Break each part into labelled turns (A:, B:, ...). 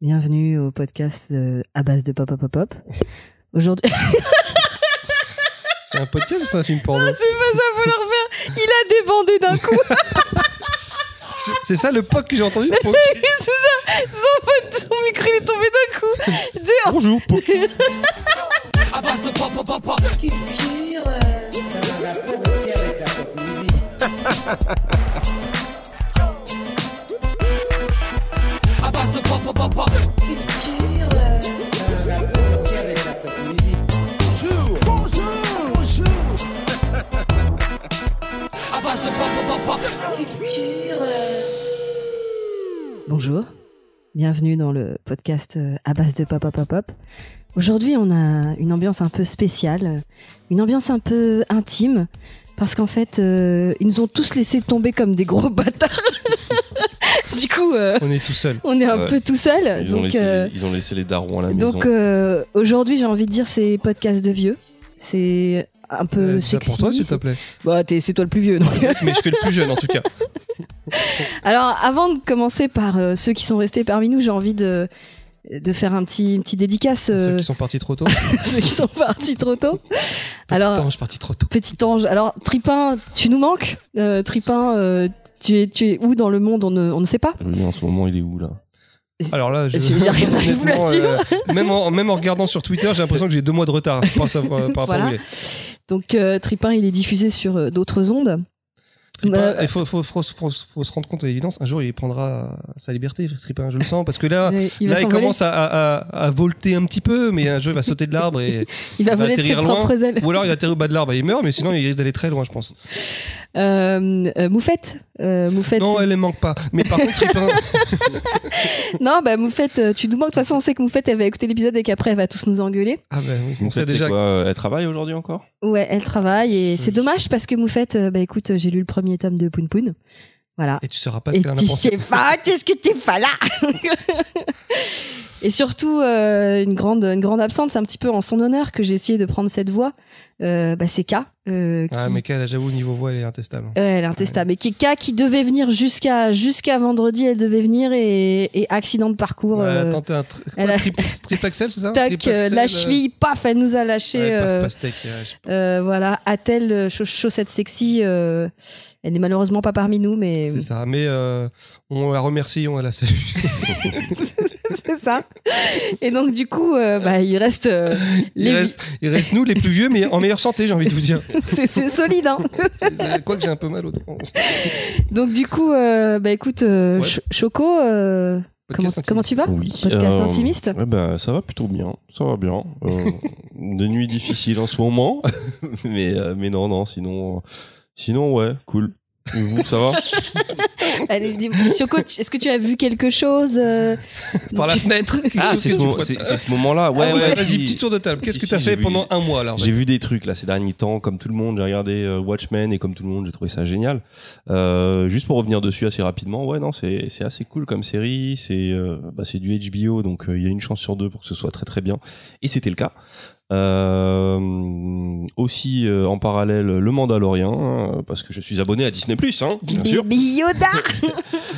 A: Bienvenue au podcast euh, à base de pop pop pop pop. Aujourd'hui,
B: C'est un podcast ou c'est un film porno
A: Ah, c'est pas ça faut le refaire. Il a débandé d'un coup.
B: C'est- C'est ça le POC que j'ai entendu POC.
A: c'est ça. Son, son micro il est tombé d'un coup.
B: Bonjour, POC.
A: Bonjour. Bienvenue dans le podcast euh, à base de pop pop pop pop. Aujourd'hui, on a une ambiance un peu spéciale, euh, une ambiance un peu intime, parce qu'en fait, euh, ils nous ont tous laissé tomber comme des gros bâtards. du coup, euh,
B: On est tout seul.
A: on est un
C: Ouais.
A: peu tout seul.
C: Ils, ont
A: donc,
C: laissé,
A: euh,
C: ils ont laissé les darons à la maison.
A: donc euh, aujourd'hui, j'ai envie de dire c'est podcast de vieux. C'est un peu
B: Euh, dis ça
A: sexy.
B: pour toi, s'il te plaît.
A: Bah, t'es- c'est toi le plus vieux. non
B: Mais je fais le plus jeune en tout cas.
A: Alors, avant de commencer par euh, ceux qui sont restés parmi nous, j'ai envie de, de faire un petit, une petite dédicace
B: Ceux
A: euh,
B: qui sont partis trop tôt.
A: ceux qui sont partis trop tôt. Alors,
B: Alors... Putain, je suis parti trop tôt.
A: petit ange. Alors, Tripin, tu nous manques. Euh, Tripin, euh, tu, es, tu es où dans le monde on ne, on ne sait pas.
C: Lui, en ce moment, il est où là
B: Alors là, je.
A: J'y arrive, j'arrive plus à
B: Honnêtement,
A: suivre.
B: euh, même, en, même en regardant sur Twitter, j'ai l'impression que j'ai deux mois de retard hein, par, rapport à- euh, par rapport
A: Voilà.
B: à où il est.
A: Donc, euh, Tripin, il est diffusé sur euh, d'autres ondes.
B: Tripin,
A: Bah,
B: il faut, faut, faut- faut- faut se rendre compte à l'évidence, un jour il prendra sa liberté, Tripin, je le sens, parce que là,
A: Euh, il,
B: Ah, là,
A: va
B: il
A: s'envoler.
B: commence à, à, à- à volter un petit peu, mais un jour il va sauter de l'arbre, et...
A: il va
B: il va
A: voler de ses
B: atterrir loin.
A: propres ailes.
B: ou alors il atterrit au bas de l'arbre et il meurt, mais sinon il risque d'aller très loin, je pense.
A: Euh, euh, Moufette, euh, Moufette.
B: Non, elle ne manque pas. Mais par contre, hein, Tripin,
A: Non, bah Moufette, euh, tu nous manques. De toute façon, on sait que Moufette, elle va écouter l'épisode et qu'après, elle va tous nous engueuler.
B: Ah bah oui, on
C: Mon
B: sait
C: fait,
B: déjà.
C: quoi, euh, Elle travaille aujourd'hui encore
A: Ouais, elle travaille et c'est
B: Oui.
A: dommage parce que Moufette, euh, bah écoute, j'ai lu le premier tome de Poun Poun. Voilà.
B: Et tu sauras pas ce
A: Et
B: qu'elle en a
A: tu
B: pensé.
A: sais pas, qu'est-ce que t'es pas là Et surtout, euh, une, grande, une grande absente, c'est un petit peu en son honneur que j'ai essayé de prendre cette voix. Euh, bah, c'est K. euh, qui-
B: Ah mais qu'elle, j'avoue, niveau voix, elle est intestable.
A: Ouais, elle est intestable. Et qui, K qui devait venir jusqu'à jusqu'à vendredi, elle devait venir et, et accident de parcours.
B: elle
A: euh,
B: a tenté un tri- quoi,
A: elle a-
B: trip- tripaxel, c'est ça
A: tac, euh,
B: Tripaxel,
A: la
B: euh,
A: cheville, paf, elle nous a lâché.
B: ouais, paf,
A: euh,
B: pastèque, euh, je sais pas.
A: Euh, voilà, a-t-elle euh, cha- chaussette sexy euh, Elle n'est malheureusement pas parmi nous, mais
B: C'est ça, mais euh, on la remercie, on la salue.
A: c'est ça. Et donc du coup, euh, bah, il reste euh,
B: Il
A: les-
B: reste, il reste nous les plus vieux, mais en meilleure santé, j'ai envie de vous dire.
A: c'est c'est solide. hein.
B: C'est- Quoique j'ai un peu mal au dos.
A: donc du coup, euh, bah écoute, euh,
B: Ouais.
A: Ch- Choco, euh, comment,
B: intimiste.
A: comment tu vas
C: Oui.
A: Ah, Podcast intimiste
C: ouais, ben, Ça va plutôt bien. Ça va bien. Euh, de nuit difficile en ce moment. mais, euh, mais non, non, sinon, euh, sinon ouais, cool. Et vous, ça va
A: Allez, dis- Choco, tu- est-ce que tu as vu quelque chose euh,
B: Par la
A: tu-
B: fenêtre.
C: Ah, c'est ce, mo-
B: Ah,
C: c'est- c'est ce moment-là. Ouais,
A: Ah oui,
C: ouais,
A: c'est-
B: Vas-y,
C: si.
B: petit tour de table. Qu'est-ce
C: Si,
B: que t'as
C: si,
B: fait
C: j'ai vu-
B: pendant un mois là en fait
C: J'ai vu des trucs là ces derniers temps, comme tout le monde. J'ai regardé euh, Watchmen et comme tout le monde, j'ai trouvé ça génial. Euh, juste pour revenir dessus assez rapidement, ouais, non, c'est c'est assez cool comme série. C'est euh, bah, c'est du HBO, donc euh, il y a une chance sur deux pour que ce soit très très bien. Et c'était le cas. Euh, aussi euh, en parallèle, Le Mandalorian, hein, parce que je suis abonné à Disney Plus, hein, bien sûr.
A: Baby Yoda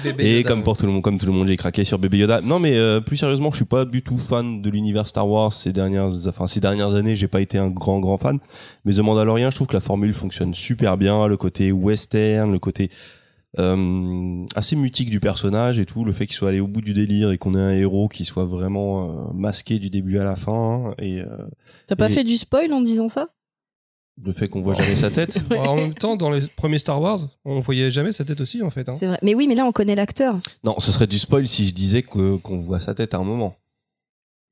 B: Bébé
C: Et
B: Yoda.
C: comme pour tout le monde, comme tout le monde, j'ai craqué sur Baby Yoda. Non, mais euh, plus sérieusement, je suis pas du tout fan de l'univers Star Wars ces dernières, enfin ces dernières années, j'ai pas été un grand grand fan. Mais The Mandalorian, je trouve que la formule fonctionne super bien, le côté western, le côté euh, assez mutique du personnage et tout, le fait qu'il soit allé au bout du délire et qu'on ait un héros qui soit vraiment euh, masqué du début à la fin et euh,
A: T'as pas
C: Et-
A: fait du spoil en disant ça
C: le fait qu'on voit jamais sa tête.
B: Bah, En même temps, dans les premiers Star Wars, on voyait jamais sa tête aussi en fait. hein.
A: C'est vrai. Mais oui, mais là on connaît l'acteur.
C: Non, ce serait du spoil si je disais que- qu'on voit sa tête à un moment.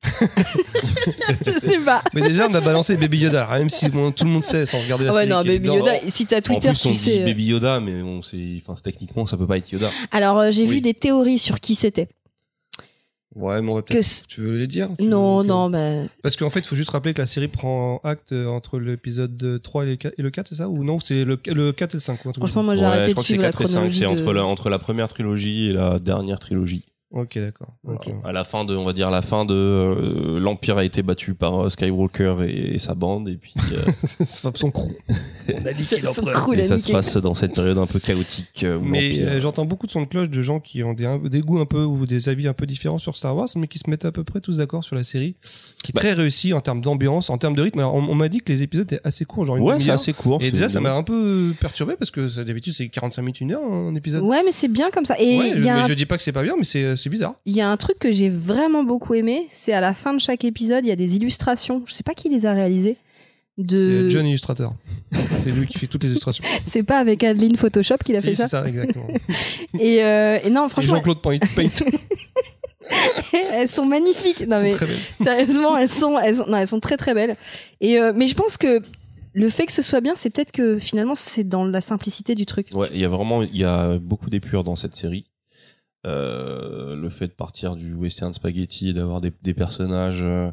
A: Je sais pas.
B: Mais déjà, on a balancé Baby Yoda, alors, même si bon, tout le monde sait sans regarder la
A: Ah ouais,
B: série
A: non,
B: qui est
A: Baby
B: dedans.
A: Yoda. Si t'as Twitter,
C: en plus, on
A: tu
C: dit
A: sais. euh,
C: Baby Yoda, mais on sait, enfin, techniquement, ça peut pas être Yoda.
A: Alors euh, j'ai
C: Oui.
A: vu des théories sur qui c'était.
B: Ouais, mais on va peut-être.
A: Que c-
B: Tu veux les dire Tu
A: Non,
B: veux que-
A: non, bah,
B: Parce qu'en fait, il faut juste rappeler que la série prend acte euh, entre l'épisode 3 et le 4, et le 4, c'est ça Ou non, c'est le, le 4 et le 5 ou un truc
A: franchement, moi j'ai
C: Ouais,
A: arrêté
C: je
A: de
C: crois que c'est
A: suivre la
C: 4 et 5,
A: chronologie.
C: C'est
A: de-
C: entre, la, entre la première trilogie et la dernière trilogie.
B: comme ça. Ok, d'accord.
A: Ok.
B: Voilà.
C: À la fin de, on va dire, la fin de euh, l'Empire a été battu par euh, Skywalker et, et sa bande, et puis euh,
B: C'est son crew.
A: On a niqué l'empereur.
C: Et ça se passe dans cette période un peu chaotique. euh, où
B: Mais
C: l'Empire-
B: euh, j'entends beaucoup de sons de cloche de gens qui ont des, un- des goûts un peu ou des avis un peu différents sur Star Wars, mais qui se mettent à peu près tous d'accord sur la série, qui est
C: Bah.
B: très réussie en termes d'ambiance, en termes de rythme. Alors, on, on m'a dit que les épisodes étaient assez courts, genre une
C: ouais, c'est
B: demi-heure.
C: assez court.
B: Et
C: c'est
B: déjà, ça m'a
C: évidemment.
B: un peu perturbé parce que ça, d'habitude, c'est 45 minutes, une heure hein, un épisode.
A: Ouais, mais c'est bien comme ça. Et il
B: Ouais, je-
A: y, a
B: mais
A: un-
B: je dis pas que c'est pas bien, mais c'est euh, c'est bizarre.
A: il y a un truc que j'ai vraiment beaucoup aimé, c'est à la fin de chaque épisode, il y a des illustrations. Je sais pas qui les a réalisées. De...
B: C'est euh, John Illustrator. c'est lui qui fait toutes les illustrations.
A: C'est pas avec Adeline Photoshop qu'il a
B: Si,
A: fait
B: c'est
A: ça.
B: ça, exactement.
A: Et, euh, et non,
B: Et
A: franchement,
B: Jean-Claude Paint. Paint.
A: elles sont magnifiques. Non, mais
B: C'est très bien.
A: Sérieusement, elles sont, elles sont, non, elles sont très très belles. Et euh, mais je pense que le fait que ce soit bien, c'est peut-être que finalement c'est dans la simplicité du truc.
C: Ouais, il y a vraiment il y a beaucoup d'épures dans cette série. Euh, le fait de partir du western spaghetti et d'avoir des, des personnages. euh,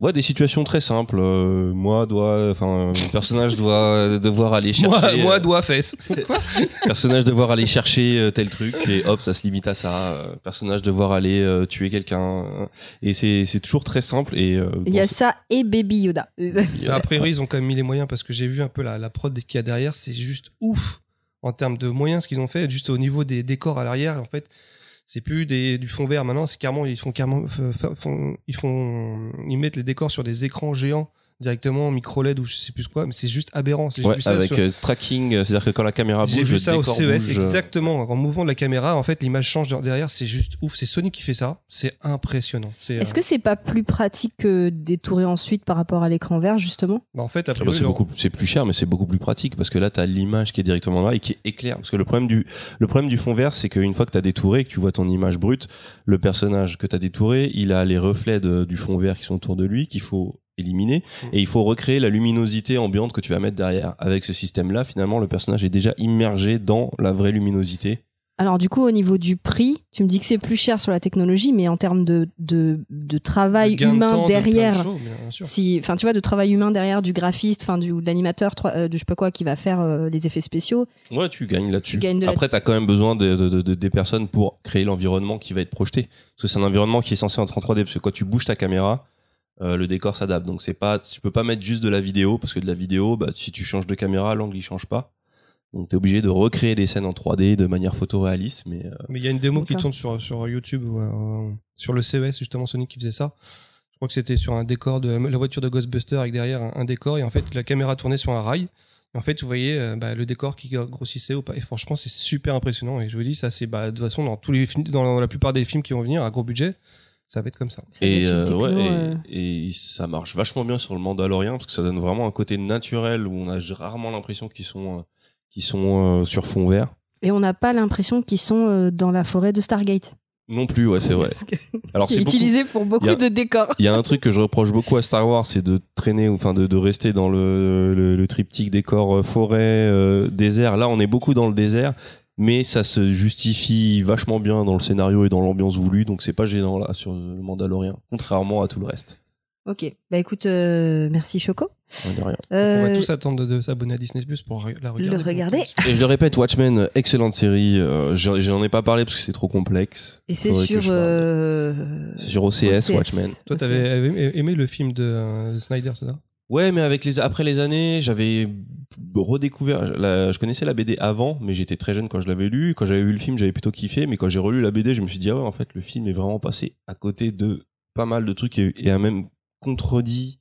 C: ouais, des situations très simples. Euh, moi, doit. Enfin, le personnage doit devoir aller
B: Moi,
C: chercher.
B: moi,
C: euh,
B: doigt, fesse.
C: personnage devoir aller chercher euh, tel truc et hop ça se limite à ça Euh, personnage devoir aller euh, tuer quelqu'un euh, et c'est c'est toujours très simple et euh,
A: Il y
C: bon,
A: a ça et Baby Yoda.
B: A
C: euh,
B: priori, ils ont quand même mis les moyens parce que j'ai vu un peu la, la prod qu'il y a derrière. C'est juste ouf en termes de moyens ce qu'ils ont fait. Juste au niveau des décors à l'arrière, en fait, c'est plus des, du fond vert maintenant. C'est carrément, ils font carrément, f- f- font- ils font, ils mettent les décors sur des écrans géants directement, micro LED ou je sais plus quoi. Mais c'est juste aberrant. C'est- j'ai
C: ouais,
B: vu ça
C: avec
B: sur-
C: euh, tracking c'est à dire que quand la caméra bouge
B: J'ai vu
C: le
B: ça au E
C: décor
B: CES,
C: bouge, euh,
B: exactement. En mouvement de la caméra, en fait, l'image change derrière. C'est juste ouf. C'est Sony qui fait ça. C'est impressionnant. C'est,
A: Est-ce
B: euh,
A: que c'est pas plus pratique que détourer ensuite par rapport à l'écran vert justement
B: bah, en fait,
C: Ah
B: après,
C: bah, c'est beaucoup c'est plus cher mais c'est beaucoup plus pratique parce que là t'as l'image qui est directement là et qui est éclair parce que le problème du le problème du fond vert c'est qu'une fois que t'as détouré et que tu vois ton image brute le personnage que t'as détouré il a les reflets de- du fond vert qui sont autour de lui qu'il faut éliminer
B: Mm.
C: et il faut recréer la luminosité ambiante que tu vas mettre derrière avec ce système là finalement le personnage est déjà immergé dans la vraie luminosité
A: Alors du coup au niveau du prix, tu me dis que c'est plus cher sur la technologie, mais en termes de de, de travail humain derrière. si enfin tu vois de travail humain derrière du graphiste enfin du ou de l'animateur trois- euh, de je sais pas quoi qui va faire euh, les effets spéciaux
C: Ouais, tu gagnes là-dessus.
A: Tu gagnes de la-
C: Après, t'as quand même besoin de, de- de- de- des personnes pour créer l'environnement qui va être projeté. Parce que c'est un environnement qui est censé être en 3D. Parce que quand tu bouges ta caméra, euh, le décor s'adapte. Donc c'est pas, tu peux pas mettre juste de la vidéo parce que de la vidéo, bah, si tu changes de caméra, l'angle il change pas. Donc t'es obligé de recréer des scènes en 3D de manière photoréaliste. Mais euh,
B: Mais il y a une démo qui
A: D'accord.
B: tourne sur, sur YouTube, ouais, euh, sur le CES, justement, Sony qui faisait ça. Je crois que c'était sur un décor de la voiture de Ghostbuster avec derrière un, un décor. Et en fait, la caméra tournait sur un rail. Et en fait, vous voyez euh, bah, le décor qui grossissait ou pas. Et franchement, c'est super impressionnant. Et je vous dis, ça, c'est bah, de toute façon dans, tous les, films- dans la plupart des films qui vont venir à gros budget, ça va être comme ça.
A: Ça doit être une
C: euh,
A: techno,
C: ouais, et-
A: euh,
C: et, ça marche vachement bien sur le Mandalorian parce que ça donne vraiment un côté naturel où on a rarement l'impression qu'ils sont, euh, qu'ils sont euh, sur fond vert.
A: et on n'a pas l'impression qu'ils sont euh, dans la forêt de Stargate
C: Non plus, ouais, c'est vrai.
A: Parce que-
C: Alors
A: qui est
C: c'est beaucoup-
A: utilisé pour beaucoup
C: Il y a-
A: de décors
C: Il y a un truc que je reproche beaucoup à Star Wars, c'est de traîner, ou- enfin de, de rester dans le, le, le triptyque décor euh, forêt, euh, désert. Là, on est beaucoup dans le désert, mais ça se justifie vachement bien dans le scénario et dans l'ambiance voulue, donc c'est pas gênant là sur le Mandalorian, contrairement à tout le reste.
A: ok bah écoute euh, merci Choco
C: Ouais, de rien.
B: On va
A: Euh,
B: tous attendre de, de s'abonner à Disney Plus pour re- la regarder.
A: Le regarder.
C: Et je le répète, Watchmen, excellente série. euh, J'en j'en ai pas parlé parce que c'est trop complexe.
A: et c'est
C: Faudrait que
A: sur
C: je parle.
A: euh,
C: C'est sur OCS,
A: OCS.
C: Watchmen.
B: Toi, t'avais aimé, aimé le film de euh, Snyder, c'est ça
C: Ouais, mais avec les après les années, j'avais redécouvert. la- je connaissais la BD avant, mais j'étais très jeune quand je l'avais lu. Quand j'avais vu le film, j'avais plutôt kiffé, mais quand j'ai relu la BD, je me suis dit ah ouais, en fait, le film est vraiment passé à côté de pas mal de trucs et, et a même contredit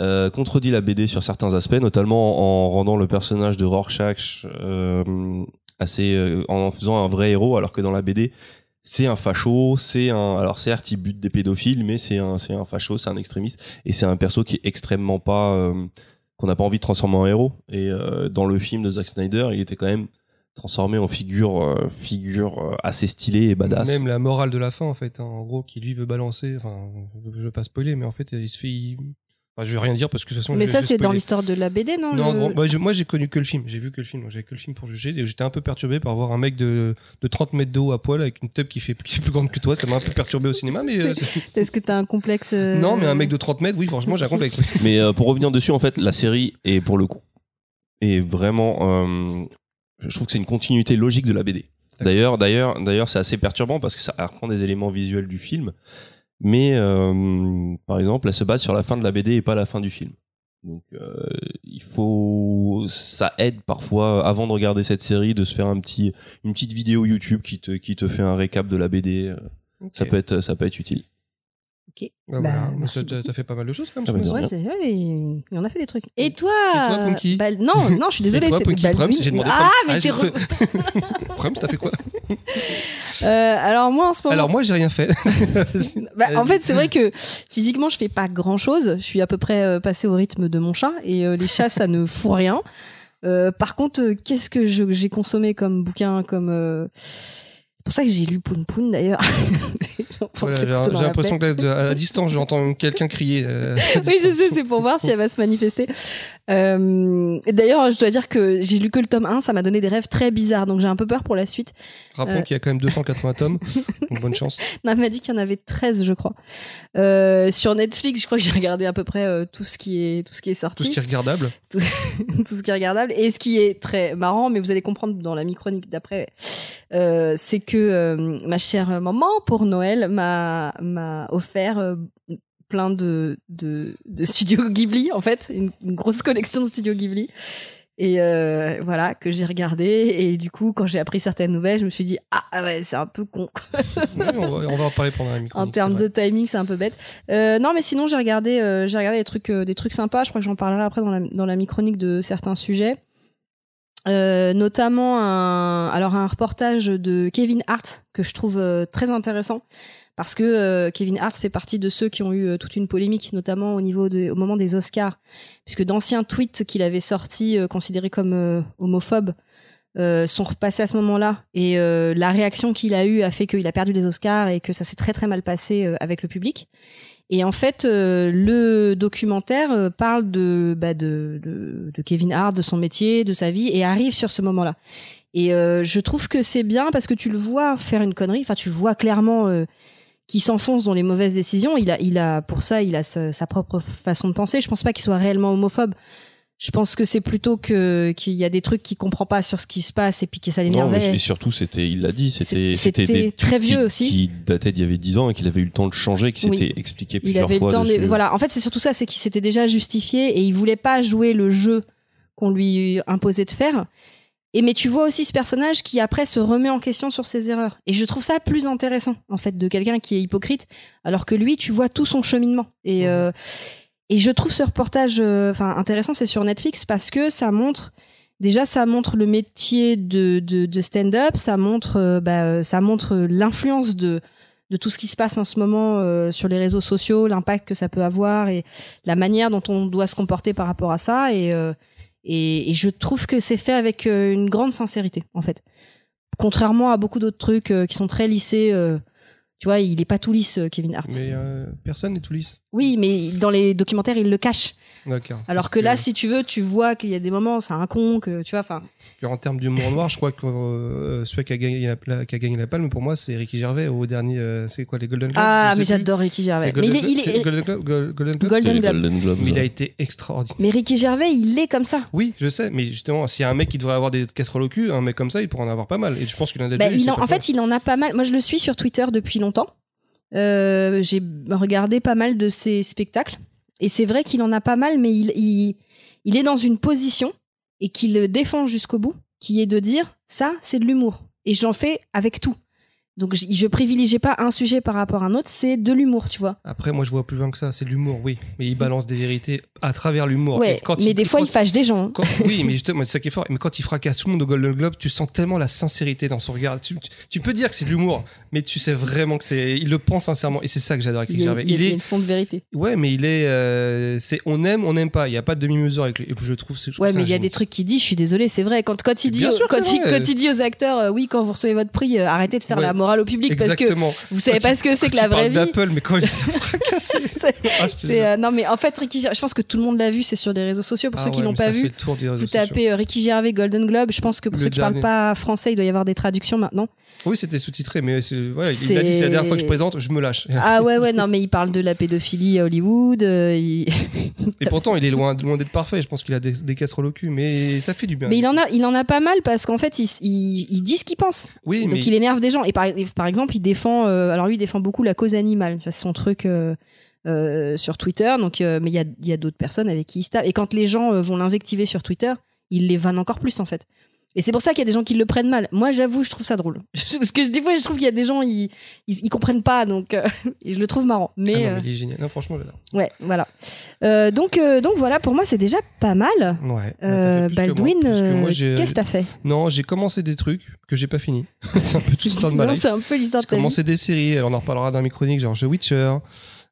C: euh, contredit la BD sur certains aspects, notamment en rendant le personnage de Rorschach euh, assez euh, en faisant un vrai héros, alors que dans la BD c'est un facho, c'est un alors certes il bute des pédophiles, mais c'est un c'est un facho, c'est un extrémiste et c'est un perso qui est extrêmement pas euh, qu'on n'a pas envie de transformer en héros et euh, dans le film de Zack Snyder il était quand même transformé en figure euh, figure euh, assez stylée et badass
B: Même la morale de la fin, en fait, hein, en gros, qui lui veut balancer. Enfin, je veux pas spoiler, mais en fait, il se fait. il- Enfin, je vais rien dire parce que de toute façon.
A: mais
B: je-
A: ça
B: je
A: c'est dans
B: spoiler.
A: l'histoire de la BD non,
B: Non,
A: le-
B: non, bah, je- moi j'ai connu que le film, j'ai vu que le film, donc j'avais que le film pour juger. et J'étais un peu perturbé par voir un mec de, de 30 mètres de haut à poil avec une tête qui, fait, qui est plus grande que toi. Ça m'a un peu perturbé au cinéma, mais. euh, c'est-
A: est-ce que t'as un complexe euh,
B: Non, mais un mec de 30 mètres, oui, franchement, j'ai un complexe.
C: mais euh, pour revenir dessus en fait la série est pour le coup est vraiment euh, je trouve que c'est une continuité logique de la BD d'ailleurs d'ailleurs d'ailleurs c'est assez perturbant parce que ça reprend des éléments visuels du film mais euh, par exemple elle se base sur la fin de la BD et pas la fin du film Donc euh, il faut, ça aide parfois avant de regarder cette série de se faire un petit, une petite vidéo YouTube qui te, qui te fait un récap de la BD. Ça peut être, ça peut être utile.
A: Ok. Bah,
B: Bah, voilà.
A: merci
B: Ça, t'as t'as fait pas mal de choses comme ça.
C: Ah, bah, de
A: Ouais,
C: rien.
A: c'est- ouais, il il en a fait des trucs. Et toi,
B: Et toi, Punky
A: Bal- Non, non, je suis désolée.
B: Et toi,
A: c'est
B: Punky
A: Bal-
B: Prums, j'ai demandé
A: Ah,
B: Prums.
A: mais
B: Ah,
A: t'es
B: j'ai-
A: re-
B: Prums, t'as fait quoi
A: Euh, Alors moi, en ce moment,
B: Alors moi, j'ai rien fait.
A: Bah, en
B: Vas-y.
A: fait, c'est vrai que physiquement, je fais pas grand chose. Je suis à peu près euh, passée au rythme de mon chat et euh, les chats, ça ne fout rien. Euh, par contre, euh, qu'est-ce que je- j'ai consommé comme bouquin, comme euh, C'est pour ça que j'ai lu Poun Poun d'ailleurs. J'en penserai
B: Voilà, j'ai
A: plutôt
B: j'ai
A: dans la
B: l'impression que là, à la distance, j'entends quelqu'un crier. euh, à
A: oui, je
B: distance.
A: sais, c'est pour voir si elle va se manifester. Euh, et D'ailleurs, je dois dire que j'ai lu que le tome 1, ça m'a donné des rêves très bizarres, donc j'ai un peu peur pour la suite.
B: Rappelons
A: Euh.
B: qu'il y a quand même 280 tomes. Donc bonne chance.
A: Non, elle m'a dit qu'il y en avait 13, je crois. Euh, sur Netflix, je crois que j'ai regardé à peu près euh, tout, ce qui est, tout ce qui est
B: Tout
A: sorti,
B: ce qui est regardable.
A: tout ce qui est regardable. Et ce qui est très marrant, mais vous allez comprendre dans la micronique d'après, euh, c'est que euh, ma chère maman, pour Noël, m'a m'a offert euh, plein de, de, de studios Ghibli, en fait, une, une grosse collection de studios Ghibli. Et euh, voilà, que j'ai regardé. Et du coup, quand j'ai appris certaines nouvelles, je me suis dit, ah, ah ouais, c'est un peu con.
B: Oui, on, va, on va en parler pendant la micro.
A: En termes de timing, c'est un peu bête. Euh, non, mais sinon, j'ai regardé, euh, j'ai regardé des trucs, euh, des trucs sympas. Je crois que j'en parlerai après dans la, dans la micronique de certains sujets. Euh, notamment un, alors un reportage de Kevin Hart que je trouve euh, très intéressant parce que euh, Kevin Hart fait partie de ceux qui ont eu euh, toute une polémique, notamment au niveau des- au moment des Oscars, puisque d'anciens tweets qu'il avait sortis euh, considérés comme euh, homophobes euh, sont repassés à ce moment-là. Et euh, la réaction qu'il a eue a fait qu'il a perdu les Oscars et que ça s'est très très mal passé euh, avec le public. Et en fait, euh, le documentaire euh, parle de, bah, de, de, de Kevin Hart, de son métier, de sa vie, et arrive sur ce moment-là. Et euh, je trouve que c'est bien parce que tu le vois faire une connerie, enfin tu vois clairement euh, qu'il s'enfonce dans les mauvaises décisions. Il a, il a, pour ça, il a sa, sa propre façon de penser. Je pense pas qu'il soit réellement homophobe. Je pense que c'est plutôt que qu'il y a des trucs qu'il comprend pas sur ce qui se passe et puis que ça
C: Non, mais
A: l'énervait.
C: et surtout, c'était, il l'a dit, c'était,
A: C'était- c'était
C: des
A: très
C: tweets
A: vieux
C: qui-
A: aussi.
C: Qui datait d'il y avait 10 ans et qu'il avait eu le temps de changer, qui
A: Oui.
C: s'était expliqué
A: Il
C: plusieurs
A: avait le
C: fois
A: temps. de-
C: dessus.
A: Voilà. En fait, c'est surtout ça, c'est qu'il s'était déjà justifié et il voulait pas jouer le jeu qu'on lui imposait de faire. Et mais tu vois aussi ce personnage qui après se remet en question sur ses erreurs. Et je trouve ça plus intéressant en fait de quelqu'un qui est hypocrite, alors que lui, tu vois tout son cheminement. Et
B: Mhm.
A: euh, et je trouve ce reportage euh, enfin intéressant, c'est sur Netflix parce que ça montre déjà ça montre le métier de de, de stand-up, ça montre euh, bah, euh, ça montre l'influence de de tout ce qui se passe en ce moment euh, sur les réseaux sociaux, l'impact que ça peut avoir et la manière dont on doit se comporter par rapport à ça. Et, euh, et, et je trouve que c'est fait avec euh, une grande sincérité, en fait. Contrairement à beaucoup d'autres trucs euh, qui sont très lissés. euh, tu vois, il est pas tout lisse, euh, Kevin Hart.
B: Mais euh, personne n'est tout lisse.
A: Oui, mais dans les documentaires, il le cache.
B: D'accord.
A: Alors
B: Parce
A: que là, si tu veux, tu vois qu'il y a des moments, c'est un con, que tu vois, enfin.
B: parce qu'en euh, termes d'humour noir, je crois que euh, celui qui a, gagné la, pla- qui a gagné la palme, pour moi, c'est Ricky Gervais au dernier. euh, c'est quoi les Golden Globes
A: Ah,
B: Je sais
A: mais
B: plus.
A: j'adore Ricky Gervais.
B: C'est
A: Mais il
B: Golden
A: est, il
B: Glo-
A: est-
B: c'est Golden Glo- Go- Golden Globes
A: Golden
C: C'était les
A: Globe.
C: Golden Globes.
B: Mais il a
C: ouais.
B: été extraordinaire.
A: mais Ricky Gervais, il est comme ça.
B: Oui, je sais, mais justement, s'il y a un mec qui devrait avoir des casseroles au cul, un mec comme ça, il pourrait en avoir pas mal. Et je pense qu'il en a déjà
A: Bah,
B: eu,
A: il
B: c'est
A: en,
B: pas
A: en
B: vrai.
A: fait, il en a pas mal. Moi, je le suis sur Twitter depuis longtemps. Euh, J'ai regardé pas mal de ses spectacles. Et c'est vrai qu'il en a pas mal, mais il, il, il est dans une position et qu'il le défend jusqu'au bout, qui est de dire ça, c'est de l'humour. Et j'en fais avec tout. Donc, j- je privilégie pas un sujet par rapport à un autre, c'est de l'humour, tu vois.
B: Après, moi, je vois plus loin que ça. C'est de l'humour, oui. Mais il balance des vérités à travers l'humour.
A: Ouais,
B: Et quand
A: mais des fois,
B: quand-
A: il fâche des gens. hein.
B: quand- oui, mais justement, c'est ça qui est fort. Mais quand il fracasse tout le monde au Golden Globe, tu sens tellement la sincérité dans son regard. Tu, tu- tu peux dire que c'est de l'humour, mais tu sais vraiment que c'est. Il le pense sincèrement. Et c'est ça que j'adore avec
A: Il
B: Ricky
A: y a-
B: Gervais.
A: il y a-
B: Il
A: il y a
B: est.
A: une fond de vérité.
B: Ouais, mais il est. euh, c'est on aime, on n'aime pas. Il n'y a pas de demi-mesure avec lui. Et puis, je trouve. c'est- je trouve
A: Ouais,
B: ça
A: mais il y a
B: génial.
A: des trucs qu'il dit, je suis désolée, c'est vrai. Quand, quand, il, dit
B: Bien
A: aux,
B: sûr que
A: quand,
B: c'est
A: il,
B: vrai.
A: quand il dit aux acteurs, euh, oui, quand vous recevez votre prix, euh, arrêtez de faire
B: Ouais.
A: la morale au public parce
B: Exactement.
A: que vous savez
B: Quand
A: pas ce que c'est
B: Quand
A: que
B: il
A: la vraie
B: parle
A: vie.
B: d'Apple, mais quand il s'est fracassé.
A: C'est-
B: Ah, je te
A: C'est,
B: jure.
A: euh, non, mais en fait, Ricky Gervais, je pense que tout le monde l'a vu, c'est sur les réseaux sociaux. Pour
B: Ah
A: ceux qui
B: ouais,
A: l'ont
B: mais
A: pas
B: ça fait
A: vu,
B: le tour des
A: vous
B: réseaux sociaux.
A: tapez euh, Ricky Gervais Golden Globe. Je pense que pour
B: Le
A: ceux qui
B: dernier.
A: parlent pas français, il doit y avoir des traductions maintenant.
B: Oui, c'était sous-titré, mais c'est- voilà, il
A: C'est-
B: a dit c'est la dernière fois que je présente, je me lâche.
A: Ah ouais, ouais, non, mais il parle de la pédophilie à Hollywood. euh, il-
B: Et pourtant, il est loin, loin d'être parfait. Je pense qu'il a des, des casseroles au cul, mais ça fait du bien.
A: Mais il en a, il en a pas mal parce qu'en fait, il, s- il- il dit ce qu'il pense.
B: Oui,
A: Donc
B: mais
A: il énerve des gens. Et par, et par exemple, il défend. euh, alors lui, il défend beaucoup la cause animale. Tu vois, C'est son truc. euh, euh, sur Twitter. Donc, euh, mais il y a, il y a d'autres personnes avec qui il se tape. Et quand les gens euh, vont l'invectiver sur Twitter, il les vanne encore plus en fait. Et c'est pour ça qu'il y a des gens qui le prennent mal. Moi, j'avoue, je trouve ça drôle. Parce que des fois, je trouve qu'il y a des gens, ils, ils, ils comprennent pas, donc euh, et je le trouve marrant. Mais,
B: Ah non,
A: euh,
B: mais il est génial. Non, franchement, j'adore.
A: ouais, voilà. Euh, donc, euh, donc voilà, pour moi, c'est déjà pas mal.
B: Ouais. Bah,
A: Euh,
B: Ah, T'as fait plus que moi,
A: Baldwin,
B: parce que moi,
A: euh,
B: j'ai-
A: qu'est-ce que t'as fait
B: Non, j'ai commencé des trucs que j'ai pas fini. c'est un peu tout l'histoire de ma
A: Non,
B: life.
A: C'est un peu l'histoire
B: J'ai
A: de ta vie.
B: commencé des séries, alors on en reparlera dans mes chroniques, genre The Witcher.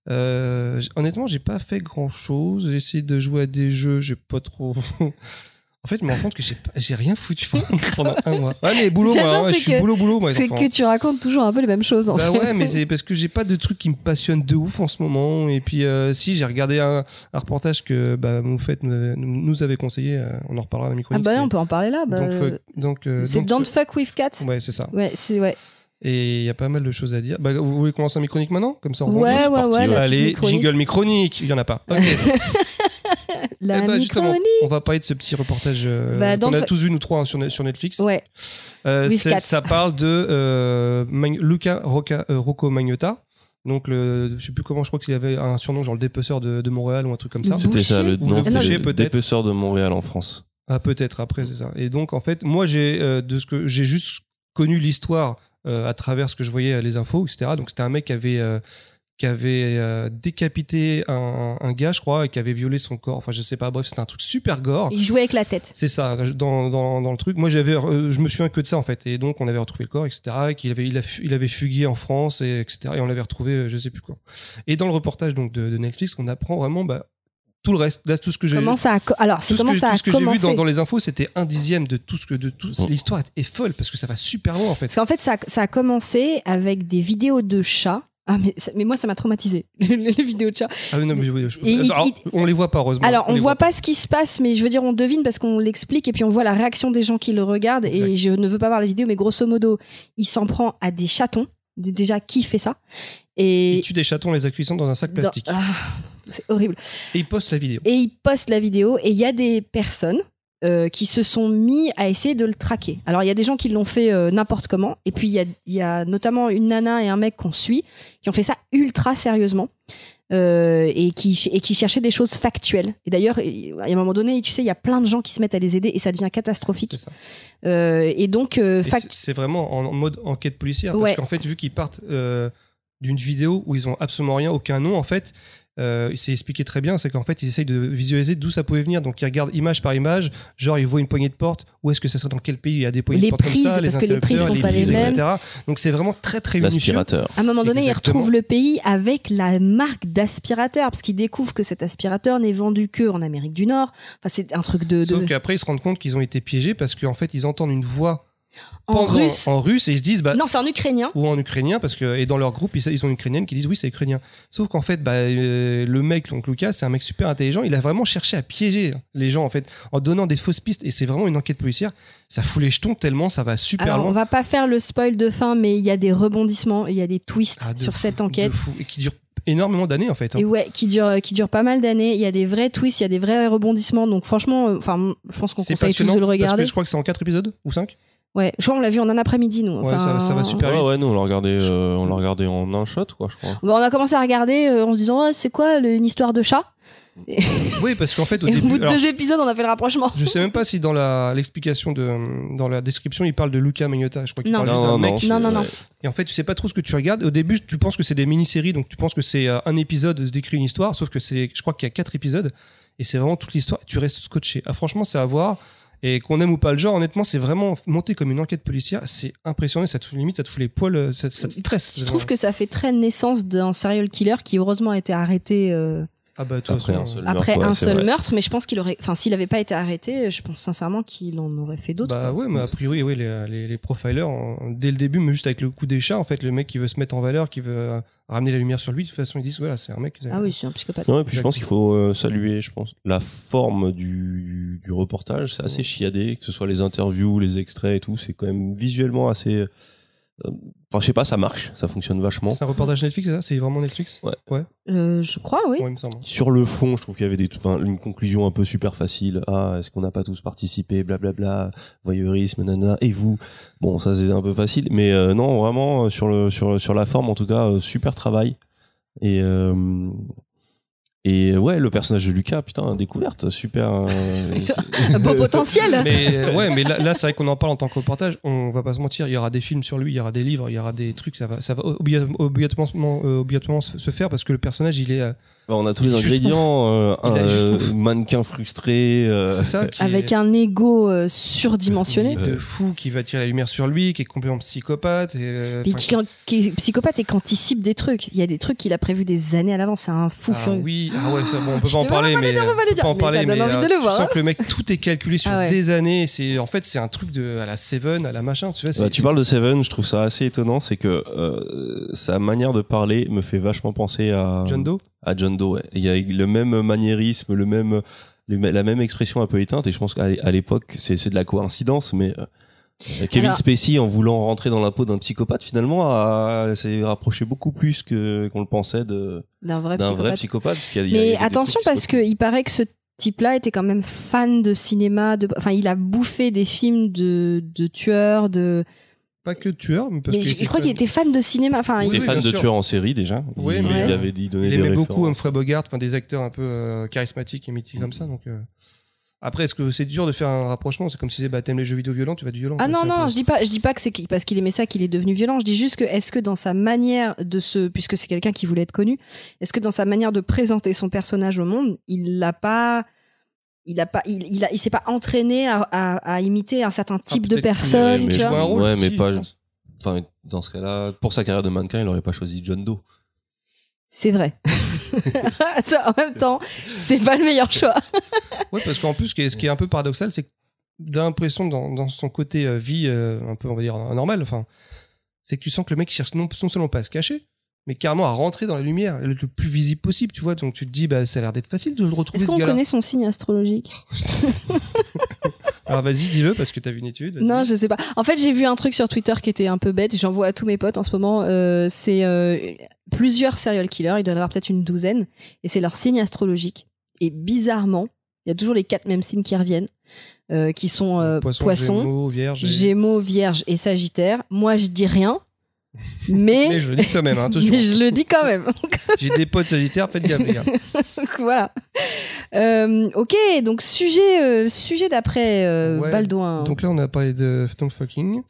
B: Euh, j- honnêtement, j'ai pas fait grand chose. J'ai essayé de jouer à des jeux, j'ai pas trop. en fait, je me rends compte que j'ai pas- j'ai rien foutu pendant un mois. Ouais, mais boulot,
A: J'adore,
B: moi, ouais,
A: c'est
B: je suis
A: que-
B: boulot, boulot, moi. les
A: C'est
B: enfants.
A: que tu racontes toujours un peu les mêmes choses. En
B: Bah
A: fait.
B: ouais, mais c'est parce que j'ai pas de truc qui me passionne de ouf en ce moment. Et puis, euh, si, j'ai regardé un, un reportage que bah, Moufette me- nous avait conseillé. euh, on en reparlera dans la micro
A: Ah bah là, on peut en parler là. bah,
B: Donc, fuck- donc, euh,
A: c'est
B: donc, euh,
A: Don't Fuck With Cats.
B: Ouais, c'est ça.
A: Ouais, c'est ouais.
B: Et il y a pas mal de choses à dire. Bah, vous voulez commencer mes chroniques maintenant Comme ça, on rebondit.
A: Ouais, ouais,
C: parti,
A: ouais.
C: ouais.
A: la petite
B: Allez,
A: micro-nique.
B: jingle mes chroniques. Il y en a pas. Ok.
A: La
B: Eh bah, justement,
A: micro-nique.
B: on va parler de ce petit reportage euh,
A: Bah, dans
B: qu'on a
A: le-
B: tous vu, nous trois, hein, sur, ne- sur Netflix.
A: Ouais,
B: Euh,
A: With
B: c'est-
A: cats.
B: ça parle de euh, Mag- Luca Roca- euh, Rocco Magnotta. Donc, le, je sais plus comment, je crois qu'il avait un surnom, genre le dépeceur de, de Montréal ou un truc comme ça.
A: Boucher Ah
C: C'était ça le
B: Ou le
C: nom, c'était
B: boucher,
C: le
B: peut-être.
C: dépeceur de Montréal en France.
B: Ah, peut-être, après,
A: Mm.
B: c'est ça. Et donc, en fait, moi, j'ai euh, de ce que j'ai juste connu l'histoire euh, à travers ce que je voyais euh, les infos, etc. Donc, c'était un mec qui avait, euh, qui avait euh, décapité un, un gars, je crois, et qui avait violé son corps. Enfin, je sais pas, bref, c'était un truc super gore.
A: il jouait avec la tête.
B: C'est ça, dans, dans, dans le truc. Moi, j'avais, euh, je me souviens que de ça, en fait. Et donc, on avait retrouvé le corps, etc. Et qu'il avait, il, a fu- il avait fugué en France, et, etc. Et on l'avait retrouvé, euh, je sais plus quoi. Et dans le reportage donc, de, de Netflix, on apprend vraiment bah, tout le reste. Là, tout ce que j'ai
A: Comment ça a co- Alors,
B: tout
A: c'est
B: ce
A: comment
B: que,
A: ça
B: tout
A: a
B: ce que j'ai vu
A: commencé
B: dans, dans les infos, c'était un dixième de tout ce que de tout.
C: Oh.
B: L'histoire est folle parce que ça va super loin en
A: Parce
B: fait.
A: qu'en fait, ça, ça a commencé avec des vidéos de chats. Ah, mais, ça- mais moi, ça m'a traumatisé, les les vidéos de chats.
B: Ah, non, mais je- je-
A: Et il-
B: alors,
A: il-
B: on les voit pas heureusement.
A: Alors, on
B: les
A: voit pas ce qui se passe, mais je veux dire, on devine parce qu'on l'explique et puis on voit la réaction des gens qui le regardent. Et
B: Exact.
A: je ne veux pas voir la vidéo, mais grosso modo, il s'en prend à des chatons. D- Déjà, qui fait ça Et.
B: Il tue des chatons, les accueillissant dans un sac
A: dans-
B: plastique.
A: Ah, c'est horrible.
B: Et il poste la vidéo.
A: Et il poste la vidéo et il y a des personnes euh, qui se sont mis à essayer de le traquer. Alors il y a des gens qui l'ont fait euh, n'importe comment. Et puis il y a, il y a notamment une nana et un mec qu'on suit qui ont fait ça ultra sérieusement. euh, et, qui, et qui cherchaient des choses factuelles. Et d'ailleurs, il- à un moment donné, tu sais, il y a plein de gens qui se mettent à les aider et ça devient catastrophique.
B: C'est ça.
A: Euh, et donc, euh,
B: Et
A: fact-
B: c'est- C'est vraiment en en mode enquête policière
A: Ouais.
B: parce qu'en fait, vu qu'ils partent euh, d'une vidéo où ils ont absolument rien, aucun nom en fait. Euh, il s'est expliqué très bien, c'est qu'en fait ils essayent de visualiser d'où ça pouvait venir, donc ils regardent image par image, genre ils voient une poignée de porte, où est-ce que ça serait dans quel pays il y a des poignées
A: Les
B: de porte
A: prises,
B: comme ça,
A: parce que les prises
B: interrupteurs,
A: sont pas les
B: prises,
A: mêmes.
B: etc. Donc c'est vraiment très très minutieux.
C: L'aspirateur.
A: à un moment donné, ils
B: Exactement.
A: retrouvent le pays avec la marque d'aspirateur, parce qu'ils découvrent que cet aspirateur n'est vendu que en Amérique du Nord. Enfin, c'est un truc de, de-
B: Sauf qu'après, ils se rendent compte qu'ils ont été piégés parce qu'en fait, ils entendent une voix
A: en
B: pendant-
A: russe.
B: en russe et ils se disent bah,
A: Non, c'est en ukrainien.
B: ou en ukrainien parce que et dans leur groupe ils, ils ont une ukrainienne qui disent oui c'est ukrainien sauf qu'en fait bah, euh, le mec donc Lucas c'est un mec super intelligent il a vraiment cherché à piéger les gens en fait en donnant des fausses pistes et c'est vraiment une enquête policière ça fout les jetons tellement ça va super
A: Alors, on
B: loin
A: va pas faire le spoil de fin, mais il y a des rebondissements, il y a des twists
B: Ah, de
A: sur
B: fou,
A: cette enquête.
B: de fou, et qui dure énormément d'années en fait hein.
A: Et ouais, qui dure, qui dure pas mal d'années. Il y a des vrais twists, il y a des vrais rebondissements. Donc franchement, euh, enfin, je pense qu'on
B: c'est
A: conseille tous
B: passionnant
A: de le
B: parce
A: regarder.
B: que je crois que c'est en 4 épisodes ou 5
A: Ouais, je crois qu'on l'a vu en un après-midi, nous.
B: Ouais, ça va- ça va super.
C: Ouais,
B: Paris.
C: ouais, nous on l'a regardé, euh, on l'a regardé en un shot, quoi, je crois.
A: Bon, on a commencé à regarder euh, en se disant, oh, c'est quoi le- une histoire de chat
B: oui parce qu'en fait au
A: Et au
B: début
A: bout de
B: alors,
A: deux épisodes, on a fait le rapprochement.
B: je sais même pas si dans la l'explication de dans la description il parle de Lucas Magnotta je crois qu'il
A: Non.
B: parle
A: Non,
B: juste d'un mec
C: c'est-
A: Non, non, non.
C: ouais.
B: Et en fait, tu sais pas trop ce que tu regardes. Au début, tu penses que c'est des mini-séries, donc tu penses que c'est euh, un épisode se décrit une histoire, sauf que c'est, je crois qu'il y a quatre épisodes, et c'est vraiment toute l'histoire. Tu restes scotché. Ah, franchement, c'est à voir. Et qu'on aime ou pas le genre, honnêtement, c'est vraiment monté comme une enquête policière. C'est impressionnant. Ça te fout limite, ça te fout les poils, euh, ça, ça te stresse.
A: Je trouve que ça fait très naissance d'un serial killer qui heureusement a été arrêté euh,
B: ah bah toi,
C: Après un seul Le
A: après
C: meurtre, ouais,
A: un
C: c'est
A: seul
C: vrai.
A: meurtre, mais je pense qu'il aurait, enfin, s'il avait pas été arrêté, je pense sincèrement qu'il en aurait fait d'autres.
B: Bah ouais, mais a priori, oui, les, les, les profilers, en- dès le début, mais juste avec le coup des chats, en fait, le mec qui veut se mettre en valeur, qui veut euh, ramener la lumière sur lui, de toute façon, ils disent, voilà, c'est un mec.
A: Ah oui, c'est un psychopathe.
C: Non, et puis je pense qu'il faut euh, saluer, je pense, la forme du, du reportage. C'est assez chiadé, que ce soit les interviews, les extraits et tout. C'est quand même visuellement assez. euh, Enfin, je sais pas, ça marche, ça fonctionne vachement.
B: C'est un reportage Netflix, c'est ça C'est vraiment Netflix
C: Ouais.
A: Euh, je crois, oui.
B: Ouais, il me semble.
C: Sur le fond, je trouve qu'il y avait des, enfin, une conclusion un peu super facile. Ah, est-ce qu'on n'a pas tous participé, blablabla, voyeurisme, nanana, et vous Bon, ça c'est un peu facile, mais euh, non, vraiment euh, sur le sur sur la forme en tout cas, euh, super travail. Et euh, Et ouais, le personnage de Lucas, putain, découverte, super. euh,
A: Un beau potentiel
B: Mais euh, ouais, mais là, là, c'est vrai qu'on en parle en tant que reportage. On va pas se mentir, il y aura des films sur lui, il y aura des livres, il y aura des trucs. Ça va, ça va obligato- obligatoirement, euh, obligatoirement se se faire parce que le personnage, il est. euh,
C: on a tous
B: Il
C: les
B: est juste
C: ingrédients, euh,
B: Il
C: un
B: est juste
C: euh, mannequin frustré. euh,
B: c'est ça. qui
A: Avec
B: est-
A: un ego euh, surdimensionné.
C: Euh.
B: de fou qui va tirer la lumière sur lui, qui est complètement psychopathe. Et, euh,
A: Puis
B: enfin,
A: qui, qui est psychopathe et qu'anticipe des trucs. Il y a des trucs qu'il a prévu des années à l'avance. C'est un fou
B: ah
A: furieux.
B: oui, ah ouais, ça, bon, on peut
A: Je
B: pas en
A: te- on va
B: parler,
A: pas
B: mais
A: le dire, on va pas le
B: peut
A: dire,
B: en
A: mais
B: parler,
A: ça donne
B: mais,
A: envie
B: euh,
A: de le
B: tu
A: voir,
B: sens
A: hein.
B: que le mec tout est calculé sur
A: Ah ouais.
B: des années. C'est en fait c'est un truc de à la Seven, à la machin, tu vois. c'est-
C: Bah, tu parles de Seven, je trouve ça assez étonnant, c'est que euh, sa manière de parler me fait vachement penser à
B: John Doe.
C: À John Doe. ouais. Il y a le même maniérisme, le même le- la même expression un peu éteinte, et je pense qu'à l'é- à l'époque c'est c'est de la coïncidence, mais euh, Kevin
A: Alors-
C: Spacey en voulant rentrer dans la peau d'un psychopathe finalement a- s'est rapproché beaucoup plus que qu'on le pensait de
A: D'un vrai
C: d'un
A: psychopathe.
C: vrai psychopathe. parce qu'il y a- il y a- il y
A: Mais
C: a des
A: attention
C: trucs qui
A: parce
C: se
A: que il paraît que ce type-là était quand même fan de cinéma. De... Enfin, il a bouffé des films de, de tueurs. De...
B: Pas que tueur, mais parce
A: Mais
B: qu'il
A: je, je crois qu'il
B: fan-
A: était fan de cinéma. Enfin,
C: Il
B: Oui,
C: était
A: il-
B: oui,
C: fan
B: bien
C: de
B: sûr.
C: tueurs en série déjà.
B: Oui,
C: il,
A: mais-
C: il avait dit donner
B: Il
C: des
B: aimait
C: références.
B: beaucoup Humphrey Bogart, enfin des acteurs un peu euh, charismatiques et mythiques comme ça. Donc euh. après, est-ce que c'est dur de faire un rapprochement C'est comme si c'est bah t'aimes les jeux vidéo violents, tu vas du violent.
A: Ah
B: quoi,
A: non
B: c'est un
A: non,
B: peu-
A: je dis pas, je dis pas que c'est qu'il- parce qu'il aimait ça qu'il est devenu violent. Je dis juste que est-ce que dans sa manière de se, puisque c'est quelqu'un qui voulait être connu, est-ce que dans sa manière de présenter son personnage au monde, il l'a pas, il a pas, il, il, a- il s'est pas entraîné à, à- à imiter un certain type de
B: Ah, peut-être qu'il
A: personne,
C: aurait
A: tu
C: aimé
A: vois.
C: jouer
B: un rôle
C: Ouais, mais
B: aussi,
C: pas-
B: je pense.
C: Enfin, dans ce cas-là, pour sa carrière de mannequin, il aurait pas choisi John Doe.
A: C'est vrai. Ça, en même temps, c'est pas le meilleur choix.
B: Ouais, parce qu'en plus, ce qui est, ce qui est un peu paradoxal, c'est que j'ai l'impression dans, dans son côté euh, vie euh, un peu, on va dire, normal, enfin, c'est que tu sens que le mec cherche non, non seulement pas à se cacher, mais carrément à rentrer dans la lumière le, le plus visible possible, tu vois. Donc tu te dis, bah, ça a l'air d'être facile de le retrouver,
A: Est-ce
B: ce
A: qu'on
B: gars-là.
A: connaît son signe astrologique
B: Alors Ah, vas-y, dis-le, parce que t'as vu une étude. vas-y.
A: Non, je sais pas. En fait, j'ai vu un truc sur Twitter qui était un peu bête. J'en vois à tous mes potes en ce moment. Euh, c'est euh, plusieurs serial killers. Il doit y en avoir peut-être une douzaine. Et c'est leur signe astrologique. Et bizarrement, il y a toujours les quatre mêmes signes qui reviennent, euh, qui sont euh,
B: Poisson,
A: poisson,
B: Gémeaux, vierge. et-
A: Gémeaux, Vierge et Sagittaire. Moi, je dis rien, mais,
B: Mais je le dis quand même, hein, attention.
A: mais je le dis quand même.
B: J'ai des potes sagittaires, faites gaffe, les gars.
A: Donc, voilà. Euh, ok, donc sujet, euh, sujet d'après euh,
B: Ouais,
A: Baldwin.
B: Donc là, on a parlé de Tom Fucking.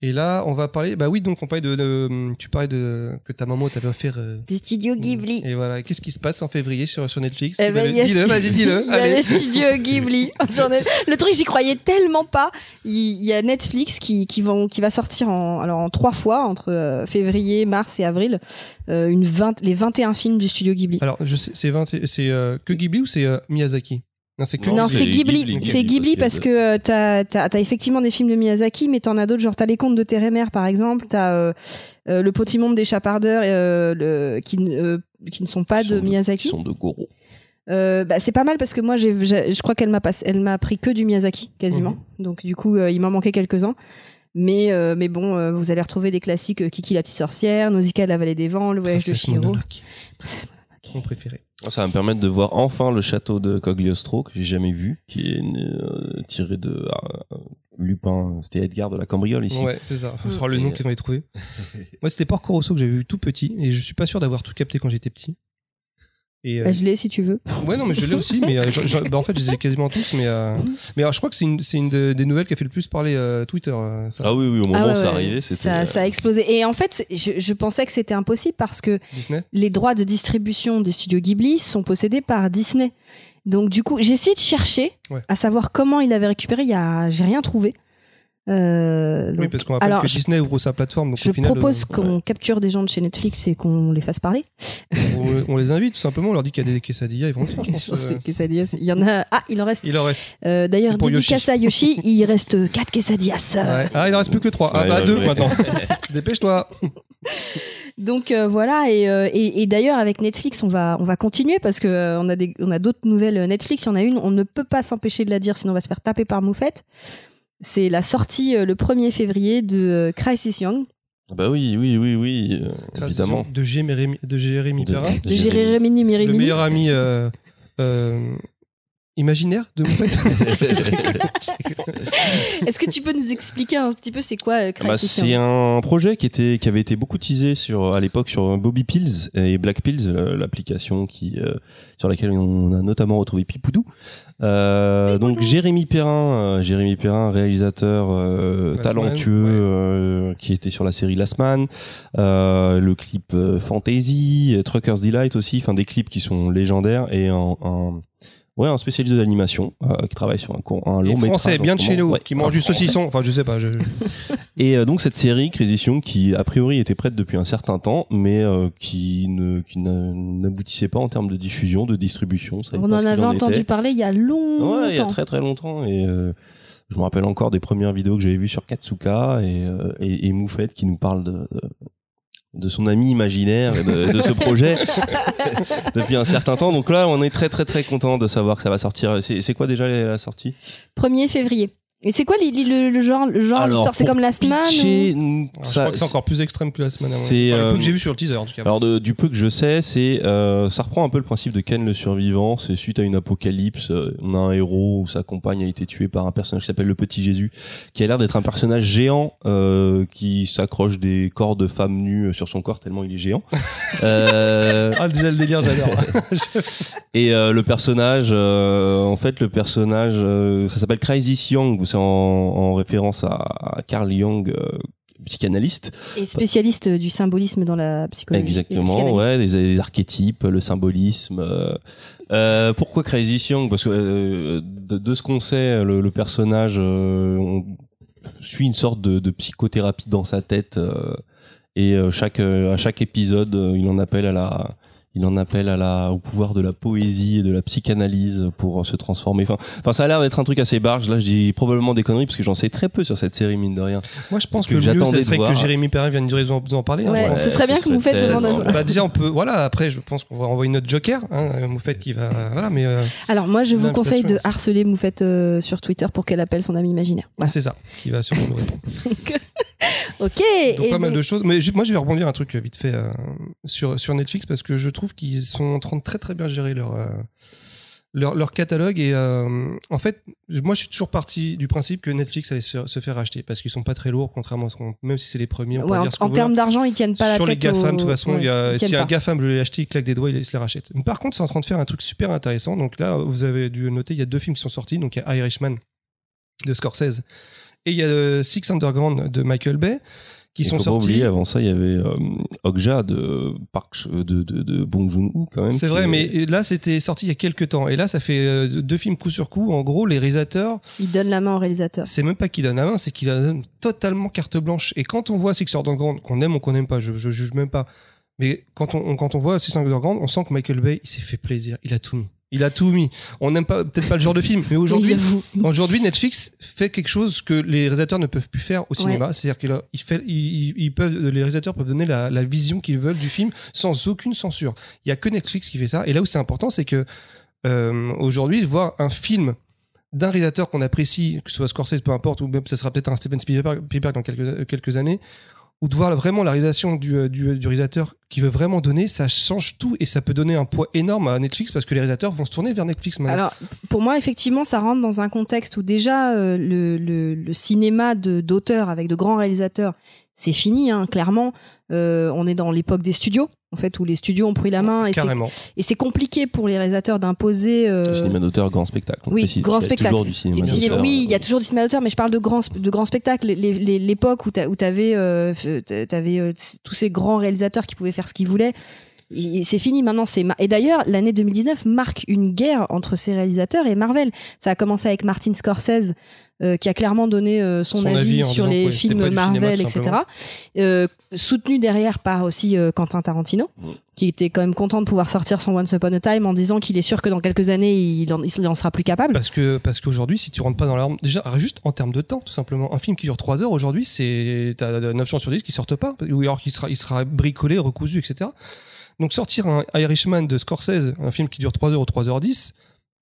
B: Et là, on va parler. Bah oui, donc on parlait de. de- tu parlais de que ta maman t'avait offert. euh,
A: des studios Ghibli.
B: Et voilà, qu'est-ce qui se passe en février sur, sur Netflix
A: Eh ben,
B: Vas-y,
A: il y a-
B: Dis-le, vas-y,
A: Il
B: dis-le.
A: y a
B: hein, Allez.
A: les studios Ghibli. J'en ai- Le truc, j'y croyais tellement pas. Il il y a Netflix qui, qui, vont, qui va sortir en, alors en trois fois, entre euh, février, mars et avril, euh, une 20, les 21 films du studio
C: Ah,
A: Ghibli.
B: Alors, je sais, c'est 20 c'est euh, que Ghibli ou c'est euh, Miyazaki Non, c'est que
A: Non,
C: c'est
A: c'est Ghibli.
C: Ghibli,
A: C'est
C: Ghibli,
A: Ghibli
C: parce
A: parce que euh, t'as as, effectivement des films de Miyazaki, mais t'en as d'autres. Genre, t'as Les Contes de Terre et Mer, par exemple. T'as euh, euh, Le Petit Monde des Chapardeurs euh, le, qui, ne- euh, qui ne sont pas
C: Ils
A: de
C: sont
A: Miyazaki.
C: Ils sont de Goro.
A: Euh, bah, c'est pas mal parce que moi, j'ai, j'ai- je crois qu'elle m'a, passé- elle m'a appris que du Miyazaki quasiment.
B: Mhm.
A: Donc du coup, euh, il m'en manquait quelques-uns. Mais, euh, mais bon, euh, vous allez retrouver des classiques euh, Kiki la petite sorcière, Nausicaa de la vallée des vents, Le voyage
B: Princesse
A: de Chihiro.
B: Mononoke,
A: Princesse
B: mon
A: Mononoke.
B: préféré.
C: Ça va me permettre de voir enfin le château de Cagliostro que j'ai jamais vu, qui est euh, tiré de euh, Lupin. C'était Edgar de la Cambriole ici.
B: Ouais, c'est ça. Faut
A: Mm.
B: savoir le nom
C: Et- euh,
B: qu'ils ont trouvé. Moi, c'était Porco Rosso que j'avais vu tout petit et je suis pas sûr d'avoir tout capté quand j'étais petit. Et, euh,
A: Bah, je l'ai si tu veux.
B: Ouais, non, mais je l'ai aussi, mais euh, je- je- bah, en fait, je les ai quasiment tous, mais, euh, mais alors, je crois que c'est une, c'est une de- des nouvelles qui a fait le plus parler euh, Twitter. euh, ça. euh,
C: Ah oui, oui, au moment
A: Ah ouais,
C: où c'est
A: ouais.
C: arrivé, c'était.
A: ça, ça a explosé. Et en fait, c'est- je, je pensais que c'était impossible parce que
B: Disney
A: les droits de distribution des studios Ghibli sont possédés par Disney. Donc du coup, j'ai essayé de chercher
B: Ouais.
A: à savoir comment il avait récupéré. Il y a, j'ai rien trouvé. Euh,
B: Oui,
A: donc,
B: parce qu'on rappelle
A: alors,
B: que
A: je-
B: Disney ouvre sa plateforme, donc
A: Je
B: au final,
A: propose
B: euh,
A: qu'on capture des gens de chez Netflix et qu'on les fasse parler.
B: on, on les invite tout simplement, on leur dit qu'il y a des quesadillas, ils vont le faire,
A: Je
B: je pense.
A: pense
B: euh,
A: que quesadillas, il y en a. Ah, il en reste.
B: Il en reste.
A: Euh, D'ailleurs,
B: C'est pour
A: dédicace à Yoshi, il reste 4 quesadillas.
B: Ouais. Ah, il en reste plus que 3. Ah,
C: Ouais,
B: bah,
C: non,
B: 2
C: ouais.
B: maintenant. Dépêche-toi.
A: Donc euh, voilà, et, euh, et, et d'ailleurs, avec Netflix, on va, on va continuer parce que euh, on a des- on a d'autres nouvelles euh, Netflix. Il y en a une, on ne peut pas s'empêcher de la dire, sinon on va se faire taper par Moufette. C'est la sortie euh, le 1er février de euh, Crisis Young
C: Bah oui, oui, oui, oui, euh, évidemment.
B: De Jérémy, de Jérémy Perrin,
A: de Jérémy
C: Jérémy.
A: Mirimini.
B: le meilleur ami. euh, euh, imaginaire de mon fait.
A: Est-ce que tu peux nous expliquer un petit peu c'est quoi euh, Crash
C: Bah, c'est un projet qui était qui avait été beaucoup teasé sur à l'époque sur Bobby Pills et Black Pills euh, l'application qui euh, sur laquelle on a notamment retrouvé Pipoudou. Euh, donc Jérémy Perrin, euh, Jérémy Perrin réalisateur euh,
B: Last
C: talentueux
B: Man, ouais.
C: euh, qui était sur la série Last Man, euh, le clip euh, Fantasy, euh, Trucker's Delight aussi, enfin des clips qui sont légendaires et un, un- ouais, un spécialiste de l'animation euh, qui travaille sur un, court- un long
B: Les Français,
C: métrage
B: bien
C: en
B: de
C: ce
B: chez nous,
C: moment. Ouais,
B: qui
C: un
B: mangent du
C: Français.
B: saucisson. Enfin, je sais pas. Je...
C: Et euh, donc cette série Crésition qui a priori était prête depuis un certain temps, mais euh, qui ne qui n'a- n'aboutissait pas en termes de diffusion, de distribution. ça savait
A: On
C: pas
A: en
C: ce hein, qu'il
A: avait entendu
C: était.
A: parler il y a longtemps.
C: Ouais, il y a très très longtemps. Et euh, je me rappelle encore des premières vidéos que j'avais vues sur Katsuka et, euh, et, et Moufette qui nous parle de, de- de son ami imaginaire et de, de ce projet depuis un certain temps. Donc là, on est très très très content de savoir que ça va sortir. C'est c'est quoi déjà la sortie
A: 1er février. Et c'est quoi les- les- le, le genre, le genre,
C: Alors,
A: l'histoire C'est
C: pour
A: comme Last Man
C: Pitcher,
B: Alors, je
C: ça-
B: crois que c'est encore plus extrême que la semaine. avant.
C: C'est,
B: Enfin, le peu
C: euh,
B: que j'ai vu sur le teaser, en tout cas.
C: Alors de- du peu que je sais, c'est euh, ça reprend un peu le principe de Ken le survivant. C'est suite à une apocalypse, euh, on a un héros où sa compagne a été tuée par un personnage qui s'appelle le Petit Jésus, qui a l'air d'être un personnage géant euh, qui s'accroche des corps de femmes nues euh, sur son corps tellement il est géant. Euh,
B: Ah, déjà le délire, j'adore.
C: et euh, le personnage, euh, en fait, le personnage, euh, ça s'appelle Crisis Young, c'est en, en référence à, à Carl Jung, euh, psychanalyste.
A: Et spécialiste euh, du symbolisme dans la psychologie.
C: Exactement, ouais, les, les archétypes, le symbolisme. euh. Euh, pourquoi Crazy Young Parce que euh, de, de ce qu'on sait, le, le personnage euh, on suit une sorte de, de psychothérapie dans sa tête, euh, et euh, chaque euh, à chaque épisode, euh, il en appelle à la il en appelle à la, au pouvoir de la poésie et de la psychanalyse pour euh, se transformer. Enfin, enfin, ça a l'air d'être un truc assez barge. Là, je dis probablement des conneries parce que j'en sais très peu sur cette série, mine de rien.
B: Moi, je pense que,
C: que
B: le mieux,
C: j'attendais
B: ça
C: de
B: serait
C: voir.
B: que Jérémy Perrin vienne nous en, nous en parler. hein.
A: Ouais,
B: Voilà.
A: ce serait bien
C: ce
A: que vous
C: serait
A: faites
C: très-
A: demande à-
B: Bah, déjà, on peut. Voilà, après, je pense qu'on va renvoyer notre joker, hein, Moufette qui va. Voilà, mais euh,
A: Alors moi, je
B: J'ai
A: vous conseille de
B: l'impression, ça.
A: harceler Moufette euh, sur Twitter pour qu'elle appelle son ami imaginaire. Voilà.
B: c'est ça qui va sûrement nous répondre.
A: Ok.
B: Donc,
A: et
B: pas mal
A: donc-
B: de choses. Mais ju- moi, je vais rebondir un truc euh, vite fait euh, sur, sur Netflix parce que je trouve qu'ils sont en train de très très bien gérer leur, euh, leur, leur catalogue. Et euh, en fait, je- moi, je suis toujours parti du principe que Netflix allait se, se faire acheter parce qu'ils sont pas très lourds, contrairement à ce qu'on. Même si c'est les premiers, on peut
A: Ouais, en,
B: dire ce qu'on
A: en
B: veut. hein.
A: termes d'argent, ils tiennent pas
B: sur
A: la
B: les
A: tête.
B: GAFAM,
A: aux-
B: de toute façon,
A: Ouais,
B: il y a-
A: ils tiennent
B: si un
A: pas.
B: GAFAM veut l'acheter, il claque des doigts, il se les rachète. Mais Par contre, c'est en train de faire un truc super intéressant. Donc là, vous avez dû noter, il y a deux films qui sont sortis. Donc il y a Irishman de Scorsese et il y a euh, Six Underground de Michael Bay qui
C: Il
B: sont
C: faut pas
B: sortis.
C: oublier, avant ça, il y avait euh, Okja de Park Ch- euh, de, de, de Bong Joon-ho quand même. euh,
B: C'est
C: qui
B: vrai,
C: est-
B: mais là, c'était sorti il y a quelques temps. Et là, ça fait euh, deux films coup sur coup. En gros, les réalisateurs,
A: Ils donnent la main au réalisateur.
B: c'est même pas qu'ils donnent la main, c'est qu'ils donnent totalement carte blanche. Et quand on voit Six Underground, qu'on aime ou qu'on n'aime pas, je, je juge même pas. Mais quand on, on- quand on voit Six Underground, on sent que Michael Bay, il s'est fait plaisir. Il a tout mis. Il a tout mis. On n'aime pas, peut-être pas le genre de film, mais
A: Oui,
B: aujourd'hui,
A: j'avoue.
B: aujourd'hui, Netflix fait quelque chose que les réalisateurs ne peuvent plus faire au cinéma. C'est-à-dire que là, il fait, il- il- ils peuvent, les réalisateurs peuvent donner la, la vision qu'ils veulent du film sans aucune censure. Il y a que Netflix qui fait ça. Et là où c'est important, c'est que euh, aujourd'hui, voir un film d'un réalisateur qu'on apprécie, que ce soit Scorsese, peu importe, ou même ça sera peut-être un Steven Spielberg, Spielberg dans quelques, quelques années, ou de voir vraiment la réalisation du, euh, du, du réalisateur qui veut vraiment donner, ça change tout et ça peut donner un poids énorme à Netflix parce que les réalisateurs vont se tourner vers Netflix maintenant.
A: Alors, pour moi, effectivement, ça rentre dans un contexte où déjà euh, le, le- le cinéma de- d'auteurs avec de grands réalisateurs, c'est fini, hein, clairement. Euh, on est dans l'époque des studios, en fait, où les studios ont pris la main et c'est-
B: Carrément.
A: et c'est compliqué pour les réalisateurs d'imposer. euh,
C: Le cinéma d'auteur, grand spectacle. on
A: oui,
C: précise.
A: grand
C: Il y a
A: spectacle.
C: Toujours du cinéma
A: Et puis,
C: d'auteur. euh,
A: oui, il y a toujours du cinéma d'auteur, mais je parle de grands, sp- de grands spectacles. Les- les- L'époque où t'a- où t'avais euh, f- t'a- t'avais, euh, t- tous ces grands réalisateurs qui pouvaient faire ce qu'ils voulaient, et- et c'est fini maintenant. c'est ma- Et d'ailleurs, l'année 2019 marque une guerre entre ces réalisateurs et Marvel. Ça a commencé avec Martin Scorsese, euh, qui a clairement donné euh, son,
B: Son
A: avis,
B: avis en
A: sur
B: disant que,
A: les
B: ouais, c'était
A: films
B: pas du cinéma,
A: Marvel,
B: tout
A: etc.
B: simplement.
A: Euh, soutenu derrière par aussi euh, Quentin Tarantino,
C: Mm.
A: qui était quand même content de pouvoir sortir son Once Upon a Time en disant qu'il est sûr que dans quelques années, il en, il en sera plus capable.
B: Parce que parce qu'aujourd'hui, si tu rentres pas dans l'arme, déjà juste en termes de temps, tout simplement, un film qui dure 3 heures aujourd'hui, c'est t'as 9 chances sur 10 qui sortent pas, ou alors qu'il sera il sera bricolé, recousu, etc. Donc sortir un Irishman de Scorsese, un film qui dure 3 heures ou 3h10,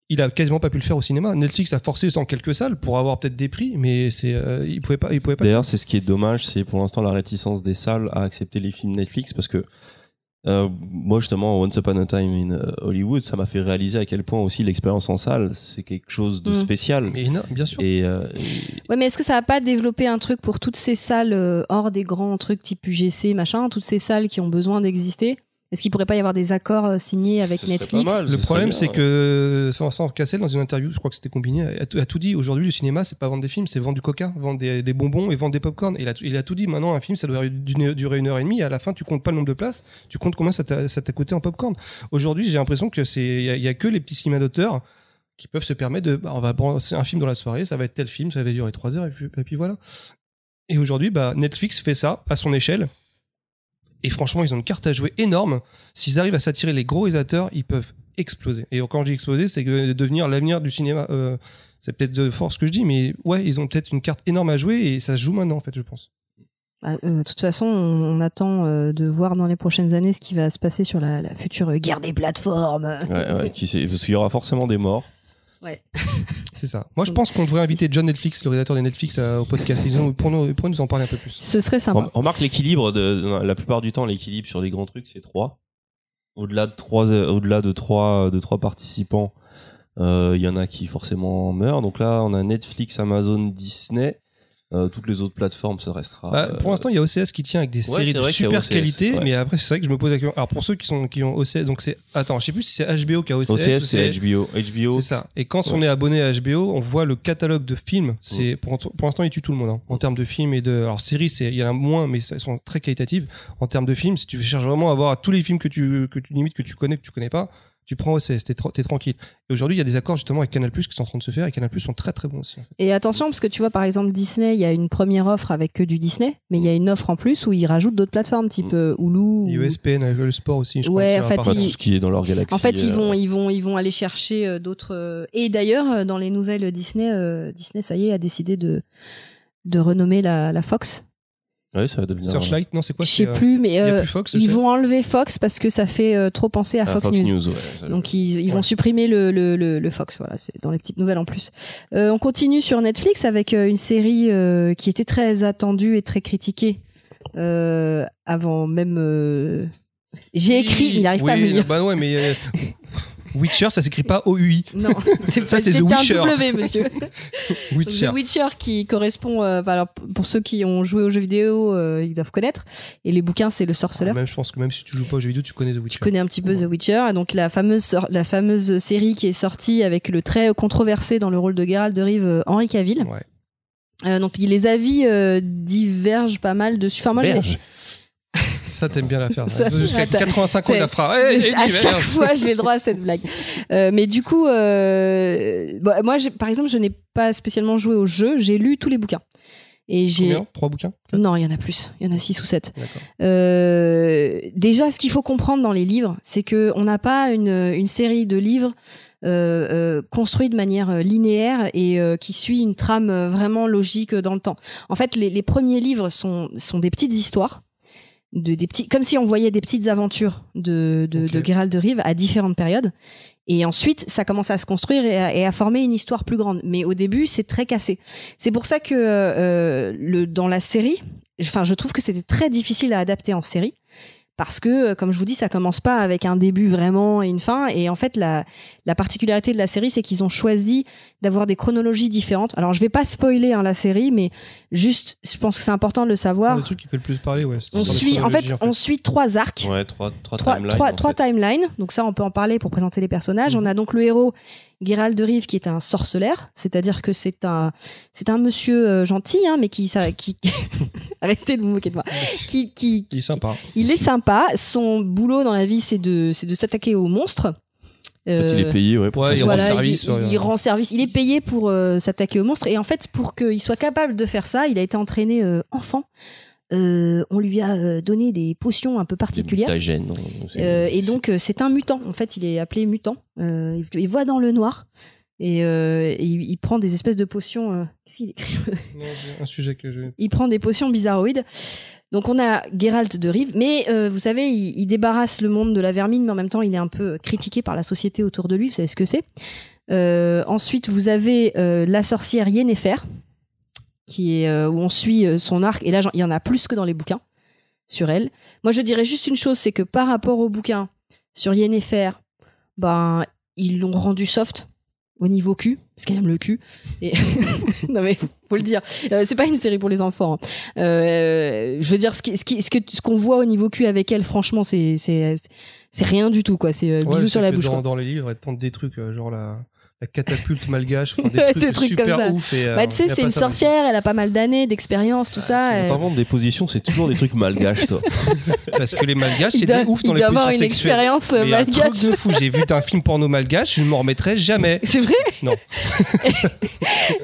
B: il a quasiment pas pu le faire au cinéma. Netflix a forcé dans quelques salles pour avoir peut-être des prix, mais c'est euh, il pouvait pas il pouvait pas.
C: D'ailleurs, c'est ce qui est dommage, c'est pour l'instant la réticence des salles à accepter les films Netflix parce que Euh, moi justement, Once Upon a Time in euh, Hollywood, ça m'a fait réaliser à quel point aussi l'expérience en salle, c'est quelque chose de
A: Mm.
C: spécial.
B: Mais énorme, bien sûr.
C: Et, euh, et-
A: Ouais, mais est-ce que ça va pas développer un truc pour toutes ces salles euh, hors des grands trucs type UGC, machin, toutes ces salles qui ont besoin d'exister Est-ce qu'il pourrait pas y avoir des accords euh, signés avec
C: Ce serait
A: Netflix
C: pas mal.
B: Le
C: Ce
B: problème,
C: serait
B: c'est
C: bien,
B: que Vincent Cassel, dans une interview, je crois que c'était combiné, a tout, a tout dit. Aujourd'hui, le cinéma, c'est pas vendre des films, c'est vendre du coca, vendre des, des bonbons et vendre des popcorn. Et il, a, il a tout dit. Maintenant, un film, ça doit d'une- durer une heure et demie. À la fin, tu comptes pas le nombre de places, tu comptes combien ça t'a ça t'a coûté en popcorn. Aujourd'hui, j'ai l'impression que c'est il y, a- il y a que les petits cinémas d'auteur qui peuvent se permettre de. bah, on va prendre un film dans la soirée, ça va être tel film, ça va durer trois heures, et puis, et puis voilà. Et aujourd'hui, bah, Netflix fait ça à son échelle. Et franchement, ils ont une carte à jouer énorme. S'ils arrivent à s'attirer les gros réalisateurs, ils peuvent exploser. Et quand je dis exploser, c'est que devenir l'avenir du cinéma, euh, c'est peut-être de force ce que je dis, mais ouais, ils ont peut-être une carte énorme à jouer et ça se joue maintenant, en fait, je pense.
A: Bah, euh, De toute façon, on, on attend euh, de voir dans les prochaines années ce qui va se passer sur la, la future euh, guerre des plateformes.
C: ouais, ouais, qui sait, parce qu'il y aura forcément des morts.
B: C'est ça. Moi, je pense qu'on devrait inviter John Netflix, le réalisateur des Netflix, à- au podcast Ils ont- pour nous, pour nous en parler un peu plus.
A: Ce serait sympa.
C: Rem- Remarque l'équilibre de, non, la plupart du temps, l'équilibre sur les grands trucs, c'est trois. Au-delà de trois, euh, au-delà de trois, de trois participants, euh, il y en a qui forcément meurent. Donc là, on a Netflix, Amazon, Disney. Euh, toutes les autres plateformes, ça restera.
B: Bah,
C: euh,
B: pour l'instant, il y a OCS qui tient avec des
C: Ouais,
B: séries
C: c'est
B: de
C: vrai qu'il y a
B: super
C: OCS,
B: qualité,
C: ouais.
B: mais après, c'est vrai que je me pose la question. Alors, pour ceux qui, sont, qui ont OCS, donc c'est. Attends, je sais plus si c'est HBO qui a OCS. ou
C: OCS, c'est HBO. HBO,
B: C'est ça. Et quand on est abonné à HBO, on voit le catalogue de films. C'est pour, pour l'instant, il tue tout le monde hein. en termes de films et de. Alors séries, c'est il y en a moins, mais ça- elles sont très qualitatives. En termes de films, si tu cherches vraiment à voir tous les films que tu que tu limites, que tu connais, que tu connais pas, tu prends OCS, t'es tra- t'es tranquille. Et aujourd'hui, il y a des accords justement avec Canal qui sont en train de se faire. Et Canal sont très très bons aussi. en fait.
A: Et attention, parce que tu vois, par exemple, Disney, il y a une première offre avec que du Disney, mais il y a une offre en plus où ils rajoutent d'autres plateformes, type
C: Mm.
A: euh, Hulu.
B: Et
A: ou-
B: ESPN avec le sport aussi. Je
A: Ouais,
B: crois que ça va
A: en fait,
C: Enfin,
B: partir.
A: ils-
C: tout ce qui est dans leur galaxie.
A: En fait, ils
C: euh,
A: vont, ils vont, ils vont aller chercher euh, d'autres. euh, Et d'ailleurs, euh, dans les nouvelles Disney, euh, Disney, ça y est, a décidé de de renommer la, la Fox.
C: Ouais, ça va devenir.
B: Searchlight, non, c'est quoi
A: je sais
B: c'est, euh,
A: plus, mais
B: Il y a
A: euh,
B: plus Fox. je
A: ils
B: sais.
A: vont enlever Fox parce que ça fait euh, trop penser à,
C: Ah,
A: Fox, News.
C: ouais, ça-
A: Donc ils, ils vont
B: Ouais.
A: supprimer le, le, le, le Fox, voilà, c'est dans les petites nouvelles en plus. Euh, on continue sur Netflix avec euh, une série euh, qui était très attendue et très critiquée euh, avant même. euh, J'ai écrit, mais il n'arrive
B: Oui,
A: pas à me lire.
B: Bah ouais, mais. euh, Witcher, ça s'écrit pas OUI.
A: Non, c'est
B: Ça,
A: pas
B: c'est The
A: c'était un
B: Witcher.
A: W, monsieur.
B: Witcher.
A: The Witcher qui correspond, euh, bah, alors, p- pour ceux qui ont joué aux jeux vidéo, euh, ils doivent connaître. Et les bouquins, c'est Le Sorceleur.
B: Même, je pense que même si tu joues pas aux jeux vidéo, tu connais The
A: Tu
B: Witcher.
A: connais un petit peu The Witcher, et donc la fameuse, sor- la fameuse série qui est sortie avec le très controversé dans le rôle de Geralt de Rive, euh, Henri Cavill.
B: Ouais.
A: Euh, donc les avis euh, divergent pas mal dessus. Enfin, moi, j'ai-
C: Berge.
B: Ça, t'aimes bien la faire.
A: Ça,
B: Jusqu'à
A: attends.
B: 85 ans,
A: C'est-
B: la Eh, fera.
A: Je-
B: Hey, hey,
A: à
B: dis,
A: chaque
B: merde.
A: fois, j'ai le droit à cette blague. Euh, mais du coup, euh, bon, moi, j'ai- par exemple, je n'ai pas spécialement joué au jeu. J'ai lu tous les bouquins. Et j'ai.
B: Combien Trois bouquins Quatre
A: Non, il y en a plus. Il y en a six ou sept.
B: D'accord.
A: Euh, déjà, ce qu'il faut comprendre dans les livres, c'est que on n'a pas une, une série de livres euh, euh, construits de manière euh, linéaire et euh, qui suit une trame euh, vraiment logique euh, dans le temps. En fait, les, les premiers livres sont, sont des petites histoires. De, des petits, comme si on voyait des petites aventures de, de,
B: Ok.
A: de Gérald de Rive à différentes périodes. Et ensuite, ça commence à se construire et à, et à former une histoire plus grande. Mais au début, c'est très cassé. C'est pour ça que euh, le, dans la série, enfin, je trouve que c'était très difficile à adapter en série. Parce que, euh, comme je vous dis, ça commence pas avec un début vraiment et une fin. Et en fait, la, la particularité de la série, c'est qu'ils ont choisi d'avoir des chronologies différentes. Alors, je vais pas spoiler hein, la série, mais juste, je pense que c'est important de le
B: C'est un
A: savoir.
B: des trucs qui fait le plus parler, ouais. cette
A: On
B: histoire de
A: suit, en
B: chronologie,
A: fait, on suit trois arcs
C: Ouais, trois, trois,
A: trois,
C: timelines,
A: trois-
C: en
A: trois
C: fait.
A: timelines. Donc ça, on peut en parler pour présenter les personnages.
B: Mm-hmm.
A: On a donc le héros Gérald de Rive qui est un sorcelaire, c'est-à-dire que c'est un c'est un monsieur euh, gentil, hein, mais qui ça qui arrêtez de vous moquer de moi. Qui qui
B: Il est sympa.
A: il est sympa. Son boulot dans la vie, c'est de c'est de s'attaquer aux monstres.
C: Quand il
A: Euh,
C: est payé, ouais, pour
B: Ouais,
C: faire
B: il
C: ça.
B: rend
A: voilà,
B: service,
A: il,
B: ouais,
A: il
B: ouais.
A: rend service. Il est payé pour euh, s'attaquer aux monstres. Et en fait, pour qu'il soit capable de faire ça, il a été entraîné euh, enfant. Euh, on lui a euh, donné des potions un peu particulières.
C: Mutagène, on- c'est-
A: Euh, et donc, euh, c'est un mutant. En fait, il est appelé mutant. Euh, il, il voit dans le noir. Et, euh, et il, il prend des espèces de potions. euh, qu'est-ce qu'il écrit
B: Non, j'ai un sujet que je.
A: il prend des potions bizarroïdes. Donc on a Geralt de Rive, mais euh, vous savez, il, il débarrasse le monde de la vermine, mais en même temps, il est un peu critiqué par la société autour de lui. Vous savez ce que c'est Euh, Ensuite, vous avez euh, la sorcière Yennefer, qui est euh, où on suit euh, son arc. Et là, j'en- il y en a plus que dans les bouquins. sur elle. Moi, je dirais juste une chose, c'est que par rapport au bouquin sur Yennefer, ben, ils l'ont rendu soft au niveau cul, parce qu'elle aime le cul. Et non mais faut le dire, Euh, c'est pas une série pour les enfants. hein. Euh, je veux dire, ce qui- ce qui- ce que ce qu'on voit au niveau cul avec elle, franchement, c'est c'est c'est rien du tout quoi. C'est euh,
B: Ouais, je
A: bisous
B: sais
A: sur la
B: que
A: bouche.
B: Dans,
A: quoi.
B: dans les livres, elle tente des trucs, euh, genre la, la catapulte malgache, enfin, des,
A: Ouais,
B: trucs
A: des trucs comme
B: super
A: ça.
B: ouf. Et, euh,
A: Bah, tu sais,
B: y a
A: c'est
B: pas
A: une
B: ça dans-
A: sorcière, elle a pas mal d'années d'expérience, tout ça.
C: On
A: euh,
C: t'invente des positions, c'est toujours des trucs malgaches, toi.
B: Parce que les malgaches,
A: il
B: c'est
A: doit-
B: des ouf dans
A: il
B: les
A: doit
B: positions
A: avoir une
B: sexuelles.
A: expérience euh,
B: Mais un
A: malgache.
B: truc de fou, j'ai vu un film porno malgache, je ne m'en remettrai jamais.
A: C'est vrai
B: Non.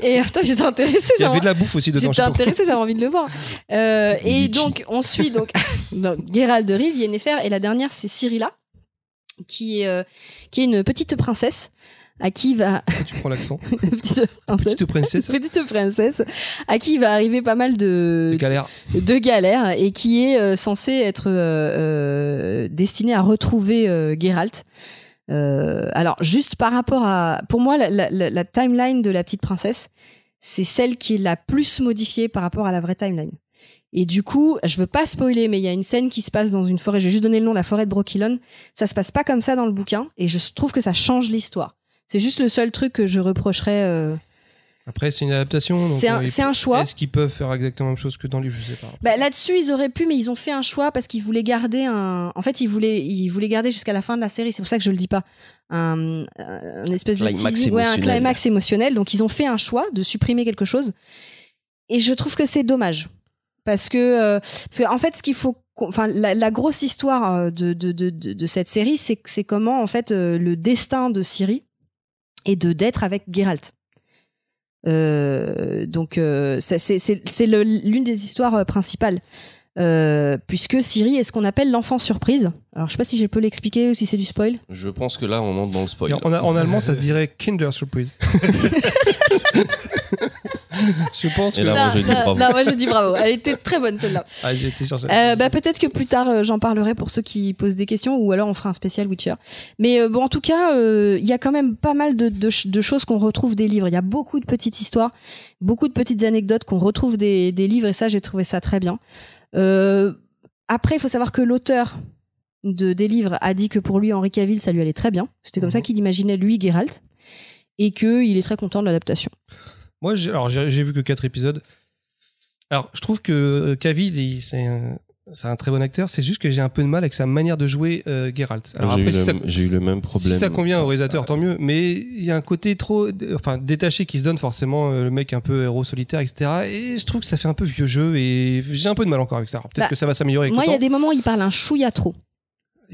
A: et attends, j'étais intéressée.
B: Il y
A: genre,
B: avait de la bouffe aussi dedans. je
A: J'étais
B: sais pas
A: intéressée, j'avais envie de le voir. Euh, et
C: Litchi.
A: donc, on suit donc, donc Gérald de Rive, Yennefer, et la dernière, c'est Cyrilla, qui est, euh, qui est une petite princesse, à qui va.
B: pourquoi tu prends l'accent.
A: petite princesse.
B: Petite princesse,
A: Petite princesse, à qui va arriver pas mal de,
B: de galère.
A: de galères et qui est euh, censée être euh, euh, destinée à retrouver euh, Geralt. Euh, alors, juste par rapport à. Pour moi, la, la- la- la timeline de la petite princesse, c'est celle qui est la plus modifiée par rapport à la vraie timeline. Et du coup, je veux pas spoiler, mais il y a une scène qui se passe dans une forêt. Je vais juste donner le nom, la forêt de Brokilon. Ça se passe pas comme ça dans le bouquin, et je trouve que ça change l'histoire. C'est juste le seul truc que je reprocherais. euh,
B: Après, c'est une adaptation. donc,
A: C'est un,
B: euh,
A: c'est un choix.
B: Est-ce qu'ils peuvent faire exactement la même chose que dans le livre Je sais pas.
A: Bah, là-dessus, ils auraient pu, mais ils ont fait un choix parce qu'ils voulaient garder un. En fait, ils voulaient, ils voulaient garder jusqu'à la fin de la série. C'est pour ça que je le dis pas. Un, euh, un espèce de
C: Climax
A: teasing- ouais, un
C: émotionnel.
A: climax émotionnel. Donc, ils ont fait un choix de supprimer quelque chose. Et je trouve que c'est dommage parce que, euh, parce que, en fait, ce qu'il faut, qu'on- enfin, la, la grosse histoire euh, de de, de, de, de cette série, c'est que- c'est comment en fait euh, le destin de Ciri est de d'être avec Geralt. Euh, donc euh, ça, c'est- c'est c'est le- l'une des histoires euh, principales. Euh, puisque Siri est ce qu'on appelle l'enfant surprise. Alors je sais pas si je peux l'expliquer ou si c'est du spoil.
C: Je pense que là, on entre dans le spoil.
B: En, en allemand, ça se dirait Kinder Surprise. je pense
C: Et
B: que.
C: là, moi, je dis bravo.
A: non, moi, je dis bravo. Elle était très bonne celle-là.
B: Ah, j'ai été chercher.
A: Euh, bah, peut-être que plus tard euh, j'en parlerai pour ceux qui posent des questions ou alors on fera un spécial Witcher. Mais euh, bon en tout cas euh, il y a quand même pas mal de, de ch- de choses qu'on retrouve des livres. Il y a beaucoup de petites histoires, beaucoup de petites anecdotes qu'on retrouve des, des livres et ça j'ai trouvé ça très bien. Euh, après il faut savoir que l'auteur de, des livres a dit que pour lui Henri Cavill ça lui allait très bien. C'était comme
B: Mhm.
A: ça qu'il imaginait lui Geralt et qu'il est très content de l'adaptation.
B: Moi, j'ai, alors j'ai, j'ai vu que 4 épisodes. Alors, je trouve que euh, Cavill, il- c'est, un, c'est un très bon acteur. C'est juste que j'ai un peu de mal avec sa manière de jouer euh, Geralt. Alors
C: Ah, J'ai eu,
B: après, si
C: le-
B: ça-
C: j'ai eu le même problème.
B: Si ça convient au réalisateur, tant mieux. Mais il y a un côté trop, d- enfin, détaché qui se donne forcément euh, le mec un peu héros solitaire, etc. Et je trouve que ça fait un peu vieux jeu et j'ai un peu de mal encore avec ça. Alors, Peut-être
A: Bah,
B: que ça va s'améliorer avec
A: Moi
B: le
A: il y a
B: temps.
A: des moments où il parle un chouïa trop.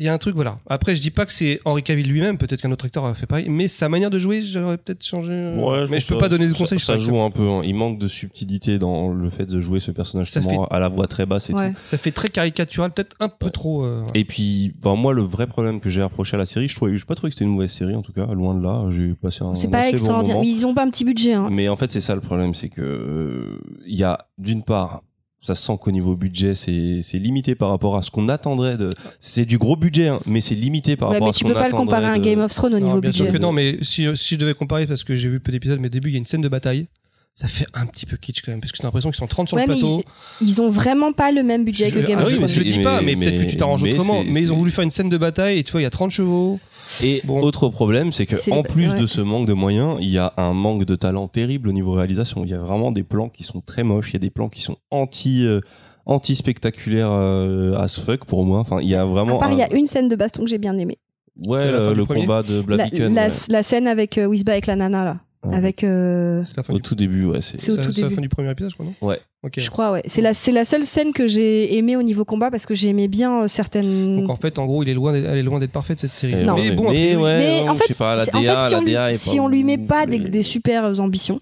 B: Il y a un truc, voilà. Après, je dis pas que c'est Henri Cavill lui-même. Peut-être qu'un autre acteur a fait pareil. Mais sa manière de jouer, j'aurais peut-être changé. euh,
C: Ouais,
B: mais
C: pense
B: je peux
C: que
B: pas donner de
C: ça-
B: conseils. je
C: Ça,
B: crois que
C: joue un peu. hein. Il manque de subtilité dans le fait de jouer ce personnage
B: Ça
C: souvent à la voix très basse et
A: Ouais.
C: tout.
B: ça fait très caricatural, peut-être un peu
C: Ouais.
B: trop. euh, ouais.
C: Et puis, enfin, moi, le vrai problème que j'ai reproché à la série, je trouvais, je pas trouvé que c'était une mauvaise série, en tout cas, loin de là. J'ai passé un,
A: C'est
C: un
A: pas
C: assez bon
A: extraordinaire.
C: moment. Mmh.
A: Mais ils ont pas un petit budget. Hein.
C: Mais en fait, c'est ça le problème, c'est que euh, il y a d'une part, ça se sent qu'au niveau budget, c'est c'est limité par rapport à ce qu'on attendrait de. C'est du gros budget, hein, mais c'est limité par
A: Ouais, Bah,
C: rapport
A: mais
C: à ce
A: tu
C: qu'on
A: peux
C: attendrait.
A: pas le comparer à un Game of Thrones au
B: Non,
A: niveau
B: bien sûr
A: budget.
B: que non, mais si, si je devais comparer, parce que j'ai vu peu d'épisodes, mais au début, il y a une scène de bataille. Ça fait un petit peu kitsch quand même, parce que t'as l'impression qu'ils sont 30 sur
A: Ouais,
B: le
A: mais
B: plateau.
A: ils, ils ont vraiment pas le même budget que
B: je,
A: Game
B: ah
A: of
B: oui,
A: Thrones.
B: mais je
C: Mais-
B: dis pas, mais,
C: mais-
B: peut-être que tu t'arranges
C: mais
B: autrement.
C: c'est-
B: Mais ils ont
C: c'est-
B: voulu faire une scène de bataille, et tu vois, il y a 30 chevaux.
C: Et
B: Bon.
C: autre problème, c'est que
A: C'est le-
C: en plus
A: ouais.
C: de ce manque de moyens, il y a un manque de talent terrible au niveau réalisation. Il y a vraiment des plans qui sont très moches, il y a des plans qui sont anti euh, anti spectaculaires euh, as fuck pour moi. Enfin, il y a
A: À
C: vraiment
A: part, il y
C: un-
A: a une scène de baston que j'ai bien aimée.
C: ouais
B: C'est la fin
C: le,
B: du
C: le
B: premier
C: combat de
A: La,
C: Blaviken
A: la-
C: ouais.
A: la scène avec euh, Wizba avec la nana, là.
C: Ouais.
A: Avec, euh,
B: C'est la fin
C: au
B: du
C: tout début, ouais, c'est
A: C'est au
B: c'est la-
A: tout
B: c'est la
A: début.
B: fin du premier épisode, je crois, non
C: Ouais.
B: Ok.
A: je crois, ouais. C'est la, c'est la seule scène que j'ai aimée au niveau combat parce que j'aimais bien euh, certaines.
B: Donc en fait, en gros, il est loin d'être- elle est loin d'être parfaite cette série.
C: Et
A: Non.
B: Mais
C: ouais,
B: bon,
C: mais,
B: après,
C: ouais,
A: Mais
C: non,
A: en
C: je sais pas, la
A: C'est- en
C: DA,
A: fait, si
C: la
A: on, lui,
C: DA est
A: si
C: pas
A: on lui met
C: ouf,
A: pas des,
C: mais-
A: des super euh, ambitions,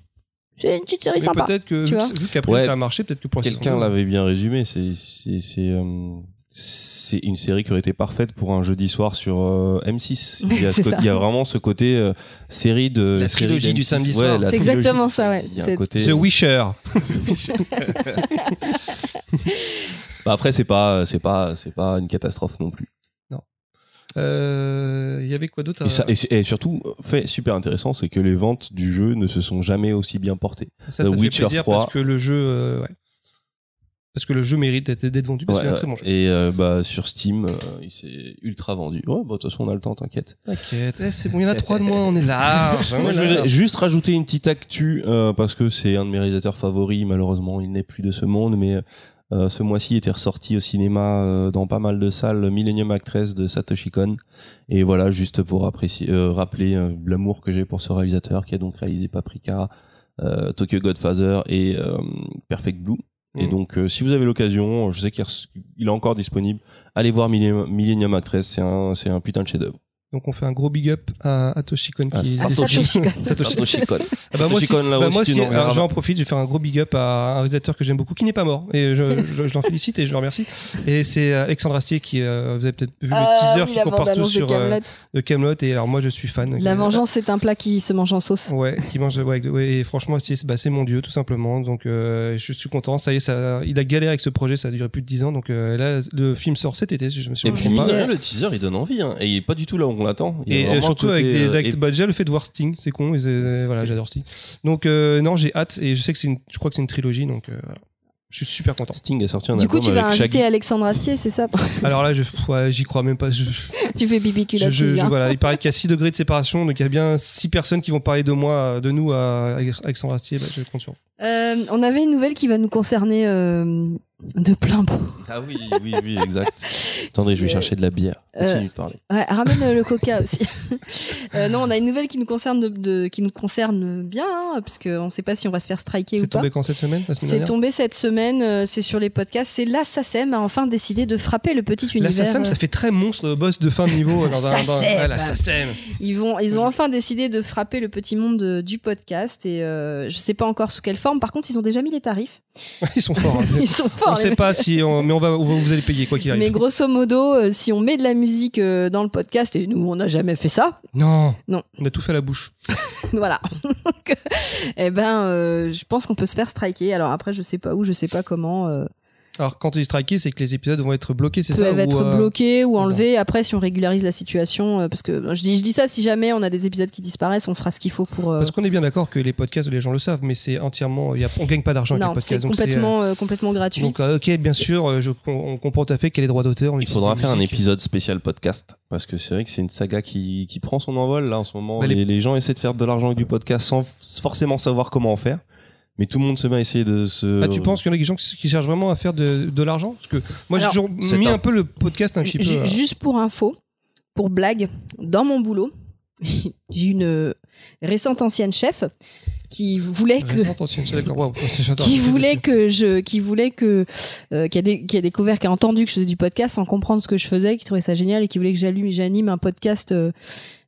A: c'est une petite série
B: mais
A: sympa.
B: peut-être que
A: tu
B: vu
A: vois.
B: que- vu qu'après
C: Ouais.
B: ça a marché, peut-être que pour la
C: Quelqu'un
B: saison deux,
C: l'avait bien résumé. C'est c'est c'est euh, c'est une série qui aurait été parfaite pour un jeudi soir sur euh, M6. Il y, a ce
A: C'est
C: côté-
A: ça.
C: il y a vraiment ce côté euh, série de
B: La
C: série
B: trilogie
C: d'M6.
B: du samedi soir.
C: Ouais, la
A: C'est
C: trilogie.
A: exactement ça, ouais.
C: Il y a un
A: C'est-
C: côté-
B: The Wisher.
C: Bah après c'est pas c'est pas c'est pas une catastrophe non plus.
B: Euh, Il y avait quoi d'autre
C: Et, ça,
B: à-
C: et, su- et surtout fait super intéressant c'est que les ventes du jeu ne se sont jamais aussi bien portées.
B: Ça,
C: The
B: ça fait
C: Witcher
B: plaisir
C: 3.
B: parce que le jeu, euh, ouais. Parce que le jeu mérite d'être d'être vendu parce
C: Ouais,
B: qu'il est un
C: ouais.
B: très bon jeu.
C: Et euh, bah, sur Steam, euh, il s'est ultra vendu. Ouais, bah, de toute façon, on a le temps, t'inquiète.
B: T'inquiète, Eh, c'est bon, il y en a trois de moins, on est large. on
C: Moi,
B: est
C: je voulais
B: large.
C: juste rajouter une petite actu, euh, parce que c'est un de mes réalisateurs favoris. Malheureusement, il n'est plus de ce monde, mais euh, ce mois-ci était ressorti au cinéma euh, dans pas mal de salles Millennium Actress de Satoshi Kon. Et voilà, juste pour apprécier, euh, rappeler euh, l'amour que j'ai pour ce réalisateur, qui a donc réalisé Paprika, euh, Tokyo Godfather et euh, Perfect Blue. Et
B: Mm.
C: donc, euh, si vous avez l'occasion, je sais qu'il res- il est encore disponible. Allez voir Millennium, Millennium Actress, c'est un, c'est un putain de chef-d'œuvre.
B: Donc on fait un gros big up à, à Toshikon
C: À
B: qui est
C: Ah, Satoshi.
B: décédé.
A: Satoshi.
C: Satoshi Kon.
B: Ah bah moi aussi,
C: Satoshi Kon, là
B: bah
C: aussi,
B: moi
C: tu
B: aussi,
C: nous
B: alors
C: reverras.
B: j'en profite, je vais faire un gros big up à un réalisateur que j'aime beaucoup, qui n'est pas mort, et je, je, je l'en félicite et je le remercie. Et c'est euh, Alexandre Astier qui, euh, vous avez peut-être vu le teaser qui court partout sur euh, de Camelot. Et alors moi, je suis fan. euh,
A: La vengeance, c'est un plat qui se mange en sauce.
B: Ouais, qui mange. Ouais, ouais, et franchement, Astier, c'est bah, c'est mon dieu, tout simplement. Donc, euh, je suis content. Ça y est, ça, il a galéré avec ce projet, ça a duré plus de 10 ans. Donc euh, là, le film sort cet été, si je me
C: Et
B: souviens
C: puis,
B: pas.
C: euh, le teaser, il donne envie. hein. Et il est pas du tout là où on l'attend. Il y a
B: Et euh,
C: vraiment
B: surtout
C: un côté,
B: avec des
C: euh,
B: actes.
C: et-
B: Bah, déjà le fait de voir Sting, c'est con. Et c'est- euh, voilà, j'adore Sting. Donc euh, non, j'ai hâte et je sais que c'est une. Je crois que c'est une trilogie, donc euh, voilà. Je suis super content.
C: Sting a sorti un
A: Du coup,
C: album
A: tu vas
C: avec
A: inviter
C: Shaggy.
A: Alexandre Astier, c'est ça
B: Alors là, je ouais, j'y crois même pas. Je,
A: Tu fais bibi
B: je-
A: culotte.
B: je-
A: c'est bien.
B: voilà, il paraît qu'il y a 6 degrés de séparation, donc il y a bien 6 personnes qui vont parler de moi, de nous à Alexandre Astier. Bah, je compte sur vous.
A: Euh, on avait une nouvelle qui va nous concerner euh, de plein pot.
C: Ah oui, oui, oui, exact. Attendez, je vais
A: Euh,
C: chercher de la bière.
A: euh,
C: Continue de parler.
A: Ouais, ramène euh, le coca aussi. Euh, non, on a une nouvelle qui nous concerne, de, de- qui nous concerne bien, hein, parce qu'on ne sait pas si on va se faire striker ou
B: C'est
A: pas.
B: tombé quand cette semaine La semaine
A: C'est
B: dernière
A: tombé cette semaine, euh, c'est sur les podcasts. C'est la SACEM a enfin décidé de frapper le petit
B: La
A: univers.
B: SACEM,
A: euh,
B: ça fait très monstre boss de fin de niveau. dans un- dans-
A: SACEM.
B: Ah, la SACEM
A: euh, Ils, vont, ils ont enfin décidé de frapper le petit monde euh, du podcast et euh, je sais pas encore sous quelle forme. Par contre, ils ont déjà mis les tarifs.
B: Ils sont forts. hein.
A: Ils sont
B: On
A: forts. les
B: sait
A: mecs.
B: pas si. on- mais on va, vous allez payer quoi qu'il arrive.
A: Mais grosso modo, euh, si on met de la musique euh, dans le podcast, et nous, on n'a jamais fait ça,
B: Non.
A: Non.
B: On a tout fait à la bouche.
A: voilà. Donc, euh, eh ben, euh, je pense qu'on peut se faire striker. Alors après, je sais pas où, je sais pas comment. euh,
B: Alors quand ils striker, c'est que les épisodes vont être bloqués, c'est ça
A: peuvent
B: ou,
A: être
B: euh,
A: bloqués ou
B: ils ont-
A: enlevés. Après, si on régularise la situation, euh, parce que euh, je dis, je dis ça, si jamais on a des épisodes qui disparaissent, on fera ce qu'il faut pour. euh,
B: Parce qu'on est bien d'accord que les podcasts, les gens le savent, mais c'est entièrement, il y a, on gagne pas d'argent avec les
A: non,
B: podcasts.
A: c'est
B: donc
A: complètement, euh, complètement gratuit.
B: Donc euh, ok, bien sûr, euh, je, on, on comprend tout à fait quel est le droit d'auteur. on
C: Il faudra
B: utilise
C: faire
B: la
C: un
B: musique.
C: épisode spécial podcast parce que c'est vrai que c'est une saga qui, qui prend son envol là en ce moment.
B: Bah, les-
C: les... les gens essaient de faire de l'argent avec du podcast sans f- forcément savoir comment en faire, mais tout le monde se met à essayer de se.
B: Ah, tu penses qu'il y en a des gens qui, qui cherchent vraiment à faire de, de l'argent Parce que moi, j'ai
A: Alors,
B: toujours
C: c'est
B: mis
C: un-
B: un... peu le podcast un petit peu.
A: Ju-
B: euh,
A: Juste pour info, pour blague, dans mon boulot, j'ai une euh, récente ancienne chef qui voulait que
B: récente ancienne, c'est d'accord, waouh, c'est- j'adore.
A: qui voulait que je qui voulait que euh, qui, a dé- qui a découvert qui a entendu que je faisais du podcast sans comprendre ce que je faisais qui trouvait ça génial et qui voulait que j'allume j'anime un podcast euh,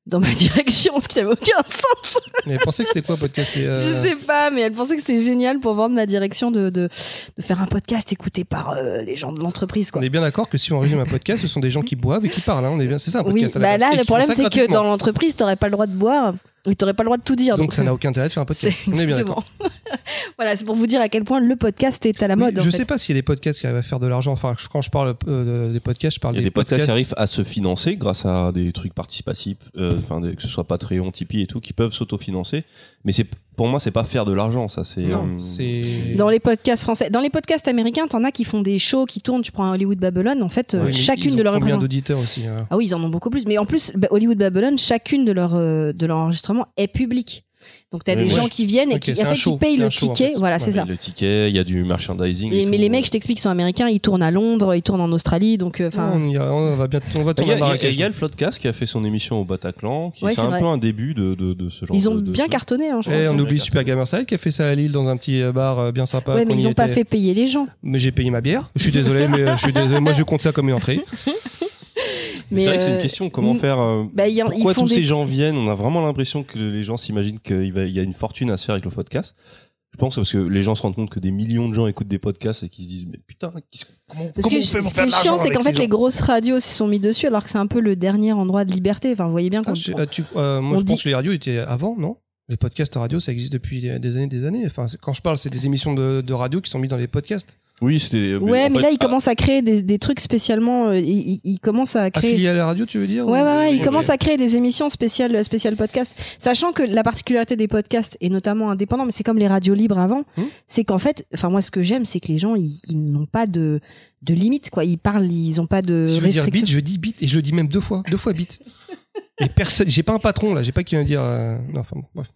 A: dans ma direction ce qui n'avait aucun sens
B: Mais pensez que c'était quoi podcast c'est, euh,
A: je sais pas mais elle pensait que c'était génial pour vendre ma direction de, de, de faire un podcast écouté par euh, les gens de l'entreprise quoi
B: On est bien d'accord que si on résume un podcast, ce sont des gens qui boivent et qui parlent. hein, on est bien, c'est ça un
A: oui
B: podcast. à la
A: bah
B: base, et
A: là
B: qui
A: le
B: font
A: problème
B: ça
A: c'est que
B: gratuitement.
A: dans l'entreprise t'aurais pas le droit de boire et t'aurais pas le droit de tout dire euh,
B: donc ça n'a aucun intérêt de faire un
A: c'est
B: podcast. On est bien d'accord.
A: exactement voilà c'est pour vous dire à quel point le podcast est à la
B: Oui,
A: mode en
B: je
A: fait.
B: sais pas s'il y a des podcasts qui arrivent à faire de l'argent. Enfin, je- quand je parle euh, des podcasts, je parle
C: Il y a
B: des,
C: des podcasts qui arrivent à se financer grâce à des trucs participatifs, euh, enfin des- que ce soit Patreon, Tipeee et tout, qui peuvent s'autofinancer. Mais c'est pour moi, c'est pas faire de l'argent, ça. C'est
B: Non,
C: euh,
B: c'est-
A: Dans les podcasts français, dans les podcasts américains, t'en as qui font des shows qui tournent. Tu prends un Hollywood Babylon, en fait, euh,
B: Oui, mais
A: chacune
B: ils
A: de
B: ont
A: leurs
B: Combien
A: représentants.
B: d'auditeurs aussi hein
A: Ah oui, ils en ont beaucoup plus. Mais en plus, bah, Hollywood Babylon, chacune de leurs euh, de leurs enregistrements est publique. Donc t'as
C: Oui,
A: des
C: oui.
A: gens qui viennent
B: Ok,
A: et qui,
B: c'est
A: en
B: un
A: fait,
B: show,
A: qui payent
B: c'est un
A: le
B: show, en
A: ticket.
B: fait.
A: Voilà, c'est
B: Ouais,
A: ça.
C: le ticket, il y a du merchandising.
A: Mais,
C: et
A: mais
C: tout.
A: les mecs, je t'explique, sont américains. Ils tournent à Londres, ils tournent en Australie. Donc, euh, enfin,
B: on, y a- on va bientôt, on va
C: Il y
B: tourner
C: a-
B: à
C: il y a,
B: Marrakech.
C: il y a le Floodcast qui a fait son émission au Bataclan, qui
A: Ouais,
C: c'est
A: c'est
C: un
A: vrai.
C: peu un début de, de, de ce genre
B: euh,
A: ils ont
C: de- de
A: bien
C: truc.
A: cartonné, hein, je pense.
B: Eh, on
C: Ouais,
B: oublie
C: d'accord.
B: Super Gamer Side qui a fait ça à Lille dans un petit euh, bar euh, bien sympa.
A: ouais, mais
B: qu'on y
A: ils ont pas
B: était.
A: fait payer les gens.
B: Mais j'ai payé ma bière. Je suis désolé, mais euh, je suis désolé. Moi, je compte ça comme une entrée.
C: Mais
A: Mais
C: C'est vrai que c'est
A: euh,
C: une question, comment
A: mm,
C: faire euh,
A: bah, il y a- ils
C: Pourquoi
A: font
C: tous
A: des
C: ces
A: petits-
C: gens viennent On a vraiment l'impression que les gens s'imaginent qu'il va- il y a une fortune à se faire avec le podcast. Je pense parce que les gens se rendent compte que des millions de gens écoutent des podcasts et qu'ils se disent mais putain qu'est-ce- comment,
A: Parce que
C: comment on
A: je-
C: fait
A: ce
C: pour
A: qui
C: faire de
A: est
C: l'argent
A: chiant, c'est
C: avec
A: qu'en
C: ces
A: fait, les
C: gens
A: grosses radios s'y sont mis dessus, alors que c'est un peu le dernier endroit de liberté. Enfin, vous voyez bien qu'on.
B: Ah, je- ah, tu- euh, moi,
A: On
B: je pense
A: dit-
B: que les radios étaient avant, non Les euh, podcasts à radio, ça existe depuis des années, des années. Enfin, c'est- quand je parle, c'est des émissions de, de radio qui sont mises dans les podcasts.
C: Oui, c'était.
A: Ouais, mais
C: en fait,
A: là, il
C: ah,
A: commence à créer des, des trucs spécialement. euh, il, il- il commence à créer.
B: Affilié à la radio, tu veux dire
A: Ouais, ouais,
B: ou-
A: ouais, il
C: ok.
A: commence à créer des émissions spéciales, euh, spéciales podcasts. Sachant que la particularité des podcasts, et notamment indépendants, mais c'est comme les radios libres avant,
B: Hmm.
A: c'est qu'en fait, enfin, moi, ce que j'aime, c'est que les gens, ils, ils n'ont pas de, de limite, quoi. Ils parlent, ils n'ont pas de
B: Si je veux dire
A: restrictions.
B: bit, je dis bit et je le dis même deux fois, deux fois bit. Et personne, j'ai pas un patron là, j'ai pas qui vient dire. euh, Non, enfin bon, bref.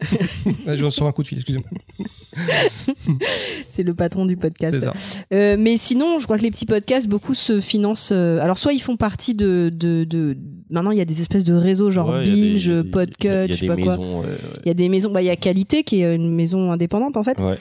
B: Là, je sors un coup de fil, excusez-moi.
A: C'est le patron du podcast.
B: C'est ça.
A: Euh, mais sinon, je crois que les petits podcasts, beaucoup se financent. euh, alors, soit ils font partie de, de, de- Maintenant, il y a des espèces de réseaux genre
C: ah, ouais, il y a des-
A: Binge,
C: il y a des-
A: Podcut, je sais pas
C: Il y a
A: quoi.
C: des maisons. ouais, ouais.
A: Il y a des maisons. bah, Il y a Qualité, qui est une maison indépendante, en fait.
C: Ouais.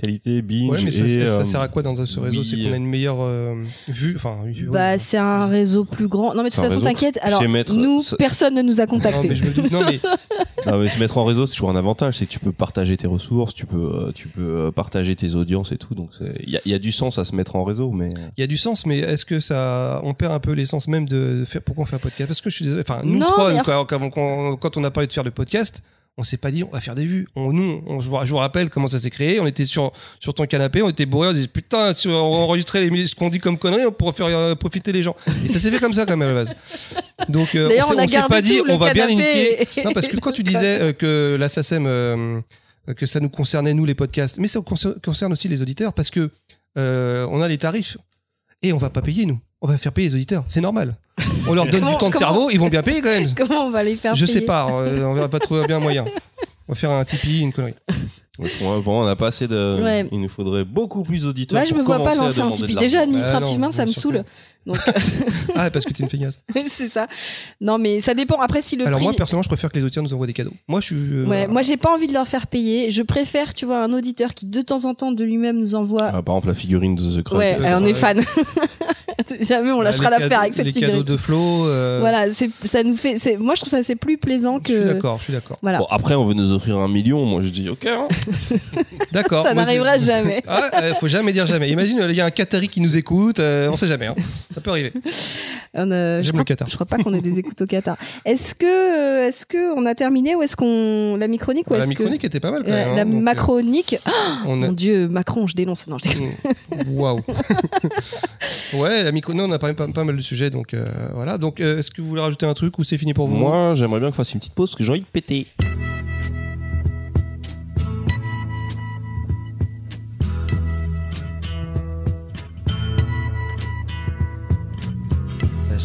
C: Qualité, binge.
B: Ouais, mais ça,
C: et,
B: ça- ça
C: euh,
B: sert à quoi dans ce réseau
C: oui,
B: C'est qu'on a une meilleure euh, vue, enfin. oui, oui.
A: Bah, c'est un réseau plus grand. Non, mais de
C: C'est
A: toute
C: un
A: façon,
C: réseau.
A: t'inquiète. Alors,
C: sais mettre-
A: nous,
C: ça-
A: personne ne nous a
B: non,
A: contactés.
B: mais je me dis, non, mais
C: Non, mais se mettre en réseau, c'est toujours un avantage. C'est que tu peux partager tes ressources, tu peux, euh, tu peux euh, partager tes audiences et tout. Donc, c'est- il y a, il y a du sens à se mettre en réseau, mais. euh,
B: il y a du sens, mais est-ce que ça, on perd un peu l'essence même de faire pourquoi on fait un podcast Parce que je suis désolé, enfin nous
A: Non,
B: trois,
A: mais-
B: quand, quand- quand- quand on a parlé de faire le podcast, on s'est pas dit on va faire des vues. On, nous, on- je, vous, je vous rappelle comment ça s'est créé. On était sur sur ton canapé, on était bourrés, on se disait putain, si on enregistrait les, ce qu'on dit comme conneries, on pourrait faire euh, profiter les gens. Et ça s'est fait comme ça quand même à la base. Donc euh,
A: D'ailleurs,
B: s'est-
A: on, a
B: s'est
A: gardé
B: pas dit
A: tout, le
B: on va bien les niquer.
A: canapé et-
B: Non, parce que quand tu disais euh, que la SACEM, euh, euh, que ça nous concernait, nous, les podcasts, mais ça concer- concerne aussi les auditeurs, parce que euh, on a les tarifs et on va pas payer, nous. On va faire payer les auditeurs. C'est normal. On leur donne
A: Comment-
B: du temps de
A: comment-
B: cerveau, ils vont bien payer quand même.
A: Comment on va les faire
B: Je
A: payer
B: sais pas, euh, on va pas trouver un bien moyen. On va faire un Tipeee, une connerie.
C: ouais, vraiment, on n'a pas assez de.
A: Ouais.
C: Il nous faudrait beaucoup plus d'auditeurs.
A: Moi, je
C: pour
A: me vois pas
C: commencer à
A: lancer un
C: demander de
A: Tipeee.
C: l'argent.
A: Déjà,
B: non,
A: administrativement, ça me
B: bien sûr que
A: saoule. Donc,
B: Ah, parce que t'es une feignasse.
A: c'est ça. Non, mais ça dépend. Après, si le
B: Alors,
A: prix.
B: moi, personnellement, je préfère que les auditeurs nous envoient des cadeaux. Moi, je suis. euh, je-
A: Ouais, moi j'ai pas envie de leur faire payer. Je préfère, tu vois, un auditeur qui de temps en temps de lui-même nous envoie.
C: Ah, par exemple, la figurine de The Crown.
A: ouais,
B: ok,
A: euh, on
B: ouais.
A: est fan. Jamais on
B: euh,
A: lâchera
B: les
A: l'affaire
B: cadeaux-
A: avec cette
B: Les cadeaux
A: figurine.
B: de Flo. euh,
A: Voilà, c'est ça nous fait. c'est- Moi je trouve ça c'est plus plaisant
B: Je suis
A: que.
B: d'accord, je suis d'accord.
A: Voilà,
C: Bon, après, on veut nous offrir un million. Moi, je dis, ok. hein.
B: D'accord.
A: ça
B: moi, je-
A: n'arrivera jamais.
B: Ah, euh, faut jamais dire jamais. Imagine, euh, il y a un Qatari qui nous écoute, euh, on sait jamais. hein. Ça peut arriver.
A: On, euh, je,
B: J'aime
A: crois,
B: le Qatar.
A: je crois pas qu'on ait des écoutes au Qatar. Est-ce que, euh, est-ce que on a terminé ou est-ce qu'on la micronique ou
B: Bah, la
A: est-ce que
B: micronique était pas mal quand
A: la,
B: même.
A: la
B: hein. Donc,
A: macronique
B: euh, on a-
A: Mon Dieu, Macron, je dénonce. Non, je déconne.
B: Waouh. ouais, la micro. Non, on a parlé pas, pas mal de sujets, donc euh, voilà. Donc, euh, est-ce que vous voulez rajouter un truc ou c'est fini pour vous
C: Moi, j'aimerais bien qu'on fasse une petite pause parce que j'ai envie de péter.
D: There's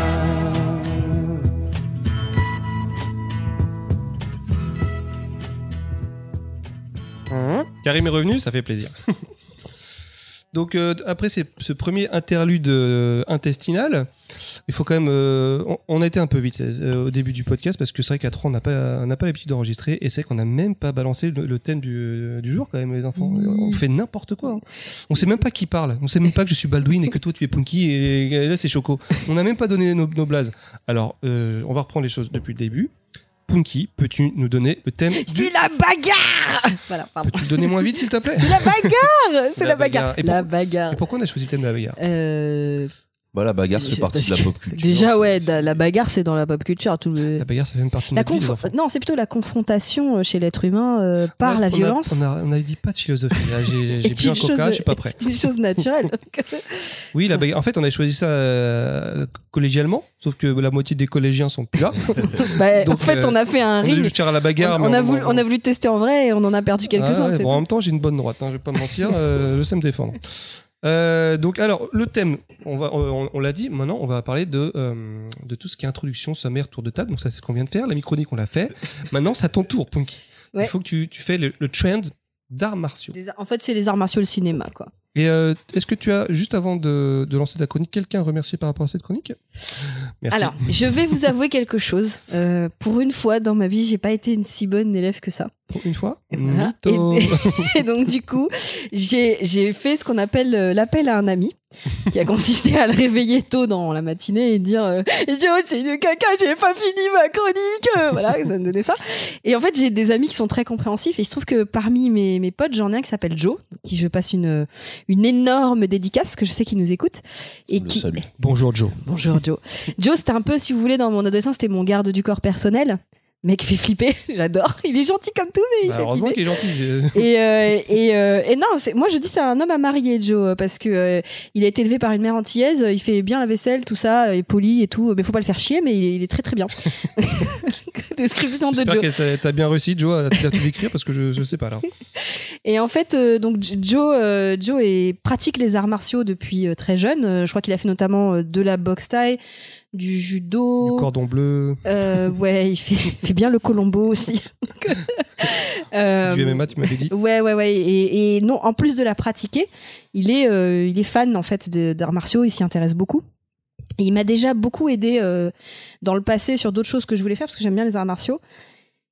B: Karim est revenu, ça fait plaisir. Donc euh, après ces- ce premier interlude euh, intestinal, il faut quand même. euh, on, on a été un peu vite euh, au début du podcast parce que c'est vrai qu'à 3 on n'a pas on n'a pas l'habitude d'enregistrer et c'est vrai qu'on n'a même pas balancé le, le thème du, du jour quand même les enfants. On fait n'importe quoi. hein. On sait même pas qui parle. On sait même pas que je suis Baldwin et que toi tu es Punky et, et là c'est Choco. On n'a même pas donné nos, nos blazes. Alors euh, on va reprendre les choses depuis le début. Punky, peux-tu nous donner le thème du-
A: C'est la bagarre. Voilà, pardon.
B: Peux-tu le donner moins vite s'il te plaît
A: C'est la bagarre. C'est
B: La
A: la, bagarre.
B: bagarre. Et
A: La
B: pour-
A: bagarre.
B: Et pourquoi on a choisi le thème de la bagarre
A: Euh,
C: Bah, la bagarre, c'est
A: Parce
C: partie de
A: que-
C: la pop culture.
A: déjà, ouais, la, la bagarre, c'est dans la pop culture. Tout le...
B: hein, La bagarre, ça fait même partie de
A: Euh, La
B: notre vie, les
A: confron-
B: enfants.
A: Non, c'est plutôt la confrontation euh, chez l'être humain euh, par
B: Ouais,
A: la
B: on a-
A: violence.
B: On a, on a dit pas de philosophie. là. J'ai j'ai
A: est
B: bu un
A: une
B: coca,
A: chose-
B: je suis pas prêt.
A: est une chose naturelle.
B: Oui, la bagarre. En fait, on a choisi ça euh, collégialement, sauf que la moitié des collégiens sont plus là.
A: Bah, en
B: Donc,
A: fait,
B: euh,
A: on a fait un
B: on a dû
A: ring.
B: le tirer à la bagarre.
A: on, on
B: mais
A: a voulu, on a voulu tester en vrai et on en a perdu
B: Ah
A: quelques-uns.
B: ouais,
A: c'est
B: bon, en
A: tout.
B: même temps, j'ai une bonne droite, hein, je vais pas me mentir, euh, je sais me défendre. Euh, donc alors le thème, on va, on, on l'a dit. Maintenant, on va parler de euh, de tout ce qui est introduction, sommaire, tour de table. Donc ça, c'est ce qu'on vient de faire. La micronique, on l'a fait. Maintenant, c'est à ton tour, Punky.
A: Ouais.
B: Il faut que tu, tu fais le, le trend d'arts martiaux.
A: Des- En fait, c'est les arts martiaux, le cinéma, quoi.
B: Et euh, est-ce que tu as, juste avant de, de lancer ta chronique, quelqu'un à remercier par rapport à cette chronique Merci.
A: Alors, je vais vous avouer quelque chose. Euh, pour une fois dans ma vie, j'ai pas été une si bonne élève que ça.
B: Pour une fois
A: Et voilà.
B: mytho.
A: Et donc, du coup, j'ai j'ai fait ce qu'on appelle euh, l'appel à un ami, qui a consisté à le réveiller tôt dans la matinée et dire euh, Idiot, c'est du caca, j'ai pas fini ma chronique euh, Voilà, ça me donnait ça. Et en fait, j'ai des amis qui sont très compréhensifs. Et il se trouve que parmi mes, mes potes, j'en ai un qui s'appelle Joe, qui je passe une, une énorme dédicace, que je sais qu'il nous écoute. Et
C: Le
A: qui,
C: salut.
B: Bonjour Joe.
A: Bonjour Joe. Joe, c'était un peu, si vous voulez, dans mon adolescence, c'était mon garde du corps personnel. Mec fait flipper, j'adore. Il est gentil comme tout, mais il
B: Bah,
A: fait
B: heureusement
A: flipper.
B: qu'il est gentil. j'ai-
A: Et, euh, et, euh, et non, c'est- moi je dis c'est un homme à marier, Joe, euh, parce que euh, il a été élevé par une mère antillaise, euh, il fait bien la vaisselle, tout ça, euh, il est poli et tout, mais faut pas le faire chier, mais il est, il est très très bien. Description de
B: J'espère
A: Joe.
B: que t'as- t'as bien réussi, Joe, à te tout décrire parce que je, je sais pas là.
A: Et en fait, euh, donc J- Joe, euh, Joe est, pratique les arts martiaux depuis euh, très jeune. Euh, je crois qu'il a fait notamment euh, de la boxe taille, du judo,
B: Du cordon bleu,
A: Euh, ouais, il fait, il fait bien le Colombo aussi. Donc, euh,
B: du MMA, tu m'avais dit.
A: Ouais, ouais, ouais. Et, et non, en plus de la pratiquer, il est, euh, il est fan en fait de- d'arts martiaux. Il s'y intéresse beaucoup. Et il m'a déjà beaucoup aidé euh, dans le passé sur d'autres choses que je voulais faire parce que j'aime bien les arts martiaux.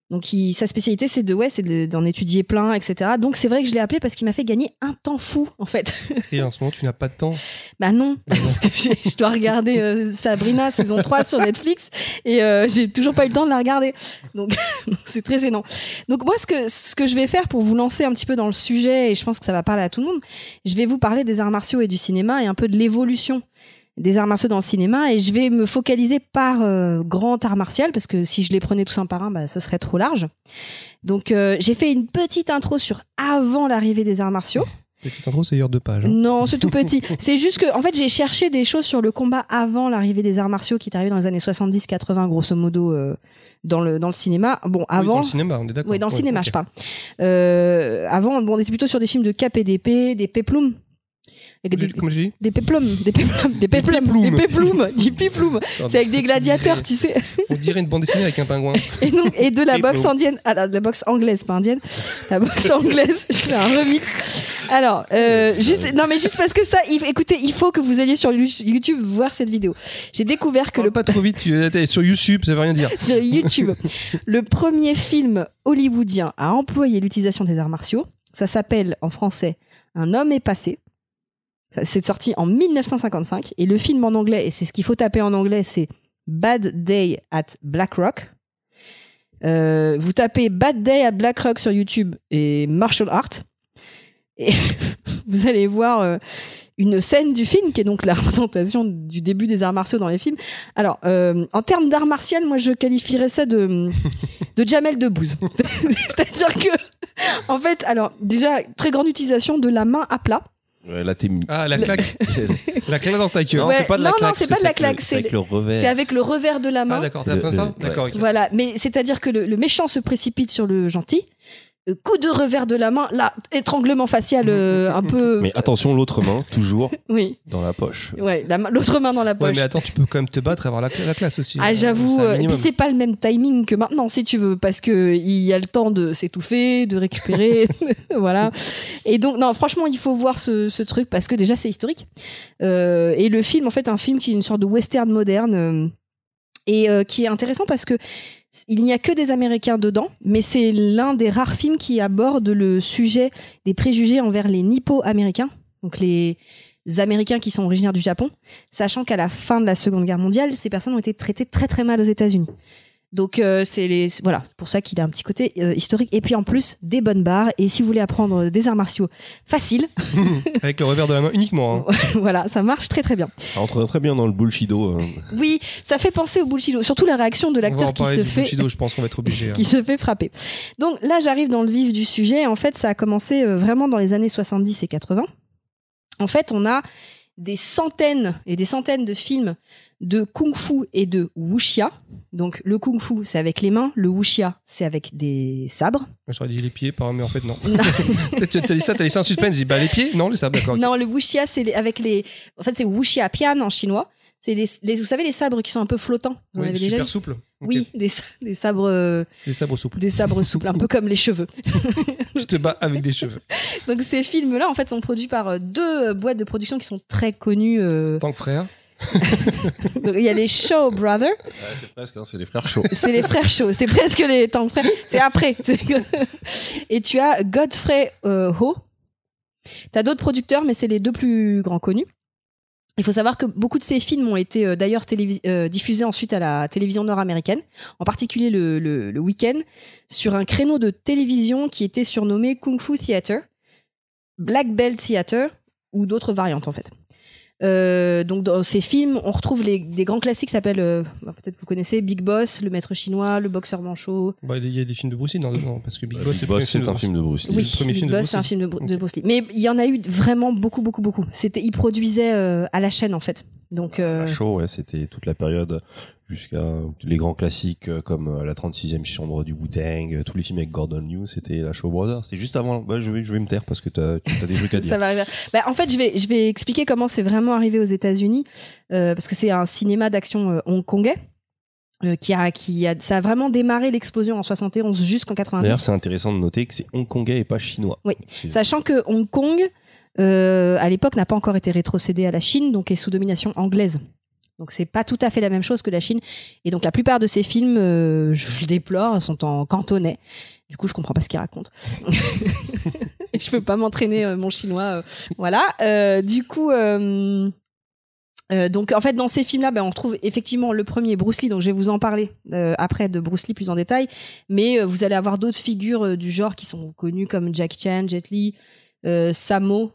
A: Donc il- sa spécialité c'est de ouais, c'est de- d'en étudier plein, etc. Donc c'est vrai que je l'ai appelé parce qu'il m'a fait gagner un temps fou en fait.
B: Et en ce moment, tu n'as pas de temps.
A: Bah non, parce que j'ai- je dois regarder euh, Sabrina saison 3 sur Netflix et euh, j'ai toujours pas eu le temps de la regarder. Donc donc c'est très gênant. Donc moi ce que ce que je vais faire pour vous lancer un petit peu dans le sujet et je pense que ça va parler à tout le monde, je vais vous parler des arts martiaux et du cinéma et un peu de l'évolution des arts martiaux dans le cinéma et je vais me focaliser par euh, grand art martial parce que si je les prenais tous un par un, bah, ce serait trop large. Donc euh, j'ai fait une petite intro sur avant l'arrivée des arts martiaux.
B: Petite intro, c'est hier deux pages. hein.
A: Non, c'est tout petit. c'est juste que, en fait, j'ai cherché des choses sur le combat avant l'arrivée des arts martiaux qui est arrivé dans les années 70-80, grosso modo, euh, dans, le, dans le cinéma. Bon,
B: Oui, dans
A: avant.
B: le cinéma, on est d'accord.
A: Oui, dans le
B: Ouais,
A: cinéma,
B: ok.
A: je parle. Euh, avant, bon, on était plutôt sur des films de cap et d'épée, des péplums. Et
B: Comme
A: Des,
B: j'ai- Comme j'ai dit
A: des péplums, des péplums, des péplums, des
B: péploumes.
A: péplums, des péplums. C'est avec des gladiateurs, tu sais.
B: On dirait une bande dessinée avec un pingouin.
A: Et, donc, et de la
B: Péplum.
A: boxe indienne. Ah, la- de la boxe anglaise, pas indienne. La boxe anglaise. Je fais un remix. Alors, euh, juste, non, mais juste parce que ça, il- écoutez, il faut que vous alliez sur YouTube voir cette vidéo. J'ai découvert que
B: Parle
A: le
B: pas trop vite, tu t'es sur YouTube, ça veut rien dire.
A: sur YouTube, le premier film hollywoodien à employer l'utilisation des arts martiaux, ça s'appelle en français Un homme est passé. Ça, C'est sorti en 1955 et le film en anglais, et c'est ce qu'il faut taper en anglais, c'est Bad Day at Black Rock. Euh, vous tapez Bad Day at Black Rock sur YouTube et Martial Art. Et vous allez voir euh, une scène du film qui est donc la représentation du début des arts martiaux dans les films. Alors, euh, en termes d'art martial, moi je qualifierais ça de, de Jamel Debbouze. C'est-à-dire que, en fait, alors déjà, très grande utilisation de la main à plat.
C: Ouais, là, t'es mis.
B: Ah, la claque, la claque dans ta queue.
C: non,
A: Ouais,
C: c'est pas de la
A: non, non,
C: claque.
A: c'est pas de la claque,
C: C'est avec le
A: C'est
C: revers.
A: avec le revers de la
B: Ah,
A: main.
B: d'accord, t'as comme ça
C: Ouais.
B: D'accord, ok.
A: Voilà, mais c'est-à-dire que le, le méchant se précipite sur le gentil. Euh, Coup de revers de la main, là, étranglement facial euh, un peu.
C: Mais attention, l'autre main, toujours
A: Oui,
C: dans la poche.
A: ouais, la main- l'autre main dans la
B: Ouais,
A: poche.
B: mais attends, tu peux quand même te battre et avoir la, la classe aussi.
A: Ah,
B: Euh,
A: j'avoue,
B: c'est un
A: euh, et puis
B: minimum.
A: c'est pas le même timing que maintenant, si tu veux, parce que il y a le temps de s'étouffer, de récupérer, voilà. Et donc, non, franchement, il faut voir ce, ce truc parce que déjà, c'est historique. Euh, et le film, en fait, un film qui est une sorte de western moderne euh, et euh, qui est intéressant parce que c- il n'y a que des Américains dedans, mais c'est l'un des rares films qui aborde le sujet des préjugés envers les nippo-américains, donc les Américains qui sont originaires du Japon sachant qu'à la fin de la Seconde Guerre mondiale, ces personnes ont été traitées très très mal aux États-Unis. Donc euh, c'est les c'est- voilà c'est pour ça qu'il a un petit côté euh, historique et puis en plus des bonnes barres et si vous voulez apprendre euh, des arts martiaux faciles
B: Avec le revers de la main uniquement. hein.
A: voilà ça marche très très bien
C: Ça rentre très bien dans le bullshido. hein.
A: oui ça fait penser au bullshido surtout la réaction de
B: On va en
A: l'acteur qui
B: parler
A: se
B: du
A: fait
B: Bushido, je pense qu'on va être obligé. hein.
A: qui se fait frapper. Donc là, j'arrive dans le vif du sujet. En fait, ça a commencé euh, vraiment dans les années 70 et 80. En fait, on a des centaines et des centaines de films de kung-fu et de wuxia. Donc le kung-fu, c'est avec les mains, le wuxia, c'est avec des sabres.
B: J'aurais dit les pieds, par- mais en fait, non.
A: Non.
B: tu as dit ça, t'as laissé un suspense, dis bah les pieds Non, les sabres, d'accord. ok.
A: Non, le wuxia, c'est les- avec les. En fait, c'est wuxia pian en chinois. C'est les, les- vous savez les sabres qui sont un peu flottants. Vous en
B: Oui,
A: avez déjà
B: super
A: vu
B: souple.
A: Oui, des, sa- des sabres, euh,
B: Des sabres souples.
A: des sabres souples, un peu comme les cheveux.
B: Tu te bats avec des cheveux.
A: Donc ces films-là, en fait, sont produits par euh, deux euh, boîtes de production qui sont très connues. euh.
B: Tant que frère.
A: Donc, Il y a les Shaw Brothers,
C: c'est presque, hein, c'est les frères chauds.
A: c'est les frères Shaw, c'est presque les temps frères, c'est après. C'est que- Et tu as Godfrey euh, Ho. Tu as d'autres producteurs, mais c'est les deux plus grands connus. Il faut savoir que beaucoup de ces films ont été euh, d'ailleurs télévis- euh, diffusés ensuite à la télévision nord-américaine, en particulier le, le- le week-end, sur un créneau de télévision qui était surnommé Kung Fu Theater, Black Belt Theater ou d'autres variantes en fait. Euh, donc dans ces films, on retrouve les, des grands classiques qui s'appellent, euh, bah, peut-être vous connaissez, Big Boss, Le Maître Chinois, Le Boxeur Manchot.
B: Bah, Il y a des films de Bruce Lee dans- dans- parce que Big Boss,
C: Bah, Boss,
B: c'est le premier film
C: c'est
B: de
C: un
B: Bruce
C: film de Bruce Lee.
B: C'est
A: Oui,
B: le premier
A: Big
B: film de
A: Boss,
B: Bruce
A: c'est un
B: Lee.
A: film de, Bru- de
B: Ok.
A: Bruce Lee. Mais il y en a eu vraiment beaucoup, beaucoup, beaucoup. C'était, il produisait euh, à la chaîne en fait. Donc euh,
B: bah,
C: Ah, chaud, ouais, c'était toute la période jusqu'à les grands classiques euh, comme euh, la 36e chambre du Wu-Tang, euh, tous les films avec Gordon Liu, c'était la Show Brothers. C'était juste avant. Ouais, je vais, je vais me taire parce que t'as, tu- t'as des trucs à dire.
A: ça va arriver. Bah, en fait, je vais, je vais expliquer comment c'est vraiment arrivé aux États-Unis euh, parce que c'est un cinéma d'action euh, hongkongais. euh, qui a, qui a, ça a vraiment démarré l'explosion en 71 jusqu'en
C: D'ailleurs,
A: 90.
C: c'est intéressant de noter que c'est hongkongais et pas chinois.
A: Oui.
C: C'est-
A: Sachant que Hong Kong, euh, à l'époque, n'a pas encore été rétrocédé à la Chine, donc est sous domination anglaise. Donc c'est pas tout à fait la même chose que la Chine. Et donc la plupart de ces films, euh, je le déplore, sont en cantonais. Du coup, je comprends pas ce qu'ils racontent. je peux pas m'entraîner euh, mon chinois. euh. Voilà. Euh, du coup. euh, euh, donc en fait dans ces films-là, ben, on retrouve effectivement le premier Bruce Lee, donc je vais vous en parler euh, après de Bruce Lee plus en détail, mais euh, vous allez avoir d'autres figures euh, du genre qui sont connues comme Jack Chan, Jet Li, euh, Samo,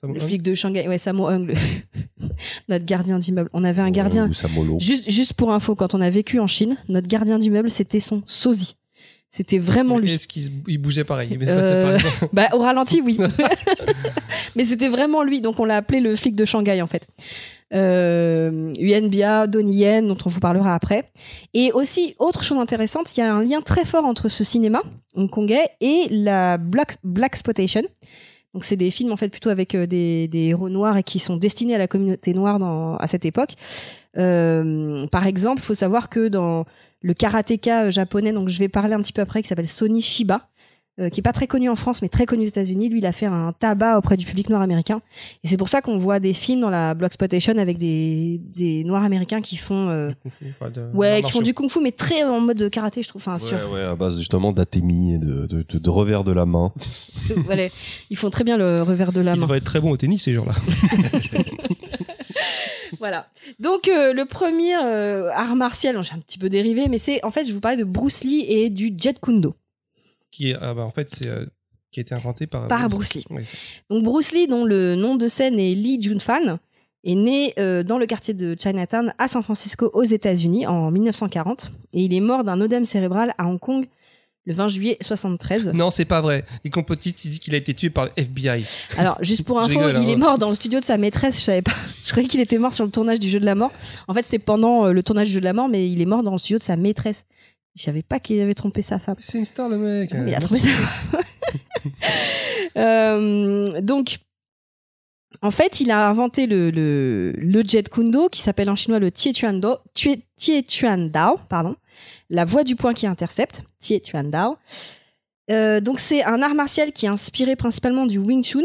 B: Ça me-
A: le flic de Shanghai, ouais Samo Hung, le- notre gardien d'immeuble. On avait un gardien
C: Ou Samolo.
A: Juste, juste pour info, quand on a vécu en Chine, notre gardien d'immeuble, c'était son sosie. C'était vraiment
B: Mais
A: lui.
B: Est-ce qu'il se- il bougeait pareil Mais c'est
A: Euh,
B: pas pareil.
A: Bah, au ralenti, oui. Mais c'était vraiment lui, donc on l'a appelé le flic de Shanghai, en fait. Euh, Yuan Bia, Donnie Yen, dont on vous parlera après. Et aussi, autre chose intéressante, il y a un lien très fort entre ce cinéma hongkongais et la Black, black Spotation. Donc, c'est des films, en fait, plutôt avec euh, des, des héros noirs et qui sont destinés à la communauté noire dans, à cette époque. Euh, par exemple, il faut savoir que dans le karatéka euh, japonais, donc je vais parler un petit peu après, qui s'appelle Sonny Shiba, euh, qui est pas très connu en France, mais très connu aux États-Unis. Lui, il a fait un tabac auprès du public noir américain. Et c'est pour ça qu'on voit des films dans la Blockspotation avec des, des noirs américains qui font, euh,
B: Enfin, de-
A: ouais,
B: d'arts
A: qui font du kung-fu, mais très en mode karaté, je trouve. Enfin, sur-
C: Ouais, ouais, à base justement d'atémi et de, de, de- de revers de la main.
A: voilà. ils font très bien le revers de la
B: martiaux. Ils
A: main.
B: devraient être très bons au tennis, ces gens-là.
A: Voilà. Donc euh, le premier euh, art martial, j'ai un petit peu dérivé, mais c'est en fait, je vous parlais de Bruce Lee et du Jet Kundo
B: Qui, est- ah bah, en fait, c'est euh, qui a été inventé par.
A: par Bruce Lee.
B: Ouais, c'est-
A: Donc Bruce Lee, dont le nom de scène est Lee Jun-fan, est né euh, dans le quartier de Chinatown à San Francisco aux États-Unis en 1940 et il est mort d'un œdème cérébral à Hong Kong le 20 juillet 73.
B: Non, c'est pas vrai. Et quand petit, il dit qu'il a été tué par le FBI.
A: Alors juste pour
B: Je
A: info,
B: rigole, hein,
A: il est
B: ouais.
A: mort dans le studio de sa maîtresse, je savais pas. Je croyais qu'il était mort sur le tournage du jeu de la mort. En fait, c'était pendant euh, le tournage du jeu de la mort mais il est mort dans le studio de sa maîtresse. Je savais pas qu'il avait trompé sa femme.
B: C'est une star, le mec.
A: Ah Il
B: Euh,
A: a trouvé ça. Euh, donc, en fait, il a inventé le, le, le jet kundo qui s'appelle en chinois le Tietuan Dao, Tie- Tietuan Dao, pardon, la voie du point qui intercepte, Tietuan Dao. Euh, donc, c'est un art martial qui est inspiré principalement du Wing Chun.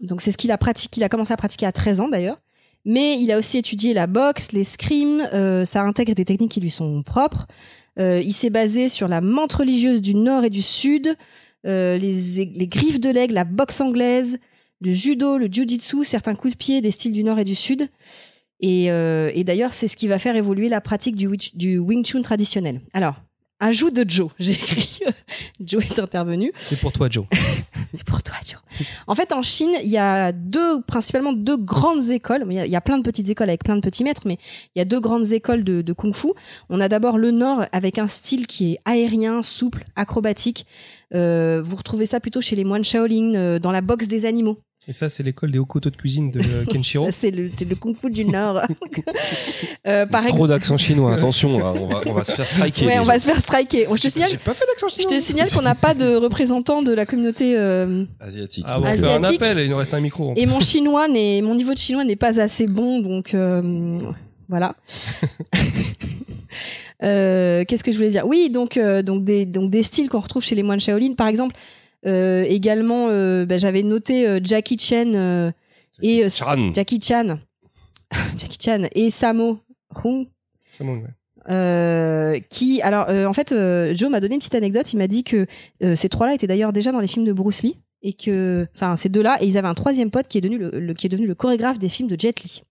A: Donc, c'est ce qu'il a pratiqué, il a commencé à pratiquer à 13 ans d'ailleurs. Mais il a aussi étudié la boxe, l'escrime, euh, ça intègre des techniques qui lui sont propres. Euh, il s'est basé sur la menthe religieuse du Nord et du Sud, euh, les, les griffes de l'aigle, la boxe anglaise, le judo, le jujitsu, certains coups de pied des styles du Nord et du Sud. Et, euh, et d'ailleurs, c'est ce qui va faire évoluer la pratique du, witch- du Wing Chun traditionnel. Alors, ajout de Joe, j'ai écrit. Joe est intervenu.
B: C'est pour toi, Joe.
A: C'est pour toi, Joe. En fait, en Chine, il y a deux, principalement deux grandes écoles. Il y a- il y a plein de petites écoles avec plein de petits maîtres, mais il y a deux grandes écoles de, de kung-fu. On a d'abord le nord avec un style qui est aérien, souple, acrobatique. Euh, vous retrouvez ça plutôt chez les moines Shaolin, euh, dans la boxe des animaux.
B: Et ça, c'est l'école des hauts couteaux de cuisine de euh, Kenshiro.
A: Ça, C'est le, c'est le kung-fu du nord. Euh, par
C: Trop
A: exemple.
C: d'accent chinois, attention, là, on, va, on va se faire striker.
A: Ouais, on
C: déjà.
A: va se faire striker. Je te signale,
B: J'ai pas fait d'accent
A: je
B: chinois.
A: te signale qu'on n'a pas de représentant de la communauté. euh,
C: Asiatique.
B: Ah bon, on
C: Donc,
B: fait
C: euh,
B: un
A: Asiatique.
B: appel, il nous reste un micro.
A: Et mon chinois n'est, mon niveau de chinois n'est pas assez bon, donc euh, voilà. Euh, Qu'est-ce que je voulais dire Oui, donc, euh, donc, des, donc des styles qu'on retrouve chez les moines Shaolin. Par exemple, euh, également, euh, bah, j'avais noté euh, Jackie Chan euh, et euh,
C: Chan.
A: Jackie Chan. Jackie Chan et Samo Hung.
B: Ça manque, ouais.
A: Euh, qui, alors, euh, en fait, euh, Joe m'a donné une petite anecdote. Il m'a dit que euh, ces trois-là étaient d'ailleurs déjà dans les films de Bruce Lee et que, enfin, ces deux-là, et ils avaient un troisième pote qui est devenu le, le- qui est devenu le chorégraphe des films de Jet Li.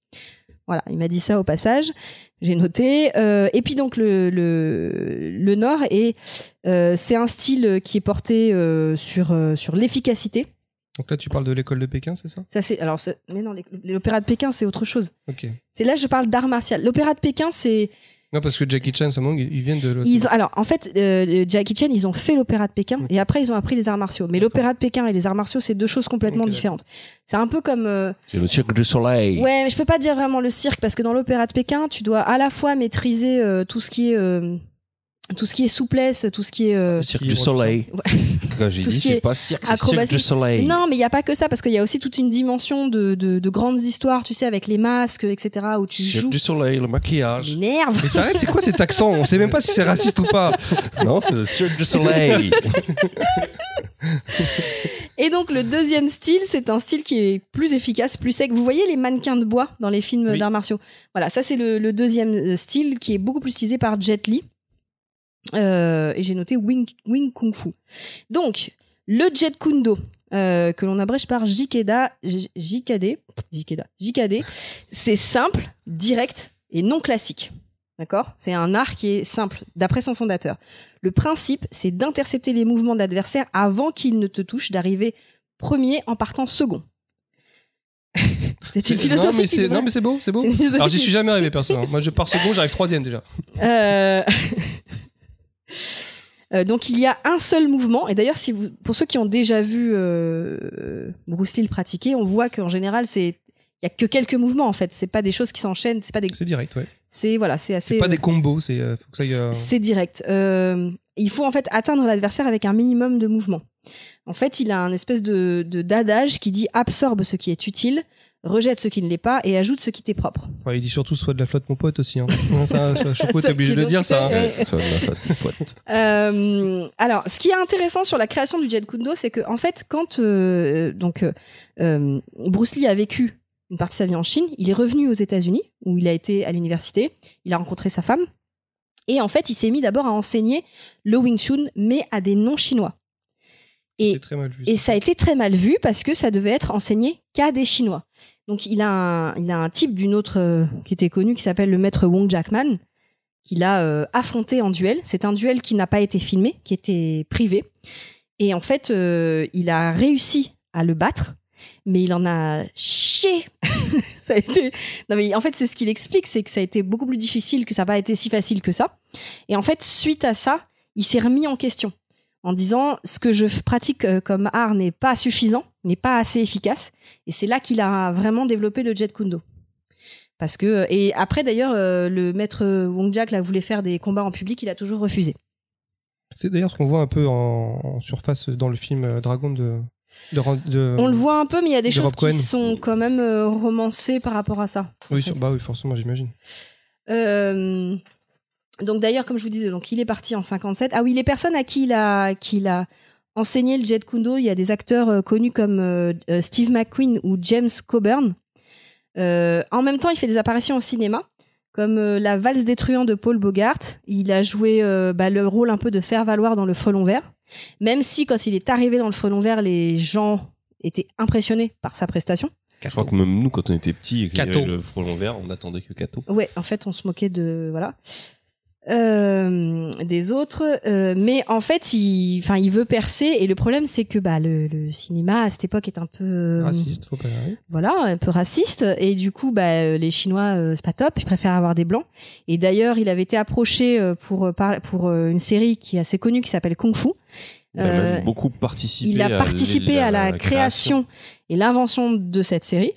A: Voilà, il m'a dit ça au passage. J'ai noté. Euh, et puis donc le le, le Nord est euh, c'est un style qui est porté euh, sur euh, sur l'efficacité.
B: Donc là, tu parles de l'école de Pékin, c'est ça
A: Ça c'est alors c'est- mais non les- l'opéra de Pékin c'est autre chose.
B: Ok.
A: C'est là je parle d'art martial. L'opéra de Pékin c'est
B: Non, parce que Jackie Chan, Samong, ils viennent de l'autre.
A: Ils ont- alors, en fait, euh, Jackie Chan, ils ont fait l'opéra de Pékin et après, ils ont appris les arts martiaux. Mais l'opéra de Pékin et les arts martiaux, c'est deux choses complètement
B: Ok,
A: différentes. C'est un peu comme. euh,
C: C'est le cirque du soleil.
A: Ouais, mais je peux pas dire vraiment le cirque parce que dans l'opéra de Pékin, tu dois à la fois maîtriser euh, tout ce qui est. euh, tout ce qui est souplesse, tout ce qui est. euh,
C: Le cirque du soleil. Quand j'ai
A: Tout
C: dit,
A: ce qui est
C: c'est pas cirque, c'est cirque
A: acrobatie.
C: du soleil.
A: Non, mais il n'y a pas que ça, parce qu'il y a aussi toute une dimension de, de, de grandes histoires, tu sais, avec les masques, etc., où tu joues.
C: Cirque du soleil, le maquillage.
A: Merde
B: Mais t'arrêtes, c'est quoi cet accent On sait même pas si c'est raciste ou pas.
C: non, c'est le cirque du soleil.
A: Et donc le deuxième style, c'est un style qui est plus efficace, plus sec. Vous voyez les mannequins de bois dans les films
B: Oui.
A: d'arts martiaux. Voilà, ça c'est le, le deuxième euh, style qui est beaucoup plus utilisé par Jet Li. Euh, et j'ai noté Wing, Wing Kung Fu. Donc le Jet Kundo. euh, que l'on abrège par Jikeda, J- Jikade, Jikeda, Jikade, c'est simple, direct et non classique. D'accord C'est un art qui est simple, d'après son fondateur. Le principe, c'est d'intercepter les mouvements de l'adversaire avant qu'il ne te touche, d'arriver premier en partant second. c'est une philosophie.
B: Non, mais
A: qui
B: c'est,
A: devrait-
B: non, mais c'est beau, c'est beau.
A: C'est une philosophie.
B: Alors, j'y suis jamais arrivé, perso. hein. Moi, je pars second, j'arrive troisième déjà.
A: Euh, euh, Donc il y a un seul mouvement et d'ailleurs si vous, pour ceux qui ont déjà vu euh, Bruce Lee le pratiquer, on voit qu'en général c'est il y a que quelques mouvements en fait, c'est pas des choses qui s'enchaînent, c'est pas des
B: C'est direct, ouais.
A: c'est voilà, c'est
B: C'est
A: assez
B: pas des combos, c'est. euh, faut que ça aille. euh,
A: C'est direct. Euh, il faut en fait atteindre l'adversaire avec un minimum de mouvement. En fait, il a un espèce de de- d'adage qui dit absorbe ce qui est utile, rejette ce qui ne l'est pas et ajoute ce qui t'est propre.
B: enfin, il dit surtout soit de la flotte, mon pote aussi. Hein. Non, ça, ça, Choco, t'es
A: Ça,
B: obligé de le dire, ça. hein.
A: Ouais.
C: Ouais, ça, de la faute, pote.
A: Euh, alors, ce qui est intéressant sur la création du Jet Kundo, c'est que en fait, quand euh, donc euh, euh, Bruce Lee a vécu une partie de sa vie en Chine, il est revenu aux États-Unis où il a été à l'université, il a rencontré sa femme et en fait, il s'est mis d'abord à enseigner le Wing Chun, mais à des non chinois. Et
B: C'est très mal vu.
A: et ça a été très mal vu parce que ça devait être enseigné qu'à des Chinois. Donc il a un, il a un type d'une autre euh, qui était connu qui s'appelle le maître Wong Jackman, qu'il a euh, affronté en duel. C'est un duel qui n'a pas été filmé, qui était privé. Et en fait, euh, il a réussi à le battre, mais il en a chié. ça a été. Non mais en fait, c'est ce qu'il explique, c'est que ça a été beaucoup plus difficile, que ça n'a pas été si facile que ça. Et en fait, suite à ça, il s'est remis en question en disant ce que je f- pratique euh, comme art n'est pas suffisant, n'est pas assez efficace. Et c'est là qu'il a vraiment développé le Jet Kundo. Parce que, et après d'ailleurs, euh, le maître Wong Jack là, voulait faire des combats en public, il a toujours refusé.
B: C'est d'ailleurs ce qu'on voit un peu en, en surface dans le film euh, Dragon de. de, Ran- de-
A: On le voit un peu, mais il y a des
B: de
A: choses
B: Euh, Rob Cohen.
A: qui sont quand même euh, romancées par rapport à ça.
B: Oui, sur- bah oui, forcément, j'imagine.
A: Euh, donc d'ailleurs, comme je vous disais, donc il est parti en 57. Ah oui, les personnes à qui il a, qui il a enseigné le Jet Kundo, il y a des acteurs euh, connus comme euh, euh, Steve McQueen ou James Coburn. Euh, en même temps, il fait des apparitions au cinéma, comme euh, La valse des truands de Paul Bogart. Il a joué euh, bah, le rôle un peu de faire valoir dans Le Frelon Vert. Même si, quand il est arrivé dans Le Frelon Vert, les gens étaient impressionnés par sa prestation.
C: Je crois que même nous, quand on était petits et qu'il y
B: Cato.
C: avait le frelon vert, on attendait que Cato.
A: Ouais, en fait, on se moquait de voilà euh, des autres, euh, mais en fait, il, enfin, il veut percer et le problème, c'est que bah le, le cinéma à cette époque est un peu euh,
B: Raciste, faut pas.
A: voilà, un peu raciste et du coup, bah euh, les Chinois, euh, c'est pas top, ils préfèrent avoir des blancs. Et d'ailleurs, il avait été approché euh, pour euh, par- pour euh, une série qui est assez connue qui s'appelle Kung Fu.
C: Il a
A: Euh,
C: même beaucoup participé.
A: Il a
C: à
A: participé à la, création et l'invention de cette série.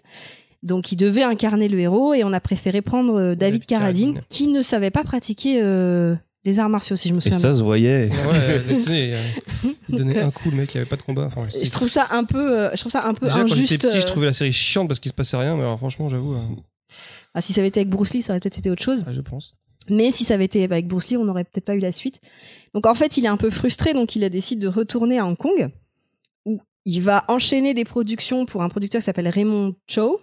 A: Donc, il devait incarner le héros et on a préféré prendre euh, David,
B: David
A: Carradine,
B: Carradine.
A: qui ne savait pas pratiquer euh, les arts martiaux, si je me
C: Et
A: souviens bien.
C: ça se voyait.
B: Ouais, laisse tenir, euh, il donnait un coup, le mec, il avait pas de combat. Enfin, c'est-
A: Je trouve ça un peu, euh, je trouve ça un peu
B: Déjà, quand j'étais
A: injuste.
B: petit, je
A: euh,
B: trouvais la série chiante parce qu'il se passait rien, mais alors franchement, j'avoue, euh,
A: ah, si ça avait été avec Bruce Lee, ça aurait peut-être été autre chose.
B: ah, je pense.
A: Mais si ça avait été avec Bruce Lee, on n'aurait peut-être pas eu la suite. Donc en fait, il est un peu frustré, donc il a décidé de retourner à Hong Kong, où il va enchaîner des productions pour un producteur qui s'appelle Raymond Chow.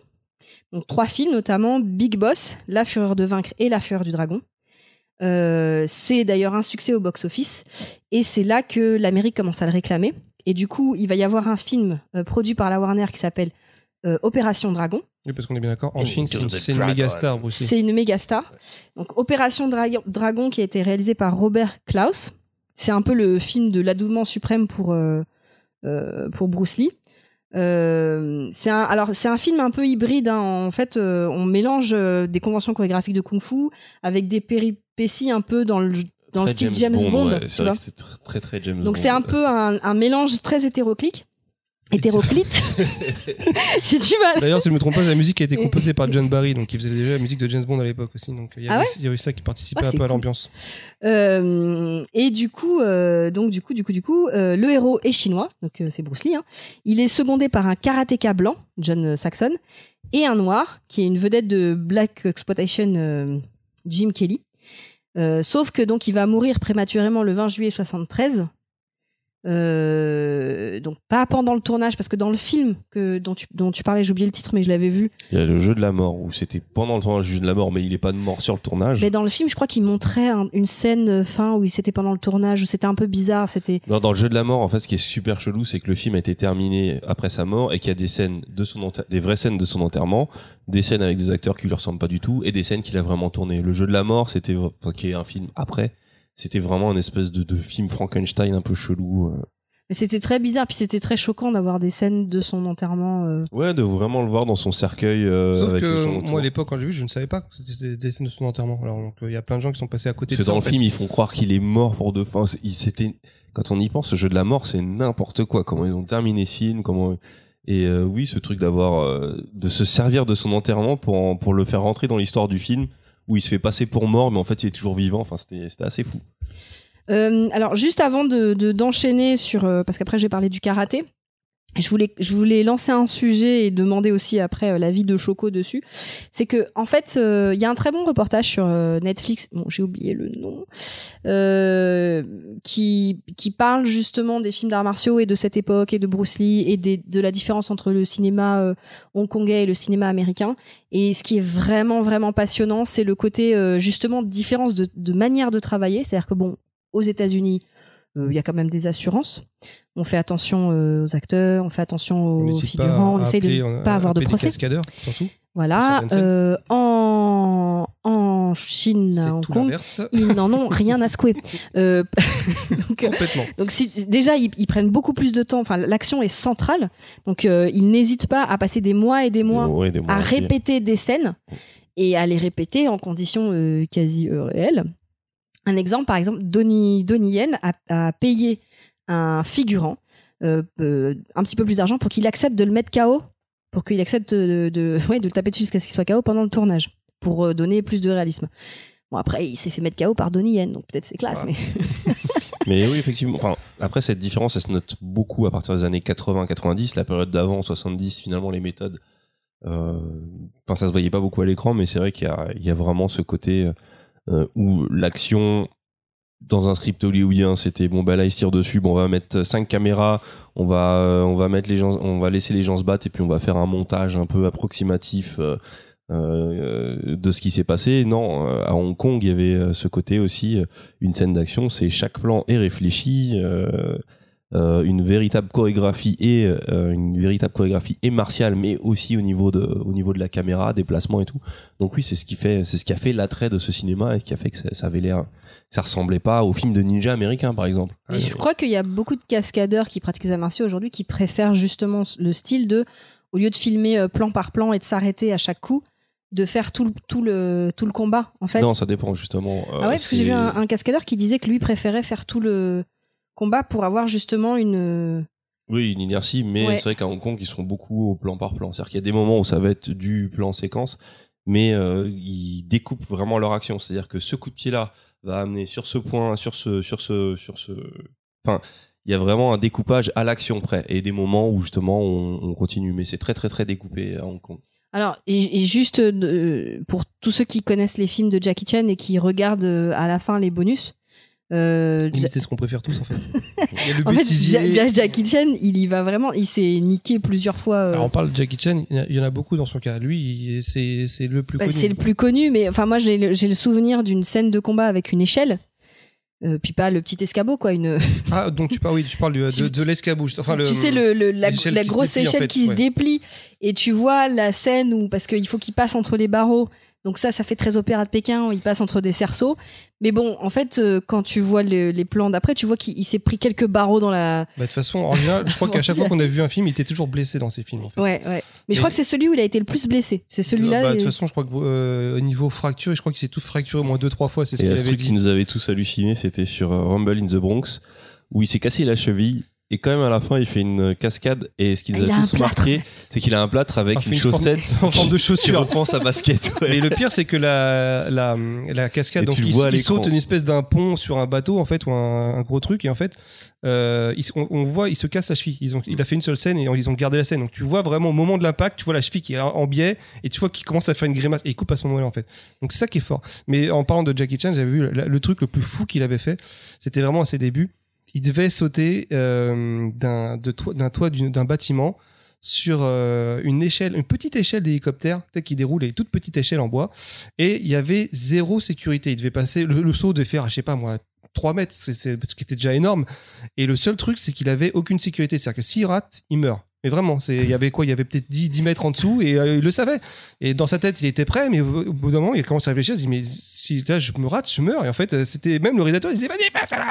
A: Donc trois films, notamment Big Boss, La Fureur de Vaincre et La Fureur du Dragon. Euh, c'est d'ailleurs un succès au box-office, et c'est là que l'Amérique commence à le réclamer. Et du coup, il va y avoir un film euh, produit par la Warner qui s'appelle euh, Opération Dragon.
B: Oui, parce qu'on est bien d'accord.
C: Oh,
B: En
E: Into
B: Chine, c'est une,
E: the
B: c'est une
E: Dragon.
B: méga star, Bruce Lee.
A: C'est une méga star. Donc, Opération Dra- Dragon qui a été réalisé par Robert Klaus. C'est un peu le film de l'adoubement suprême pour, euh, euh, pour Bruce Lee. Euh, c'est un, alors c'est un film un peu hybride. hein. En fait, euh, on mélange euh, des conventions chorégraphiques de kung-fu avec des péripéties un peu dans le dans le
C: Très
A: style James, Bond.
C: ouais,
A: tu
C: c'est
A: vois.
C: vrai que c'est tr- très très James Bond.
A: Donc c'est un peu un, un mélange très hétéroclite. Hétéroclite. J'ai du mal.
B: D'ailleurs, si je ne me trompe pas, la musique a été composée par John Barry, donc il faisait déjà la musique de James Bond à l'époque aussi. Donc il y, a
A: Ah
B: eu- il y a eu ça qui participait
A: Ah,
B: un
A: c'est
B: peu à
A: cool.
B: l'ambiance.
A: Euh, et du coup, euh, donc du coup, du coup, du coup, euh, le héros est chinois, donc euh, c'est Bruce Lee. hein. Il est secondé par un karatéka blanc, John euh, Saxon, et un noir qui est une vedette de Black Exploitation, euh, Jim Kelly. Euh, sauf que donc il va mourir prématurément le 20 juillet 73. Euh, donc pas pendant le tournage parce que dans le film que dont tu, dont tu parlais j'ai oublié le titre mais je l'avais vu
C: Il y a le jeu de la mort où c'était pendant le tournage le jeu de la mort, mais il est pas mort sur le tournage.
A: mais dans le film je crois qu'il montrait un- une scène euh, fin où il- c'était pendant le tournage où c'était un peu bizarre c'était
C: Non, dans le jeu de la mort, en fait, ce qui est super chelou, c'est que le film a été terminé après sa mort et qu'il y a des scènes de son enter- des vraies scènes de son enterrement, des scènes avec des acteurs qui lui ressemblent pas du tout et des scènes qu'il a vraiment tournées. Le jeu de la mort, c'était v- enfin, qui est un film après, c'était vraiment une espèce de, de film Frankenstein un peu chelou. euh.
A: Mais c'était très bizarre, puis c'était très choquant d'avoir des scènes de son enterrement. euh.
C: Ouais, de vraiment le voir dans son cercueil. euh,
B: Sauf
C: avec
B: que
C: son autour.
B: moi, à l'époque, quand j'ai vu, je ne savais pas que c'était des- des scènes de son enterrement. Alors, donc, euh, il y a plein de gens qui sont passés à côté de
C: Parce que
B: ça.
C: dans
B: en
C: le
B: fait.
C: film, ils font croire qu'il est mort pour de fin. C'est- il- C'était quand on y pense, ce jeu de la mort, c'est n'importe quoi. Comment ils ont terminé ce film, comment et euh, oui, ce truc d'avoir euh, de se servir de son enterrement pour en- pour le faire rentrer dans l'histoire du film où il se fait passer pour mort, mais en fait il est toujours vivant. Enfin, c'était c'était assez fou.
A: Euh, alors, juste avant de de- d'enchaîner sur. euh, parce qu'après, j'ai parlé du karaté. Je voulais, je voulais lancer un sujet et demander aussi après euh, l'avis de Choco dessus. C'est que, en fait, euh, il y a un très bon reportage sur euh, Netflix, bon, j'ai oublié le nom, euh, qui, qui parle justement des films d'arts martiaux et de cette époque et de Bruce Lee et des- de la différence entre le cinéma euh, hongkongais et le cinéma américain. Et ce qui est vraiment, vraiment passionnant, c'est le côté euh, justement différence de, de manière de travailler. C'est-à-dire que, bon, aux États-Unis, euh, il y a quand même des assurances. On fait attention euh, aux acteurs, on fait attention
B: On
A: aux
B: n'hésite pas
A: figurants, on
B: à
A: essaye de
B: appeler-
A: ne
B: à
A: pas avoir de
B: appeler des
A: procès.
B: cascadeurs, surtout.
A: Voilà,
B: Certaines scènes.
A: euh, en, en Chine, à
B: C'est
A: Hong
B: tout
A: Kong,
B: l'inverse.
A: ils n'en ont rien à secouer. Euh, donc, euh,
B: Complètement.
A: donc si, déjà, ils, ils prennent beaucoup plus de temps. Enfin, l'action est centrale. Donc, euh, ils n'hésitent pas à passer des mois et des mois
C: Des mots et des mots
A: à
C: entiers.
A: répéter des scènes et à les répéter en conditions euh, quasi euh, réelles. Un exemple, par exemple, Donnie, Donnie Yen a, a payé un figurant euh, euh, un petit peu plus d'argent pour qu'il accepte de le mettre KO, pour qu'il accepte de, de- ouais, de le taper dessus jusqu'à ce qu'il soit KO pendant le tournage, pour euh, donner plus de réalisme. Bon, après, il s'est fait mettre KO par Donnie Yen, donc peut-être c'est classe,
B: Ah.
A: mais
C: Mais oui, effectivement. Enfin, après cette différence, elle se note beaucoup à partir des années 80-90. La période d'avant, 70, finalement, les méthodes. euh, Enfin, ça se voyait pas beaucoup à l'écran, mais c'est vrai qu'il y a, il y a vraiment ce côté euh, où l'action dans un script hollywoodien, c'était bon, bah là, ils se tirent dessus. Bon, on va mettre cinq caméras, on va, euh, on va mettre les gens, on va laisser les gens se battre, et puis on va faire un montage un peu approximatif. euh, euh, de ce qui s'est passé. Non, euh, à Hong Kong, il y avait euh, ce côté aussi, euh, une scène d'action, c'est chaque plan est réfléchi, euh, euh, une véritable chorégraphie et euh, une véritable chorégraphie et martiale, mais aussi au niveau de, au niveau de la caméra, des placements et tout. Donc oui, c'est ce qui fait, c'est ce qui a fait l'attrait de ce cinéma et qui a fait que ça, ça avait l'air, que ça ressemblait pas aux films de ninja américains, par exemple.
A: Mais je crois qu'il y a beaucoup de cascadeurs qui pratiquent les arts martiaux aujourd'hui qui préfèrent justement le style de, au lieu de filmer euh, plan par plan et de s'arrêter à chaque coup, de faire tout le, tout le, tout le combat en fait.
C: Non, ça dépend justement. euh,
A: ah ouais, parce que j'ai vu
C: c'est-
A: un, un cascadeur qui disait que lui préférait faire tout le combat pour avoir justement une. euh,
C: Oui, une inertie, mais
A: Ouais.
C: c'est vrai qu'à Hong Kong, ils sont beaucoup au plan par plan. C'est-à-dire qu'il y a des moments où ça va être du plan séquence, mais euh, ils découpent vraiment leur action. C'est-à-dire que ce coup de pied-là va amener sur ce point, sur ce, sur ce, sur ce. Enfin, il y a vraiment un découpage à l'action près et des moments où justement on, on continue. Mais c'est très très très découpé à Hong Kong.
A: Alors, et, et juste euh, pour tous ceux qui connaissent les films de Jackie Chan et qui regardent euh, à la fin les bonus, euh, Ja-
B: C'est ce qu'on préfère tous en fait. Il y a le
A: en fait, Ja-
B: bêtisier.
A: Ja- Jackie Chan, il y va vraiment. Il s'est niqué plusieurs fois. euh,
B: Alors on parle de Jackie Chan, il y en a- il y en a beaucoup dans son cas. Lui, il- c'est c'est le plus
A: bah,
B: connu.
A: c'est le plus connu, mais enfin moi j'ai le, j'ai le souvenir d'une scène de combat avec une échelle. Euh, puis pas le petit escabeau quoi, une.
B: Ah, donc tu parles, oui, tu parles du- de,
A: Tu-
B: de l'escabouche. Enfin, le, bah,
A: tu sais le, le- la,
B: l'échelle
A: la
B: qui se
A: grosse
B: déplie, en
A: échelle
B: fait,
A: qui se
B: ouais.
A: déplie et tu vois la scène où parce qu'il faut qu'il passe entre les barreaux donc ça ça fait très opéra de Pékin où il passe entre des cerceaux mais bon en fait euh, quand tu vois le- les plans d'après tu vois qu'il il s'est pris quelques barreaux dans la
B: Bah, de toute façon, en général, je crois qu'à chaque fois qu'on a vu un film, il était toujours blessé dans ses films. En fait.
A: ouais ouais mais
B: Et-
A: je crois que c'est celui où il a été le plus blessé c'est celui-là
B: Bah, de
A: et-
B: toute façon, je crois que euh, au niveau fracture, je crois qu'il s'est tous fracturé au moins deux, trois fois. C'est ce
C: Et
B: qu'il
C: un
B: avait
C: truc qui
B: dit.
C: nous avait tous halluciné, c'était sur euh, Rumble in the Bronx, où il s'est cassé la cheville. Et quand même, à la fin, il fait une cascade. Et ce qui nous
A: Il a
C: a
A: un
C: tous
A: plâtre.
C: marqué, c'est qu'il a un plâtre avec
B: Enfin,
C: une
B: forme-
C: chaussette
B: en forme de
C: qui
B: chaussure.
C: reprend sa basket. ouais.
B: Et le pire, c'est que la, la, la cascade,
C: Et
B: donc
C: tu le
B: il,
C: vois à
B: il
C: l'écran.
B: saute une espèce d'un pont sur un bateau, en fait, ou un, un gros truc, et en fait, euh, il se- on, on voit, il se casse la cheville. Ils ont, il a fait une seule scène et ils ont gardé la scène. Donc tu vois vraiment au moment de l'impact, tu vois la cheville qui est en en biais, et tu vois qu'il commence à faire une grimace, et il coupe à ce moment-là, en fait. Donc c'est ça qui est fort. Mais en parlant de Jackie Chan, j'avais vu le, le truc le plus fou qu'il avait fait, c'était vraiment à ses débuts. Il devait sauter euh, d'un de toit- d'un toit d'une- d'un bâtiment sur euh, une échelle, une petite échelle d'hélicoptère, peut-être qui déroule, et toute petite échelle en bois, et il y avait zéro sécurité. Il devait passer, le, le saut devait faire, je sais pas moi, 3 mètres, c'est- c'est- ce qui était déjà énorme. Et le seul truc, c'est qu'il avait aucune sécurité. C'est-à-dire que s'il rate, il meurt. Mais vraiment, c'est- il y avait quoi Il y avait peut-être 10, 10 mètres en dessous et euh, il le savait. Et dans sa tête, il était prêt, mais au, au bout d'un moment, il a commencé à réfléchir. Il s'est dit, mais si là je me rate, je meurs. Et en fait, euh, c'était même le réalisateur, il disait, vas-y, fais ça là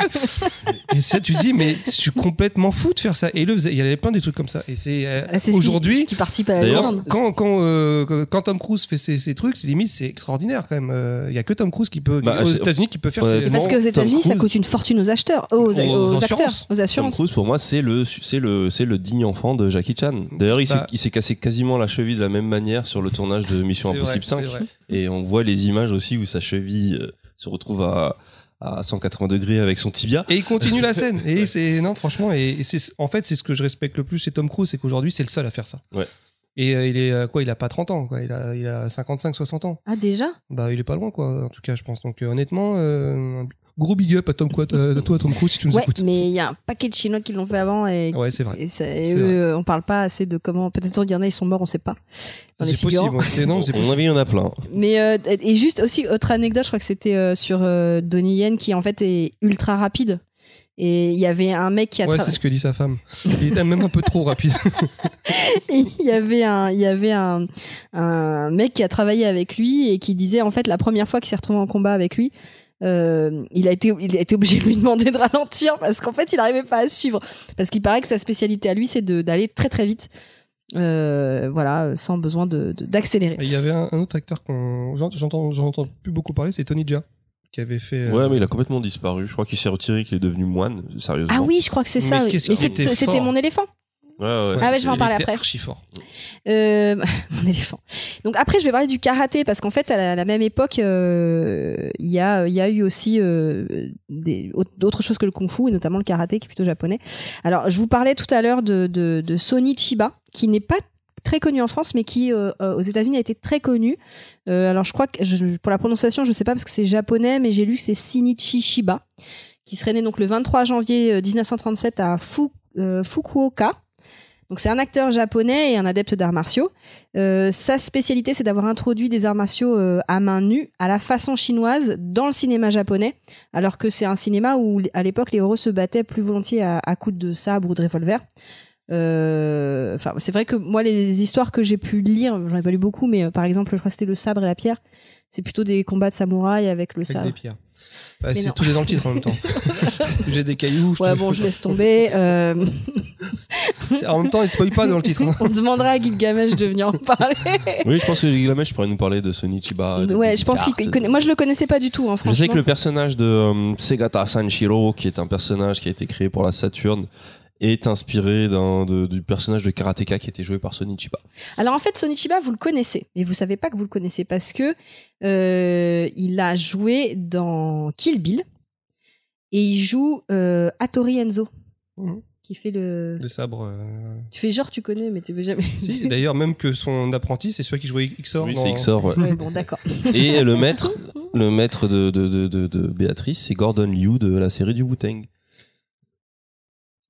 B: Et ça, tu te dis, mais je suis complètement fou de faire ça. Et il le faisait. Il y avait plein des trucs comme ça. Et c'est euh,
A: Ah, c'est ce qui-
B: aujourd'hui,
A: ce qui participe à la
C: D'ailleurs,
A: légende
B: quand, quand, euh, quand Tom Cruise fait ses, ses trucs, c'est limite, c'est extraordinaire quand même. Euh, Il y a que Tom Cruise qui peut,
C: Bah,
B: aux
C: c'est-
B: États-Unis, qui peut faire
C: Ouais,
B: ses.
A: parce
C: Tom
A: qu'aux États-Unis ça
C: Cruise-
A: coûte une fortune aux acheteurs aux,
B: Aux-
A: aux
B: aux
A: acteurs
B: assurances.
A: aux
C: Tom
A: assurances
C: Cruise, pour moi, c'est le, c'est le, c'est le digne enfant de Jackie Chan. D'ailleurs, il s'est-
B: Bah.
C: il s'est cassé quasiment la cheville de la même manière sur le tournage de Mission
B: C'est
C: Impossible
B: vrai,
C: 5.
B: c'est vrai.
C: Et on voit les images aussi où sa cheville euh, se retrouve à, à 180 degrés avec son tibia.
B: Et il continue la scène. Et c'est non, franchement, et, et c'est en fait c'est ce que je respecte le plus chez Tom Cruise, c'est qu'aujourd'hui c'est le seul à faire ça.
C: Ouais.
B: Et euh, il est euh, quoi Il a pas 30 ans, quoi. Il a, il a 55, 60 ans.
A: ah déjà
B: Bah, il est pas loin, quoi. En tout cas, je pense. Donc, euh, honnêtement, euh, gros big up à Tom, Quat- euh, à toi, Tom Cruise, si tu nous
A: ouais
B: écoutes.
A: mais il y a un paquet de chinois qui l'ont fait avant et
B: Ouais, c'est vrai.
A: Et, ça- et
B: C'est
A: eux, on parle pas assez de comment. Peut-être qu'il y en a, ils sont morts, on sait pas. Dans les
B: Ah, C'est possible.
A: figurants.
B: ouais. C'est- Non, c'est
C: on
B: possible.
C: avait, il y en a plein.
A: Mais euh, et juste aussi, autre anecdote, je crois que c'était euh, sur euh, Donnie Yen qui en fait est ultra rapide. Et il y avait un mec qui a
B: Ouais,
A: tra-
B: c'est ce que dit sa femme. Il était même un peu trop rapide.
A: il y avait un il y avait un, un mec qui a travaillé avec lui et qui disait en fait la première fois qu'il s'est retrouvé en combat avec lui euh, il a été il a été obligé de lui demander de ralentir parce qu'en fait il n'arrivait pas à suivre parce qu'il paraît que sa spécialité à lui c'est de- d'aller très très vite Euh, voilà sans besoin de de- d'accélérer
B: Et il y avait un, un autre acteur qu'on j'en- j'entends j'entends plus beaucoup parler, c'est Tony Jaa qui avait fait. euh,
C: Ouais, mais il a complètement disparu. Je crois qu'il s'est retiré, qu'il est devenu moine, sérieusement.
A: ah oui je crois que c'est
B: Mais
A: ça oui.
B: qu'est-ce
A: mais
B: qu'il
A: c'est-
B: était
A: c'était
B: fort.
A: mon éléphant
C: Ouais, ouais.
A: Ah ouais, je vais en
B: il
A: parler
B: était
A: après.
B: Archi fort.
A: Euh, mon éléphant. Donc après, je vais parler du karaté parce qu'en fait, à la, à la même époque, euh, il y, a, il y a eu aussi euh, des- au- d'autres choses que le kung-fu et notamment le karaté qui est plutôt japonais. Alors, je vous parlais tout à l'heure de, de, de Sonny Chiba, qui n'est pas très connu en France, mais qui euh, euh, aux États-Unis a été très connu. Euh, alors, je crois que je- pour la prononciation, je sais pas parce que c'est japonais, mais j'ai lu que c'est Shinichi Shiba, qui serait né donc le 23 janvier euh, 1937 à Fu- euh, Fukuoka. Donc c'est un acteur japonais et un adepte d'arts martiaux. Euh, sa spécialité, c'est d'avoir introduit des arts martiaux euh, à main nue, à la façon chinoise, dans le cinéma japonais, alors que c'est un cinéma où, à l'époque, les héros se battaient plus volontiers à, à coups de sabre ou de revolver. Euh, Enfin, c'est vrai que moi, les histoires que j'ai pu lire, j'en ai pas lu beaucoup, mais euh, par exemple, je crois que c'était le sabre et la pierre. C'est plutôt des combats de samouraï avec le
B: Avec
A: sabre.
B: des pierres. Bah,
A: Mais
B: c'est
A: non.
B: tout est dans le titre en même temps. J'ai des cailloux. je
A: Ouais,
B: te-
A: bon, je laisse tomber. Euh,
B: En même temps, il ne spoil pas dans le titre. hein.
A: on demandera à Gilgamesh de venir en parler.
C: Oui, je pense que Gilgamesh pourrait nous parler de Sonny Chiba. de
A: Ouais,
C: Big
A: je pense qu'il
C: Carte, de-
A: connaît- Moi, je le connaissais pas du tout, hein,
C: Je
A: franchement.
C: sais que le personnage de euh, Segata Sanshiro, qui est un personnage qui a été créé pour la Saturne, est inspiré d'un- de- du personnage de Karateka qui était joué par Sonny Chiba.
A: Alors en fait, Sonichiba, vous le connaissez, mais vous savez pas que vous le connaissez parce que euh, il a joué dans Kill Bill et il joue euh, Hattori Enzo,
B: Mhm.
A: qui fait le.
B: Le sabre. euh,
A: Tu fais genre tu connais, mais tu veux jamais.
B: Si, d'ailleurs, même que son apprenti, c'est celui qui jouait XOR.
C: Oui,
B: dans-
C: c'est XOR, ouais.
A: Ouais, bon, d'accord.
C: Et le maître, le maître de, de, de, de, de Béatrice, c'est Gordon Liu de la série du Wu-Tang.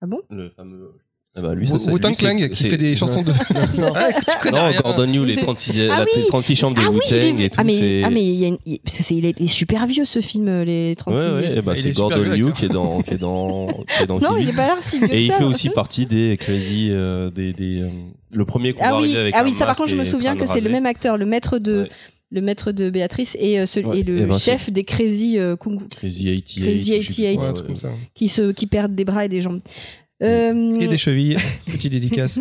A: Ah bon
C: Le fameux. Ah bah lui, ça, c'est-
B: Wu- Wu-Tang
C: lui, c'est-
B: Clang, qui
C: c'est-
B: fait des chansons de. Ah, tu connais
C: Non,
B: rien.
C: Gordon Liu, les 36,
A: Ah
C: la-
A: oui.
C: les 36 chambres de
A: Ah oui, je l'ai
C: Wu-Tang
A: vu.
C: et tout.
A: ah, mais,
C: c'est-
A: ah, mais il, y a une- il- parce que c'est, il est il est super vieux ce film, euh, les 36.
C: Ouais, ouais, eh ben,
B: Il
C: c'est
B: est super
C: Gordon
B: vieux,
C: Liu
B: l'acteur.
C: qui est dans, qui est dans, qui est dans
A: Non,
C: Kill
A: il
C: Bill.
A: est pas là si vieux que
C: Et il
A: ça.
C: fait aussi partie des Crazy, euh, des, des, euh, le premier qu'on
A: Ah
C: va
A: oui,
C: arriver avec
A: ah
C: un
A: oui ça par
C: masque
A: contre, je me
C: et
A: souviens
C: crâne
A: que c'est le
C: rasé.
A: même acteur, le maître de,
C: Ouais.
A: le maître de Béatrice et, euh, celui-
C: Ouais,
A: et le
C: eh ben, c'est-
A: chef des Crazy euh, Kung Fu
C: Crazy 88.
A: Crazy
C: je sais plus
A: 88.
B: Ouais,
C: quoi,
B: un truc comme ça.
A: qui, se, qui perdent des bras et des jambes. Euh,
B: Et des chevilles. Petite dédicace.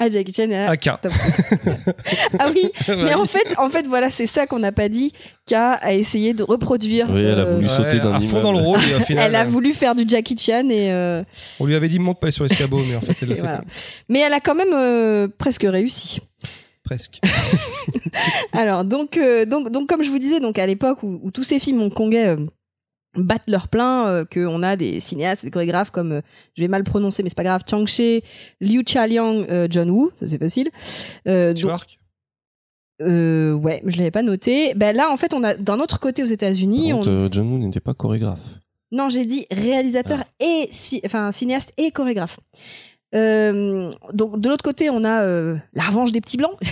A: ah, Jackie Chan, ah,
B: AK.
A: ah oui, mais
B: Ouais.
A: en fait, en fait, voilà, c'est ça qu'on n'a pas dit. K a essayé de reproduire. euh,
C: Oui, elle a voulu.
B: Ouais,
C: sauter d'un
B: à fond
C: immeuble.
B: dans le rôle et au final,
A: elle a
B: euh,
A: voulu faire du Jackie Chan et, euh,
B: on lui avait dit monte pas sur l'escabeau mais en fait elle
A: et
B: l'a fait
A: voilà.
B: quoi.
A: Mais elle a quand même euh, presque réussi.
B: presque
A: Alors donc euh, donc donc comme je vous disais donc à l'époque où, où tous ces films hongkongais euh, battent leur plein euh, que on a des cinéastes des chorégraphes comme euh, je vais mal prononcer mais c'est pas grave Chang Che, Liu Chaliang, euh, John Woo, ça c'est facile. Euh,
B: tu
A: donc,
B: marques
A: euh, ouais, je l'avais pas noté. Ben là en fait on a d'un autre côté aux
C: Par
A: États-Unis, on-
C: contre, euh, John Woo n'était pas chorégraphe.
A: non j'ai dit réalisateur
C: Ah.
A: et ci- enfin cinéaste et chorégraphe. Euh, donc de l'autre côté on a euh, la revanche des petits blancs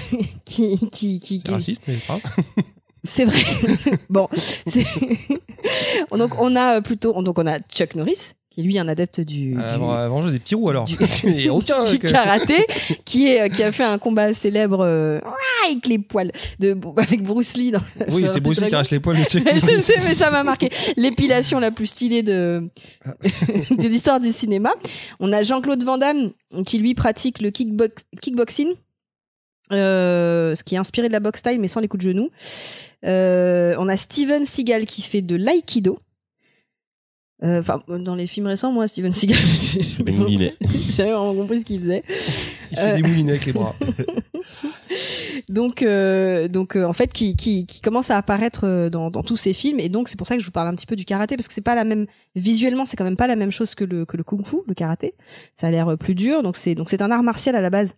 A: qui qui qui,
B: c'est
A: qui
B: raciste mais pas
A: C'est vrai. bon, c'est- donc on a euh, plutôt donc on a Chuck Norris qui est lui un adepte du,
B: Ah,
A: du-
B: bon, avant j'ai des petits roux alors
A: du-
B: Il y a aucun euh,
A: du
B: que-
A: karaté qui est euh, qui a fait un combat célèbre euh, avec les poils de avec Bruce Lee dans la
B: oui
A: Fleur
B: c'est
A: du
B: Bruce Lee qui
A: Dragon.
B: arrache les poils mais check
A: Je sais, mais ça m'a marqué. L'épilation la plus stylée de, de l'histoire du cinéma. On a Jean-Claude Van Damme qui, lui, pratique le kickbox, kickboxing, euh, ce qui est inspiré de la boxe style, mais sans les coups de genoux. Euh, on a Steven Seagal qui fait de l'aïkido. Euh, Enfin, dans les films récents, moi, Steven Seagal, j'ai-
C: Ben Moulinet.
A: j'avais vraiment compris ce qu'il faisait.
B: il
A: Euh.
B: fait des moulinets avec les bras
A: Donc, euh, donc euh, en fait, qui, qui, qui commence à apparaître euh, dans, dans tous ces films. Et donc, c'est pour ça que je vous parle un petit peu du karaté, parce que c'est pas la même. Visuellement, c'est quand même pas la même chose que le, que le kung-fu, le karaté. Ça a l'air euh, plus dur. Donc, c'est donc c'est un art martial à la base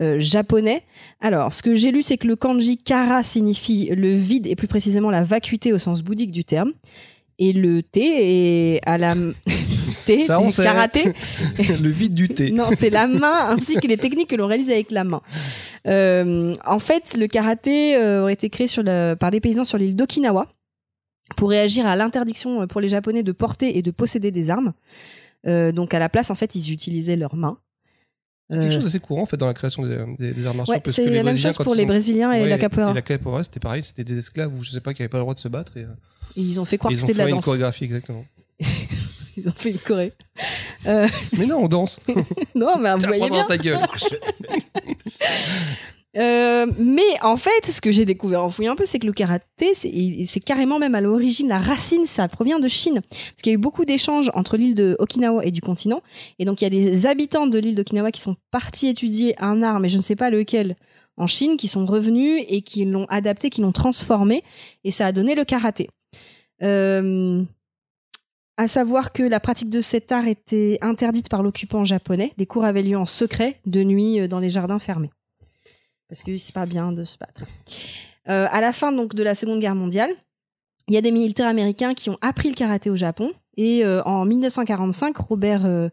A: euh, japonais. Alors, ce que j'ai lu, c'est que le kanji kara signifie le vide et plus précisément la vacuité au sens bouddhique du terme. Et le T est à la T
B: Ça, on
A: du
B: sait.
A: karaté
B: le vide du thé
A: non, c'est la main ainsi que les techniques que l'on réalise avec la main. Euh, en fait, le karaté euh, aurait été créé sur la- par des paysans sur l'île d'Okinawa pour réagir à l'interdiction euh, pour les Japonais de porter et de posséder des armes. Euh, donc à la place, en fait, ils utilisaient leurs mains.
B: c'est quelque
A: Euh,
B: chose d'assez courant en fait dans la création des, des, des arts martiaux
A: ouais,
B: parce
A: c'est
B: que
A: la même
B: Brésiliens,
A: chose
B: quand
A: pour
B: ils
A: les
B: ont-
A: Brésiliens et
B: Ouais,
A: la capoeira.
B: et la capoeira c'était pareil c'était des esclaves ou je sais pas qui avaient pas le droit de se battre et, euh,
A: Ils ont fait croire que
B: ils ont
A: c'était
B: fait
A: de la
B: une
A: danse.
B: chorégraphie exactement
A: Ils ont fait une choré.
B: mais non on danse
A: Non, mais vous
B: Tiens, prends
A: voyez
B: ça
A: bien.
B: dans ta gueule
A: Euh, mais en fait, ce que j'ai découvert en fouillant un peu, c'est que le karaté, c'est il- c'est carrément même à l'origine, la racine, ça provient de Chine. Parce qu'il y a eu beaucoup d'échanges entre l'île de Okinawa et du continent. Et donc, il y a des habitants de l'île d'Okinawa qui sont partis étudier un art, mais je ne sais pas lequel, en Chine, qui sont revenus et qui l'ont adapté, qui l'ont transformé. Et ça a donné le karaté. Euh, à savoir que la pratique de cet art était interdite par l'occupant japonais. Les cours avaient lieu en secret, de nuit, euh, dans les jardins fermés parce que c'est pas bien de se battre. Euh, à la fin donc de la Seconde Guerre mondiale, il y a des militaires américains qui ont appris le karaté au Japon et euh, en 1945, Robert euh,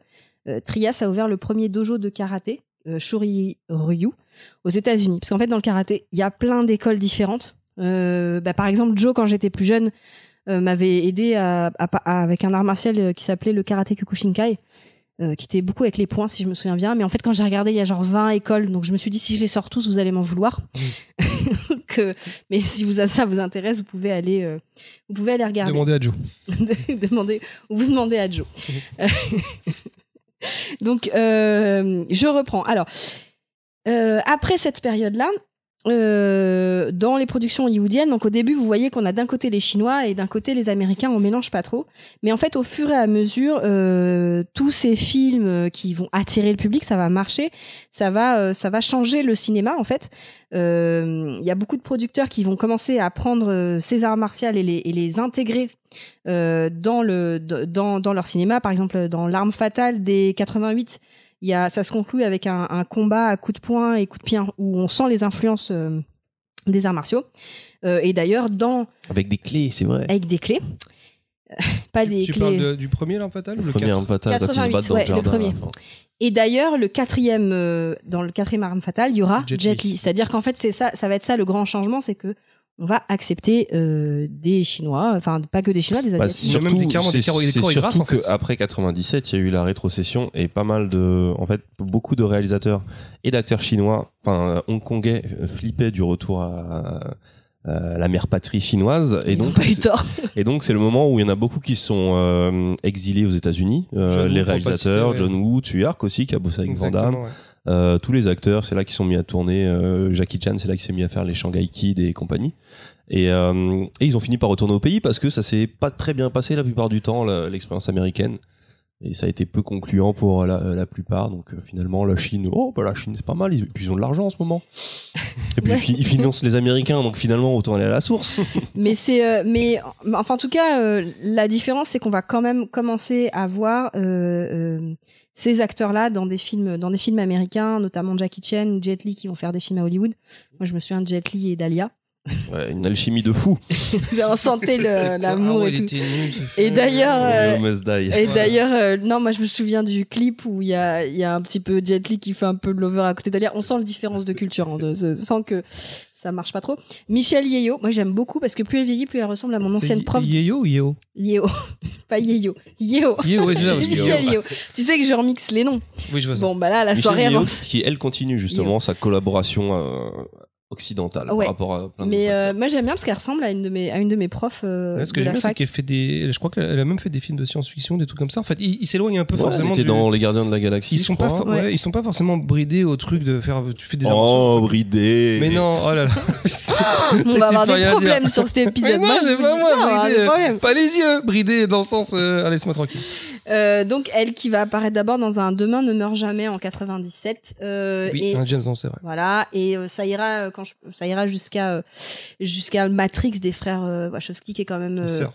A: euh, Trias a ouvert le premier dojo de karaté, euh, Shuri Ryu, aux États-Unis. Parce qu'en fait, dans le karaté, il y a plein d'écoles différentes. Euh, bah, par exemple, Joe, quand j'étais plus jeune, euh, m'avait aidé à- à pa- à- avec un art martial euh, qui s'appelait le karaté Kyokushinkai. euh, qui était beaucoup avec les points si je me souviens bien mais en fait quand j'ai regardé il y a genre 20 écoles donc je me suis dit si je les sors tous vous allez m'en vouloir Donc, euh, mais si vous ça vous intéresse vous pouvez aller euh, vous pouvez aller regarder
B: demandez à Joe
A: de- demander, vous demandez à Joe. Donc, euh, je reprends. Alors, euh, après cette période-là, euh, dans les productions hollywoodiennes. Donc au début, vous voyez qu'on a d'un côté les Chinois et d'un côté les Américains, on mélange pas trop. Mais en fait, au fur et à mesure, euh, tous ces films euh, qui vont attirer le public, ça va marcher, ça va, euh, ça va changer le cinéma en fait. Euh, Il y a beaucoup de producteurs qui vont commencer à prendre euh, ces arts martiaux et les, et les intégrer euh, dans, le, dans, dans leur cinéma. Par exemple, dans L'arme fatale des 88, il y a, ça se conclut avec un, un combat à coups de poing et coups de pied où on sent les influences euh, des arts martiaux. Euh, et d'ailleurs, dans
C: Avec des clés, c'est vrai.
A: avec des clés, pas
B: tu,
A: Ah, des
B: tu
A: clés.
B: parles de- du premier l'arme fatale ou le
C: Premier
B: quatrième
C: arme fatale, quand ils se
A: 88,
C: battent dans
A: ouais,
C: le
A: le
C: jardin.
A: premier.
C: à la fin.
A: Et d'ailleurs, le quatrième, euh, dans le quatrième arme fatale, il y aura
B: Jet
A: Jet,
B: Li.
A: Li. C'est-à-dire qu'en fait, c'est ça, ça va être ça le grand changement, c'est que on va accepter euh, des Chinois, enfin pas que des Chinois, des
C: Bah,
A: Asiatiques.
B: Il y a même
C: surtout,
B: des carrément des
C: c'est
B: choro- des
C: c'est
B: chorégraphes,
C: surtout
B: en fait.
C: qu'après 97, il y a eu la rétrocession et pas mal de, en fait, beaucoup de réalisateurs et d'acteurs chinois, enfin euh, hongkongais, euh, flippaient du retour à, à la mère patrie chinoise. Et
A: Ils ont
C: donc,
A: pas eu
C: c'est-
A: tort.
C: et donc c'est le moment où il y en a beaucoup qui sont euh, exilés aux États-Unis, euh,
B: John Woo,
C: les
B: pour pas le
C: réalisateurs,
B: citer, ouais.
C: John Woo, Tuyark aussi, qui a bossé avec Van Damme.
B: Exactement, ouais.
C: Euh, tous les acteurs, c'est là qu'ils sont mis à tourner. euh, Jackie Chan, c'est là qu'il s'est mis à faire les Shanghai Kid et compagnie. Et, euh, et ils ont fini par retourner au pays parce que ça s'est pas très bien passé la plupart du temps, la- l'expérience américaine. Et ça a été peu concluant pour la, la plupart. Donc euh, finalement, la Chine, oh bah la Chine c'est pas mal, ils, puis ils ont de l'argent en ce moment. Et puis
A: Ouais.
C: ils fi- ils financent les Américains, donc finalement autant aller à la source.
A: mais c'est euh, mais enfin en tout cas euh, la différence c'est qu'on va quand même commencer à voir euh, euh, ces acteurs là dans des films dans des films américains notamment Jackie Chan ou Jet Li qui vont faire des films à Hollywood moi je me souviens de Jet Li et Dahlia
C: Ouais, une alchimie de fou.
A: on sentait le-
B: Ah
A: l'amour
B: ouais,
A: et
B: il
A: tout
B: était nul, ce
A: et
B: film.
A: d'ailleurs euh,
C: You must die.
A: et
B: Ouais.
A: d'ailleurs, euh, non, moi je me souviens du clip où il y a, il y a un petit peu Jet Li qui fait un peu de l'over à côté d'Alia. On sent la différence de culture, hein, de- de- sans que ça marche pas trop. Michel Yeo, moi j'aime beaucoup parce que plus elle vieillit, plus elle ressemble à mon
B: C'est
A: ancienne prof
B: Ye- Yeo ou Yeo
A: Yeo. Pas Yeo. Yeo.
B: Yeo, ouais, c'est ça. Ah, parce que-
A: Michel Yeo. Tu sais que je remixe les noms.
B: Oui, je vois ça.
A: Bon, bah là, la
C: Michel
A: soirée
C: Yeo,
A: avance.
C: qui elle continue justement sa collaboration euh, occidentale
A: Ouais.
C: par rapport à plein de
A: Mais
C: autres
A: euh, moi, j'aime bien parce qu'elle ressemble à une de mes, à une de mes profs euh,
B: Ouais, ce que
A: de la
B: j'aime bien, c'est
A: fac.
B: qu'elle fait des. Je crois qu'elle a même fait des films de science-fiction, des trucs comme ça. En fait, ils ils s'éloignent un peu
C: Ouais,
B: forcément.
C: on était
B: du-
C: dans les gardiens de la galaxie
B: Ils sont pas,
C: forts
B: for- ouais, ils sont pas forcément bridés au truc de faire. Tu fais des
C: oh
B: aventures.
C: bridé
B: Mais non, oh là là.
A: On
B: tu
A: va avoir
B: peux
A: des
B: rien
A: problèmes
B: dire.
A: sur cet épisode.
B: Mais non,
A: Moi, je
B: c'est
A: vous
B: pas
A: dis,
B: moi,
A: on va avoir
B: bridé.
A: des problèmes.
B: pas les yeux, bridés dans le sens. euh, ah, Laisse-moi tranquille.
A: Euh, donc, elle qui va apparaître d'abord dans un Demain ne meurt jamais en 97. euh,
B: oui,
A: et
B: un James Bond, c'est vrai.
A: Voilà, et euh, ça ira euh, quand je- ça ira jusqu'à euh, jusqu'à Matrix des frères euh, Wachowski qui est quand même. euh,
B: Les sœurs.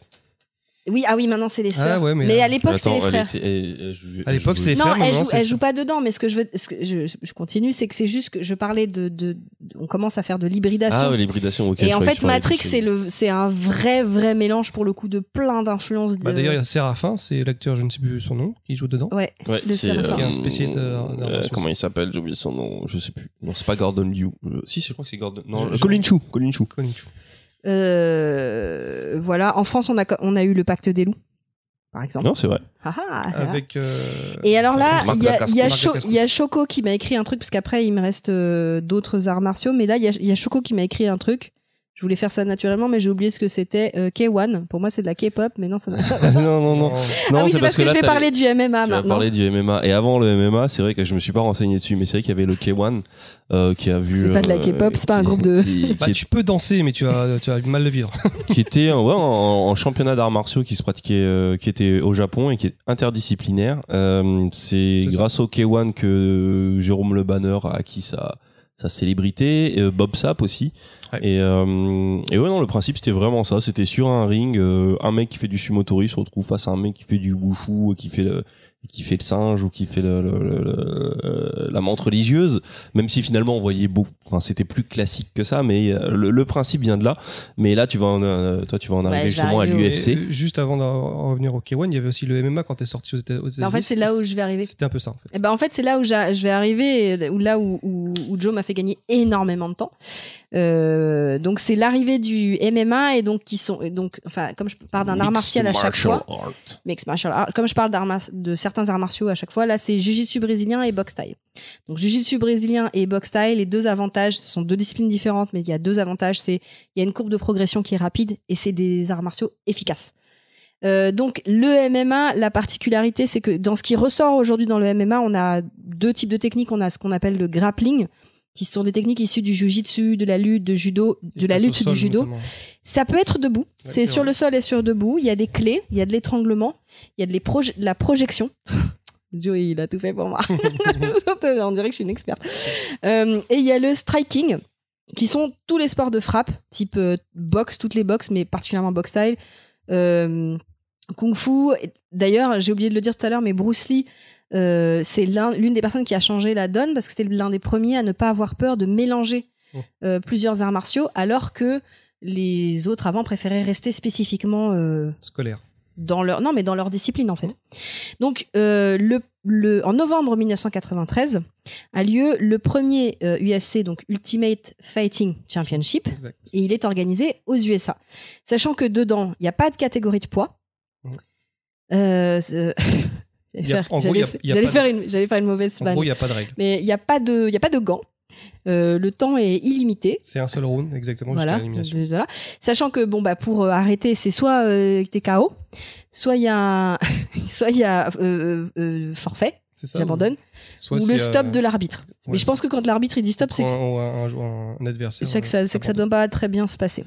A: Oui, ah oui, maintenant c'est les
B: Ah
A: sœurs.
B: ouais, mais-
A: mais, à l'époque c'était les frères.
B: À l'époque, c'est les
A: Non,
B: frères. mais
A: elle
B: maintenant,
A: joue,
B: c'est
A: elle
B: les
A: joue pas dedans, mais ce que je veux, ce que je, je continue, c'est que c'est juste que je parlais de, de, de- on commence à faire de l'hybridation.
C: ah ouais, l'hybridation ok
A: et
C: je
A: en
C: croyais que
A: fait,
C: tu parlais
A: Matrix,
C: de-
A: c'est le, c'est un vrai, vrai mélange pour le coup de plein d'influences.
B: Bah,
A: de-
B: D'ailleurs, il y a Séraphin, c'est l'acteur, je ne sais plus son nom, qui joue dedans.
A: ouais.
C: ouais,
A: le
C: c'est
A: serpent.
B: Qui est un spécialiste, euh, d'invention
C: euh,
B: scientifique.
C: comment il s'appelle j'ai oublié son nom je sais plus non c'est pas Gordon Liu Euh, si je crois que c'est Gordon non
B: Je-
C: euh,
B: je-
C: Colin Chou Colin Chou
B: Colin Chou.
A: Euh, voilà. En France, on a, on a eu le Pacte des loups, par exemple.
C: non c'est vrai
A: Ah, ah, ah.
B: Avec. euh,
A: Et alors là,
C: Marc
A: il y a,
C: Lacasco.
A: il y a
B: Marc
A: Cho-
B: Lacasco.
A: il y a Choco qui m'a écrit un truc, parce qu'après, il me reste euh, d'autres arts martiaux, mais là, il y a, il y a Choco qui m'a écrit un truc. Je voulais faire ça naturellement, mais j'ai oublié ce que c'était. euh, K1, pour moi, c'est de la K-pop, mais non, ça n'a pas.
C: non non non
B: non.
C: non
A: ah oui, c'est parce que,
C: là,
A: je vais
C: t'avais-
A: parler du MMA
C: Tu as
A: Ah, maintenant.
C: parlé du MMA et avant le MMA, c'est vrai que je me suis pas renseigné dessus, mais c'est vrai qu'il y avait le K1 euh, qui a vu.
A: C'est pas de la
C: euh,
A: K-pop, c'est pas un
C: qui-
A: groupe de-
C: qui-
B: Bah,
C: qui-
B: tu peux danser, mais tu as, tu as mal le vivre.
C: qui était en, ouais, en- en championnat d'arts martiaux qui se pratiquait, euh, qui était au Japon et qui est interdisciplinaire. Euh, c'est
B: C'est ça.
C: grâce au K1 que euh, Jérôme Le Banner a acquis sa sa célébrité, euh, Bob Sapp aussi.
B: Ouais.
C: Et, euh, et ouais, non, le principe c'était vraiment ça. C'était sur un ring, euh, un mec qui fait du sumotori se retrouve face à un mec qui fait du wushu, euh, qui fait le qui fait le singe ou qui fait le, le- le- le- la menthe religieuse, même si finalement on voyait beaucoup, enfin, c'était plus classique que ça, mais euh, le, le principe vient de là. Mais là, tu vas en, euh, toi, tu vas en arriver
A: je vais
C: justement à
A: arriver au-
C: l'UFC.
B: Et, euh, Juste avant d'en revenir au K1, il y avait aussi le MMA quand t'es sorti aux Éta- aux États-Unis.
A: Mais en fait, c'est là où je vais arriver.
B: C'était un peu ça, en fait.
A: Eh ben, en fait, c'est là où j'a- je vais arriver, où là où, où, où Joe m'a fait gagner énormément de temps. Euh, donc, c'est l'arrivée du MMA et donc qui sont, et donc, enfin, comme je parle d'un art
C: Mixed
A: martial à chaque
C: martial
A: fois,
C: art.
A: mixed martial art, comme je parle d'arts mar- de certains arts martiaux à chaque fois, là, c'est jujitsu brésilien et boxe thaï. Donc, jujitsu brésilien et boxe thaï, les deux avantages, ce sont deux disciplines différentes, mais il y a deux avantages, c'est il y a une courbe de progression qui est rapide et c'est des arts martiaux efficaces. Euh, donc le MMA, la particularité, c'est que dans ce qui ressort aujourd'hui dans le MMA, on a deux types de techniques. On a ce qu'on appelle le grappling, qui sont des techniques issues du jujitsu, de la lutte, de judo, de la lutte, du judo. Ça peut être debout.
B: Ouais,
A: c'est
B: c'est
A: sur
B: vrai.
A: le sol et sur debout. Il y a des clés, il y a de l'étranglement, il y a de, les proje- de la projection. Joey, il a tout fait pour moi. On dirait que je suis une experte. Euh, et il y a le striking, qui sont tous les sports de frappe, type euh, boxe, toutes les boxes, mais particulièrement boxe style, euh, kung fu. Et D'ailleurs, j'ai oublié de le dire tout à l'heure, mais Bruce Lee, euh, c'est l'un- l'une des personnes qui a changé la donne parce que c'était l'un des premiers à ne pas avoir peur de mélanger
B: Oh.
A: euh, plusieurs arts martiaux, alors que les autres avant préféraient rester spécifiquement euh,
B: Scolaire.
A: dans leur non mais dans leur discipline en fait. Donc euh, le, le en novembre 1993 a lieu le premier euh, UFC donc Ultimate Fighting Championship
B: Exact.
A: et il est organisé aux USA. Sachant que dedans, il n'y a pas de catégorie de poids.
B: Mhm.
A: Euh, c'est-
B: Il
A: j'allais
B: y a-
A: faire,
B: en gros, il y
A: j'allais
B: a-
A: f-
B: il y a
A: j'allais
B: pas
A: faire une, j'allais faire une mauvaise
B: En
A: span.
B: gros, il n'y a pas de règle.
A: Mais il n'y a pas de, il y a pas de gants. Euh, le temps est illimité.
B: C'est un seul round, exactement, jusqu'à
A: Voilà,
B: l'élimination.
A: Euh, voilà. Sachant que bon bah pour euh, arrêter, c'est soit euh, t'es KO, soit il y a, soit il y a euh, euh, forfait,
B: C'est ça.
A: j'abandonne,
B: Soit
A: ou
B: c'est,
A: le stop
B: euh,
A: de l'arbitre.
B: ouais,
A: Mais je pense que quand l'arbitre il dit stop, c'est
B: quand
A: que
B: Un, un- un adversaire.
A: c'est que ça,
B: euh,
A: c'est que ça
B: abandonne.
A: doit pas très bien se passer.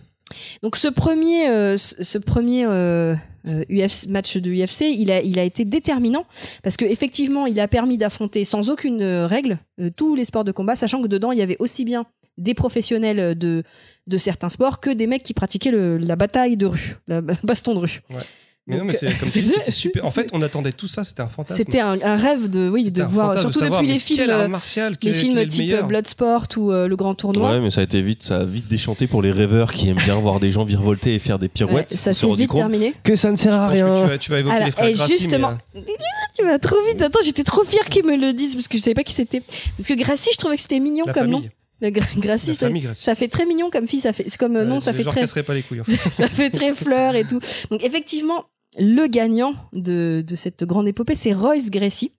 A: Donc ce premier, euh, ce ce premier euh, euh, UFC match de UFC, il a, il a été déterminant parce que effectivement, il a permis d'affronter sans aucune euh, règle euh, tous les sports de combat, sachant que dedans il y avait aussi bien des professionnels euh, de, de certains sports que des mecs qui pratiquaient le- la bataille de rue, la ba- baston de rue.
B: Mais non,
A: Donc,
B: mais c'est comme tu dis,
A: c'est-
B: c'était super. En fait, on attendait tout ça, c'était un fantasme.
A: C'était un, un rêve de, oui,
B: C'était
A: de
B: un
A: voir,
B: fantasme de
A: surtout
B: savoir,
A: depuis
B: mais
A: les films,
B: Quel art
A: euh,
B: martial, quel
A: les
B: est- quel
A: films
B: est le
A: type
B: meilleur
A: Bloodsport ou euh, Le Grand Tournoi.
C: Ouais, mais ça a été vite, ça a vite déchanté pour les rêveurs qui aiment bien voir des gens virevolter et faire des
A: Ouais,
C: pirouettes.
A: ça
C: On s'est
A: s'est
C: rendu
A: vite
C: compte
A: terminé.
C: que ça ne sert à
B: Je pense que
C: rien.
B: tu vas, tu vas évoquer
A: Alors,
B: les frères
A: et
B: Grassi, mais,
A: justement-
B: euh,
A: Tu vas trop vite. Attends, j'étais trop fière qu'ils me le disent parce que je savais pas qui c'était. Parce que Gracie, je trouvais que c'était mignon
B: la
A: comme nom.
B: famille,
A: Le Gra- Gracie,
B: la
A: je trouvais-
B: famille Grassi.
A: ça fait très mignon comme fille. Ça fait, c'est comme euh, non,
B: Euh,
A: ça
B: c'est
A: fait
B: genre
A: très,
B: casserait pas les couilles. en fait.
A: ça fait très fleur et tout. Donc effectivement, le gagnant de, de cette grande épopée, c'est Royce Gracie.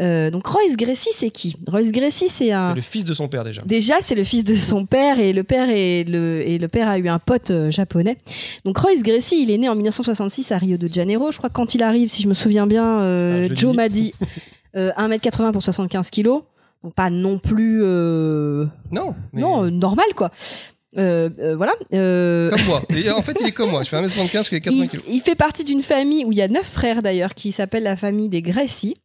A: Euh, donc Royce Gracie, c'est qui Royce Gracie, c'est un
B: C'est le fils de son père déjà.
A: Déjà, c'est le fils de son père et le père est le et le père a eu un pote euh, japonais. Donc Royce Gracie, il est né en 1966 à Rio de Janeiro. Je crois que quand il arrive, si je me souviens bien, euh,
B: C'est un jeudi.
A: Joe m'a dit euh, 1m80 pour 75 kilos. Donc pas non plus euh,
B: Non, mais-
A: non euh, normal quoi. Euh, euh, voilà. Euh,
B: comme moi. Et en fait, il est comme moi. Je fais 1m75, je fais
A: il,
B: 80 kg.
A: il fait partie d'une famille où il y a neuf frères d'ailleurs qui s'appelle la famille des Gracie.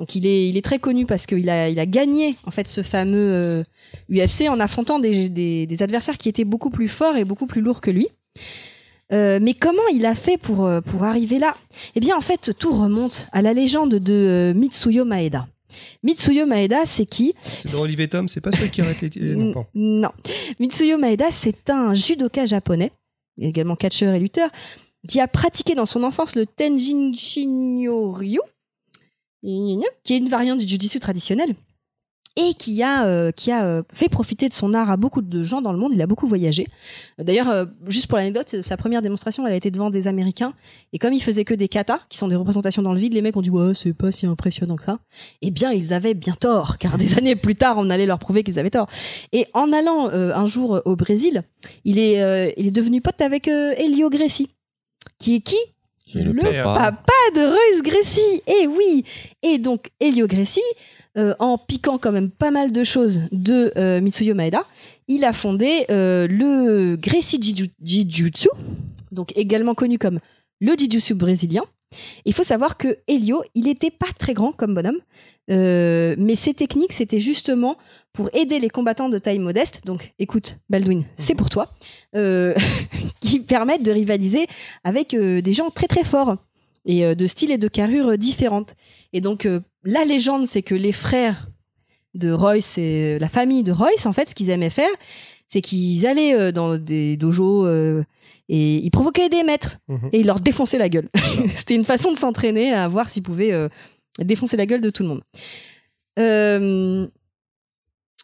A: Donc il est, il est très connu parce qu'il a, il a gagné en fait ce fameux euh, UFC en affrontant des, des- des adversaires qui étaient beaucoup plus forts et beaucoup plus lourds que lui. Euh, mais comment il a fait pour, euh, pour arriver là Eh bien en fait tout remonte à la légende de euh, Mitsuyo Maeda. Mitsuyo Maeda c'est qui
B: C'est dans Olivier Tom, c'est pas celui qui arrête les. euh,
A: Mm.
B: Non, pardon.
A: non. Mitsuyo Maeda, c'est un judoka japonais, également catcheur et lutteur, qui a pratiqué dans son enfance le Tenjin Shinryu, qui est une variante du jujitsu traditionnel, et qui a, euh, qui a euh, fait profiter de son art à beaucoup de gens dans le monde. Il a beaucoup voyagé. D'ailleurs, euh, juste pour l'anecdote, sa première démonstration, elle a été devant des Américains, et comme il faisait que des katas, qui sont des représentations dans le vide, les mecs ont dit ouais, c'est pas si impressionnant que ça. Eh bien, ils avaient bien tort, car des années plus tard, on allait leur prouver qu'ils avaient tort. Et en allant euh, un jour euh, au Brésil, il est, euh, il est devenu pote avec euh, Elio Gracie. Qui est qui
C: Qui est le
A: Le
C: papa.
A: Papa de Royce Gracie Eh oui Et donc, Elio Gracie, euh, en piquant quand même pas mal de choses de euh, Mitsuyo Maeda, il a fondé euh, le Gracie Jiju- Jijutsu, donc également connu comme le Jijutsu brésilien. Il faut savoir que Elio, il n'était pas très grand comme bonhomme, euh, mais ses techniques, c'était justement pour aider les combattants de taille modeste, donc écoute, Baldwin, c'est pour toi, euh, qui permettent de rivaliser avec euh, des gens très très forts et euh, de styles et de carrures euh, différentes. Et donc, euh, la légende, c'est que les frères de Royce et euh, la famille de Royce, en fait, ce qu'ils aimaient faire, c'est qu'ils allaient euh, dans des dojos euh, et ils provoquaient des maîtres
B: Mhm.
A: et ils leur défonçaient la gueule. C'était une façon de s'entraîner à voir s'ils pouvaient euh, défoncer la gueule de tout le monde. Euh,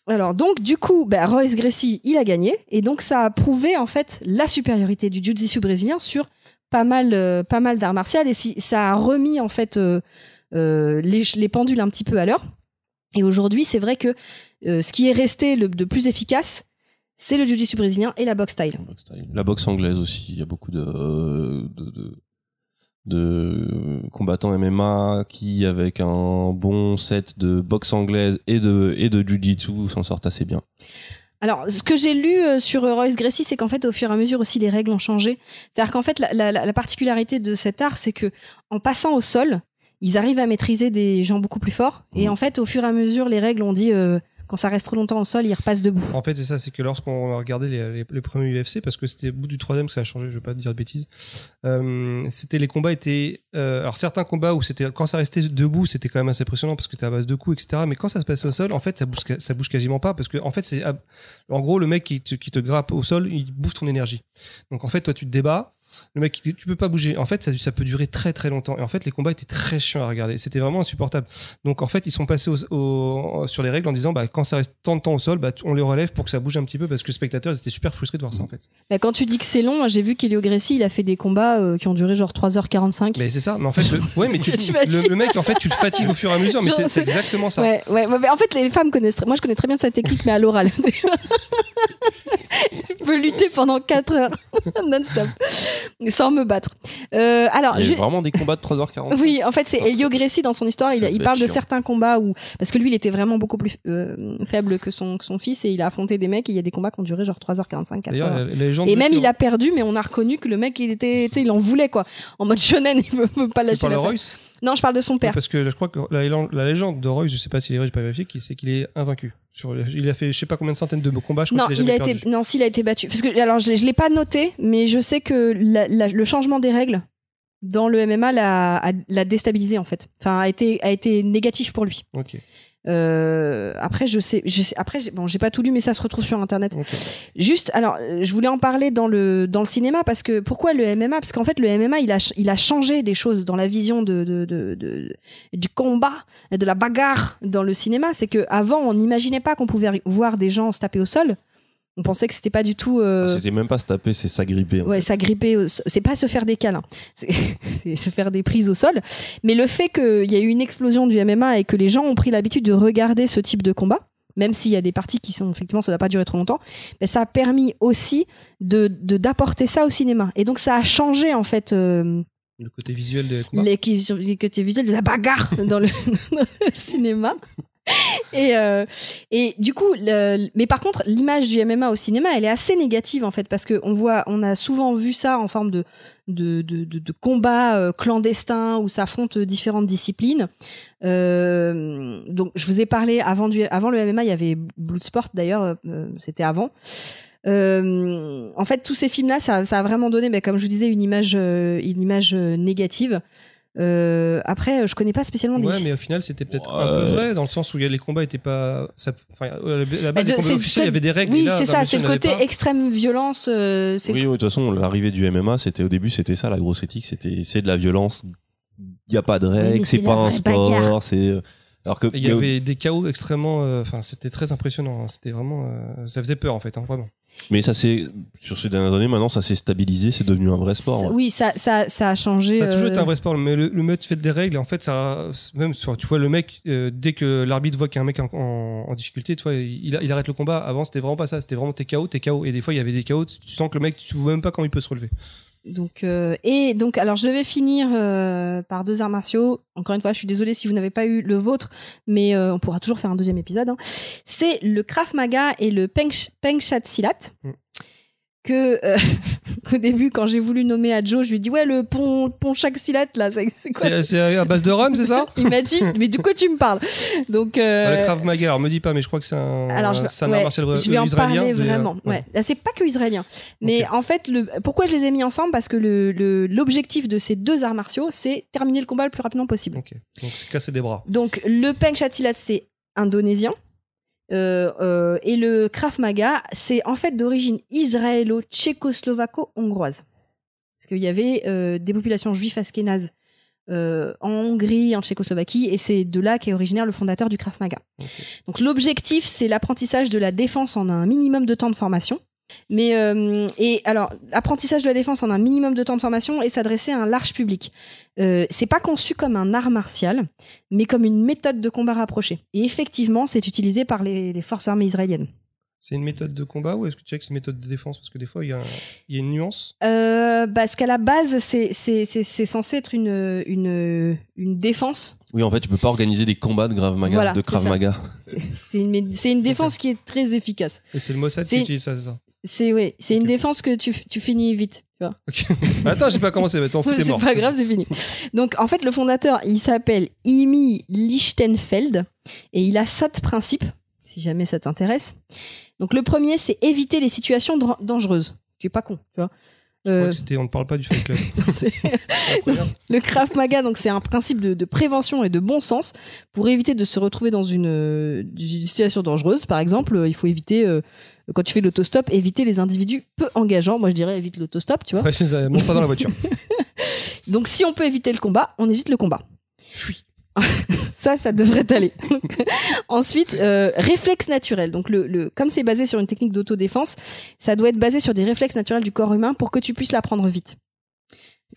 A: alors donc du coup, bah, Royce Gracie, il a gagné et donc ça a prouvé en fait la supériorité du jiu-jitsu brésilien sur pas mal, euh, pas mal d'arts martiaux et si, ça a remis en fait euh, euh, les, les pendules un petit peu à l'heure. Et aujourd'hui, c'est vrai que euh, ce qui est resté le, de plus efficace, c'est le jiu-jitsu brésilien et la boxe style.
C: La boxe anglaise aussi, il y a beaucoup de, de, de- de combattants MMA qui, avec un bon set de boxe anglaise et de, et de jujitsu, s'en sortent assez bien.
A: Alors, ce que j'ai lu euh, sur euh, Royce Gracie, c'est qu'en fait, au fur et à mesure aussi, les règles ont changé. C'est-à-dire qu'en fait, la, la- la- la particularité de cet art, c'est que en passant au sol, ils arrivent à maîtriser des gens beaucoup plus forts. Et
C: Mhm.
A: en fait, au fur et à mesure, les règles ont dit euh, quand ça reste trop longtemps au sol, ils repassent debout.
B: En fait, c'est ça, c'est que lorsqu'on regardait les, les- les premiers UFC, parce que c'était au bout du troisième que ça a changé, je veux pas te dire de bêtises, euh, c'était les combats étaient. euh, alors certains combats où c'était quand ça restait debout, c'était quand même assez impressionnant parce que t'es à base de coups, etc. Mais quand ça se passe au sol, en fait, ça bouge, ca- ça bouge quasiment pas parce que en fait, c'est ab- en gros le mec qui te, qui te grappe au sol, il bouffe ton énergie. Donc en fait, toi, tu te débats. Le mec, il- tu peux pas bouger. En fait, ça, ça peut durer très très longtemps. Et en fait, les combats étaient très chiants à regarder. C'était vraiment insupportable. Donc en fait, ils sont passés au- au- sur les règles en disant bah, quand ça reste tant de temps au sol, bah, on les relève pour que ça bouge un petit peu parce que le spectateur était super frustré de voir ça en fait.
A: Mais quand tu dis que c'est long, moi, j'ai vu qu'Elio Gracie, il a fait des combats euh, qui ont duré genre 3h45.
B: Mais c'est ça, mais en fait, le, ouais, mais tu,
A: T'imagines
B: le, le mec, en fait, tu le fatigues au fur et à mesure, mais c'est c'est exactement ça.
A: Ouais, ouais, ouais, mais en fait, les femmes connaissent. très- Moi, je connais très bien cette technique, mais à l'oral. je peux lutter pendant 4 heures non-stop, sans me battre. Euh, alors,
C: Il y a
A: je-
C: eu vraiment des combats de 3h40.
A: Oui, en fait, c'est Elio Gracie dans son histoire. Il,
C: Ça
A: il
C: peut
A: parle
C: être
A: de
C: chiant.
A: certains combats où. Parce que lui, il était vraiment beaucoup plus euh, faible que son, que son fils et il a affronté des mecs et il y a des combats qui ont duré genre 3h45, 4h.
B: D'ailleurs, la- la légende
A: Et
B: veut
A: même
B: que-
A: il a perdu, mais on a reconnu que le mec, il était, tu sais, il en voulait quoi. En mode shonen, il veut, veut pas
B: Tu
A: lâcher
B: parles de
A: la
B: Royce
A: Non, je parle de son
B: Oui,
A: père.
B: Parce que je crois que la, la légende de Royce, je sais pas s'il est vrai, j'ai pas vérifié, qui- c'est qu'il est invaincu. Sur, le- il a fait je sais pas combien de centaines de combats, je
A: Non,
B: crois qu'il a
A: il
B: jamais
A: a
B: perdu.
A: été, non, s'il a été battu. Parce que alors, je, je l'ai pas noté, mais je sais que la- la- le changement des règles dans le MMA l'a a- l'a déstabilisé en fait. Enfin, a été a été négatif pour lui.
B: Ok,
A: Euh, après, je sais, je sais- après, j'ai- bon, j'ai pas tout lu, mais ça se retrouve sur internet.
B: ok.
A: Juste, alors, euh, je voulais en parler dans le dans le cinéma parce que pourquoi le MMA Parce qu'en fait, le MMA, il a ch- il a changé des choses dans la vision de, de, de- de- du combat et de la bagarre dans le cinéma. C'est que avant, on n'imaginait pas qu'on pouvait ri- voir des gens se taper au sol. On pensait que c'était pas du tout. euh,
C: C'était même pas se taper, Ah, c'est hein. s'agripper. en
A: Ouais, s'agripper, au- c'est pas se faire des câlins, c'est c'est se faire des prises au sol. Mais le fait qu'il y a eu une explosion du MMA et que les gens ont pris l'habitude de regarder ce type de combat, même s'il y a des parties qui sont effectivement, ça n'a pas duré trop longtemps, mais ça a permis aussi de de- d'apporter ça au cinéma. Et donc ça a changé en fait euh,
B: Le côté visuel des combats.
A: les qui- les côtés visuels de la bagarre dans le, dans le cinéma. Et, euh, et du coup, le- mais par contre, l'image du MMA au cinéma, elle est assez négative en fait, parce que on voit, on a souvent vu ça en forme de de, de, de, de combats euh, clandestins où s'affrontent différentes disciplines. Euh, donc, je vous ai parlé avant du avant le MMA, il y avait Bloodsport d'ailleurs, euh, c'était avant. Euh, en fait, tous ces films-là, ça, ça a vraiment donné, ben, comme je vous disais, une image, euh, une image euh, négative. Euh, après, je connais pas spécialement des
B: Ouais, mais au final, c'était peut-être
C: Ouais.
B: un peu vrai, dans le sens où il y a- les combats étaient pas. Ça, enfin, à euh,
A: Bah,
B: la base,
A: de- c'est
B: les combats officiels, il y
A: peut-être-
B: avait des règles. et
A: Oui,
B: là,
A: c'est
B: dans
A: ça,
B: le
A: c'est
B: film,
A: le
B: il y en avait
A: côté
B: pas.
A: extrême violence. euh, c'est
C: Oui, oui, de toute façon, l'arrivée du MMA, c'était au début, c'était ça, la grosse éthique, c'était c'est de la violence, il y a pas de
A: Oui, mais
C: règles, c'est
A: c'est
C: pas
A: la
C: un
A: vraie bagarre.
C: sport, c'est euh, alors que
B: Et Il y avait des chaos extrêmement. euh, Enfin, c'était très impressionnant. hein. C'était vraiment. euh, ça faisait peur, en fait, hein, vraiment.
C: mais ça s'est sur ces dernières années maintenant, ça s'est stabilisé, c'est devenu un vrai
A: Ça-
C: sport. hein.
A: Oui, ça, ça, ça a changé.
B: Ça a toujours été
A: euh,
B: un vrai sport, mais le, le fait des règles, en fait, ça, même, sur- tu vois, le mec, euh, dès que l'arbitre voit qu'il y a un mec en, en- en difficulté, tu vois, il, il arrête le combat. Avant, c'était vraiment pas ça. C'était vraiment t'es KO, t'es KO. Et des fois, il y avait des KO, tu sens que le mec, tu vois même pas comment il peut se relever.
A: Donc, euh, et donc, alors je vais finir euh, par deux arts martiaux. Encore une fois, je suis désolée si vous n'avez pas eu le vôtre, mais euh, on pourra toujours faire un deuxième épisode. hein. C'est le Krav Maga et le Peng, Pengshat Silat.
B: Mm.
A: Que euh, au début, quand j'ai voulu nommer à Joe, je lui ai dit Ouais, le pont, pont Silat, là, c'est c'est quoi
B: C'est c'est à base de rhum, c'est ça
A: Il m'a dit Mais de quoi tu me parles Donc, euh,
B: Ah, Le Krav Maga, alors me dis pas, mais je crois que c'est un,
A: alors je,
B: c'est un
A: ouais,
B: art martial
A: je vais en
B: israélien
A: parler
B: des, euh,
A: vraiment.
B: ouais.
A: Ouais. Ah, C'est pas que israélien. Mais en fait, le, pourquoi je les ai mis ensemble Parce que le- le- l'objectif de ces deux arts martiaux, c'est terminer le combat le plus rapidement possible.
B: Ok, donc c'est casser des bras.
A: Donc le Peng Chatilat, c'est indonésien. Euh, euh, et le Krav Maga, c'est en fait d'origine israélo-tchécoslovaco-hongroise. Parce qu'il y avait euh, des populations juives askénazes euh, en Hongrie, en Tchécoslovaquie, et c'est de là qu'est originaire le fondateur du Krav Maga.
B: Ok.
A: Donc l'objectif, c'est l'apprentissage de la défense en un minimum de temps de formation. Mais euh, et alors apprentissage de la défense en un minimum de temps de formation et s'adresser à un large public. Euh, c'est pas conçu comme un art martial, mais comme une méthode de combat rapprochée. Et effectivement, c'est utilisé par les, les forces armées israéliennes.
B: C'est une méthode de combat ou est-ce que tu dirais que c'est une méthode de défense Parce que des fois, il y a, un- il y a une nuance.
A: Euh, parce qu'à la base, c'est c'est- c'est- c'est censé être une, une, une défense.
C: Oui, en fait, tu peux pas organiser des combats de Krav Maga,
A: Voilà,
C: de Krav
A: c'est ça.
C: Maga.
A: C'est une, mé- c'est une défense qui est très efficace.
B: Et c'est le Mossad
A: C'est-
B: qui utilise ça, c'est ça
A: C'est ouais, c'est une
B: Ok.
A: défense que tu, f- tu finis vite. Tu vois.
B: Ok. Ah, Attends, j'ai pas commencé, mais t'en fous, t'es
A: C'est
B: mort.
A: pas grave, c'est fini. Donc en fait, le fondateur, il s'appelle Imi Lichtenfeld et il a sept principes, si jamais ça t'intéresse. Donc le premier, c'est éviter les situations dra- dangereuses. Tu es pas con, tu vois.
B: Je crois
A: Euh,
B: que c'était on ne parle pas du Fight Club.
A: Le Krav Maga, donc c'est un principe de, de prévention et de bon sens pour éviter de se retrouver dans une, euh, une situation dangereuse. Par exemple, euh, il faut éviter euh, quand tu fais de l'autostop, éviter les individus peu engageants. Moi, je dirais évite l'autostop, tu vois.
B: Ouais, c'est ça, monte pas dans la voiture.
A: Donc, si on peut éviter le combat, on évite le combat. ça, ça devrait aller. Ensuite, euh, réflexe naturel. Donc, le, le- comme c'est basé sur une technique d'autodéfense, ça doit être basé sur des réflexes naturels du corps humain pour que tu puisses l'apprendre vite.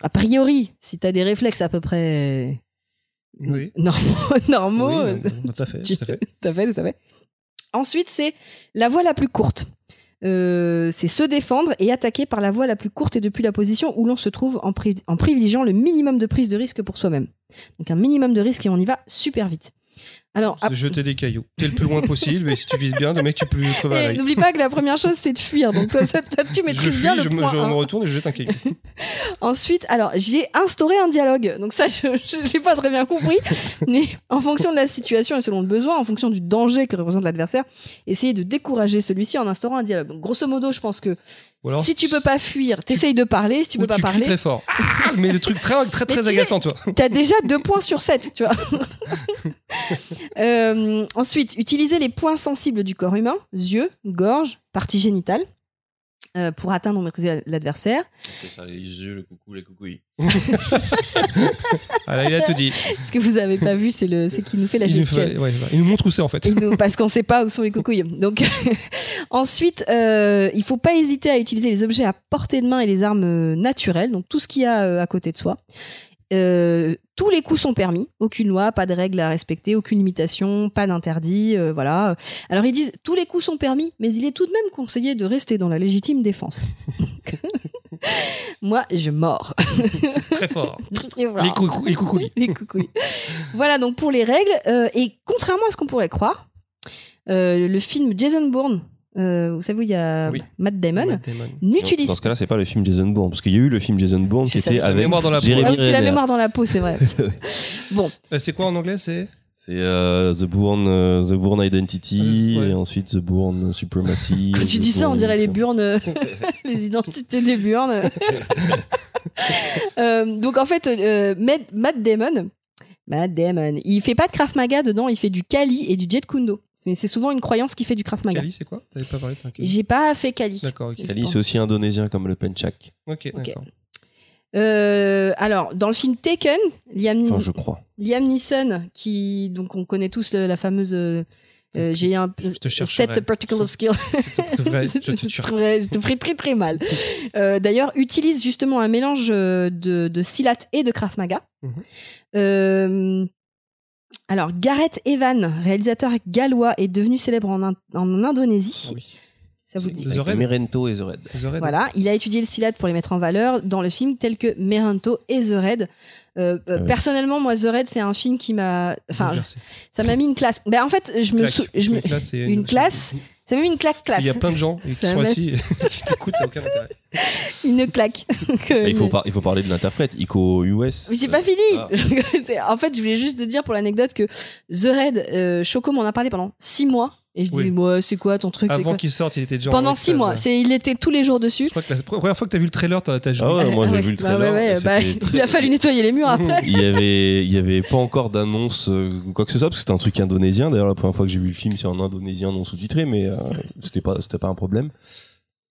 A: A priori, si tu as des réflexes à peu près
B: Oui.
A: normaux, normaux,
B: Oui,
A: euh,
B: non, tout à fait,
A: tu-
B: tout à fait.
A: tout à fait, tout à fait. Ensuite, c'est la voie la plus courte. Euh, c'est se défendre et attaquer par la voie la plus courte et depuis la position où l'on se trouve en, pri- en privilégiant le minimum de prise de risque pour soi-même. Donc un minimum de risque et on y va super vite. Alors,
B: C'est jeter des cailloux. T'es le plus loin possible, et si tu vises bien, le mec, tu peux lui crever à
A: et
B: l'œil.
A: n'oublie pas que la première chose c'est de fuir. Donc toi, ça- t'as- tu
B: Je
A: maîtrises
B: fuis,
A: bien le
B: je, me,
A: point hein.
B: je
A: un.
B: me retourne et je jette un caillou.
A: Ensuite, alors j'ai instauré un dialogue, donc ça je je- j'ai pas très bien compris, mais en fonction de la situation et selon le besoin, en fonction du danger que représente l'adversaire, essayer de décourager celui-ci en instaurant un dialogue. Donc, grosso modo, je pense que
B: Ou alors,
A: si tu peux pas fuir, t'essayes de parler, si tu
B: ou
A: peux pas
B: tu cries
A: parler,
B: très fort. Ah, mais le truc très, très,
A: Mais tu
B: très
A: sais-
B: agaçant, toi.
A: t'as déjà deux points sur sept, tu vois. Euh, ensuite, utiliser les points sensibles du corps humain, yeux, gorge, partie génitale, euh, pour atteindre ou maîtriser l'adversaire.
C: C'est ça, les yeux, le coucou, les coucouilles.
B: Ah, là, il a tout dit.
A: Ce que vous avez pas vu, c'est le, c'est qui nous fait la
B: il, nous
A: gestuelle.
B: fait- ouais, c'est ça. Il nous montre où c'est, en fait.
A: Et nous- parce qu'on sait pas où sont les coucouilles. Donc ensuite, euh, il faut pas hésiter à utiliser les objets à portée de main et les armes euh, naturelles, donc tout ce qu'il y a euh, à côté de soi. Euh, tous les coups sont permis, aucune loi, pas de règles à respecter, aucune limitation, pas d'interdit, euh, voilà. Alors ils disent tous les coups sont permis, mais il est tout de même conseillé de rester dans la légitime défense. Moi, je mords.
B: Très fort.
A: Très, très fort.
B: Les, coucou- les coucouilles.
A: Les coucouilles. voilà donc pour les règles. euh, et contrairement à ce qu'on pourrait croire, euh, le film Jason Bourne, euh, vous savez où il y a
B: Oui.
A: Matt Damon,
B: Ouais, Damon.
A: n'utilise
C: Dans ce cas-là, c'est pas le film Jason Bourne, parce qu'il y a eu le film Jason Bourne qui
A: C'est ça,
C: était
A: c'est la
C: avec
B: mémoire dans la peau.
A: Ah
C: Jérémy
A: oui, c'est la
C: Renner.
A: mémoire dans la peau, c'est vrai. bon,
B: Euh, c'est quoi en anglais C'est
C: C'est euh, The Bourne, euh, The Bourne Identity,
B: Ah, c'est- ouais.
C: et ensuite The Bourne Supremacy.
A: quand tu dis ça, on dirait les
C: burnes
A: burnes, euh, les identités des burnes. Euh, donc en fait, euh, Matt, Matt Damon, Matt Damon, il fait pas de Krav Maga dedans, il fait du Kali et du Jet Kundo. C'est c'est souvent une croyance qui fait du Krav Maga.
B: Kali, c'est quoi T'avais pas parlé, t'inquiète.
A: J'ai pas fait Kali.
B: D'accord, ok.
C: Kali, c'est aussi indonésien comme le Penchak.
B: Ok,
A: Ok.
B: d'accord.
A: Euh, alors, dans le film Taken, Liam,
C: Enfin, je crois.
A: Liam Neeson, qui donc on connaît tous le- la fameuse. euh, euh, J'ai un
B: Je te chercherai.
A: set particle of skill.
B: Je te trouverai, je te
A: Je
B: tuerai.
A: trouverai- je te ferai très très mal. Euh, D'ailleurs, utilise justement un mélange euh, de, de silat et de Krav Maga.
B: Mhm.
A: Euh, alors, Gareth Evan, réalisateur gallois, est devenu célèbre en, In- en Indonésie.
B: Ah oui.
A: Ça vous dit
B: The Red.
C: Merento et The Red.
B: The Red.
A: voilà, il a étudié le silat pour les mettre en valeur dans le film tel que Merento et The Raid. Euh, euh,
C: Ouais.
A: Personnellement, moi, The Raid, c'est un film qui m'a, enfin,
B: Bouleversé.
A: ça m'a mis une classe. Ben en fait, je me,
B: Claque.
A: sou- je me,
B: Une classe, c'est-
A: une classe, ça m'a mis une claque classe,
B: Il y a plein de gens qui
A: Ça
B: sont
A: m'a-
B: assis et qui t'écoutent, ça n'a aucun intérêt.
A: une claque. Euh,
C: Et Ah, Bah, il, faut par- il faut parler de l'interprète, Ico US.
A: J'ai pas fini.
C: Ah.
A: C'est- en fait, je voulais juste te dire pour l'anecdote que The Raid, euh, Choco m'en a parlé pendant six mois et je
B: Oui.
A: dis, moi, c'est quoi ton truc, c'est
B: Avant
A: quoi
B: qu'ils sortent, il était déjà en
A: Pendant
B: extase,
A: six mois,
B: là.
A: c'est, il était tous les jours dessus.
B: Je crois que la première fois que t'as vu le trailer, t'as t'as joué.
C: Ah ouais, moi
A: Ah
C: j'ai
A: ouais.
C: vu le
A: Bah
C: trailer.
A: ouais, ouais,
C: et
A: bah,
C: c'était
A: il a
C: très-
A: fallu nettoyer les murs après.
C: il y avait il y avait pas encore d'annonce euh, ou quoi que ce soit parce que c'était un truc indonésien d'ailleurs la première fois que j'ai vu le film c'est en indonésien non sous-titré mais euh, c'était pas c'était pas un problème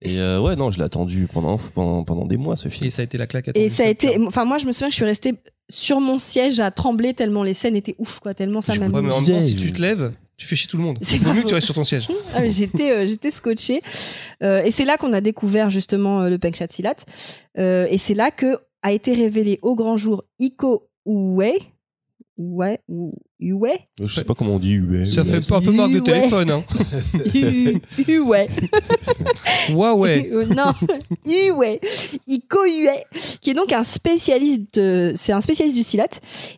C: et euh, ouais non je l'ai attendu pendant, pendant pendant des mois ce
B: Et
C: film
B: ça a été la claque. attendue,
A: Et ça a
B: cette
A: été. Enfin, moi, je me souviens que je suis restée sur mon siège à trembler tellement les scènes étaient ouf, quoi. Tellement ça
C: Je
A: m'a
C: peux
B: Ouais,
A: mis-
B: mais en même
C: Disais,
B: temps, si
C: je-
B: tu te lèves, tu fais chier tout le monde.
A: C'est
B: Vaut
A: pas
B: mieux que
A: faux.
B: tu restes sur ton siège.
A: Ah, mais J'étais, euh, j'étais scotchée. Euh, et c'est là qu'on a découvert justement euh, le Penkshat Silat. Euh, et c'est là que a été révélé au grand jour Iko Uwe. Ouais, ou Ouais.
C: Je sais pas comment on dit UA.
B: Ça fait pas un peu
A: si,
B: marque de
A: ouais.
B: téléphone, hein.
A: Ouais.
B: Huawei.
A: Euh, non, Uwe, Iko Uwe, qui est donc un spécialiste, de- c'est un spécialiste du silat.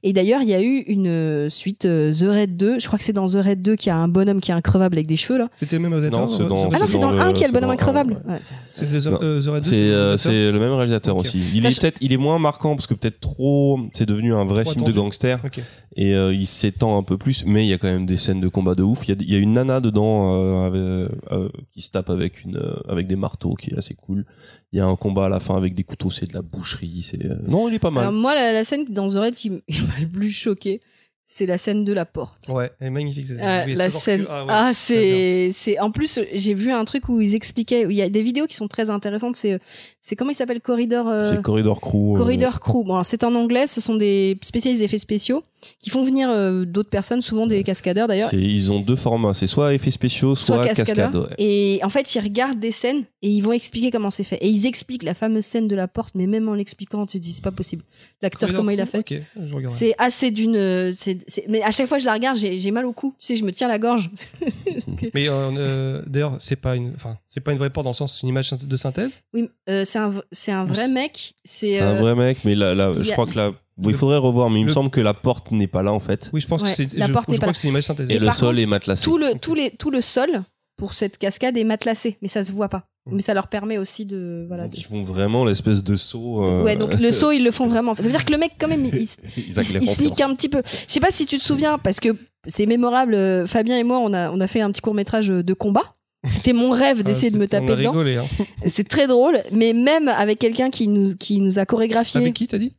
A: Et d'ailleurs, il y a eu une euh, suite euh, The Raid 2. Je crois que c'est dans The Raid 2 qu'il y a un bonhomme qui est increvable avec des cheveux là.
B: C'était même Predator,
C: Non, c'est
B: euh,
C: dans-
B: The-
A: Ah non, c'est
C: c'est
A: dans le
C: dans
A: 1 qu'il y a
C: le-
A: le bonhomme
C: c'est dans-
A: increvable.
C: ouais.
A: Ouais, c'est-
B: C'est The,
C: Non.
B: euh, The Red Dead,
C: C'est euh,
B: Predator.
C: c'est le même réalisateur
B: Ok.
C: aussi. Il
A: Sach-
C: est peut-être, il est moins marquant parce que peut-être trop, c'est devenu un vrai
B: Trop
C: film de
B: attendu.
C: gangster
B: Ok.
C: et euh, il s'étend un peu plus. Mais il y a quand même des scènes de combat de ouf. Il y a, il y a une nana dedans euh, avec- euh, qui se tape avec une, euh, avec des marteaux qui est assez cool. Il y a un combat à la fin avec des couteaux, c'est de la boucherie. C'est euh, non, il est pas mal.
A: Alors moi, la, la scène dans The Raid qui m- qui m'a le plus choqué, c'est la scène de la porte.
B: Ouais, elle est magnifique cette
A: Euh,
B: Oui,
A: la
B: c'est fort
A: scène.
B: que- ah ouais.
A: Ah, c'est, c'est. En plus, j'ai vu un truc où ils expliquaient. où Il y a des vidéos qui sont très intéressantes. C'est, euh, c'est comment il s'appelle Corridor. euh,
C: C'est Corridor Crew. euh,
A: Corridor Crew. Bon, alors, c'est en anglais, ce sont des spécialistes d'effets spéciaux qui font venir euh, d'autres personnes, souvent des cascadeurs d'ailleurs,
C: c'est- Ils ont deux formats. C'est soit effets spéciaux, soit,
A: soit
C: cascade.
A: cascadeurs.
C: ouais.
A: Et en fait, ils regardent des scènes et ils vont expliquer comment c'est fait. Et ils expliquent la fameuse scène de la porte, mais même en l'expliquant, tu te dis, c'est pas possible. L'acteur,
B: Predator
A: comment il a
B: Crew,
A: fait
B: Ok, je regarde.
A: C'est assez d'une. euh, c'est- c'est- Mais à chaque fois, je la regarde, j'ai j'ai mal au cou. Tu sais, je me tiens la gorge.
B: Mais euh, euh, d'ailleurs, c'est pas une, enfin, c'est pas une vraie porte dans le sens c'est une image synth- de synthèse.
A: oui, euh, c'est un, v- c'est un vrai
B: C'est-
A: mec. C'est
C: C'est un
A: euh,
C: vrai mec, mais là, là,
A: il y
C: je
A: a-
C: crois que là, bon, il
B: Le-
C: faudrait revoir. Mais il me
B: le-
C: semble que la porte n'est pas là en fait.
B: Oui, je pense
A: Ouais,
B: que c'est.
A: la
B: je,
A: porte
B: je
A: n'est pas
B: crois
A: là.
B: que c'est une image synthèse.
C: Et,
A: Et
C: le
A: par
C: sol
A: contre,
C: est matelassé.
A: tout le tout les tout le sol pour cette cascade est matelassé, mais ça se voit pas.
B: Mm.
A: Mais ça leur permet aussi de voilà.
C: Donc
A: de-
C: ils font vraiment l'espèce de saut. euh,
A: Ouais, donc le saut ils le font vraiment. Ça veut dire que le mec quand même il, il-
C: ils actent
A: il-
C: les
A: il sneak
C: confiances.
A: un petit peu. Je sais pas si tu te souviens parce que c'est mémorable. euh, Fabien et moi on a on a fait un petit court métrage de combat. C'était mon rêve d'essayer de me taper
B: Ah, On a
A: dedans.
B: rigolé. Hein.
A: C'est très drôle, mais même avec quelqu'un qui nous qui nous a chorégraphié.
B: Avec Ah, qui t'as dit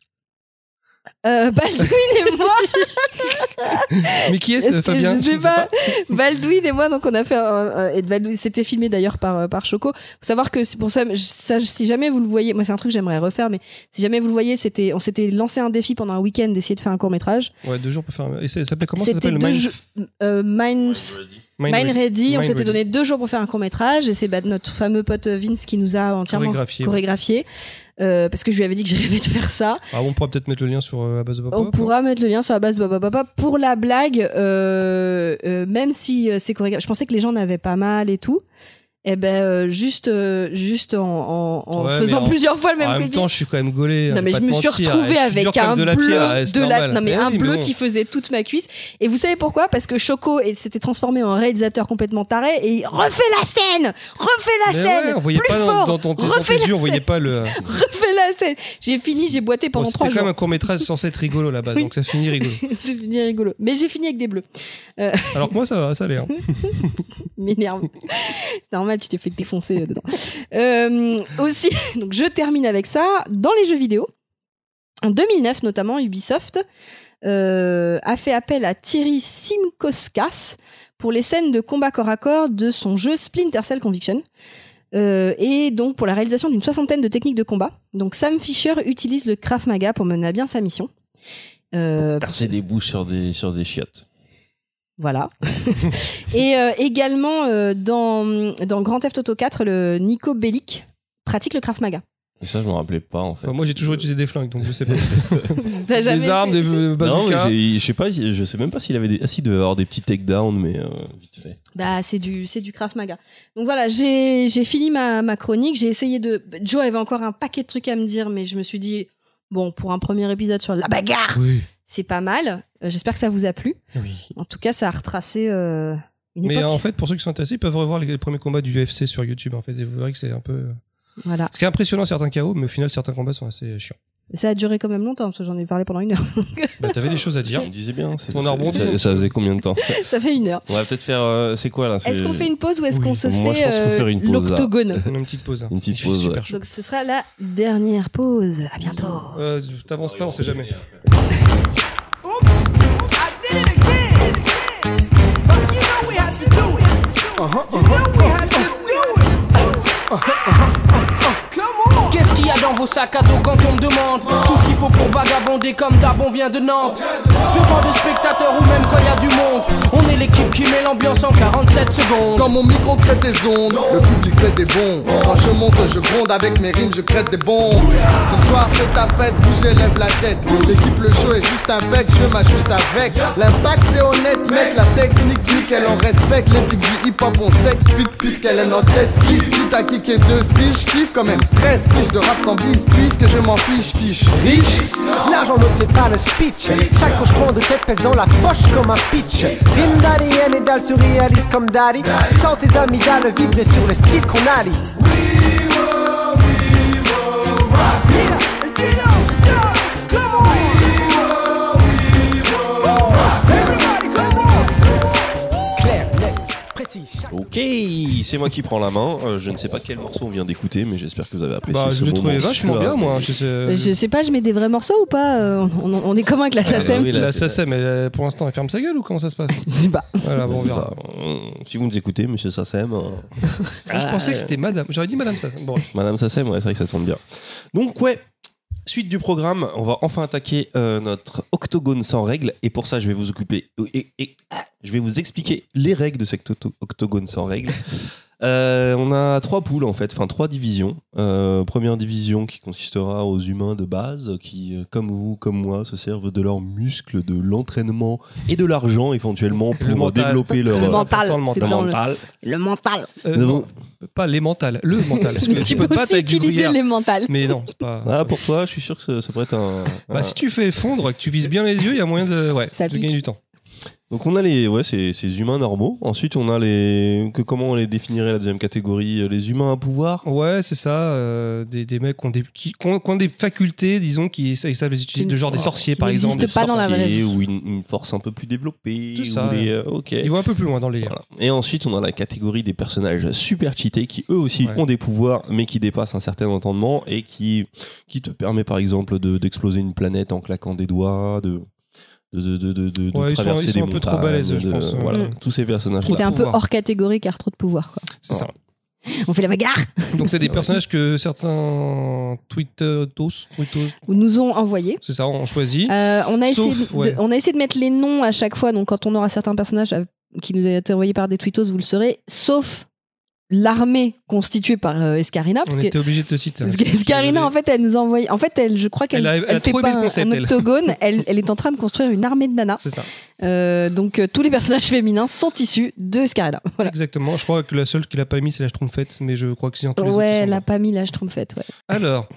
A: Euh, Baldwin et moi.
B: Mais qui est
A: Est-ce
B: ce
A: que
B: Fabien
A: je sais pas. Baldwin et moi, donc on a fait. un- un- et Baldwin, c'était filmé d'ailleurs par euh, par Choco. Faut savoir que c'est pour ça, je- ça, si jamais vous le voyez, moi c'est un truc que j'aimerais refaire, mais si jamais vous le voyez, c'était, on s'était lancé un défi pendant un week-end d'essayer de faire un court métrage.
B: Ouais, deux jours pour faire. un- Et ça ça s'appelait comment ça
A: C'était
B: s'appelle le
A: deux
B: Mind-
A: jeux- Euh, Mind, Mind
B: Mind Read-
A: Ready, on
B: Mind
A: s'était
B: Ready.
A: donné deux jours pour faire un court métrage, et c'est bah, notre fameux pote Vince qui nous a entièrement
B: Chorégraphié.
A: chorégraphié, euh, parce que je lui avais dit que je rêvais de faire ça.
B: Ah, on pourra peut-être mettre le lien sur euh, à base de Pop
A: On
B: Pop.
A: pourra mettre le lien sur la base Bob Papa. Pour la blague, euh, euh, même si euh, c'est chorégraphe, je pensais que les gens n'avaient pas mal et tout. Et ben euh, juste, euh, juste en, en- en
B: Ouais, mais
A: faisant
B: en-
A: plusieurs fois le même
B: Ah, En même
A: clip.
B: temps, je suis quand même gaulé.
A: non
B: hein,
A: mais
B: pas
A: je
B: te
A: me suis
B: mentir,
A: retrouvée
B: hein, je suis
A: avec
B: dur comme
A: un
B: de la
A: bleu
B: pierre, ouais, c'est
A: de la
B: normal.
A: non mais
B: Eh
A: un
B: oui, mais
A: bleu
B: bon.
A: qui faisait toute ma cuisse et vous savez pourquoi parce que Choco et- s'était transformé en réalisateur complètement taré et il refait la scène refait la
B: Mais
A: scène
B: ouais, on voyait
A: plus
B: pas
A: fort
B: dans, dans ton dans
A: refais
B: tes
A: la
B: yeux, on voyait
A: scène.
B: pas le.
A: refait la scène j'ai fini j'ai boité
B: Bon,
A: pendant
B: C'était
A: trois
B: quand même
A: jours
B: un court métrage censé être rigolo là-bas,
A: Oui.
B: donc ça finit rigolo.
A: c'est fini rigolo mais j'ai fini avec des bleus
B: Alors que moi, ça va, ça allait. hein.
A: m'énerve. C'est normal, tu t'es fait défoncer euh, dedans. Euh, aussi, donc je termine avec ça. Dans les jeux vidéo, en 2009 notamment, Ubisoft euh, a fait appel à Thierry Simkoskas pour les scènes de combat corps à corps de son jeu Splinter Cell Conviction. Euh, et donc pour la réalisation d'une soixantaine de techniques de combat. Donc Sam Fisher utilise le Krav Maga pour mener à bien sa mission. Euh,
C: Casser des bouches sur des, sur des chiottes.
A: voilà. et euh, également euh, dans, dans Grand Theft Auto 4, le Nico Bellic pratique le Krav Maga.
C: Et ça, je m'en rappelais pas en fait.
B: Enfin, moi, j'ai toujours utilisé des flingues, donc je sais pas.
A: T'as jamais
B: Des armes,
A: essayé
B: des euh,
C: Non, mais
B: bazookas.
C: j'ai- je sais pas, je sais même pas s'il avait des. Ah si, il devait avoir des petits takedowns, mais euh, vite fait.
A: Bah, c'est du, c'est du Krav Maga. Donc voilà, j'ai j'ai fini ma, ma chronique. J'ai essayé de. Joe avait encore un paquet de trucs à me dire, mais je me suis dit, bon, pour un premier épisode sur la bagarre,
B: Oui.
A: c'est pas mal. Euh, J'espère que ça vous a plu.
B: Oui.
A: En tout cas, ça a retracé euh, une
B: Mais
A: époque.
B: en fait, pour ceux qui sont intéressés, ils peuvent revoir les, les premiers combats du UFC sur YouTube. En fait, et vous verrez que c'est un peu.
A: Voilà.
B: Ce qui est impressionnant, certains KO, mais au final, certains combats sont assez chiants.
A: Ça a duré quand même longtemps, parce que j'en ai parlé pendant une heure.
B: Bah, t'avais des choses à dire.
C: On disait bien. c'est-
B: On a
C: c'est-
B: rebondi.
C: Ça, ça faisait combien de temps
A: ça fait une heure.
C: On va peut-être faire. euh, c'est quoi là c'est-
A: Est-ce qu'on fait une pause ou est-ce
B: Oui.
A: qu'on se
C: Moi, je
A: fait
C: pense qu'il faut
A: euh,
C: faire une pause, là.
A: l'octogone
B: On a une petite pause. là.
C: Une petite
B: Il fait
C: pause,
B: Super
C: ouais.
B: chaud.
A: Donc ce sera la dernière pause. À bientôt.
B: Euh, T'avances pas, on sait jamais.
E: I did it again. But you know we had to do it. You know we had to do it. Come on.
F: Qu'est-ce qu'il y a dans dans vos sacs à dos quand on me demande Tout ce qu'il faut pour vagabonder comme d'abon vient de Nantes Devant des spectateurs ou même quand il y a du monde On est l'équipe qui met l'ambiance en 47 secondes
G: Quand mon micro crée des ondes, le public fait des bons. Quand je monte, je gronde, avec mes rimes, je crée des bombes. Ce soir, fais ta fête, bouge et lève la tête. L'équipe, le show est juste un bec, je m'ajuste avec. L'impact est honnête, mec, la technique nickel, on respecte. L'éthique du hip-hop, on s'explique, puisqu'elle est notre esquive. Quitte à kicker deux spiches, kiffe quand même 13 piges de rap sans bise, puisque je m'en fiche, fiche riche.
H: L'argent ne fait pas le speech. Chaque hochement de tête pèse dans la poche comme un pitch. Rime d'Ali, Dal se réalise comme Dali. Sans tes amygdales vibrer sur le style qu'on allie.
E: Get on, stop, come on. Everybody, come on.
H: Clair, net, précis. chaque-
C: Oh, Ok, c'est moi qui prends la main. Euh, je ne sais pas quel morceau on vient d'écouter, mais j'espère que vous avez apprécié
B: Bah,
C: ce
B: je l'ai
C: moment
B: trouvé vachement
C: suave.
B: bien, moi. hein. Je sais- euh,
A: Je sais pas, je mets des vrais morceaux ou pas Euh, on, on- on est comment avec la
C: Ah, bah
A: SACEM
C: oui, là,
B: La
C: c'est-
B: SACEM, elle, euh, pour l'instant, elle ferme sa gueule ou comment ça se passe
A: Je sais pas.
B: Voilà, bon, on verra.
C: Bah, euh, si vous nous écoutez, monsieur Sassem, euh,
B: Ah, je pensais que c'était madame. J'aurais dit madame Sassem. Bon,
C: madame Sassem, ouais, c'est vrai que ça tombe bien. Donc, ouais, suite du programme, on va enfin attaquer euh, notre octogone sans règles. Et pour ça, je vais vous occuper. Et, et- ah, je vais vous expliquer les règles de cet octo- octogone sans règles. Euh, on a trois poules en fait, enfin trois divisions. Euh, première division qui consistera aux humains de base qui, euh, comme vous, comme moi, se servent de leurs muscles, de l'entraînement et de l'argent éventuellement pour
B: mental.
C: développer leur
A: Le
C: euh,
A: mental,
B: important, le
A: c'est
B: mental.
A: dans le, le mental.
B: Euh, non,
C: Nous avons-
B: pas les mentales, le mental. Parce que
A: Mais
B: tu peux pas
A: aussi
B: avec du
A: utiliser
B: gruyère.
A: les mentales.
B: Mais non, c'est pas.
C: Ah, pour toi, je suis sûr que ça, ça pourrait être un.
B: Bah,
C: un-
B: si tu fais fondre et que tu vises bien les yeux, il y a moyen de, ouais,
A: Ça
B: de
A: pique.
B: gagner du temps.
C: Donc on a les, ouais, ces, ces humains normaux. Ensuite, on a les, que comment on les définirait la deuxième catégorie, euh, les humains à pouvoir.
B: Ouais, c'est ça. euh, des, des mecs qui ont des, qui, qui ont, qui ont des facultés, disons, qui sa- ils savent les utiliser, de genre des
A: Qui
B: sorciers par
A: n'existent
B: exemple.
A: Oh, N'existe pas dans la vraie
C: sorciers
A: vie.
C: Ou une, une force un peu plus développée.
B: C'est
C: ou
B: ça,
C: les, euh, ok.
B: Ils vont un peu plus loin dans les liens.
C: Voilà. Et ensuite, on a la catégorie des personnages super cheatés qui eux aussi
B: Ouais.
C: ont des pouvoirs, mais qui dépassent un certain entendement et qui, qui te permet par exemple de- d'exploser une planète en claquant des doigts, de, de, de, de, de- de
B: Ouais, ils sont-
C: traverser
B: ils sont
C: des
B: un peu trop
C: montagnes,
B: balèzes, je
C: de-
B: pense, euh,
C: Voilà,
A: Mm.
C: tous ces personnages.
A: Qui était un peu
B: pouvoir.
A: hors catégorie car trop de pouvoir. quoi.
B: C'est ça.
A: On fait la bagarre
B: Donc c'est des
C: Oh. Ah Ouais.
B: personnages que certains Twitter tous,
A: Ou nous ont envoyé.
B: c'est ça, on choisit.
A: Euh, on, a
B: Sauf,
A: essayé de,
B: ouais.
A: on a essayé de mettre les noms à chaque fois. Donc quand on aura certains personnages à- qui nous ont été envoyés par des tweetos, vous le saurez. Sauf l'armée constituée par euh, Escarina. Parce
B: on
A: que
B: était obligé de te citer.
A: Parce que Karina, en fait, elle nous envoie. En fait, elle, je crois qu'elle
B: Elle a- elle a
A: elle fait
B: trop
A: pas
B: aimé le
A: un,
B: concept,
A: un
B: elle.
A: octogone. elle, elle est en train de construire une armée de nanas.
B: C'est ça.
A: Euh, donc, euh, tous les personnages féminins sont issus de Scarina. Voilà.
B: Exactement. Je crois que la seule qu'il a pas mis, c'est la Schtroumpfette, mais je crois que c'est en tous les autres,
A: Ouais,
B: ils sont
A: elle a
B: bons.
A: pas mis la Schtroumpfette. Ouais.
B: Alors,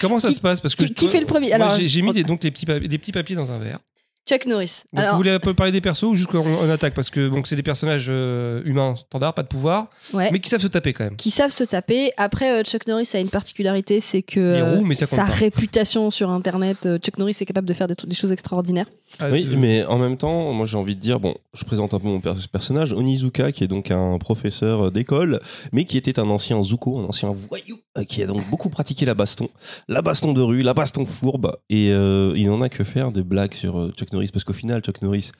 B: comment ça
A: Qui-
B: se passe Parce que
A: qui- qui fait le premier
B: Moi,
A: Alors,
B: j'ai j'ai mis
A: je-
B: des, donc les petits, pa- des petits papiers dans un verre.
A: Chuck Norris.
B: Donc,
A: Alors,
B: vous voulez un peu parler des persos ou juste qu'on on attaque Parce que donc c'est des personnages euh, humains standards, pas de pouvoir,
A: ouais,
B: mais qui savent se taper quand même.
A: Qui savent se taper. Après, euh, Chuck Norris a une particularité, c'est que
B: est
A: euh,
B: roux, mais ça compte
A: sa
B: pas.
A: réputation sur Internet, euh, Chuck Norris est capable de faire des, tru- des choses extraordinaires.
B: Ah,
C: Oui,
B: tu-
C: mais en même temps, moi j'ai envie de dire, bon, je présente un peu mon per- personnage, Onizuka, qui est donc un professeur euh, d'école, mais qui était un ancien Zuko, un ancien voyou, euh, qui a donc beaucoup pratiqué la baston, la baston de rue, la baston fourbe, et euh, il n'en a que faire des blagues sur euh, Chuck Norris, parce qu'au final, Chuck Norris,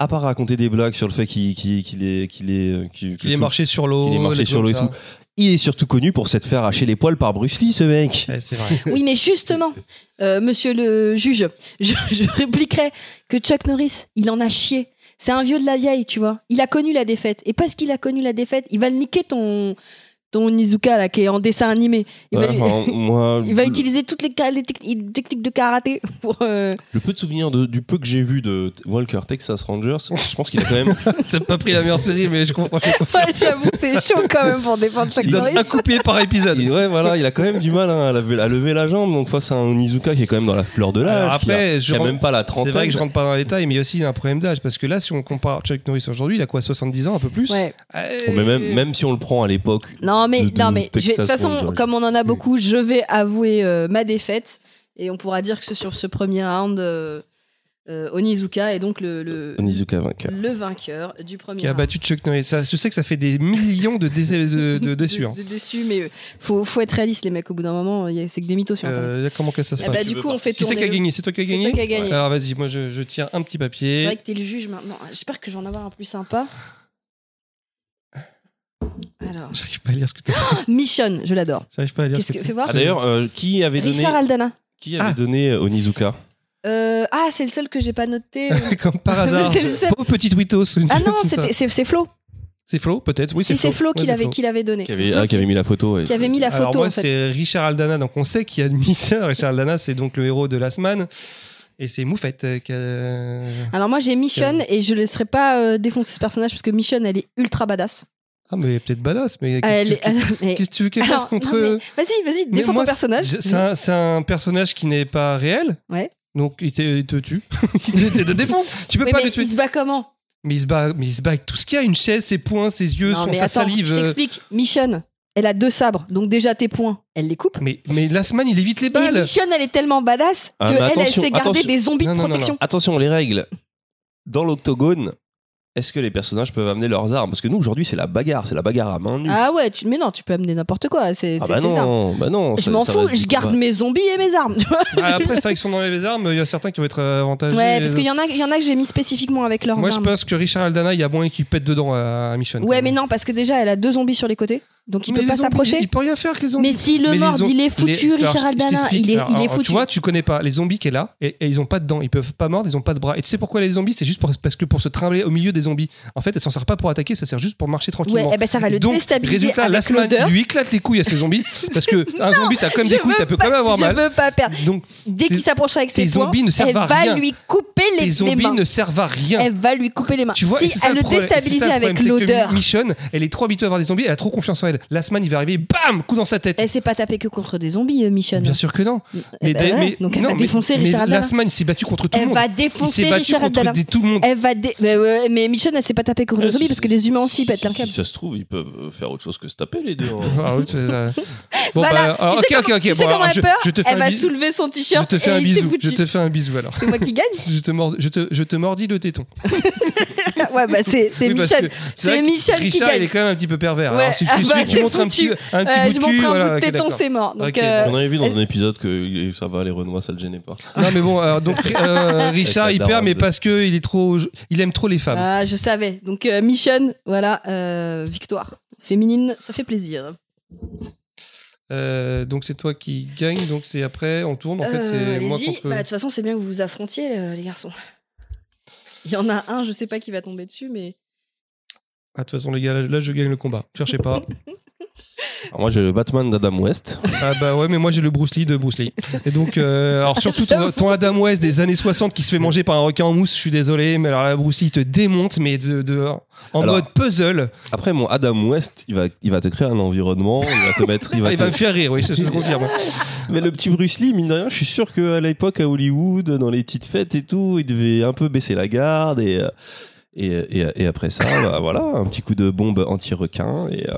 C: à part raconter des blagues sur le fait qu'il qu'il qu'il est, qu'il est, euh, qu'il- que
B: Qu'il ait
C: tout-
B: marché sur l'eau.
C: qu'il ait marché
B: des
C: sur l'eau et
B: trucs comme
C: tout, il est surtout connu pour s'être fait arracher les poils par Bruce Lee, ce mec.
B: ça. Ouais, c'est vrai.
A: Oui, mais justement, euh, monsieur le juge, je, je répliquerai que Chuck Norris, il en a chié. C'est un vieux de la vieille, tu vois. Il a connu la défaite. Et parce qu'il a connu la défaite, il va le niquer ton, ton Nizuka, là, qui est en dessin animé. Il, va,
C: Ouais,
A: lui-
C: enfin, moi,
A: il va
C: le-
A: utiliser toutes les, ca- les tec- les techniques de karaté pour. euh,
C: Le peu de souvenirs de- du peu que j'ai vu de T- Walker Texas Rangers, je pense qu'il a quand même.
B: T'as pas pris la meilleure série, mais je comprends.
A: ouais, J'avoue, c'est chaud quand même pour défendre Chuck
B: Il donne
A: Norris.
B: un coupier par épisode.
C: il- ouais, voilà, il a quand même du mal hein, à, la- à lever la jambe. Donc face à un Onizuka qui est quand même dans la fleur de l'âge,
B: Alors
C: qui a,
B: après, je
C: qui a
B: rentre-
C: même pas la
B: C'est
C: trentaine.
B: vrai que je rentre pas dans les détails, mais il y a aussi un problème d'âge. Parce que là, si on compare Chuck Norris aujourd'hui, il a quoi 70 ans, un peu plus
A: Ouais.
B: Eh,
C: Bon, Oh, mais même, même si on le prend à l'époque.
A: Non, mais
C: de- de
A: non, mais je vais- de toute
C: Texas
A: façon,
C: Rangers.
A: comme on en a beaucoup, je vais avouer euh, ma défaite. Et on pourra dire que ce- sur ce premier round, euh, euh, Onizuka est donc le, le,
C: Onizuka vainqueur.
A: le vainqueur du premier
B: Qui a
A: round.
B: battu Chuck Norris. Ça, je sais que ça fait des millions de, dé- de, de- de déçus. hein.
A: De- de déçus, mais euh, faut, faut être réaliste, les mecs. Au bout d'un moment, il y a- c'est que des mythos sur Internet.
B: Euh, comment que ça se
A: Ah bah,
B: passe
A: du coup, on fait
B: Qui c'est qui
A: tourner
B: a
A: le-
B: gagné C'est toi qui as
A: C'est
B: gagné
A: toi qui as gagné.
B: Alors vas-y, moi je, je tiens un petit
A: C'est
B: papier.
A: vrai que t'es le juge maintenant. J'espère que je vais en avoir un plus sympa. Euh, Alors.
B: J'arrive pas à lire ce que t'as
A: Mission, je l'adore.
B: J'arrive pas à lire
A: Qu'est-ce
B: ce
A: que
B: que
A: fais voir
C: Ah, d'ailleurs, euh, qui avait donné,
A: Richard Aldana.
C: qui avait
B: Ah.
C: donné Onizuka
A: Euh, ah, c'est le seul que j'ai pas noté.
B: t'as- Comme par hasard.
A: C'est le seul.
B: Pauvre petite Witos.
A: Ah non,
B: c'est ça.
A: c'était- c'est c'est Flo.
B: C'est Flo, peut-être. Oui,
A: si, c'est Flo,
B: Ouais,
A: qui
B: c'est
A: l'avait
B: Flo.
A: qui l'avait donné.
C: qui avait, ah, qui avait mis la photo. ouais.
A: qui avait mis la
B: Alors
A: photo
B: moi,
A: en fait.
B: c'est Richard Aldana, donc on sait qui a mis ça. Richard Aldana, c'est donc le héros de Last Man. Et c'est Moufette euh, qui a-
A: Alors moi j'ai Mission et je ne laisserai pas euh, défoncer ce personnage parce que Mission elle est ultra badass.
B: Ah, mais peut-être badass, mais
A: Elle
B: qu'est-ce
A: est...
B: que tu-
A: mais-
B: qu'est-ce que tu veux qu'elle fasse
A: Alors,
B: contre.
A: non, mais-
B: eux
A: Vas-y, vas-y,
B: Mais
A: défends
B: moi,
A: ton personnage.
B: c'est- C'est un, c'est un personnage qui n'est pas réel.
A: Ouais.
B: Donc il te, il te tue. il te, il te défonce. Tu peux
A: Oui,
B: pas
A: mais
B: le tuer.
A: il se bat comment
B: Mais il se bat, mais il se bat avec tout ce qu'il y a une chaise, ses poings, ses yeux,
A: Non,
B: son,
A: mais
B: sa
A: attends,
B: salive.
A: Je
B: euh,
A: t'explique. Mission, elle a deux sabres, donc déjà tes points, elle les coupe.
B: Mais, mais Last Man, il évite les
A: Et
B: balles.
A: Mission, elle est tellement badass
C: Ah,
A: que
C: mais
A: elle, elle
C: attention,
A: sait garder
C: attention.
A: des zombies
B: Non,
A: de
B: non, non,
A: protection.
C: Attention, les règles. Dans l'octogone, est-ce que les personnages peuvent amener leurs armes Parce que nous, aujourd'hui, c'est la bagarre, c'est la bagarre à main nue.
A: Ah ouais, tu... mais non, tu peux amener n'importe quoi. C'est
C: Ah
A: c'est-
C: bah
A: c'est ça.
C: non, bah non.
A: Je
C: ça-
A: m'en
C: ça
A: fous,
C: va-
A: je garde mes zombies et mes armes. tu vois.
B: Ah, après, c'est vrai qu'ils sont dans les armes. Il y a certains qui vont être euh, avantagés.
A: ouais, parce qu'il y en a, il y en a que j'ai mis spécifiquement avec leurs
B: Moi, je
A: armes.
B: pense que Richard Aldana, il y a moyen qu'il pète dedans à à Mission.
A: Ouais, mais non, parce que déjà, elle a deux zombies sur les côtés, donc il
B: Mais
A: peut
B: les
A: pas
B: zombies,
A: s'approcher.
B: Il peut rien faire que les zombies.
A: Mais si
B: Mais
A: le
B: les
A: mord,
B: zom-
A: il est foutu,
B: les-
A: Richard
B: alors, je t- je
A: Aldana,
B: t'explique.
A: il est,
B: Alors,
A: il est
B: alors,
A: foutu.
B: Tu vois, tu connais pas. Les zombies qui est là, et, et ils ont pas de dents. Ils peuvent pas mordre, ils ont pas de bras. Et tu sais pourquoi les zombies C'est juste pour- parce que pour se trimballer au milieu des zombies. En fait, elle s'en sert pas pour attaquer, ça sert juste pour marcher
A: ouais,
B: tranquillement.
A: eh ben ça va le
B: Donc,
A: déstabiliser
B: résultat,
A: avec
B: Lastman
A: l'odeur.
B: il lui éclate les couilles à ses zombies parce que un zombie ça a quand même des
A: je
B: couilles,
A: veux
B: ça peut
A: pas-
B: quand même avoir
A: je
B: mal.
A: veux pas perdre.
B: Donc
A: Dès
B: Tes-
A: qu'il s'approche avec
B: tes
A: ses poings,
B: zombies ne servent
A: elle
B: à
A: va
B: rien.
A: lui couper les,
B: les
A: les
B: zombies
A: mains.
B: ne servent à rien.
A: Elle va lui couper les mains.
B: Tu vois, et
A: si
B: c'est ça
A: elle
B: le
A: le
B: problème, c'est ça
A: déstabilise
B: le
A: avec
B: problème, c'est que
A: l'odeur,
B: Michonne, elle est trop habituée à voir des zombies, elle a trop confiance en elle. Lastman, il va arriver, bam, coup dans sa tête.
A: elle s'est pas tapée que contre des zombies, euh, Michonne.
B: Bien sûr que non.
A: Eh ben
B: d'a-
A: ouais, donc elle
B: non,
A: va défoncer
B: mais
A: Richard Aldana.
B: Lastman, il s'est battu contre tout le
A: Elle
B: monde.
A: va
B: Il s'est
A: défoncer
B: battu
A: Richard
B: contre
A: Abdallah.
B: des- tout le monde.
A: Elle va dé- mais, ouais, mais Michonne, elle s'est pas tapée
B: Euh,
A: contre des zombies parce que les humains aussi pètent leur câble.
C: Si ça se trouve, ils peuvent euh, faire autre chose que se taper les deux.
B: Ah oui, c'est ça. Bon,
A: voilà,
B: bah, alors,
A: tu
B: ok,
A: sais
B: ok,
A: comment,
B: ok.
A: tu
B: bon,
A: sais comment
B: alors,
A: elle
B: je,
A: peur
B: je te fais
A: Elle
B: un
A: va
B: bisou.
A: soulever son
B: Je
A: t-shirt
B: te fais
A: et
B: un
A: il s'est
B: bisou. Je
A: foutu.
B: te fais un bisou alors.
A: C'est moi qui gagne
B: Je te, mords, je, te, je te mordis le téton.
A: Ouais, bah c'est c'est
B: Oui, parce
A: Michonne.
B: que
A: C'est
B: vrai que
A: Michel qui
B: Richard,
A: gagne.
B: il est quand même un petit peu pervers.
A: Ouais,
B: Alors, si
A: ah
B: tu,
A: bah,
B: si tu
A: t'es
B: montres un petit,
A: foutu.
B: un petit
A: Ouais,
B: bout
A: Euh, je
B: de
A: montre
B: cul,
A: un
B: voilà,
A: bout de
B: ok,
A: téton,
B: d'accord.
A: c'est mort. Donc,
B: Ok,
A: euh,
C: On avait vu dans un épisode que ça va, les Renois, ça le gênait pas.
B: Non mais bon, alors, donc euh, Richard
C: Avec
B: il
C: la
B: perd, mais
C: daronne.
B: parce que il est trop, il aime trop les femmes.
A: ah, je savais. Donc euh, Michonne, voilà, euh, victoire. Féminine, ça fait plaisir.
B: Euh, donc c'est toi qui gagne, donc c'est après on tourne. En fait
A: Euh,
B: c'est moi
A: allez-y.
B: contre.
A: Bah, de toute façon, c'est bien que vous vous affrontiez, euh, les garçons. Il y en a un, je sais pas qui va tomber dessus, mais.
B: Ah, de toute façon les gars, là, là, je gagne le combat. Cherchez pas.
C: Alors moi, j'ai le Batman d'Adam West.
B: ah bah ouais, mais moi j'ai le Bruce Lee de Bruce Lee. Et donc euh, alors surtout ton, ton Adam West des années 60 qui se fait manger par un requin en mousse, je suis désolé, mais alors là Bruce Lee il te démonte, mais de, de- en
C: Alors,
B: mode puzzle.
C: Après, mon Adam West, il va, il va te créer un environnement, il va te mettre... Il
B: Ah,
C: va
B: il
C: te-
B: va me faire rire, oui, ça je le confirme.
C: Mais le petit Bruce Lee, mine de rien, je suis sûr qu'à l'époque, à Hollywood, dans les petites fêtes et tout, il devait un peu baisser la garde et... euh, Et, et- et après ça, bah, voilà, un petit coup de bombe anti-requin. Et, euh,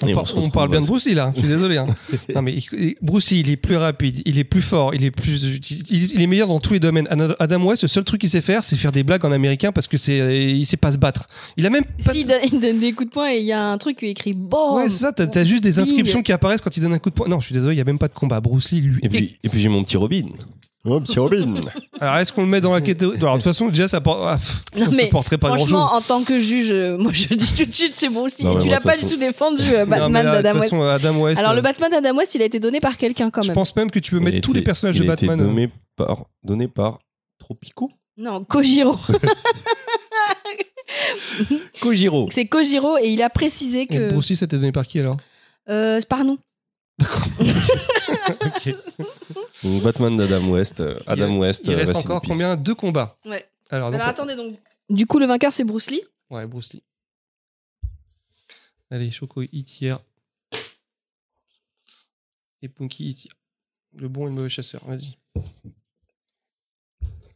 B: On,
C: et
B: par-
C: se
B: on
C: retrouve,
B: parle bien de
C: euh,
B: Bruce Lee là, je suis désolé. hein. non, mais il- Bruce Lee, il est plus rapide, il est plus fort, il est, plus, il, il est meilleur dans tous les domaines. Ana- Adam West, le seul truc qu'il sait faire, c'est faire des blagues en américain parce que c'est, il sait pas se battre. Il a même pas.
A: Si, il donne, il donne des coups de poing et il y a un truc qui est écrit BOM
B: ouais, c'est ça, t'as, t'as juste des inscriptions qui apparaissent quand il donne un coup de poing. Non, je suis désolé, il y a même pas de combat. Bruce Lee, lui.
C: Et puis, et puis j'ai mon petit Robin. Mon petit Robin.
B: Alors, est-ce qu'on le met dans la catégorie Alors, de toute façon, déjà, ça, por- ah, pff,
A: Non,
B: ça
A: mais
B: porterait pas grand chose.
A: Franchement, en tant que juge, euh, moi je le dis tout de suite, c'est Bruce Lee.
C: Non, mais
A: tu
C: moi,
A: l'as
C: de
A: pas
C: toute
A: du tout défendu, euh, Batman d'Adam West.
B: Adam West.
A: Alors, le
B: euh,
A: Batman d'Adam West, il a été donné par quelqu'un quand
B: Je
A: même.
B: pense même que tu peux
C: Il
B: mettre
C: a
B: tous
C: été-
B: les personnages
C: il
B: de
C: a été
B: Batman. hein.
C: Donné par, donné par Tropico.
A: Non, Kojiro.
B: Oh.
C: Kojiro.
A: c'est Kojiro et il a précisé
B: Et
A: que.
B: Bruce Lee, ça t'est donné par qui alors
A: Euh, c'est par nous.
B: Ok.
C: Donc, Batman d'Adam West. euh, Adam
B: Il-
C: West.
B: Il
C: euh,
B: reste
C: rest in
B: encore
C: peace.
B: combien Deux combats.
A: Ouais.
B: Alors, donc,
A: Alors attendez donc. Du coup, le vainqueur, c'est Bruce Lee.
B: Ouais, Bruce Lee. Allez, Choco, il tire. Et Punky, il tire. Le bon et le mauvais chasseur, vas-y.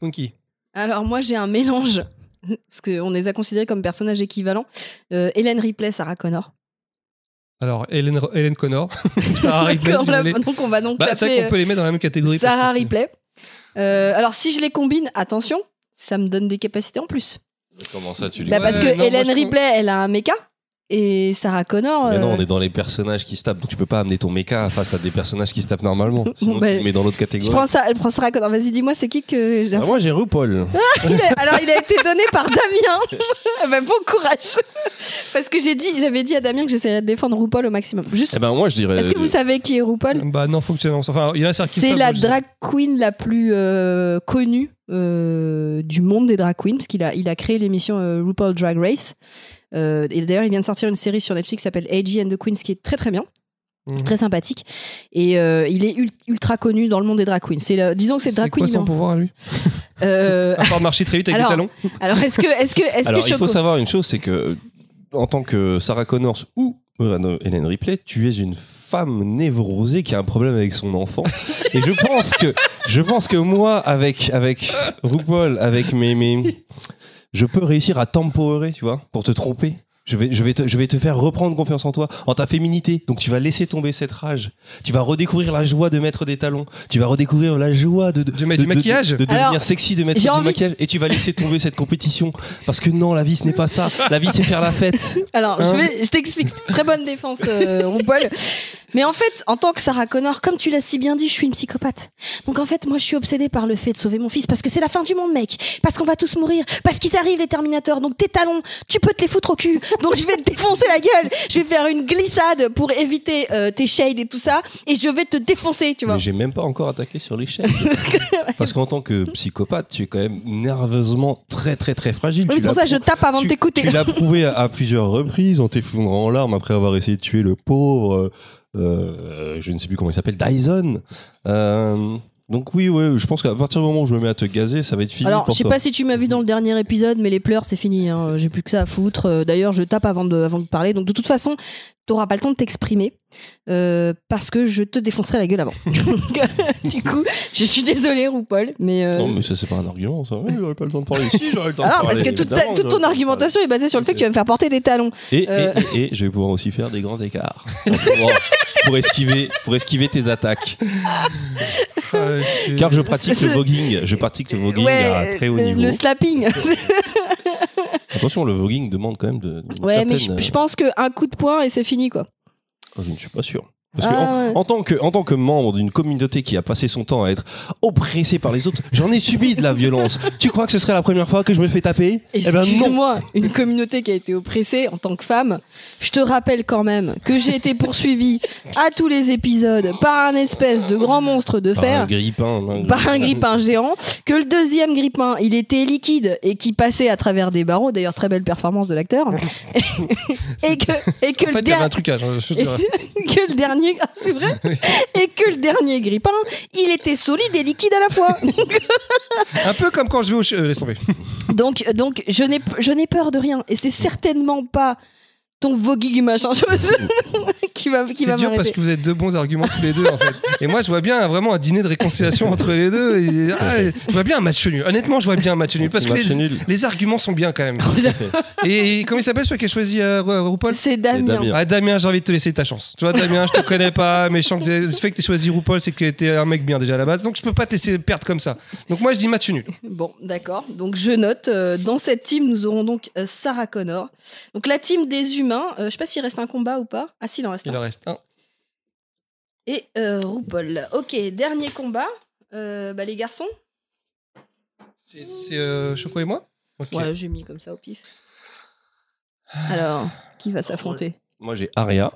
B: Punky.
A: Alors moi, j'ai un mélange. Parce qu'on les a considérés comme personnages équivalents. Euh, Hélène Ripley, Sarah Connor.
B: Alors, Hélène, Hélène Connor. Ou Sarah Ripley,
A: D'accord,
B: si vous
A: là,
B: voulez.
A: donc on va donc
B: Bah, c'est vrai
A: l'appeler
B: qu'on peut les mettre dans la même
A: euh,
B: catégorie. parce que
A: Sarah
B: c'est-
A: Ripley. Euh, alors si je les combine, attention, ça me donne des capacités en plus.
C: Comment ça, tu les
A: Bah,
B: Ouais,
A: parce que
B: Euh, non, moi,
A: Hélène
B: je trouve-
A: Ripley, elle a un méca. et Sarah Connor.
C: Mais non,
A: euh,
C: on est dans les personnages qui se tapent, donc tu peux pas amener ton méca face à des personnages qui se tapent normalement. Sinon,
A: bah,
C: tu le mets dans l'autre
A: je
C: catégorie.
A: prends ça, je prends Sarah Connor. Vas-y, dis-moi, c'est qui que j'ai
C: Ah, moi, j'ai RuPaul.
A: Il a- alors il a été donné par Damien. Ah bah, bon courage, parce que j'ai dit, j'avais dit à Damien que j'essaierais de défendre RuPaul au maximum. Juste,
C: Eh ben, moi, je dirais.
A: est-ce que vous savez qui est RuPaul
B: Bah non, faut que tu annonces. Enfin, il reste un qui
A: C'est
B: savent,
A: la
B: je sais.
A: drag queen la plus euh, connue euh, du monde des drag queens, parce qu'il a, il a créé l'émission euh, RuPaul Drag Race. Euh, et d'ailleurs, il vient de sortir une série sur Netflix qui s'appelle AG and the Queens, qui est très très bien
B: Mhm.
A: très sympathique et euh, il est ul- ultra connu dans le monde des drag queens. C'est le- disons que c'est le drag
B: quoi
A: queen.
B: son
A: mais-
B: pouvoir à lui
A: Euh,
B: À part marcher très vite avec
A: Alors,
B: des talons.
A: alors est-ce que est-ce que est-ce
C: Alors,
A: que
C: il faut
A: Choco-
C: savoir une chose, c'est que euh, en tant que Sarah Connors ou Hélène Hélène Ripley, tu es une femme névrosée qui a un problème avec son enfant. Et je pense que je pense que moi, avec avec RuPaul, avec mes mes, je peux réussir à t'empowerer, tu vois, pour te tromper. Je vais, je, vais te, je vais te faire reprendre confiance en toi, en ta féminité. Donc tu vas laisser tomber cette rage. Tu vas redécouvrir la joie de mettre des talons. Tu vas redécouvrir la joie de, de,
B: De mettre du maquillage.
C: de, de devenir
A: Alors,
C: sexy, de mettre
A: j'ai
C: du
A: envie-
C: maquillage. Et tu vas laisser tomber cette compétition. Parce que non, la vie, ce n'est pas ça. La vie, c'est faire la fête.
A: Alors,
C: Hein
A: je, vais- je t'explique. C'est une Très bonne défense, euh, RuPaul. Mais en fait, en tant que Sarah Connor, comme tu l'as si bien dit, je suis une psychopathe. Donc en fait, moi, je suis obsédée par le fait de sauver mon fils parce que c'est la fin du monde, mec. Parce qu'on va tous mourir. Parce qu'ils arrivent, les Terminators. Donc tes talons, tu peux te les foutre au cul. Donc je vais te défoncer la gueule. Je vais faire une glissade pour éviter euh, tes shades et tout ça. Et je vais te défoncer, tu vois.
C: Mais j'ai même pas encore attaqué sur l'échelle. Parce qu'en tant que psychopathe, tu es quand même nerveusement très, très, très fragile.
A: Oui,
C: Tu
A: c'est pour ça
C: l'as-
A: que je tape avant
C: tu-
A: de t'écouter.
C: Tu l'as prouvé à, à plusieurs reprises en t'effondrant en larmes après avoir essayé de tuer le pauvre, euh, euh, je ne sais plus comment il s'appelle, Dyson. Euh, donc oui, ouais, je pense qu'à partir du moment où je me mets à te gazer, ça va être fini
A: Alors,
C: pour
A: je sais
C: toi. Mhm.
A: pas si tu m'as vu dans le dernier épisode, mais les pleurs, c'est fini. hein. J'ai plus que ça à foutre. Euh, D'ailleurs, je tape avant de, avant de parler. Donc, de toute façon, t'auras pas le temps de t'exprimer euh, parce que je te défoncerai la gueule avant. Donc, euh, du coup, je suis désolée, RuPaul, mais. euh,
C: Non, mais ça, c'est pas un argument, ça. Oui, j'aurais pas le temps de parler. Si, j'aurais le temps
A: Ah
C: de
A: non,
C: parler.
A: parce que toute, ta-
C: évidemment,
A: toute
C: j'aurais
A: ton
C: le temps de
A: argumentation est basée sur le fait que tu vas me faire porter des talons.
C: Et, et-
A: Euh.
C: et, et je vais pouvoir aussi faire des grands écarts pour, pouvoir- pour esquiver, pour esquiver tes attaques.
B: Ah, je-
C: Car je pratique
A: C'est-
C: le voguing. Je pratique le voguing
A: Ouais, euh,
C: à très haut
A: le-
C: niveau.
A: Le slapping.
C: Attention, le voguing demande quand même de. d'une
A: ouais, mais je,
C: certaine-
A: je pense qu'un coup de poing et c'est fini, quoi.
C: Oh, Je ne suis pas sûr. Parce que
A: Ah,
C: en,
A: ouais.
C: en tant que, en tant que membre d'une communauté qui a passé son temps à être oppressé par les autres, j'en ai subi de la violence. tu crois que ce serait la première fois que je me fais taper Eh ben non.
A: Excuse-moi, une communauté qui a été oppressée en tant que femme. Je te rappelle quand même que j'ai été poursuivie à tous les épisodes par un espèce de grand monstre de
C: Par un
A: fer.
C: grippin. hein.
A: Par un grippin géant, que le deuxième grippin, il était liquide et qui passait à travers des barreaux. D'ailleurs, très belle performance de l'acteur. et que, et que
B: En
A: le
B: fait, il y avait
A: der-
B: un trucage. hein, je te
A: et
B: dirais.
A: que, que le dernier, Ah, c'est vrai, et que le dernier grippin, il était solide et liquide à la fois.
B: Un peu comme quand je vais au. ch- euh, laisse tomber.
A: Donc, donc je n'ai je n'ai peur de rien. Et c'est certainement pas ton voguing machin chose qui va, qui
B: C'est
A: va
B: dur parce
A: m'arrêter.
B: que vous êtes deux bons arguments tous les deux en fait. Et moi je vois bien vraiment un dîner de réconciliation entre les deux. et- ah, et- je vois bien un match nul. Honnêtement, je vois bien un match nul
C: Petit
B: parce que
C: match
B: les,
C: nul.
B: les arguments sont bien quand même. Et, et comment il s'appelle celui qui a choisi euh, Ru- RuPaul
A: C'est Damien.
C: Damien.
B: ah, Damien, j'ai envie de te laisser ta chance. Tu vois, Damien, je te connais pas, mais je sens que le fait que tu choisi RuPaul, c'est que t'es un mec bien déjà à la base, donc je peux pas te laisser perdre comme ça. Donc moi, je dis match nul.
A: Bon, d'accord. Donc je note. euh, dans cette team, nous aurons donc euh, Sarah Connor. Donc la team des humains. euh, je sais pas s'il reste un combat ou pas. Ah, si, il en reste
B: Il
A: un.
B: en reste un.
A: Et euh, RuPaul. Ok, dernier combat. Euh, bah, les garçons.
B: C'est c'est, euh, Choco et moi Ok.
A: Ouais, j'ai mis comme ça au pif. Alors, qui va s'affronter
C: Moi j'ai Aria.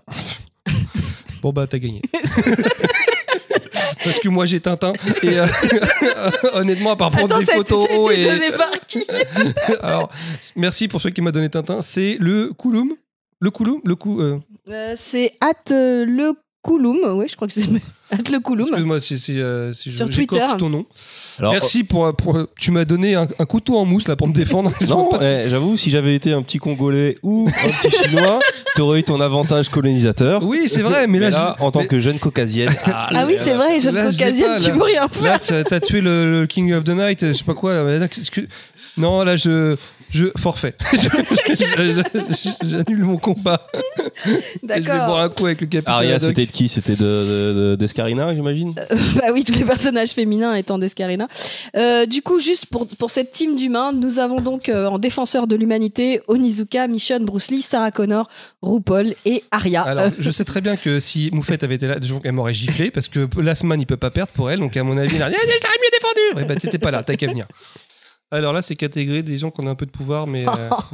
B: Bon bah t'as gagné. Parce que moi j'ai Tintin et euh, honnêtement à part prendre
A: Attends,
B: des
A: ça a été-
B: photos
A: ça a été
B: et
A: donné par qui
B: alors merci pour ceux qui m'a donné Tintin c'est le Kouloum le Kouloum le cou euh,
A: Euh, c'est at euh, le Couloum, ouais, je crois que c'est at le Couloum.
B: excuse-moi si, si, euh, si je-
A: Sur
B: je
A: Twitter.
B: écorche ton nom
C: Alors,
B: merci pour, pour- tu m'as donné un, un couteau en mousse là pour me défendre Je
C: Non,
B: vois pas ce-
C: eh, j'avoue, si j'avais été un petit Congolais ou un petit Chinois, t'aurais eu ton avantage colonisateur.
B: oui c'est vrai mais là, je-
C: en tant
B: mais-
C: que jeune caucasienne.
A: Ah oui, c'est vrai, jeune
B: là, je l'ai
A: caucasienne,
B: pas,
A: tu
B: là.
A: peux rien faire.
B: Là, t'as t'as tué le, le King of the Night, euh, je sais pas quoi. là, mais là, qu'est-ce que- Non, là, je. Je forfait. Je- je- je- J'annule mon combat. Et Je vais
A: D'accord.
B: boire un coup avec le capitaine.
C: Aria,
B: Haddock.
C: c'était de qui C'était de- de- de- d'Escarina, j'imagine
A: Bah oui, tous les personnages féminins étant d'Escarina. Euh, du coup, juste pour, pour cette team d'humains, nous avons donc euh, en défenseur de l'humanité Onizuka, Michonne, Bruce Lee, Sarah Connor, RuPaul et Arya.
B: Ah. Alors,
A: Euh,
B: je sais très bien que si Moufette avait été là, je- elle m'aurait giflé parce que Lasman, il peut pas perdre pour elle. Donc, à mon avis, elle a dit, Ah, je t'aurais mieux défendu. Et bah, t'étais pas là, t'as qu'à venir. Alors là, c'est catégorie des gens qui ont un peu de pouvoir, mais, euh,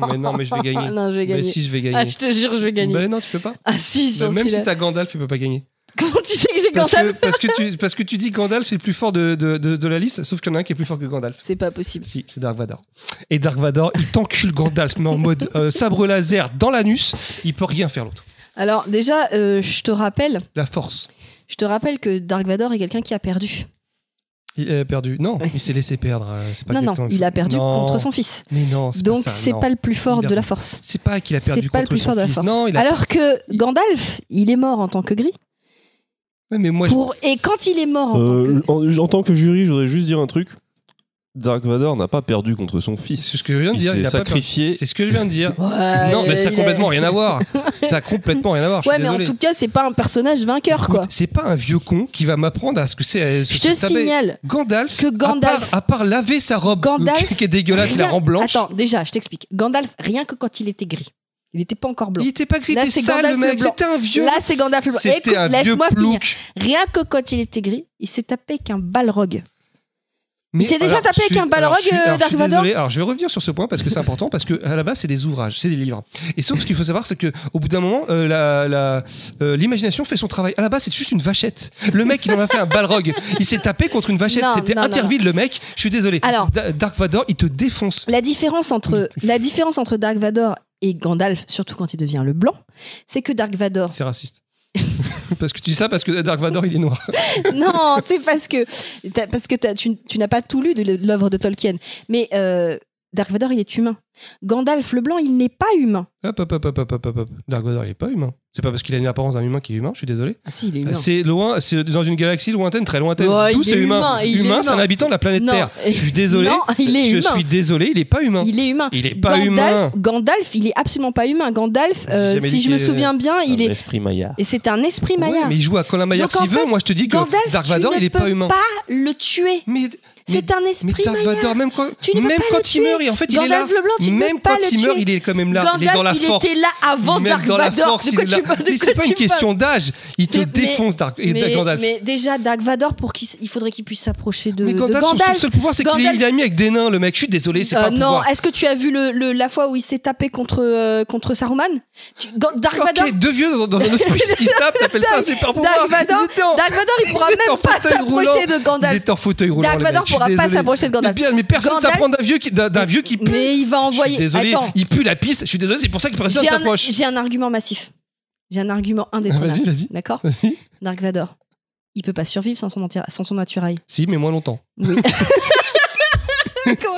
B: mais non, mais je vais gagner.
A: Ah non, je vais
B: Mais
A: gagner.
B: si, je vais gagner.
A: Ah, je te jure, je vais gagner.
B: Ben non, tu peux pas.
A: ah si, j'en
B: Ben, même
A: suis
B: si
A: là.
B: t'as Gandalf, tu peux pas gagner.
A: Comment tu sais que j'ai
B: Parce que,
A: Gandalf
B: parce, que tu, parce que tu dis Gandalf, c'est le plus fort de, de, de, de la liste, sauf qu'il y en a un qui est plus fort que Gandalf.
A: C'est pas possible.
B: Si, c'est Dark Vador. Et Dark Vador, il t'encule Gandalf, mais en mode euh, sabre laser dans l'anus, il peut rien faire l'autre.
A: Alors déjà, euh, je te rappelle,
B: La force.
A: je te rappelle que Dark Vador est quelqu'un qui a perdu.
B: Il a perdu. Non,
A: Ouais.
B: il s'est laissé perdre. euh, C'est pas
A: non, non,
B: quelqu'un-
A: il a perdu
B: Non.
A: contre son fils.
B: Mais non, c'est
A: Donc
B: pas ça,
A: c'est
B: non.
A: pas le plus fort
B: Il a-
A: de la Force.
B: C'est pas qu'il a perdu
A: C'est pas le
B: contre
A: plus
B: son
A: fort de la
B: fils.
A: Force.
B: Non, il a.
A: Alors que Gandalf, il est mort en tant que gris.
B: Ouais, mais moi, je-
A: Pour... Et quand il est mort en tant
C: Euh,
A: que.
C: en, en tant que jury, je voudrais juste dire un truc. Dark Vador n'a pas perdu contre son fils.
B: C'est ce que je viens de
C: il
B: dire,
C: s'est
B: il a pas
C: sacrifié.
B: c'est ce que je viens de dire.
A: Ouais,
B: non, mais ça a
A: Ah, il est-
B: complètement rien à voir. Ça a complètement rien à voir. je suis
A: Ouais, mais en
B: désolé.
A: tout cas, c'est pas un personnage vainqueur,
B: Écoute,
A: quoi.
B: C'est pas un vieux con qui va m'apprendre à ce que c'est. euh, ce
A: Je
B: que
A: te
B: c'est taper.
A: signale
B: Gandalf,
A: que Gandalf-
B: à, part, à part laver sa robe
A: Gandalf-
B: euh, qui est dégueulasse, la
A: Rien-
B: rend blanche,
A: Attends, déjà, je t'explique. Gandalf, rien que quand il était gris, il était pas encore blanc.
B: il était pas gris, il
A: Là,
B: était
A: c'est
B: sale le
A: Gandalf le
B: mec,
A: blanc.
B: c'était un vieux.
A: Là, c'est Gandalf le blanc.
B: c'était un
A: Écoute,
B: vieux
A: laisse-moi finir.
B: plouc.
A: Rien que quand il était gris, il s'est tapé avec un balrog.
B: Mais
A: Il s'est déjà
B: alors,
A: tapé
B: je
A: avec
B: suis-
A: un balrog,
B: alors, je suis-
A: euh,
B: alors, je suis
A: Dark Vador
B: désolé. Alors, je vais revenir sur ce point parce que c'est important, parce que à la base, c'est des ouvrages, c'est des livres. Et sauf ce qu'il faut savoir, c'est que au bout d'un moment, euh, la- la- euh, l'imagination fait son travail. À la base, c'est juste une vachette. Le mec, il en a fait un balrog. Il s'est tapé contre une vachette.
A: Non,
B: C'était
A: non, non,
B: Interville, le mec. Je suis désolé.
A: Alors-
B: Da- Dark Vador, il te défonce.
A: La différence entre,
B: Oui.
A: la différence entre Dark Vador et Gandalf, surtout quand il devient le blanc, c'est que Dark Vador.
B: C'est raciste. parce que tu dis ça parce que Dark Vador, il est noir.
A: non, c'est parce que, t'as- parce que t'as- tu, tu n'as pas tout lu de l'œuvre de Tolkien. Mais euh, Dark Vador, il est humain. Gandalf le blanc, il n'est pas humain.
B: Hop, hop, hop, hop, hop, hop, hop, hop. Dark Vador, il est pas humain. C'est pas parce qu'il a une apparence d'un humain qu'il est humain, je suis désolé.
A: Ah si, il est
B: Euh, C'est loin, c'est dans une galaxie lointaine, très lointaine.
A: Ouais,
B: Tout
A: il
B: c'est
A: est
B: humain.
A: humain, il est
B: Humain, c'est un
A: humain.
B: habitant de la planète
A: Non.
B: Terre. Je suis désolé.
A: Non, il est
B: je
A: humain.
B: suis désolé, il est pas humain.
A: Il est humain.
B: Il est pas
A: Gandalf,
B: humain.
A: Gandalf, il est absolument pas humain. Gandalf, euh,
B: J'ai jamais
A: si
B: dit
A: je me
B: qu'il est-
A: souviens bien, il
C: Un
A: est
C: esprit Maya.
A: et c'est un esprit
B: Ouais,
A: maya.
B: mais il joue à Colin Maillard
A: Donc, en
B: s'il veut.
A: fait,
B: Moi, je te dis que
A: Gandalf,
B: Dark
A: tu
B: Vador,
A: ne
B: il est
A: peux
B: pas humain.
A: pas le tuer.
B: Mais, mais,
A: C'est un
B: mais
A: esprit
B: Dark
A: maya.
B: Vador, même quand,
A: Tu ne peux
B: même
A: pas le
B: quand il
A: tuer.
B: meurt, et en fait, il est là.
A: Gandalf le blanc, tu ne
B: même
A: peux pas
B: quand
A: le
B: il meurt,
A: tuer.
B: il est quand même là.
A: Gandalf,
B: il est dans la force.
A: était là avant
B: même
A: Dark
B: dans la
A: Vador.
B: force,
A: De
B: il
A: quoi
B: est
A: tu
B: là.
A: parles De
B: Mais
A: quoi
B: c'est pas
A: tu
B: une
A: parles
B: question d'âge. Il te
A: C'est- mais-
B: défonce, Dark et
A: mais,
B: Gandalf.
A: mais déjà, Dark Vador, pour qu'il, s- il faudrait qu'il puisse s'approcher de,
B: Mais
A: de
B: Gandalf, son- son
A: Gandalf.
B: seul pouvoir, c'est qu'il est
A: Gandalf-
B: il est ami avec des nains, le mec. Je suis désolé, c'est
A: Euh,
B: pas un
A: non,
B: pouvoir.
A: est-ce que tu as vu le, le- la fois où il s'est tapé contre, euh, contre Saruman Tu- Gan- Dark Vador,
B: Ok, deux vieux dans, dans un hospice qui se tapent, t'appelles ça un super pouvoir.
A: Dark Vador,
B: Ils étaient en-
A: Dark Vador, il pourra
B: Ils étaient en
A: même pas
B: fauteuil
A: s'approcher de
B: Ils
A: Gandalf.
B: étaient en fauteuil roulant.
A: Dark
B: les
A: Vador
B: mecs, je suis
A: pourra pas
B: désolé.
A: s'approcher de
B: Mais,
A: Gandalf.
B: bien, mais personne
A: Gandalf-
B: s'apprend d'un vieux, qui- d'un- d'un vieux qui pue.
A: Mais il va
B: Je suis
A: envoyer.
B: désolé,
A: Attends,
B: il pue la pisse. Je suis désolé, c'est pour ça que personne
A: j'ai un-
B: s'approche.
A: j'ai un argument massif. J'ai un argument indétrônable.
B: Ah, Vas-y, vas-y.
A: D'accord
B: Vas-y.
A: Dark Vador, il peut pas survivre sans son, anti- sans son attirail.
B: Si, mais moins longtemps.
A: Oui. Comment-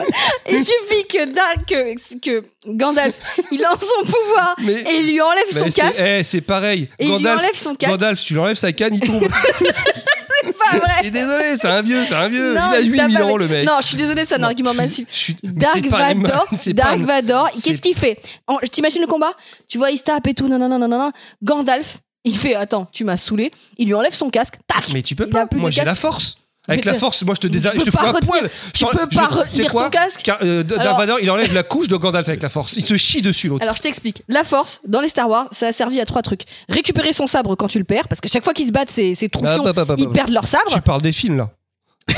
A: Il suffit que, Dark, que, que Gandalf, il lance son pouvoir
B: Mais-
A: et il lui enlève son
B: Mais c'est-
A: casque.
B: eh, c'est pareil.
A: Et il lui
B: Gandalf,
A: enlève son casque.
B: Gandalf, tu lui enlèves sa canne, il tombe.
A: C'est pas
B: Je
A: vrai.
B: suis désolé, c'est un vieux, c'est un vieux.
A: Non,
B: il
A: se
B: a
A: tape
B: 8000 ans,
A: avec-
B: le mec.
A: Non, je suis désolée, c'est un argument
B: je suis-
A: massif.
B: je suis- mais
A: Dark
B: c'est pas la même-
A: Vador,
B: c'est pas
A: Dark
B: une-
A: Vador,
B: c'est-
A: qu'est-ce qu'il fait En- T'imagines le combat Tu vois, il se tape et tout, non, non, non, non, non, non. Gandalf, il fait, attends, tu m'as saoulé. Il lui enlève son casque, tac
B: Mais tu peux
A: Il
B: pas.
A: a plus
B: Moi,
A: de
B: j'ai la
A: casque.
B: force. Avec
A: Mais
B: la
A: t'as-
B: force, moi je te
A: Mais
B: désarme,
A: tu
B: je te
A: peux
B: fous
A: pas
B: un
A: retenir-
B: poil.
A: tu
B: Sans-
A: peux
B: je-
A: pas
B: tu sais
A: retenir
B: quoi
A: ton casque.
B: Car, euh, D- Dark
A: Alors-
B: Vador, il enlève la couche de Gandalf avec la force. Il se chie dessus l'autre.
A: Alors je t'explique. La force, dans les Star Wars, ça a servi à trois trucs. Récupérer son sabre quand tu le perds, parce que chaque fois qu'ils se battent, ces, ces troufions,
B: Hop, hop, hop, hop,
A: ils
B: hop.
A: perdent leur sabre.
B: bah, Tu parles des films là.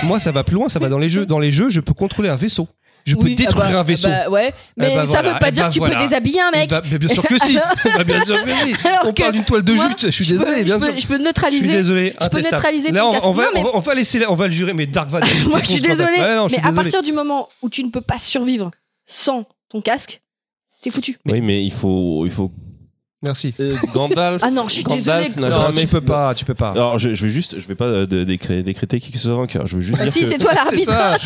B: Moi, ça va plus loin, ça va dans les jeux. Dans les jeux, je peux contrôler un vaisseau. Je peux
A: Oui,
B: détruire
A: ah bah-
B: un vaisseau.
A: ah bah ouais, mais
B: bah
A: ça
B: voilà,
A: veut pas
B: eh
A: dire
B: bah
A: que tu
B: voilà.
A: peux déshabiller un mec.
B: Bah, mais bien sûr que si. Bah, bien sûr que si.
A: Alors
B: On
A: que
B: parle d'une toile de
A: moi,
B: jute. Je suis
A: je,
B: désolé.
A: peux,
B: bien
A: je
B: sûr.
A: peux- je peux
B: Je suis
A: neutraliser.
B: désolé.
A: peux
B: intestable.
A: neutraliser
B: Là,
A: ton
B: on,
A: casque.
B: on va,
A: Non, mais-
B: on va- on va laisser, la- on va le jurer. Mais Dark Vador. il
A: Moi,
B: était
A: je suis
B: contre Gandalf.
A: désolée,
B: Ouais, non, je
A: mais
B: suis
A: à
B: désolé.
A: partir du moment où tu ne peux pas survivre sans ton casque, t'es foutu.
C: Oui, mais il faut, il faut.
B: Merci.
C: Gandalf.
A: Ah non, je suis désolée.
C: Gandalf n'a
B: Non,
C: jamais
B: tu peux pas. Tu peux pas.
C: Alors, je, je vais juste, je vais pas euh, dé- décré- décréter qui que ce soit vainqueur. Je veux juste
A: Ah
C: dire
A: si,
C: que
A: c'est toi
B: C'est
A: l'arbitre.
B: ça.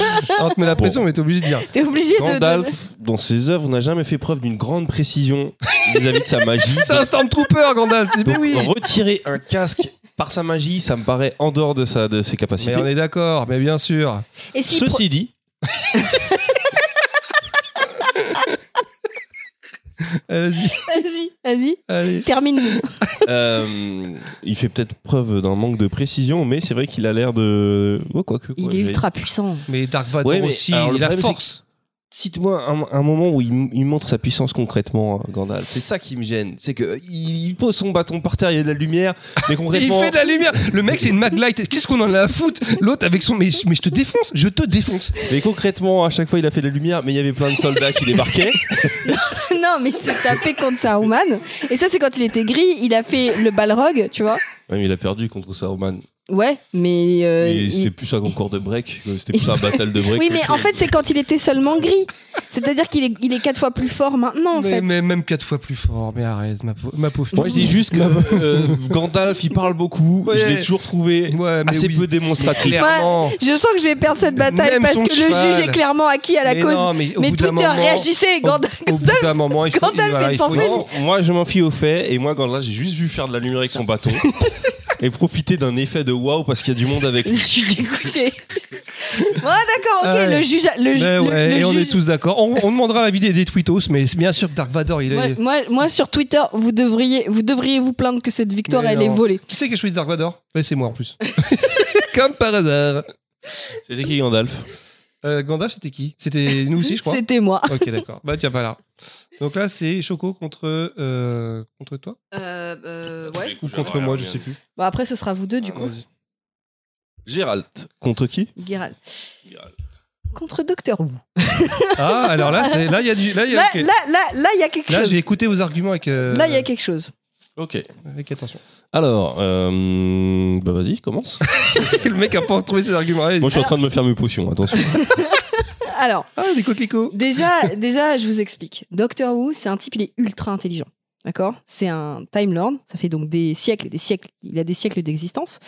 B: On te met la pression, mais t'es obligé de dire.
A: T'es obligé de- de. de-
C: Gandalf, dans ses œuvres, n'a jamais fait preuve d'une grande précision vis-à-vis de sa magie.
B: C'est un Stormtrooper, Gandalf. Mais
C: Donc,
B: oui.
C: retirer un casque par sa magie, ça me paraît en dehors de, sa, de ses
B: Mais on
C: capacités.
B: est d'accord, mais bien sûr.
A: Et si
C: Ceci dit,
B: Euh, Vas-y,
A: Vas-y, vas-y,
B: allez.
A: termine-nous.
C: Euh, il fait peut-être preuve d'un manque de précision, mais c'est vrai qu'il a l'air de. Oh, quoi que. quoi,
A: Il est
C: j'allais-
A: ultra puissant.
B: Mais Dark Vador
C: Ouais, mais
B: aussi,
C: alors, le
B: il a
C: problème, c'est
B: force.
C: Cite-moi un, un moment où il, il montre sa puissance concrètement, hein, Gandalf. C'est ça qui me gêne. C'est que il, il pose son bâton par terre, il y a de la lumière, mais
B: Il
C: concrètement.
B: fait de la lumière. Le mec, c'est une maglite. Qu'est-ce qu'on en a à foutre L'autre avec son. Mais, mais je te défonce, je te défonce.
C: Mais concrètement, à chaque fois, il a fait de la lumière, mais il y avait plein de soldats qui débarquaient.
A: non, mais il s'est tapé contre Saruman. Et ça, c'est quand il était gris, il a fait le balrog, tu vois.
C: Ouais, mais il a perdu contre Saruman.
A: Ouais, mais. euh,
C: Et
A: il-
C: C'était plus un concours de break, que- c'était plus un battle de break.
A: Oui,
C: que
A: mais
C: autre
A: en
C: chose.
A: fait, c'est quand il était seulement gris. C'est-à-dire qu'il est, il est quatre fois plus fort maintenant, en
B: mais,
A: fait.
B: mais même quatre fois plus fort. Mais arrête, ma, pau- ma pauvre.
C: Moi, je dis juste que euh, Gandalf, il parle beaucoup.
B: Ouais.
C: Je l'ai toujours trouvé
B: Ouais, mais
C: assez
B: oui.
C: peu démonstratif.
B: Clairement.
A: Je sens que je vais perdre cette bataille
B: Même
A: parce
B: son
A: que le
B: cheval.
A: juge est clairement acquis à la
B: mais
A: cause.
B: non, mais au
A: mais
B: bout d'un
A: Twitter,
B: moment-
A: réagissez,
B: Au,
A: Gandalf.
B: au bout d'un moment, il faut,
A: Gandalf
B: il- voilà,
A: est
B: il faut-
A: censé-
C: Non, moi, je m'en fie au fait, et moi, Gandalf, j'ai juste vu faire de la lumière avec son bâton. Et profiter d'un effet de waouh parce qu'il y a du monde avec.
A: Je suis dégoûtée. bon, d'accord, ok,
B: Ah ouais.
A: le juge. a- Le, ju-
B: Mais
A: le-
B: ouais,
A: le
B: et on
A: juge-
B: est tous d'accord. On, on demandera la vidéo des tweetos, mais c'est bien sûr que Dark Vador, il est.
A: Moi, moi, moi, sur Twitter, vous devriez, vous devriez vous plaindre que cette victoire,
B: Mais
A: elle
B: non.
A: est volée.
B: Qui c'est qui a choisi Dark Vador Ouais, C'est moi en plus. Comme par hasard.
C: C'était qui Gandalf
B: Euh, Gandalf, c'était qui C'était nous aussi, je crois.
A: C'était moi.
B: ok, d'accord. Bah, tiens, voilà. Donc là, c'est Choco contre, euh, contre toi
C: euh,
A: ouais.
B: ou contre moi, je sais plus.
A: Bon, Bah, après, ce sera vous deux,
B: Ah,
A: du coup.
C: Gérald. Contre qui
A: Geralt. Contre Docteur Who.
B: Ah, alors là, c'est là, il y a du. Là, il y a-
A: Là,
B: ok.
A: là, là, là, il y a quelque
B: Là,
A: chose.
B: j'ai écouté vos arguments avec. euh,
A: Là, il y a quelque chose.
C: Ok.
B: Avec attention.
C: Alors, euh, bah vas-y, commence.
B: Le mec a pas retrouvé ses arguments. Allez.
C: Moi, je suis en train de me faire mes potions, attention.
A: Alors,
B: Ah, des coquelicots.
A: déjà, déjà, je vous explique. Docteur Who, c'est un type, il est ultra intelligent. D'accord C'est un Time Lord. Ça fait donc des siècles et des siècles. Il a des siècles d'existence.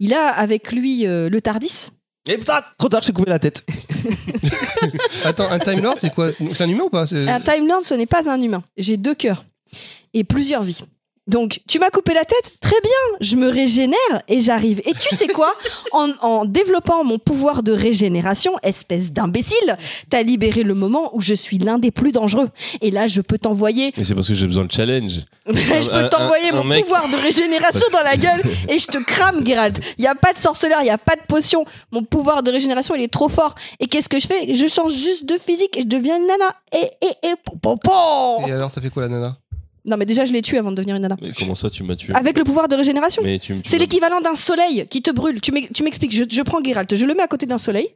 A: Il a avec lui euh, le Tardis.
C: Et putain, trop tard, j'ai coupé la tête.
B: Attends, un Time Lord, c'est quoi C'est un humain ou pas C'est-
A: Un Time Lord, ce n'est pas un humain. J'ai deux cœurs et plusieurs vies. Donc, tu m'as coupé la tête Très bien, je me régénère et j'arrive. Et tu sais quoi en, en développant mon pouvoir de régénération, espèce d'imbécile, t'as libéré le moment où je suis l'un des plus dangereux. Et là, je peux t'envoyer,
C: Mais c'est parce que j'ai besoin de challenge.
A: je
C: Un- un-
A: peux t'envoyer
C: un
A: mon
C: mec-
A: pouvoir de régénération dans la gueule et je te crame, Geralt. Il n'y a pas de sorceleur, il n'y a pas de potion. Mon pouvoir de régénération, il est trop fort. Et qu'est-ce que je fais Je change juste de physique et je deviens une nana. Et, et, et, pom, pom, pom.
B: Et alors, ça fait quoi la nana
A: Non, mais déjà, je l'ai tué avant de devenir une nana.
C: Mais comment ça, tu m'as tué
A: Avec le pouvoir de régénération.
C: Mais tu me- tu
A: Ah, C'est
C: m'as-
A: l'équivalent d'un soleil qui te brûle. Tu m'ex- tu m'expliques, je, je prends Geralt, je le mets à côté d'un soleil.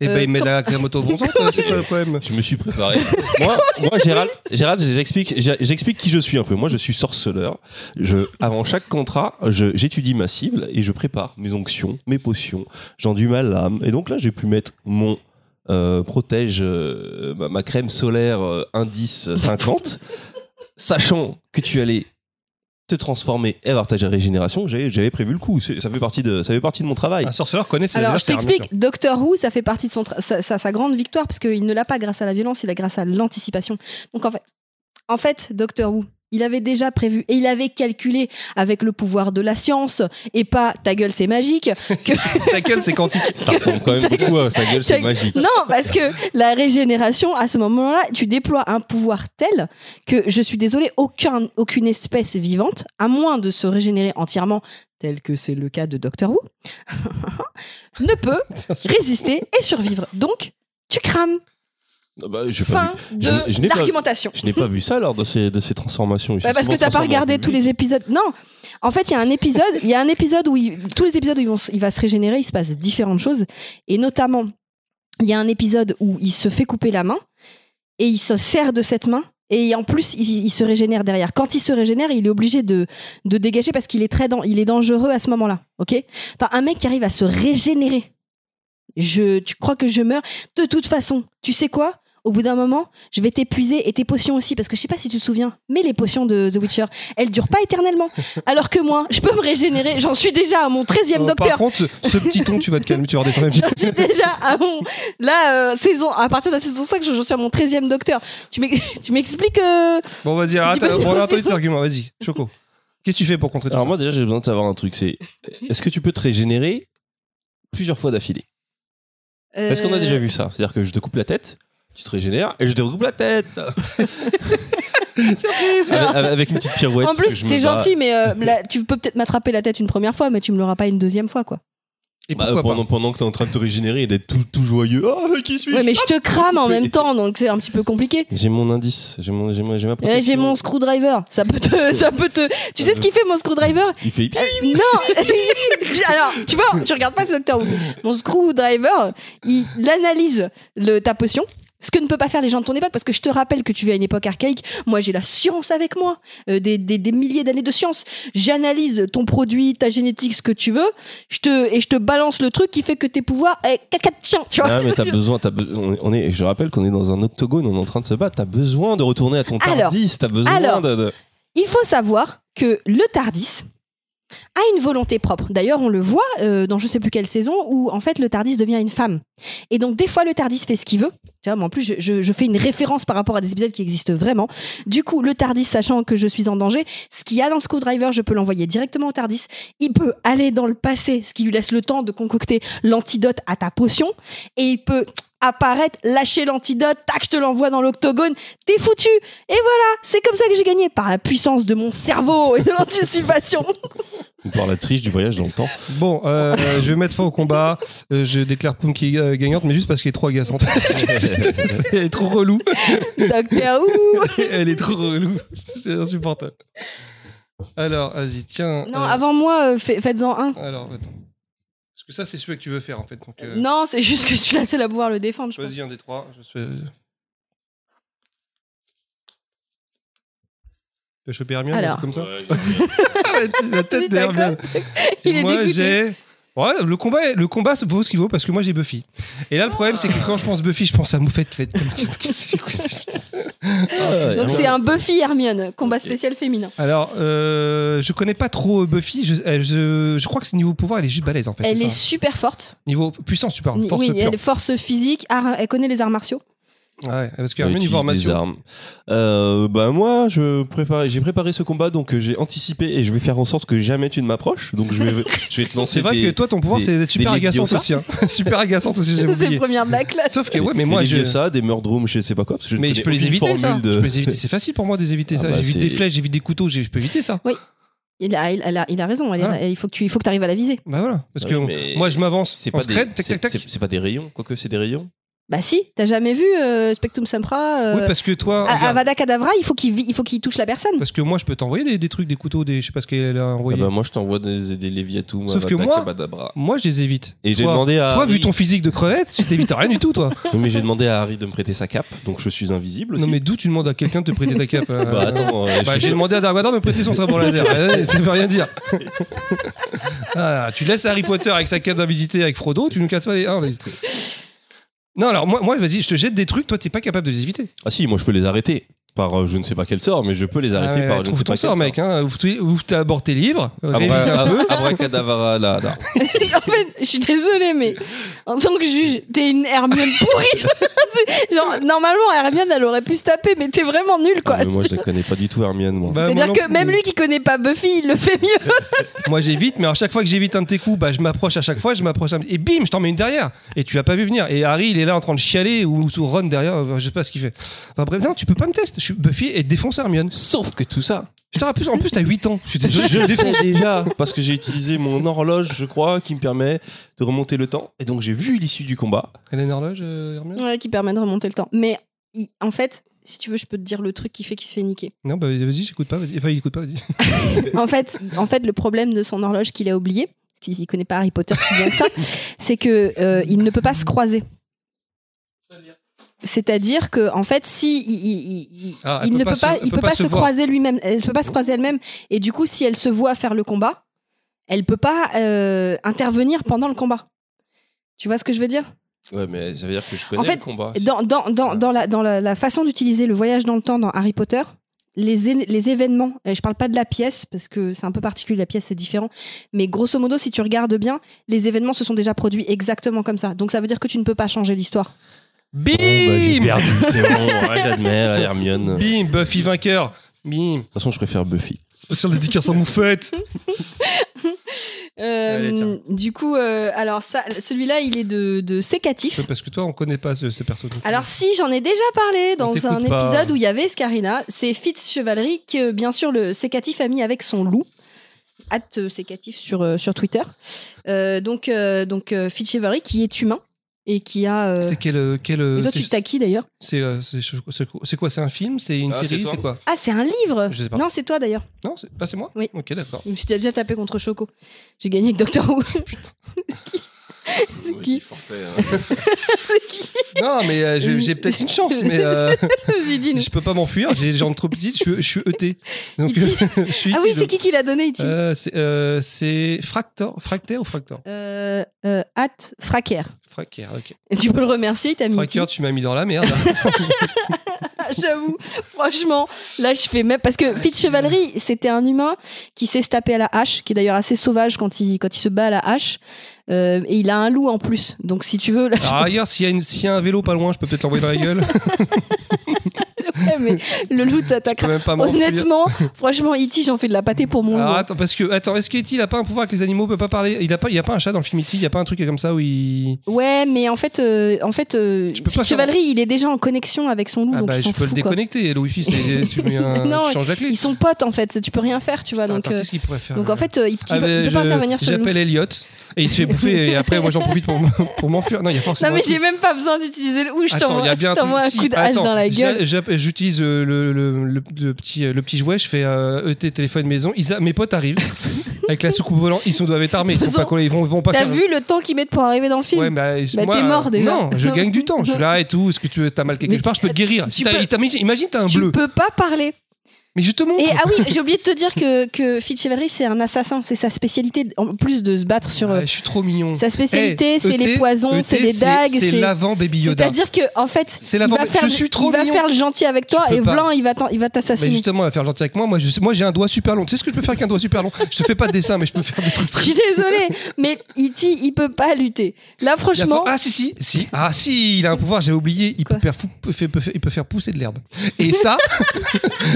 B: Eh
A: Euh,
B: ben, il met
A: comment-
B: la crème au bon sang, c'est quoi le problème
C: Je me suis préparé. moi, moi, Gérald, Gérald, j'explique, j'explique qui je suis un peu. Moi, je suis sorceleur. Je, avant chaque contrat, je- j'étudie ma cible et je prépare mes onctions, mes potions. J'en du mal l'âme. Et donc là, j'ai pu mettre mon euh, protège, euh, ma, ma crème solaire euh, indice 50, sachant que tu allais te transformer et avoir ta régénération. J'avais j'avais prévu le coup. C'est- Ça fait partie de, ça fait partie de mon travail.
B: Un sorceleur connaît ses
A: Alors, je
B: adversaires,
A: t'explique, Doctor Who, ça fait partie de son tra- sa, sa- sa grande victoire, parce qu'il ne l'a pas grâce à la violence, il a grâce à l'anticipation. Donc, en fait, en fait, Doctor Who, il avait déjà prévu et il avait calculé avec le pouvoir de la science et pas ta gueule, c'est magique.
B: bien sûr. Ta gueule, c'est quantique.
C: Ça ressemble quand même beaucoup à sa gueule, c'est magique.
A: Non, parce que la régénération, à ce moment-là, tu déploies un pouvoir tel que, je suis désolée, aucun, aucune espèce vivante, à moins de se régénérer entièrement, tel que c'est le cas de Doctor Who, ne peut résister et survivre. Donc, tu crames.
C: Ah bah, je vais pas
A: Fin
C: je n'ai- je
A: de
C: n'ai pas-
A: l'argumentation.
C: Je n'ai pas vu ça lors de ces, de ces transformations. Ils
A: Bah,
C: sont
A: parce que
C: souvent
A: t'as pas
C: transformés en
A: regardé tous
C: public.
A: les épisodes. Non, en fait, il y a un épisode, il y a un épisode où il- tous les épisodes où ils vont se- il va se régénérer, il se passe différentes choses, et notamment il y a un épisode où il se fait couper la main et il se sert de cette main. Et en plus, il, il se régénère derrière. Quand il se régénère, il est obligé de, de dégager parce qu'il est très dan- il est dangereux à ce moment-là. Ok T'as un mec qui arrive à se régénérer. Je, tu crois que je meurs De toute façon, tu sais quoi Au bout d'un moment, je vais t'épuiser et tes potions aussi parce que je sais pas si tu te souviens, mais les potions de The Witcher, elles durent pas éternellement. Alors que moi, je peux me régénérer. J'en suis déjà à mon 13 e
B: Euh,
A: docteur.
B: Par contre, ce petit ton, tu vas te calmer, tu vas redescendre un petit
A: J'en suis déjà à mon. Là, euh, saison, à partir de la saison 5, je, je suis à mon 13 e docteur. Tu m'ex- tu m'expliques. euh,
B: peu. Bon, vas-y,
A: tu
B: arrête,
A: peux-
B: on a entendu tes arguments, vas-y, Choco. Qu'est-ce que tu fais pour contrer tout
C: Alors
B: ça
C: moi déjà j'ai besoin de savoir un truc, c'est est-ce que tu peux te régénérer plusieurs fois d'affilée
A: Euh,
C: Est-ce qu'on a déjà vu ça C'est-à-dire que je te coupe la tête, tu te régénères et je te recoupe la tête.
B: Surprise
C: Avec, avec une petite pirouette.
A: euh, En
C: Ah, parce que
A: plus,
C: je me
A: t'es
C: barre-
A: gentil, mais euh, là, tu peux peut-être m'attraper la tête une première fois, mais tu me l'auras pas une deuxième fois, quoi.
B: Et
C: Bah,
B: pourquoi
C: pendant, pendant que t'es en train de te régénérer et d'être tout, tout joyeux. Oh, qui suis-je
A: Ouais, mais je te crame en
C: oui.
A: même temps, donc c'est un petit peu compliqué.
C: J'ai mon indice, j'ai mon, j'ai mon, j'ai ma
A: Eh, J'ai
C: protection.
A: mon screwdriver, ça peut te, ça peut te. Tu sais ce qu'il fait mon screwdriver
C: Il fait
A: Non Alors, tu vois, tu regardes pas ce Doctor Who. Mon screwdriver, il analyse le, ta potion. Ce que ne peut pas faire les gens de ton époque, parce que je te rappelle que tu vis à une époque archaïque. Moi, j'ai la science avec moi, euh, des, des, des milliers d'années de science. J'analyse ton produit, ta génétique, ce que tu veux, je te, et je te balance le truc qui fait que tes pouvoirs, eh, caca de chien, tu vois.
C: Ah, mais t'as besoin, t'as be- on est- on est, je rappelle qu'on est dans un octogone, on est en train de se battre. T'as besoin de retourner à ton
A: Alors,
C: tardis, t'as besoin
A: alors.
C: de, de-
A: Il faut savoir que le Tardis a une volonté propre. D'ailleurs, on le voit euh, dans je sais plus quelle saison où en fait le Tardis devient une femme. Et donc des fois le Tardis fait ce qu'il veut. Tu vois, mais en plus je, je- je fais une référence par rapport à des épisodes qui existent vraiment. Du coup, le Tardis sachant que je suis en danger, ce qu'il y a dans le screwdriver, je peux l'envoyer directement au Tardis. Il peut aller dans le passé, ce qui lui laisse le temps de concocter l'antidote à ta potion, et il peut apparaître, lâcher l'antidote, tac, je te l'envoie dans l'octogone, t'es foutu. Et voilà, c'est comme ça que j'ai gagné par la puissance de mon cerveau et de l'anticipation.
C: ou par la triche du voyage dans le temps.
B: Bon, euh, je vais mettre fin au combat. Euh, je déclare Punky euh, gagnante, mais juste parce qu'elle est trop agaçante. C'est- c'est- elle est trop relou.
A: Docteur Who.
B: Elle est trop relou. C'est insupportable. Alors, vas-y, tiens.
A: Non,
B: euh,
A: avant moi, euh, fait- faites-en un.
B: Alors, attends. Parce que ça, c'est celui que tu veux faire, en fait. Donc, euh,
A: Non, c'est juste que je suis la seule à pouvoir le défendre. Je pense.
B: Choisis un des trois. Je suis... T'as chopé Hermione, un
A: Alors.
B: truc comme ça La tête
A: D'accord.
B: d'Hermione.
A: Il est
B: moi,
A: dégoûté.
B: j'ai. Ouais, le combat, est- le combat vaut ce qu'il vaut parce que moi j'ai Buffy. Et là, le problème, c'est que quand je pense Buffy, je pense à Moufette qui fait. C'est quoi ce fils
C: Ah,
A: Donc c'est un Buffy Hermione, combat
C: Ok.
A: spécial féminin.
B: Alors, euh, je connais pas trop euh, Buffy. Je, euh, je, je crois que c'est niveau pouvoir, elle est juste balèze en fait.
A: elle
B: c'est
A: est
B: ça
A: super forte.
B: Niveau puissance, tu parles.
A: Ni-
B: Force
A: oui,
B: pure.
A: elle est force physique, art- elle connaît les arts martiaux.
B: Ouais, parce que
C: Elle
B: Hermione,
C: utilise
B: niveau
C: des
B: armation.
C: armes. Euh, bah moi, je préparais, j'ai préparé ce combat, donc euh, j'ai anticipé et je vais faire en sorte que jamais tu ne m'approches. Donc je vais, je vais te lancer.
B: C'est vrai
C: des-
B: que toi, ton pouvoir,
C: des-
B: c'est d'être super
C: des
B: agaçante
C: Leviosa.
B: aussi. hein. super agaçante aussi, j'ai
A: C'est
B: oublié.
A: le premier de la classe.
B: Sauf que, ouais, mais moi,
C: des
B: je.
C: Leviosa, des Murdroom, je sais pas quoi. Parce que je
B: Mais je
C: connais
B: peux les
C: aucune
B: éviter, ça.
C: formule de-
B: Je peux les éviter. C'est facile pour moi d'éviter
C: Ah
B: ça.
C: bah,
B: j'évite des
C: c'est-
B: flèches, j'évite des couteaux, j'ai- je peux éviter ça.
A: Oui. Il a, il a- il a raison, elle est-
B: Hein
A: il faut que tu il faut que arrives à la viser.
B: Bah voilà. Parce
C: Oui,
B: que
C: mais
B: moi, je m'avance
C: C'est
B: en
C: pas, des,
B: scred, tac,
C: c'est-
B: tac, tac.
C: c'est- c'est pas des rayons, quoique c'est des rayons.
A: Bah si, t'as jamais vu euh, Spectrum Sempra euh,
B: Oui, parce que toi.
A: à-
B: regarde,
A: Avada Kedavra, il faut qu'il vi- il faut qu'il touche la personne.
B: Parce que moi, je peux t'envoyer des, des trucs, des couteaux, des. Je sais pas ce qu'elle a
C: Ah
B: envoyé.
C: bah moi, je t'envoie des, des Léviathoum,
B: Sauf que
C: Avada
B: moi-
C: Kedavra.
B: Moi, je les évite.
C: Et j'ai
B: Toi-
C: demandé à.
B: Toi, vu
C: Harry-
B: ton physique de crevette, tu t'évites rien du tout, toi.
C: Oui, mais j'ai demandé à Harry de me prêter sa cape, donc je suis invisible aussi.
B: Non, mais d'où tu demandes à quelqu'un de te prêter ta cape euh,
C: Bah attends, euh,
B: Bah,
C: je
B: j'ai
C: suis-
B: demandé à Dark Vador de me prêter son sabre laser. Euh, ça veut rien dire. Ah, tu laisses Harry Potter avec sa cape d'invisité avec Frodo, tu nous casses pas les. ah, les- Non, alors moi, moi vas-y, je te jette des trucs, toi t'es pas capable de les éviter.
C: Ah si, moi je peux les arrêter par euh, je ne sais pas quel sort, mais je peux les arrêter
B: Ah ouais,
C: par je ne
B: trouve
C: sais
B: ton
C: pas
B: sort,
C: quel
B: mec. Hein. Ouvre, ouvre ta bord tes livres. euh,
C: Abra-
B: révise un peu.
C: ab- Abracadabra, euh, là, là.
A: en fait, je suis désolée, mais en tant que juge, t'es une Hermione pourrie. Genre, normalement, Hermione, elle aurait pu se taper, mais t'es vraiment nulle, quoi.
C: Ah, mais moi je la connais pas du tout, Hermione, moi.
B: Bah, moi
A: C'est-à-dire
B: non
A: que
B: plus.
A: même lui qui connaît pas Buffy, il le fait mieux.
B: Moi j'évite, mais à chaque fois que j'évite un de tes coups, bah, je m'approche à chaque fois, je m'approche un... et bim, je t'en mets une derrière. Et tu l'as pas vu venir. Et Harry, il est là en train de chialer ou sous Ron derrière, euh, je sais pas ce qu'il fait. Enfin bref, non, tu peux pas me tester. Je suis Buffy et défonce Hermione.
C: Sauf que tout ça,
B: Je te rappelle, en plus t'as 8 ans. Je suis désolé.
C: je le défonce déjà parce que j'ai utilisé mon horloge, je crois, qui me permet de remonter le temps. Et donc j'ai vu l'issue du combat.
B: Elle a une horloge, euh, Hermione
A: Ouais, qui permet de remonter le temps. Mais il- en fait, si tu veux, je peux te dire le truc qui fait qu'il se fait niquer.
B: Non, bah vas-y, j'écoute pas, vas-y. Enfin, il écoute pas, vas-y.
A: En fait, en fait le problème de son horloge qu'il a oublié, parce qu'il s'y connaît pas Harry Potter si bien que ça, c'est que euh, il ne peut pas se croiser. C'est-à-dire que en fait, si il, il- il- il-
B: Ah, elle
A: il
B: peut
A: ne
B: pas
A: peut
B: se-
A: pas,
B: elle
A: il peut pas se,
B: voir.
A: croiser lui-même, elle ne peut pas se croiser elle-même, et du coup, si elle se voit faire le combat, elle peut pas euh, intervenir pendant le combat. Tu vois ce que je veux dire
C: Ouais, mais ça veut dire que je connais
A: En fait,
C: le combat.
A: dans, dans, dans,
C: Ouais.
A: dans, la, dans la, la façon d'utiliser le voyage dans le temps dans Harry Potter, les, é- les événements, et je parle pas de la pièce parce que c'est un peu particulier, la pièce c'est différent, mais grosso modo, si tu regardes bien, les événements se sont déjà produits exactement comme ça. Donc ça veut dire que tu ne peux pas changer l'histoire.
B: Bim
C: Bon, bah, j'ai perdu, c'est bon, ouais, j'admets, là, Hermione. De toute
B: Bim, Buffy vainqueur Bim
C: façon, je préfère Buffy.
B: Spécial dédicace à Moufette
A: Euh,
B: Allez, tiens.
A: du coup, euh, alors ça, celui-là, il est de, de sécatif.
B: C'est Parce que toi, on connaît pas ce, ce perso. donc-
A: Alors si, j'en ai déjà parlé
B: On
A: dans
B: t'écoute
A: un
B: pas.
A: épisode où il y avait Scarina. C'est Fitz Chevalerie que, bien sûr, le sécatif a mis avec son loup. Hâte euh, sécatif sur, euh, sur Twitter. Euh, donc, euh, donc euh, Fitz Chevalerie qui est humain et qui a... euh,
B: c'est quel. euh, quel
A: Et
B: euh,
A: toi,
B: c'est-
A: tu t'as qui, d'ailleurs
B: C'est euh, c'est- c'est- c'est quoi C'est un film C'est une
C: Ah, c'est
B: série
C: toi.
B: C'est quoi
A: Ah, c'est un livre
B: Je sais pas.
A: Non, c'est toi d'ailleurs.
B: Non, c'est pas c'est moi
A: Oui.
B: Ok, d'accord.
A: Je me suis déjà tapé contre Choco. J'ai gagné avec Doctor Who.
C: C'est
A: qui C'est qui
B: non, mais euh, j'ai j'ai peut-être une chance, mais euh,
A: Zidine.
B: je peux pas m'enfuir. J'ai les jambes trop petites. Je, suis- je suis ET. Donc,
A: E.T.
B: je suis
A: Ah
B: E.T.,
A: oui, c'est
B: donc.
A: qui qui l'a donné, Iti
B: Euh, C'est euh, c'est Fractor, Fractaire ou Fractor
A: euh, euh, at Fracaire.
B: Fractaire, ok.
A: Et Tu peux le remercier, il t'a mis
B: Fractaire, tu m'as mis dans la merde. hein.
A: Ah, J'avoue, franchement, là je fais même parce que Fitz Chevalerie, c'était un humain qui s'est tapé à la hache, qui est d'ailleurs assez sauvage quand il quand il se bat à la hache, Euh, et il a un loup en plus. Donc si tu veux, là,
B: Alors ailleurs, s'il y, a une- s'il y a un vélo pas loin, je peux peut-être l'envoyer dans la gueule.
A: ouais, mais le loup
B: Je peux
A: t'attaquera.
B: même pas m'enfuir.
A: Honnêtement, franchement, Iti, j'en fais de la pâtée pour mon
B: Alors
A: loup.
B: attends, parce que attends, est-ce qu'E.T. il a pas un pouvoir que les animaux peuvent pas parler Il a pas, il y a pas un chat dans le film E.T. Il y a pas un truc comme ça où il.
A: Ouais, mais en fait, euh, en fait, euh,
B: Je peux pas
A: Fitz
B: savoir.
A: Chevalerie, il est déjà en connexion avec son loup,
B: Ah
A: donc
B: bah
A: il
B: je
A: s'en
B: peux
A: fout,
B: le
A: quoi.
B: déconnecter. Le wifi, c'est tu, mets un-
A: Non,
B: tu changes la clé.
A: Ils sont potes en fait, tu peux rien faire, tu vois.
B: Attends,
A: Donc, euh,
B: qu'est-ce qu'il pourrait faire
A: donc en
B: euh,
A: fait, euh, il, il peut,
B: Ah,
A: il
B: mais
A: peut pas
B: je-
A: intervenir sur le loup.
B: J'appelle Elliot et il se fait bouffer et après moi j'en profite pour, m- pour m'enfuir. Non, il y a forcément.
A: Non mais
B: un truc.
A: j'ai même pas besoin d'utiliser le ou je
B: Attends, il y
A: t'envoie
B: a bien
A: je t'envoie un
B: truc-
A: coup
B: si,
A: de hache
B: attends,
A: dans la gueule.
B: j'a- j'a- J'utilise euh, le, le, le- le petit, euh, le petit jouet, je fais euh, ET téléphone maison. Ils a- mes potes arrivent avec la soucoupe volante. Ils sont doivent être armés. Ils, sont
A: Ils
B: pas
A: ont-
B: collés, ils vont, ils vont pas
A: T'as
B: faire-
A: vu le temps qu'ils mettent pour arriver dans le film
B: Ouais, mais, euh,
A: Bah,
B: moi,
A: t'es mort
B: euh,
A: déjà.
B: Non, je gagne du temps. Je suis là et tout. Est-ce que tu as mal quelque
A: Mais
B: part Je peux te guérir. Si
A: tu
B: t'as-
A: peux-
B: t'as- Imagine, t'as un
A: Tu
B: bleu.
A: peux pas parler.
B: Mais je te montre.
A: Et ah oui, j'ai oublié de te dire que que Fitzchevalerie c'est un assassin, c'est sa spécialité en plus de se battre sur
B: Ah,
A: euh,
B: je suis trop mignon.
A: sa spécialité,
B: Eh,
A: c'est les
B: ET,
A: poisons, c'est
B: ET,
A: les dagues,
B: c'est
A: c'est
B: l'avant Baby Yoda.
A: c'est-à-dire que en fait,
B: C'est
A: il
B: l'avant-
A: va
B: je
A: faire
B: suis trop
A: il va
B: mignon.
A: faire le gentil avec toi
B: Je
A: et
B: peux pas.
A: Vlan, il va t'en- il va
B: Mais
A: t'assassiner.
B: justement, elle va faire gentil avec moi. Moi, je- moi, j'ai un doigt super long. Tu sais ce que je peux faire avec un doigt super long Je te fais pas de dessin, mais je peux faire des trucs.
A: Je suis désolée, mais Iti, il peut pas lutter. Là
B: Il y a
A: franchement,
B: fort- Ah si si si ah si il a un pouvoir j'avais oublié il peut
A: Quoi
B: faire, fou- peut faire- peut faire- il peut faire pousser de l'herbe et ça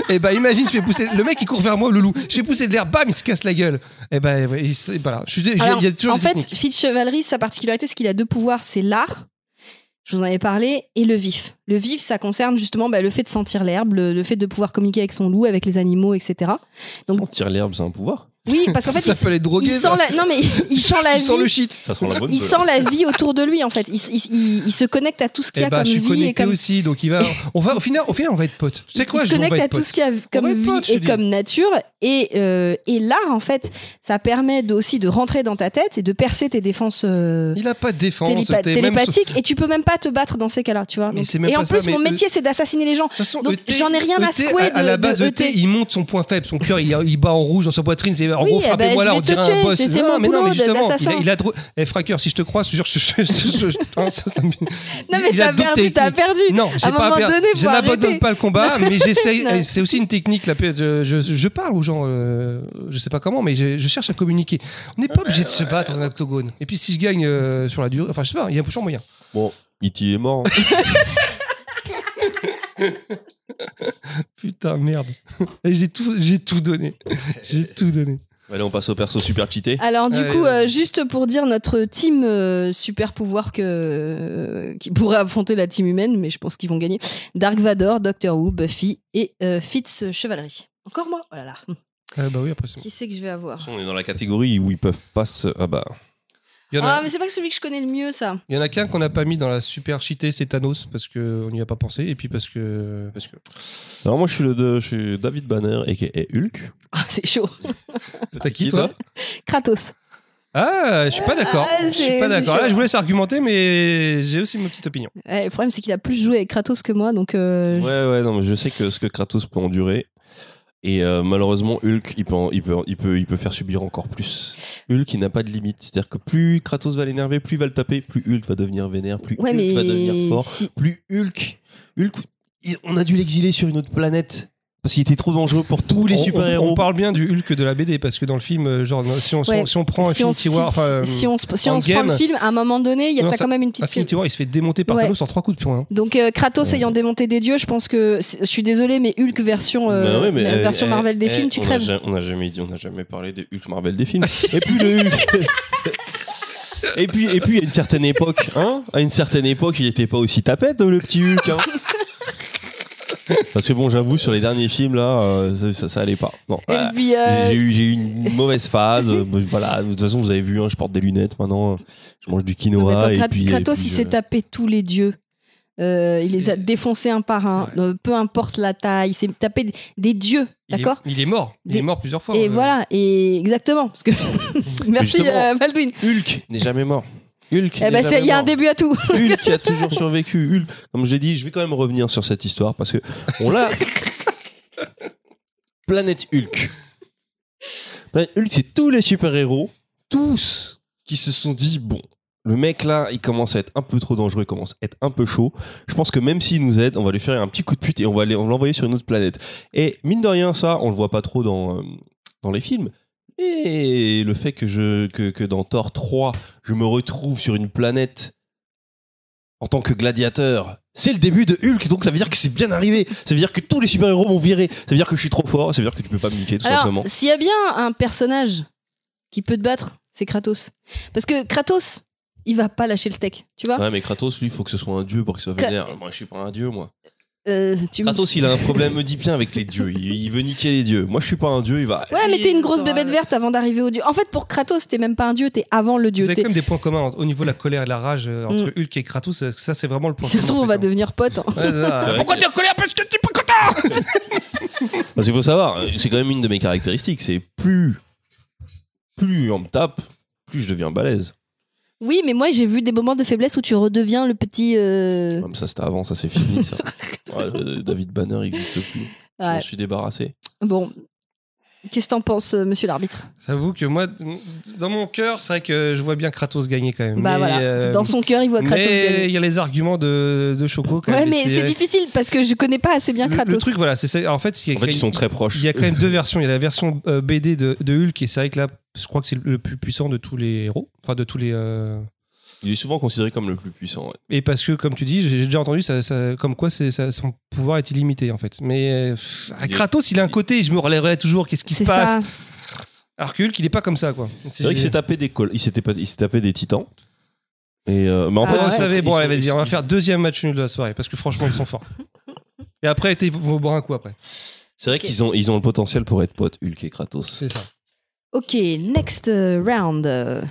B: et ben imagine je fais pousser le mec il court vers moi le loup je fais pousser de l'herbe bam il se casse la gueule et ben ouais, il se- voilà je suis dé- j'ai-
A: Alors,
B: il y a toujours
A: en
B: des
A: fait,
B: techniques.
A: Fitz Chevalerie, sa particularité, c'est qu'il a deux pouvoirs, c'est l'art, je vous en avais parlé, et le vif. Le vif, ça concerne justement bah, le fait de sentir l'herbe, le, le fait de pouvoir communiquer avec son loup, avec les animaux, etc. Donc-
C: Sentir l'herbe, c'est un pouvoir.
A: Oui, parce qu'en fait,
B: ça
A: il,
B: peut les droguer
A: il sent
B: ça.
A: la, non mais il sent la
B: Il
A: vie,
B: sent le shit
C: Ça sent la bonne
A: il
C: gueule.
A: sent la vie autour de lui en fait. Il, s- il s- il- il se connecte à tout ce qu'il y
B: et
A: a
B: ben
A: comme
B: je suis
A: vie et
B: connecté
A: comme
B: aussi donc il va on va au final au final on va être potes tu sais quoi
A: il
B: je
A: se
B: on va
A: connecte
B: être
A: à tout
B: potes.
A: ce qu'il y a comme
B: va être
A: vie
B: potes, je
A: et
B: dis.
A: comme nature. Et, euh, et l'art, en fait, ça permet de- aussi de rentrer dans ta tête et de percer tes défenses euh,
B: il a pas de défense
A: Télépa-
B: t'es même-
A: télépathique et tu peux même pas te battre dans ces cas-là, tu vois.
B: Mais
A: Donc-
B: c'est même
A: et en
B: pas ça,
A: plus,
B: mais euh,
A: mon
B: le-
A: métier, c'est d'assassiner les gens.
B: De toute façon, E
A: Donc,
B: ET,
A: j'en ai rien à
B: ET,
A: secouer
B: À, à
A: de-
B: la
A: de E
B: base, ET,
A: ET.
B: il monte son point faible, son cœur, il, il bat en rouge dans sa poitrine. C'est en
A: Oui,
B: gros,
A: eh ben,
B: frappez-moi
A: je
B: là,
A: vais
B: on
A: te
B: dirait
A: tuer,
B: un boss.
A: c'est- c'est
B: non,
A: mon
B: mais non,
A: boulot
B: mais
A: de-
B: justement, il
A: d'assassin.
B: a, il a dro- Eh, Fracker, si je te croise, je te jure, je, je, je- je- non, ça, ça me-
A: Non, mais
B: Il a
A: t'as
B: d'autres
A: perdu, t'as
B: techniques.
A: perdu.
B: Non, j'ai
A: un
B: pas
A: moment
B: à perdre.
A: donné,
B: Je
A: faut
B: n'abandonne
A: arrêter.
B: pas le combat, mais j'essaye.
A: Non.
B: eh, C'est aussi une technique. La, je, je, je parle aux gens, euh, je sais pas comment, mais je, je cherche à communiquer. On n'est pas obligé de se battre dans un octogone. Et puis si je gagne euh, sur la durée, enfin, je sais pas, il y a toujours moyen.
C: Bon, E.T. est mort. hein.
B: Putain, merde. Et J'ai tout, j'ai tout donné. J'ai tout donné.
C: Allez, on passe au perso super cheaté.
A: Alors, du
B: Ouais,
A: coup,
B: ouais.
A: euh, juste pour dire notre team euh, super pouvoir que, euh, qui pourrait affronter la team humaine, mais je pense qu'ils vont gagner Dark Vador, Doctor Who, Buffy et euh, Fitz Chevalerie. Encore moi Oh là là.
B: Ah bah oui, après c'est bon.
A: Qui c'est que je vais avoir
C: On est dans la catégorie où ils peuvent pas se. Ah bah.
B: Il y en a-
A: Ah, mais c'est pas celui que je connais le mieux, ça.
B: Il y en a qu'un qu'on n'a pas mis dans la super cheatée, c'est Thanos, parce qu'on n'y a pas pensé, et puis parce que. Parce que...
C: Alors moi, je suis, le de- je suis David Banner et Hulk.
A: Ah, c'est chaud.
B: T'as qui, toi
A: Kratos.
B: Ah, je suis pas d'accord.
A: Ah,
B: je
A: c'est-
B: suis pas d'accord.
A: c'est
B: Là,
A: chaud.
B: je vous laisse argumenter, mais j'ai aussi ma petite opinion.
A: Ouais, Eh, le problème, c'est qu'il a plus joué avec Kratos que moi, donc. euh,
C: Ouais, ouais, non, mais je sais que ce que Kratos peut endurer. Et euh, malheureusement, Hulk, il peut, en- il, peut, il, peut, il peut faire subir encore plus. Hulk, il n'a pas de limite. C'est-à-dire que plus Kratos va l'énerver, plus il va le taper, plus Hulk va devenir vénère, plus
A: Ouais,
C: Hulk
A: mais
C: va devenir fort.
A: si-
C: Plus Hulk. Hulk, il- on a dû l'exiler sur une autre planète. Parce qu'il était trop dangereux pour tous
B: On-
C: les
B: on- On
C: super-héros.
B: parle bien du Hulk de la BD parce que dans le film, euh, genre, si on, si on-
A: Ouais.
B: si on prend
A: si on,
B: Infinity War,
A: si-
B: enfin, euh,
A: si on se, si on se prend
B: Endgame-
A: le film, à un moment donné, il y a
B: Non,
A: t'as
B: ça-
A: quand même une petite film.
B: Infinity War, il se fait démonter par
A: Ouais.
B: Thanos en trois coups de poing. hein.
A: Donc euh, Kratos ayant démonté des dieux, je pense que c'est- je suis désolée, mais Hulk version euh,
C: Bah ouais, mais,
A: la
C: euh,
A: version
C: eh,
A: Marvel des
C: eh,
A: films, tu
C: on a
A: crèves.
C: ja- on n'a jamais dit, on n'a jamais parlé des Hulk Marvel des films. et puis le Hulk. Et puis, et puis, à une certaine époque, hein, à une certaine époque, il était pas aussi tapette, le petit Hulk, hein. Parce que bon, j'avoue, sur les derniers films, là, euh, ça, ça, ça allait pas. Non.
A: Et
C: Voilà.
A: puis, euh,
C: Bah, J'ai eu, j'ai eu une mauvaise phase. euh, voilà, de toute façon, vous avez vu, hein, je porte des lunettes maintenant. Je mange du
A: non, mais
C: quinoa.
A: attends,
C: et
A: Krat-
C: puis,
A: Kratos,
C: et puis, euh,
A: il
C: je-
A: s'est tapé tous les dieux. Euh, il les a défoncés un par un, Euh, peu importe la taille. Il s'est tapé des, des dieux,
B: Il est-
A: d'accord
B: Il est mort. Il
A: Des-
B: est mort plusieurs fois.
A: Et
B: euh.
A: voilà, et exactement. Parce que merci
C: Justement.
A: euh, Baldwin.
C: Hulk n'est jamais mort. Hulk.
A: Eh
C: n'est
A: ben, c'est-
C: jamais
A: il y a un
C: mort.
A: début à tout.
C: Hulk a toujours survécu. Hulk, comme j'ai dit, je vais quand même revenir sur cette histoire parce que on l'a. Planète Hulk. Planète Hulk, c'est tous les super-héros, tous qui se sont dit bon, le mec là, il commence à être un peu trop dangereux, il commence à être un peu chaud. Je pense que même s'il nous aide, on va lui faire un petit coup de pute et on va aller- on va l'envoyer sur une autre planète. Et mine de rien, ça, on le voit pas trop dans, euh, dans les films. Et le fait que, je, que, que dans Thor 3, je me retrouve sur une planète en tant que gladiateur. C'est le début de Hulk, donc ça veut dire que c'est bien arrivé. Ça veut dire que tous les super-héros m'ont viré. Ça veut dire que je suis trop fort. Ça veut dire que tu peux pas me niquer, tout
A: Alors,
C: simplement.
A: s'il y a bien un personnage qui peut te battre, c'est Kratos. Parce que Kratos, il va pas lâcher le steak, tu vois
C: Ouais, mais Kratos, lui, faut que ce soit un dieu pour qu'il soit
A: Kra-
C: vénère. Moi, je suis pas un dieu, moi.
A: Euh, tu me-
C: Kratos, il a un problème oedipien avec les dieux. Il, il veut niquer les dieux. Moi, je suis pas un dieu, il va.
A: Ouais, mais t'es une grosse bébête verte avant d'arriver au dieu. En fait, pour Kratos, t'es même pas un dieu, t'es avant le
B: Vous
A: dieu.
B: avez
A: T'es-
B: quand même des points communs en- au niveau de la colère et de la rage euh, entre Hulk et Kratos. euh, Ça, c'est vraiment le point
A: Mm. Si ça se trouve,
B: commun.
A: on va devenir potes. hein.
B: Pourquoi
C: t'es en colère Parce que t'es pas content Parce qu'il faut savoir, euh, c'est quand même une de mes caractéristiques. C'est plus. Plus on me tape, plus je deviens balèze.
A: Oui, mais moi, j'ai vu des moments de faiblesse où tu redeviens le petit. euh,
C: Comme ça, c'était avant, ça, c'est fini, ça. Ouais, le- David Banner, il existe plus. Je
A: ouais.
C: m'en suis débarrassé.
A: Bon. Qu'est-ce que t'en penses, euh, monsieur l'arbitre
B: J'avoue que moi, d- dans mon cœur, c'est vrai que je vois bien Kratos gagner quand même.
A: Bah
B: Mais,
A: voilà,
B: euh,
A: dans son cœur, il voit Kratos
B: Mais
A: gagner.
B: il y a les arguments de, de Choco quand
A: Ouais,
B: même. euh,
A: mais c'est difficile parce que je connais pas assez bien
B: Le-
A: Kratos.
B: Le, truc, voilà, c'est ça. En fait, il y a,
C: En fait, ils sont
B: il-
C: très proches.
B: il y a quand même deux versions. Il y a la version euh, BD de, de Hulk, et c'est vrai que là, je crois que c'est le plus puissant de tous les héros. Enfin, de tous les. euh,
C: Il est souvent considéré comme le plus puissant. ouais.
B: Et parce que, comme tu dis, j'ai déjà entendu ça, ça- comme quoi c'est- ça- son pouvoir est illimité, en fait. Mais euh, pff, à
C: Il est-
B: Kratos, il a un côté, je me relèverai toujours, qu'est-ce qui se
A: C'est
B: passe
A: ça.
B: Alors que Hulk, il est pas comme ça, quoi.
C: C'est vrai qu'il s'est tapé des col- il s'était pas- il s'est tapé des titans. Et euh, mais en
A: Ah
C: fait,
A: ouais.
B: Vous savez, bon, allez, vas-y, on va
C: ils-
B: faire deuxième match nul de la soirée, parce que franchement, ils sont forts. Et après, ils vont boire un coup après.
C: C'est vrai qu'ils ont, ils ont le potentiel pour être potes, Hulk et Kratos.
B: C'est ça.
A: Ok, next euh, round. euh,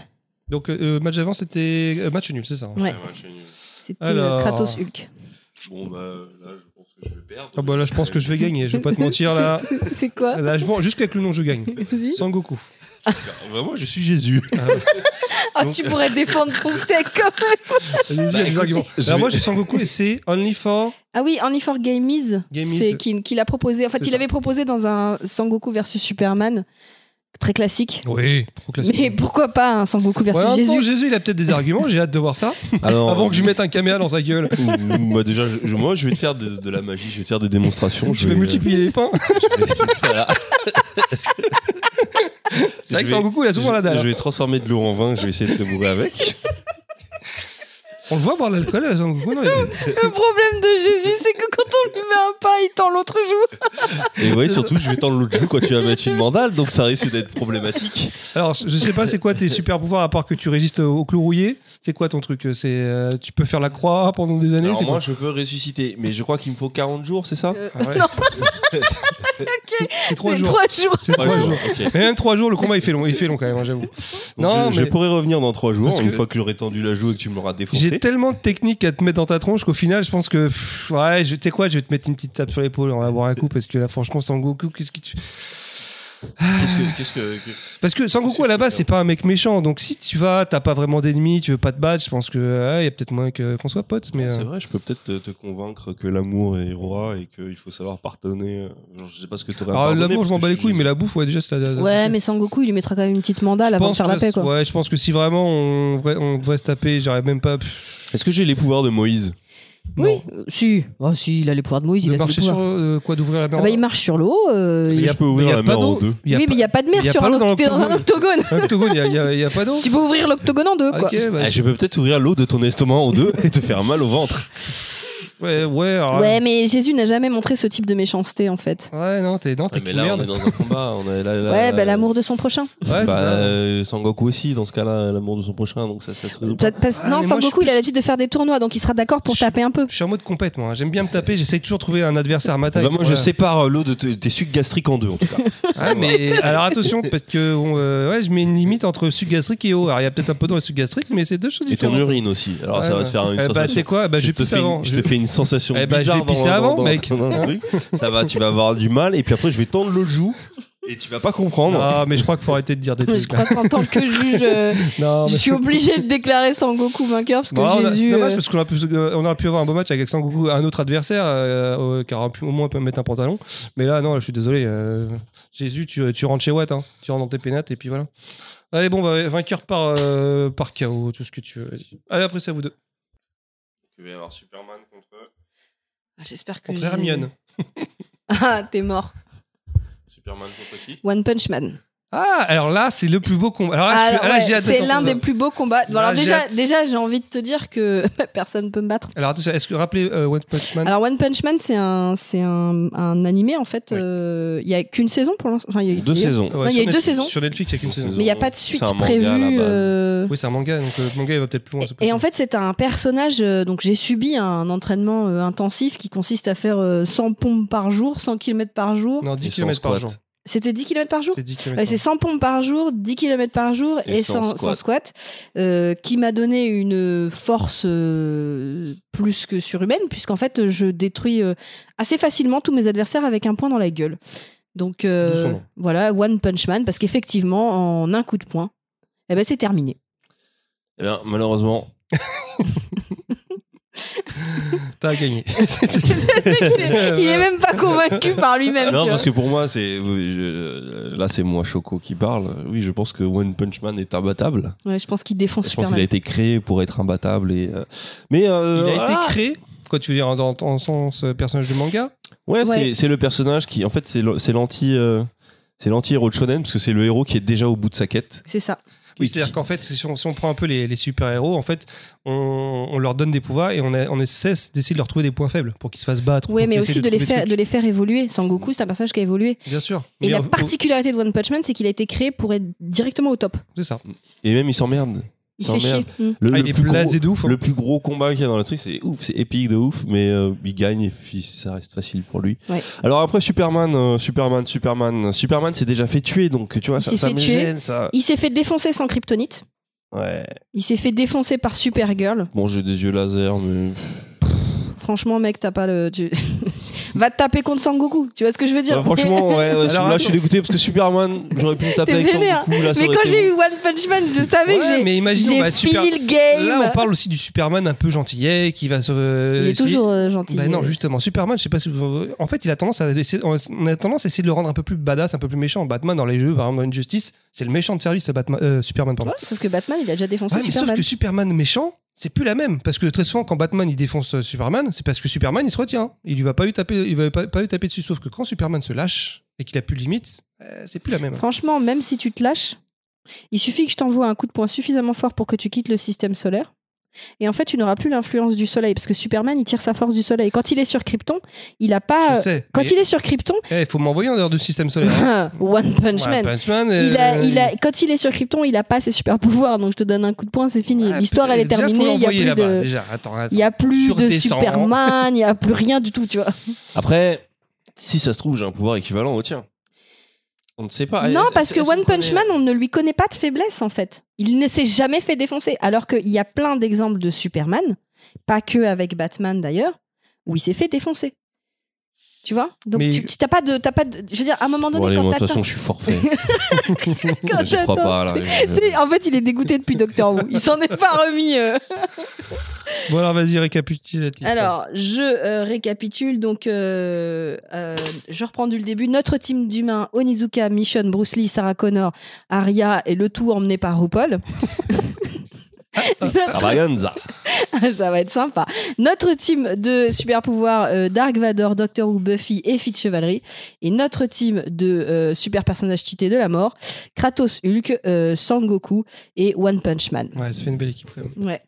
B: Donc, euh, match avant, c'était euh, match nul, c'est ça. hein.
A: Ouais, c'était
B: Alors.
A: euh, Kratos Hulk.
C: Bon, bah là, je pense que je vais perdre.
B: Ah bah là, je pense que je vais gagner, je vais pas te mentir, là.
A: C'est quoi
B: Là, je... bon, jusqu'avec le nom, je gagne.
A: Vas-y.
B: Sans Goku. Ah, bah,
C: moi, je suis Jésus.
A: Ah, tu pourrais défendre ton steak comme
B: Allez-y, les arguments.
C: Bah, je
B: Alors,
C: vais-
B: moi, j'ai Son Goku et c'est Only for.
A: Ah oui, Only for Game Is,
B: Game Is.
A: c'est qu'il qu'il a proposé. En fait,
B: C'est
A: il
B: ça.
A: avait proposé dans un Sangoku versus Superman, très classique.
B: Oui, trop classique.
A: Mais pourquoi pas un Sangoku versus
B: Ouais, en même temps,
A: Jésus
B: Jésus, il a peut-être des arguments, j'ai hâte de voir ça.
C: Alors,
B: Avant que je mette un caméra dans sa gueule.
C: Ah moi, déjà, je- moi, je vais te faire de, de la magie, je vais te faire des démonstrations.
B: Je vais multiplier les pains.
C: Voilà.
B: C'est vrai que
C: Je
B: Son
C: vais-
B: Goku, il a souvent
C: je-
B: la dalle. hein.
C: Je vais transformer de l'eau en vin, je vais essayer de te bourrer avec.
B: On le voit boire de l'alcool, euh, Son Goku. Non, il-
A: Le problème de Jésus, c'est que quand on lui met un pas, il tend l'autre joue.
C: Et ouais, surtout, je vais tendre l'autre joue quand tu vas mettre une mandale, donc ça risque d'être problématique.
B: Alors, je sais pas, c'est quoi tes super pouvoirs à part que tu résistes au clou rouillé C'est quoi ton truc C'est euh, tu peux faire la croix pendant des années
C: Alors
B: c'est
C: moi,
B: quoi
C: je peux ressusciter, mais je crois qu'il me faut 40 jours, c'est ça
B: Ah ouais.
A: Euh, Non,
B: C'est trois
A: c'est
B: jours.
A: trois jours.
B: C'est trois jours.
C: ok.
B: Mais même trois jours, le combat il fait long, il fait long quand même, hein, j'avoue. Non,
C: je, je
B: mais-
C: pourrais revenir dans 3 jours,
B: Parce
C: une
B: que-
C: fois que j'aurai tendu la joue et que tu me l'auras
B: J'ai
C: défoncé.
B: tellement de techniques à te mettre dans ta tronche qu'au final, je pense que pff, ouais, je tu sais quoi, je vais te mettre une petite tape sur l'épaule, on va avoir un coup parce que là, franchement, Sangoku, qu'est-ce que tu
C: Qu'est-ce que- qu'est-ce que- que-
B: Parce que Sangoku à la base, c'est pas un mec méchant, donc si tu vas, t'as pas vraiment d'ennemis, tu veux pas te battre, je pense que ouais, il y a peut-être moyen que- qu'on soit potes, mais. euh,
C: C'est vrai, je peux peut-être te, te convaincre que l'amour est roi et qu'il faut savoir pardonner. euh, Genre, Je sais pas ce Bah, que tu aurais
B: Alors Ah, l'amour, je m'en bats les couilles, mais la bouffe, ouais, déjà, c'est la.
A: Ouais, mais Sangoku, il lui mettra quand même une petite mandale
B: Je
A: avant de
B: pense
A: faire la
B: que-
A: paix, quoi.
B: Ouais, je pense que si vraiment on, vra- on devrait se taper, j'aurais même pas. pff,
C: Est-ce que j'ai les pouvoirs de Moïse
A: Oui, euh, si. Oh, si, il a les pouvoirs de Moïse, il
B: De
A: a tous les
B: marcher
A: pouvoirs.
B: sur euh, quoi d'ouvrir la mer
A: Ah bah, il marche sur l'eau. euh,
C: Parce
A: il-
C: que
B: y a-
C: je peux
B: il y
C: ouvrir
B: a pas
C: la mer en
B: d'eau.
C: deux.
B: Il y a
A: oui,
B: pas-
A: mais il n'y a pas de
B: il
A: mer
B: y a
A: sur
B: pas
A: un
B: d'eau dans
A: octogone. T'es dans un octogone.
B: Un octogone, il y a- il y a, il y a pas d'eau.
A: tu peux ouvrir l'octogone en deux, quoi.
B: Ok, bah,
C: Ah, je peux peut-être ouvrir l'eau de ton estomac en deux et te faire mal au ventre.
B: ouais, ouais, alors-
A: Ouais, mais Jésus n'a jamais montré ce type de méchanceté, en fait.
B: Ouais, non, t'es dans t'es
C: mais
B: qu'une
C: là, on
B: merde.
C: est dans un combat. On est là,
B: Euh,
C: là,
A: Ouais,
C: là-
A: bah l'amour de son prochain.
B: Ouais, c'est
C: bah,
B: ça.
C: euh, Sangoku aussi, dans ce cas-là, l'amour de son prochain, donc ça, ça se résout pas.
A: Peut-être parce-
B: Ah,
A: non,
B: mais moi, je
A: Sangoku,
B: suis
A: il a l'habitude de faire des tournois, donc il sera d'accord pour
B: Je-
A: taper un peu.
B: Je suis en mode compète, moi. J'aime bien me taper. J'essaie toujours de trouver un adversaire à ma taille.
C: Bah, moi, je
B: Ouais.
C: sépare euh, l'eau de t- tes sucs gastriques en deux, en tout cas.
B: Ah, mais alors attention, parce que on, euh, ouais, je mets une limite entre suc gastrique et eau. Alors il y a peut-être un peu d'eau et suc gastrique, mais c'est deux choses
C: et ton
B: différentes.
C: urine aussi. Alors,
B: Ouais,
C: ça va
B: ouais.
C: te faire une
B: Eh bah, tu sais
C: sensation.
B: quoi Bah,
C: je,
B: je
C: te
B: pisse
C: fais,
B: avant.
C: une- je te fais une sensation
B: Eh bah, je vais
C: bizarre dans,
B: pisser
C: dans-
B: avant,
C: dans-
B: mec.
C: dans un truc. Ça va, tu vas avoir du mal, et puis après, je vais tendre le joue, et tu vas pas comprendre.
B: Ah, mais je crois qu'il faut arrêter de dire des
A: Je
B: trucs. là.
A: crois qu'en tant que juge, euh,
B: Non,
A: je
B: mais-
A: suis obligé de déclarer Sangoku vainqueur parce que
B: Bon, on a-
A: Jésus.
B: c'est dommage
A: euh,
B: parce qu'on aurait pu, euh, on aurait pu avoir un beau match avec Sangoku, un autre adversaire, euh, euh, qui aurait pu au moins peut mettre un pantalon. Mais là, non, je suis désolé. euh, Jésus, tu, tu rentres chez Watt, hein. tu rentres dans tes pénates et puis voilà. Allez, bon, bah, vainqueur par, euh, par KO, tout ce que tu veux. vas-y. Allez, après ça, vous deux.
C: Tu vas avoir Superman contre,
A: Ah, J'espère que.
B: Contre
A: j'ai-
B: Hermione.
A: Ah, t'es mort.
C: Superman contre qui
A: One Punch Man.
B: Ah, alors là, c'est le plus beau combat. Alors là, je suis-
A: Alors,
B: ah, là,
A: ouais,
B: j'ai hâte
A: c'est
B: d'entendre
A: l'un
B: ça.
A: des plus beaux combats. Bon,
B: Là,
A: alors
B: j'ai
A: déjà,
B: hâte.
A: déjà, j'ai envie de te dire que personne peut me battre.
B: Alors attention, est-ce que rappelez euh, One Punch Man
A: Alors One Punch Man, c'est un, c'est un, un animé en fait.
B: Oui.
A: euh, Il y a qu'une saison pour l'instant. Enfin, il y a eu-
C: Deux saisons.
B: Ouais,
A: non, il y
B: sur
A: a eu deux
B: Netflix-
A: saisons.
B: Sur Netflix, il y a qu'une
C: Deux
B: saison.
C: saisons.
A: Mais il n'y a pas de suite
C: C'est un manga,
A: prévue.
C: à la base.
A: euh,
B: Oui, c'est un manga, donc euh, le manga il va peut-être plus loin. c'est
A: Et
B: possible.
A: en fait, c'est un personnage. euh, donc, j'ai subi un entraînement euh, intensif qui consiste à faire euh, 100 pompes par jour, 100 km par jour.
B: non, 10
C: Et sans
B: km par
C: squat.
B: jour.
A: C'était 10 km par jour
B: C'est 10 km.
A: Ouais, c'est 100 pompes par jour, 10 km par jour et,
C: Et
A: 100,
C: sans
A: 100 squats, euh, qui m'a donné une force euh, plus que surhumaine, puisqu'en fait, je détruis euh, assez facilement tous mes adversaires avec un point dans la gueule. Donc euh,
B: D'où son nom.
A: voilà, One Punch Man, parce qu'effectivement, en un coup de poing, eh ben, c'est terminé.
C: Eh bien, malheureusement,
B: T'as gagné.
A: il, est, il est même pas convaincu par
B: Ah,
A: lui-même.
C: Non,
A: tu vois.
C: parce que pour moi, c'est oui, je- là, c'est moi Choco qui parle. Oui, je pense que One Punch Man est imbattable.
A: Ouais, je pense qu'il défonce
C: Je pense qu'il a
A: Superman.
C: été créé pour être imbattable. Et euh, mais euh,
B: Il a été
C: ah,
B: créé, quoi tu veux dire, en, en, en sens euh, personnage de manga
C: ouais, c'est-
A: Ouais.
C: c'est le personnage qui, en fait, c'est le- c'est l'anti, euh, c'est l'anti héros de shonen parce que c'est le héros qui est déjà au bout de sa quête.
A: C'est ça.
B: Oui,
C: Oui,
B: c'est-à-dire
C: qui-
B: qu'en fait, si on, si on prend un peu les, les super-héros, en fait, on, on leur donne des pouvoirs et on, a, on a cesse d'essayer de leur trouver des points faibles pour qu'ils se fassent battre.
A: Oui,
B: pour
A: mais
B: qu'ils essayent
A: aussi de, les
B: trouver
A: faire,
B: des
A: de les faire évoluer. Sangoku, c'est un personnage qui a évolué.
B: trucs. Bien sûr.
A: Et
B: Mais
A: la
B: au- au-
A: particularité de One Punch Man, c'est qu'il a été créé pour être directement au top.
B: C'est ça.
C: Et même il s'emmerde.
A: Il
C: Non,
A: s'est chié.
C: merde.
A: Mm.
C: Le,
B: Ah,
C: le
B: il est
C: plus
B: blasé de ouf.
C: gros,
B: hein.
C: le plus gros combat qu'il y a dans le truc, c'est ouf, c'est épique de ouf, mais euh, il gagne et puis ça reste facile pour lui.
A: Ouais.
C: Alors après Superman, euh, Superman, Superman, Superman s'est déjà fait tuer, donc tu vois,
A: Il
C: ça,
A: s'est
C: ça
A: fait
C: me
A: tuer.
C: gêne, ça.
A: Il s'est fait défoncer sans kryptonite.
C: Ouais.
A: Il s'est fait défoncer par Supergirl.
C: Bon, j'ai des yeux laser, mais.
A: Franchement, mec, t'as pas le. tu- Va te taper contre Sangoku. Tu vois ce que je veux dire
B: Bah,
C: Ouais, franchement, ouais, ouais, celui-là,
B: attends.
C: je suis dégoûté parce que Superman, j'aurais pu me taper
A: T'es
C: avec son
A: vénère.
C: Goku, là, ça
A: Mais
C: aurait
A: quand
C: été
A: j'ai eu
C: bon.
A: One Punch Man, je savais que
B: Ouais,
A: Ah, j'ai
B: mais imaginons,
A: j'ai
B: bah,
A: fini
B: super...
A: le game.
B: Là, on parle aussi du Superman un peu gentillet qui va se.
A: Il est toujours euh, gentil.
B: Bah non, justement, Superman, je sais pas si vous... En fait, il a tendance à essayer... on a tendance à essayer de le rendre un peu plus badass, un peu plus méchant. Batman, dans les jeux, par exemple, dans Injustice, c'est le méchant de service, à Batman... euh, Superman, pardon.
A: Ouais, sauf que Batman, il a déjà défoncé
B: Ouais, mais sauf
A: Superman.
B: que Superman méchant, c'est plus la même. Parce que très souvent, quand Batman il défonce euh, Superman, c'est parce que Superman il se retient. Il lui va pas lui taper, il va pas, pas lui taper dessus. Sauf que quand Superman se lâche et qu'il a plus de limite, euh, c'est plus la même.
A: Franchement, même si tu te lâches, il suffit que je t'envoie un coup de poing suffisamment fort pour que tu quittes le système solaire. Et en fait, tu n'auras plus l'influence du soleil parce que Superman, il tire sa force du soleil. Quand il est sur Krypton, il a pas. euh,
B: Je sais.
A: Quand il est sur Krypton,
B: il faut m'envoyer en dehors du système solaire. hein.
A: One Punch
B: Ouais,
A: Man.
B: Punchman,
A: Il a,
B: euh,
A: il a, quand il est sur Krypton, il a pas ses super pouvoirs, donc je te donne un coup de poing, c'est fini.
B: Ah,
A: L'histoire,
B: putain,
A: elle est
B: déjà, faut
A: terminée. Il y a
B: l'envoyer
A: plus
B: là-bas,
A: de,
B: Déjà, attends, attends.
A: il y a plus de
B: Surdescend.
A: Superman, il y a plus rien du tout, tu vois.
C: Après, si ça se trouve, j'ai un pouvoir équivalent au tien. On ne sait
B: Ah
C: pas.
A: non,
C: Est-ce-
A: parce
C: est-ce
A: que
C: qu'on
A: One Punch
C: connaît-
A: Man, on ne lui connaît pas de faiblesse en fait. Il ne s'est jamais fait défoncer, alors qu'il y a plein d'exemples de Superman, pas que avec Batman d'ailleurs, où il s'est fait défoncer. Tu vois Donc
B: Mais-
A: tu t'as pas de, t'as pas de, je veux dire, à un moment
C: Bon,
A: donné,
C: allez, moi,
A: quand
C: de toute
A: t'attends,
C: façon, je suis forfait.
A: quand
C: je
A: t'attends-
C: crois pas, là.
A: Tu sais, en fait, il est dégoûté depuis Doctor Who. Il s'en est pas remis. euh.
B: Bon, alors vas-y, récapitule.
A: Alors, je euh, récapitule. Donc, euh, euh, je reprends du début. Notre team d'humains, Onizuka, Michonne, Bruce Lee, Sarah Connor, Aria et le tout emmené par RuPaul.
B: Ah,
C: Ah,
B: bah.
C: Travaganza.
A: Ça va être sympa. Notre team de super pouvoirs euh, Dark Vador, Doctor Who, Buffy et Fit Chevalerie. Et notre team de euh, super personnages cheatés de la mort Kratos, Hulk, euh, Sangoku et One Punch Man.
B: Ouais, ça fait une belle équipe. quand même.
A: Ouais.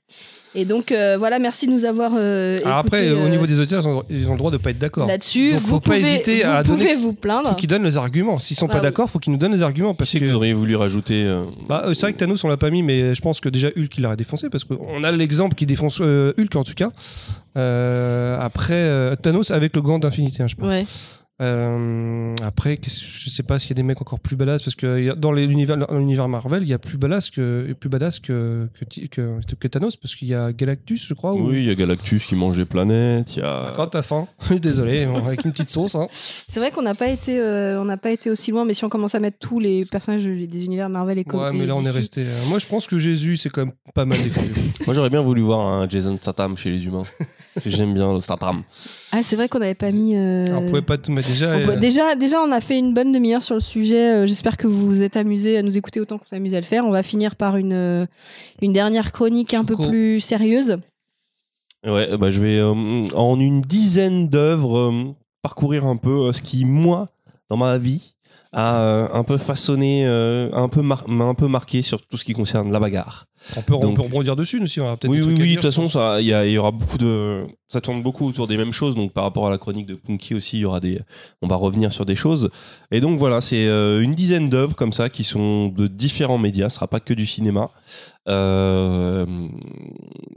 A: Et donc euh, voilà, merci de nous avoir. euh,
B: Alors après,
A: écoutés,
B: au niveau
A: euh,
B: des auteurs, ils ont, ils ont le droit de pas être d'accord.
A: là-dessus,
B: Donc,
A: vous
B: faut pas
A: pouvez,
B: hésiter
A: vous,
B: à
A: pouvez
B: donner-
A: vous plaindre.
B: Faut qu'ils donnent les arguments. S'ils sont
A: Ah
B: pas
A: oui.
B: d'accord, faut qu'ils nous donnent les arguments parce
C: Parce que vous
B: que.
C: auriez voulu rajouter. euh,
B: Bah, euh, c'est vrai que Thanos, on l'a pas mis, mais je pense que déjà Hulk, il l'aurait défoncé parce qu'on a l'exemple qui défonce euh, Hulk en tout cas. Euh, après, euh, Thanos avec le gant d'infinité, hein, je pense.
A: Ouais.
B: Euh, après, qu'est-ce- je sais pas s'il y a des mecs encore plus badass parce que il y a- dans les- l'univers dans l'univers Marvel, il y a plus badass que plus badass que que, Ti- que, que Thanos parce qu'il y a Galactus, je crois. ou-
C: Oui, il y a Galactus qui mange les planètes, il y a.
B: oh. Ah, Quand t'as faim, désolé, bon, avec une petite sauce. Hein.
A: C'est vrai qu'on n'a pas été, euh, on n'a pas été aussi loin, mais si on commence à mettre tous les personnages des univers Marvel et
B: Ouais,
A: comme-
B: mais
A: et
B: là on est
A: DC,
B: resté. euh, moi, je pense que Jésus, c'est quand même pas mal défendu.
C: Moi j'aurais bien voulu voir un Jason Statham chez les humains. Parce que J'aime bien le Statham.
A: Ah, c'est vrai qu'on n'avait pas mis. euh,
B: Alors, on pouvait pas tout mettre déjà.
A: on
B: euh,
A: peut- Déjà, déjà, on a fait une bonne demi-heure sur le sujet. Euh, J'espère que vous vous êtes amusés à nous écouter autant qu'on s'est amusés à le faire. On va finir par une, euh, une dernière chronique un peu
B: Coco.
A: plus sérieuse.
C: Ouais, bah, je vais euh, en une dizaine d'œuvres euh, parcourir un peu euh, ce qui, moi, dans ma vie, a euh, un peu façonné, euh, un peu mar- m'a un peu marqué sur tout ce qui concerne la bagarre.
B: on peut, on
C: donc-
B: peut rebondir dessus, nous aussi. On aura peut-être
C: Oui,
B: des
C: oui,
B: trucs à
C: oui, de
B: dire,
C: toute
B: je
C: façon,
B: pense.
C: ça, il y, a- il y aura beaucoup de, ça tourne beaucoup autour des mêmes choses. Donc, par rapport à la chronique de Punky aussi, il y aura des, on va revenir sur des choses. Et donc, voilà, c'est euh, une dizaine d'œuvres comme ça qui sont de différents médias. Ce sera pas que du cinéma. Euh,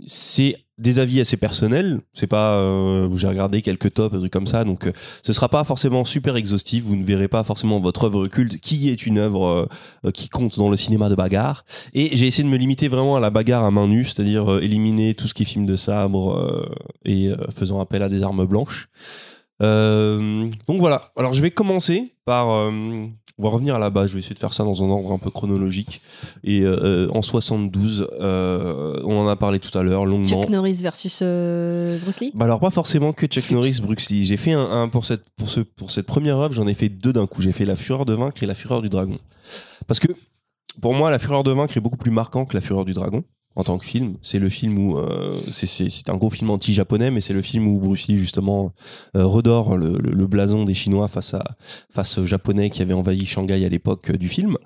C: c'est des avis assez personnels. C'est pas, euh, j'ai regardé quelques tops, des trucs comme ça. Donc, euh, ce sera pas forcément super exhaustif. Vous ne verrez pas forcément votre œuvre culte qui est une œuvre euh, euh, qui compte dans le cinéma de bagarre. Et j'ai essayé de me limiter vraiment à la bagarre à main nue, c'est-à-dire euh, éliminer tout ce qui est film de sabre euh, et euh, faisant appel à des armes blanches. Euh, donc voilà. Alors je vais commencer par. euh, on va revenir à la base. Je vais essayer de faire ça dans un ordre un peu chronologique. Et euh, euh, en 72, euh, on en a parlé tout à l'heure longuement.
A: Chuck Norris versus euh, Bruce Lee.
C: Bah alors pas forcément que Chuck Norris, Bruce Lee. J'ai fait un, un pour cette pour ce pour cette première œuvre, j'en ai fait deux d'un coup. J'ai fait La Fureur de vaincre et La Fureur du dragon. Parce que pour moi, La Fureur de vaincre est beaucoup plus marquant que La Fureur du dragon en tant que film. C'est le film où euh, c'est- c'est c'est un gros film anti-japonais, mais c'est le film où Bruce Lee justement euh, redore le, le- le blason des Chinois face à face aux Japonais qui avaient envahi Shanghai à l'époque euh, du film.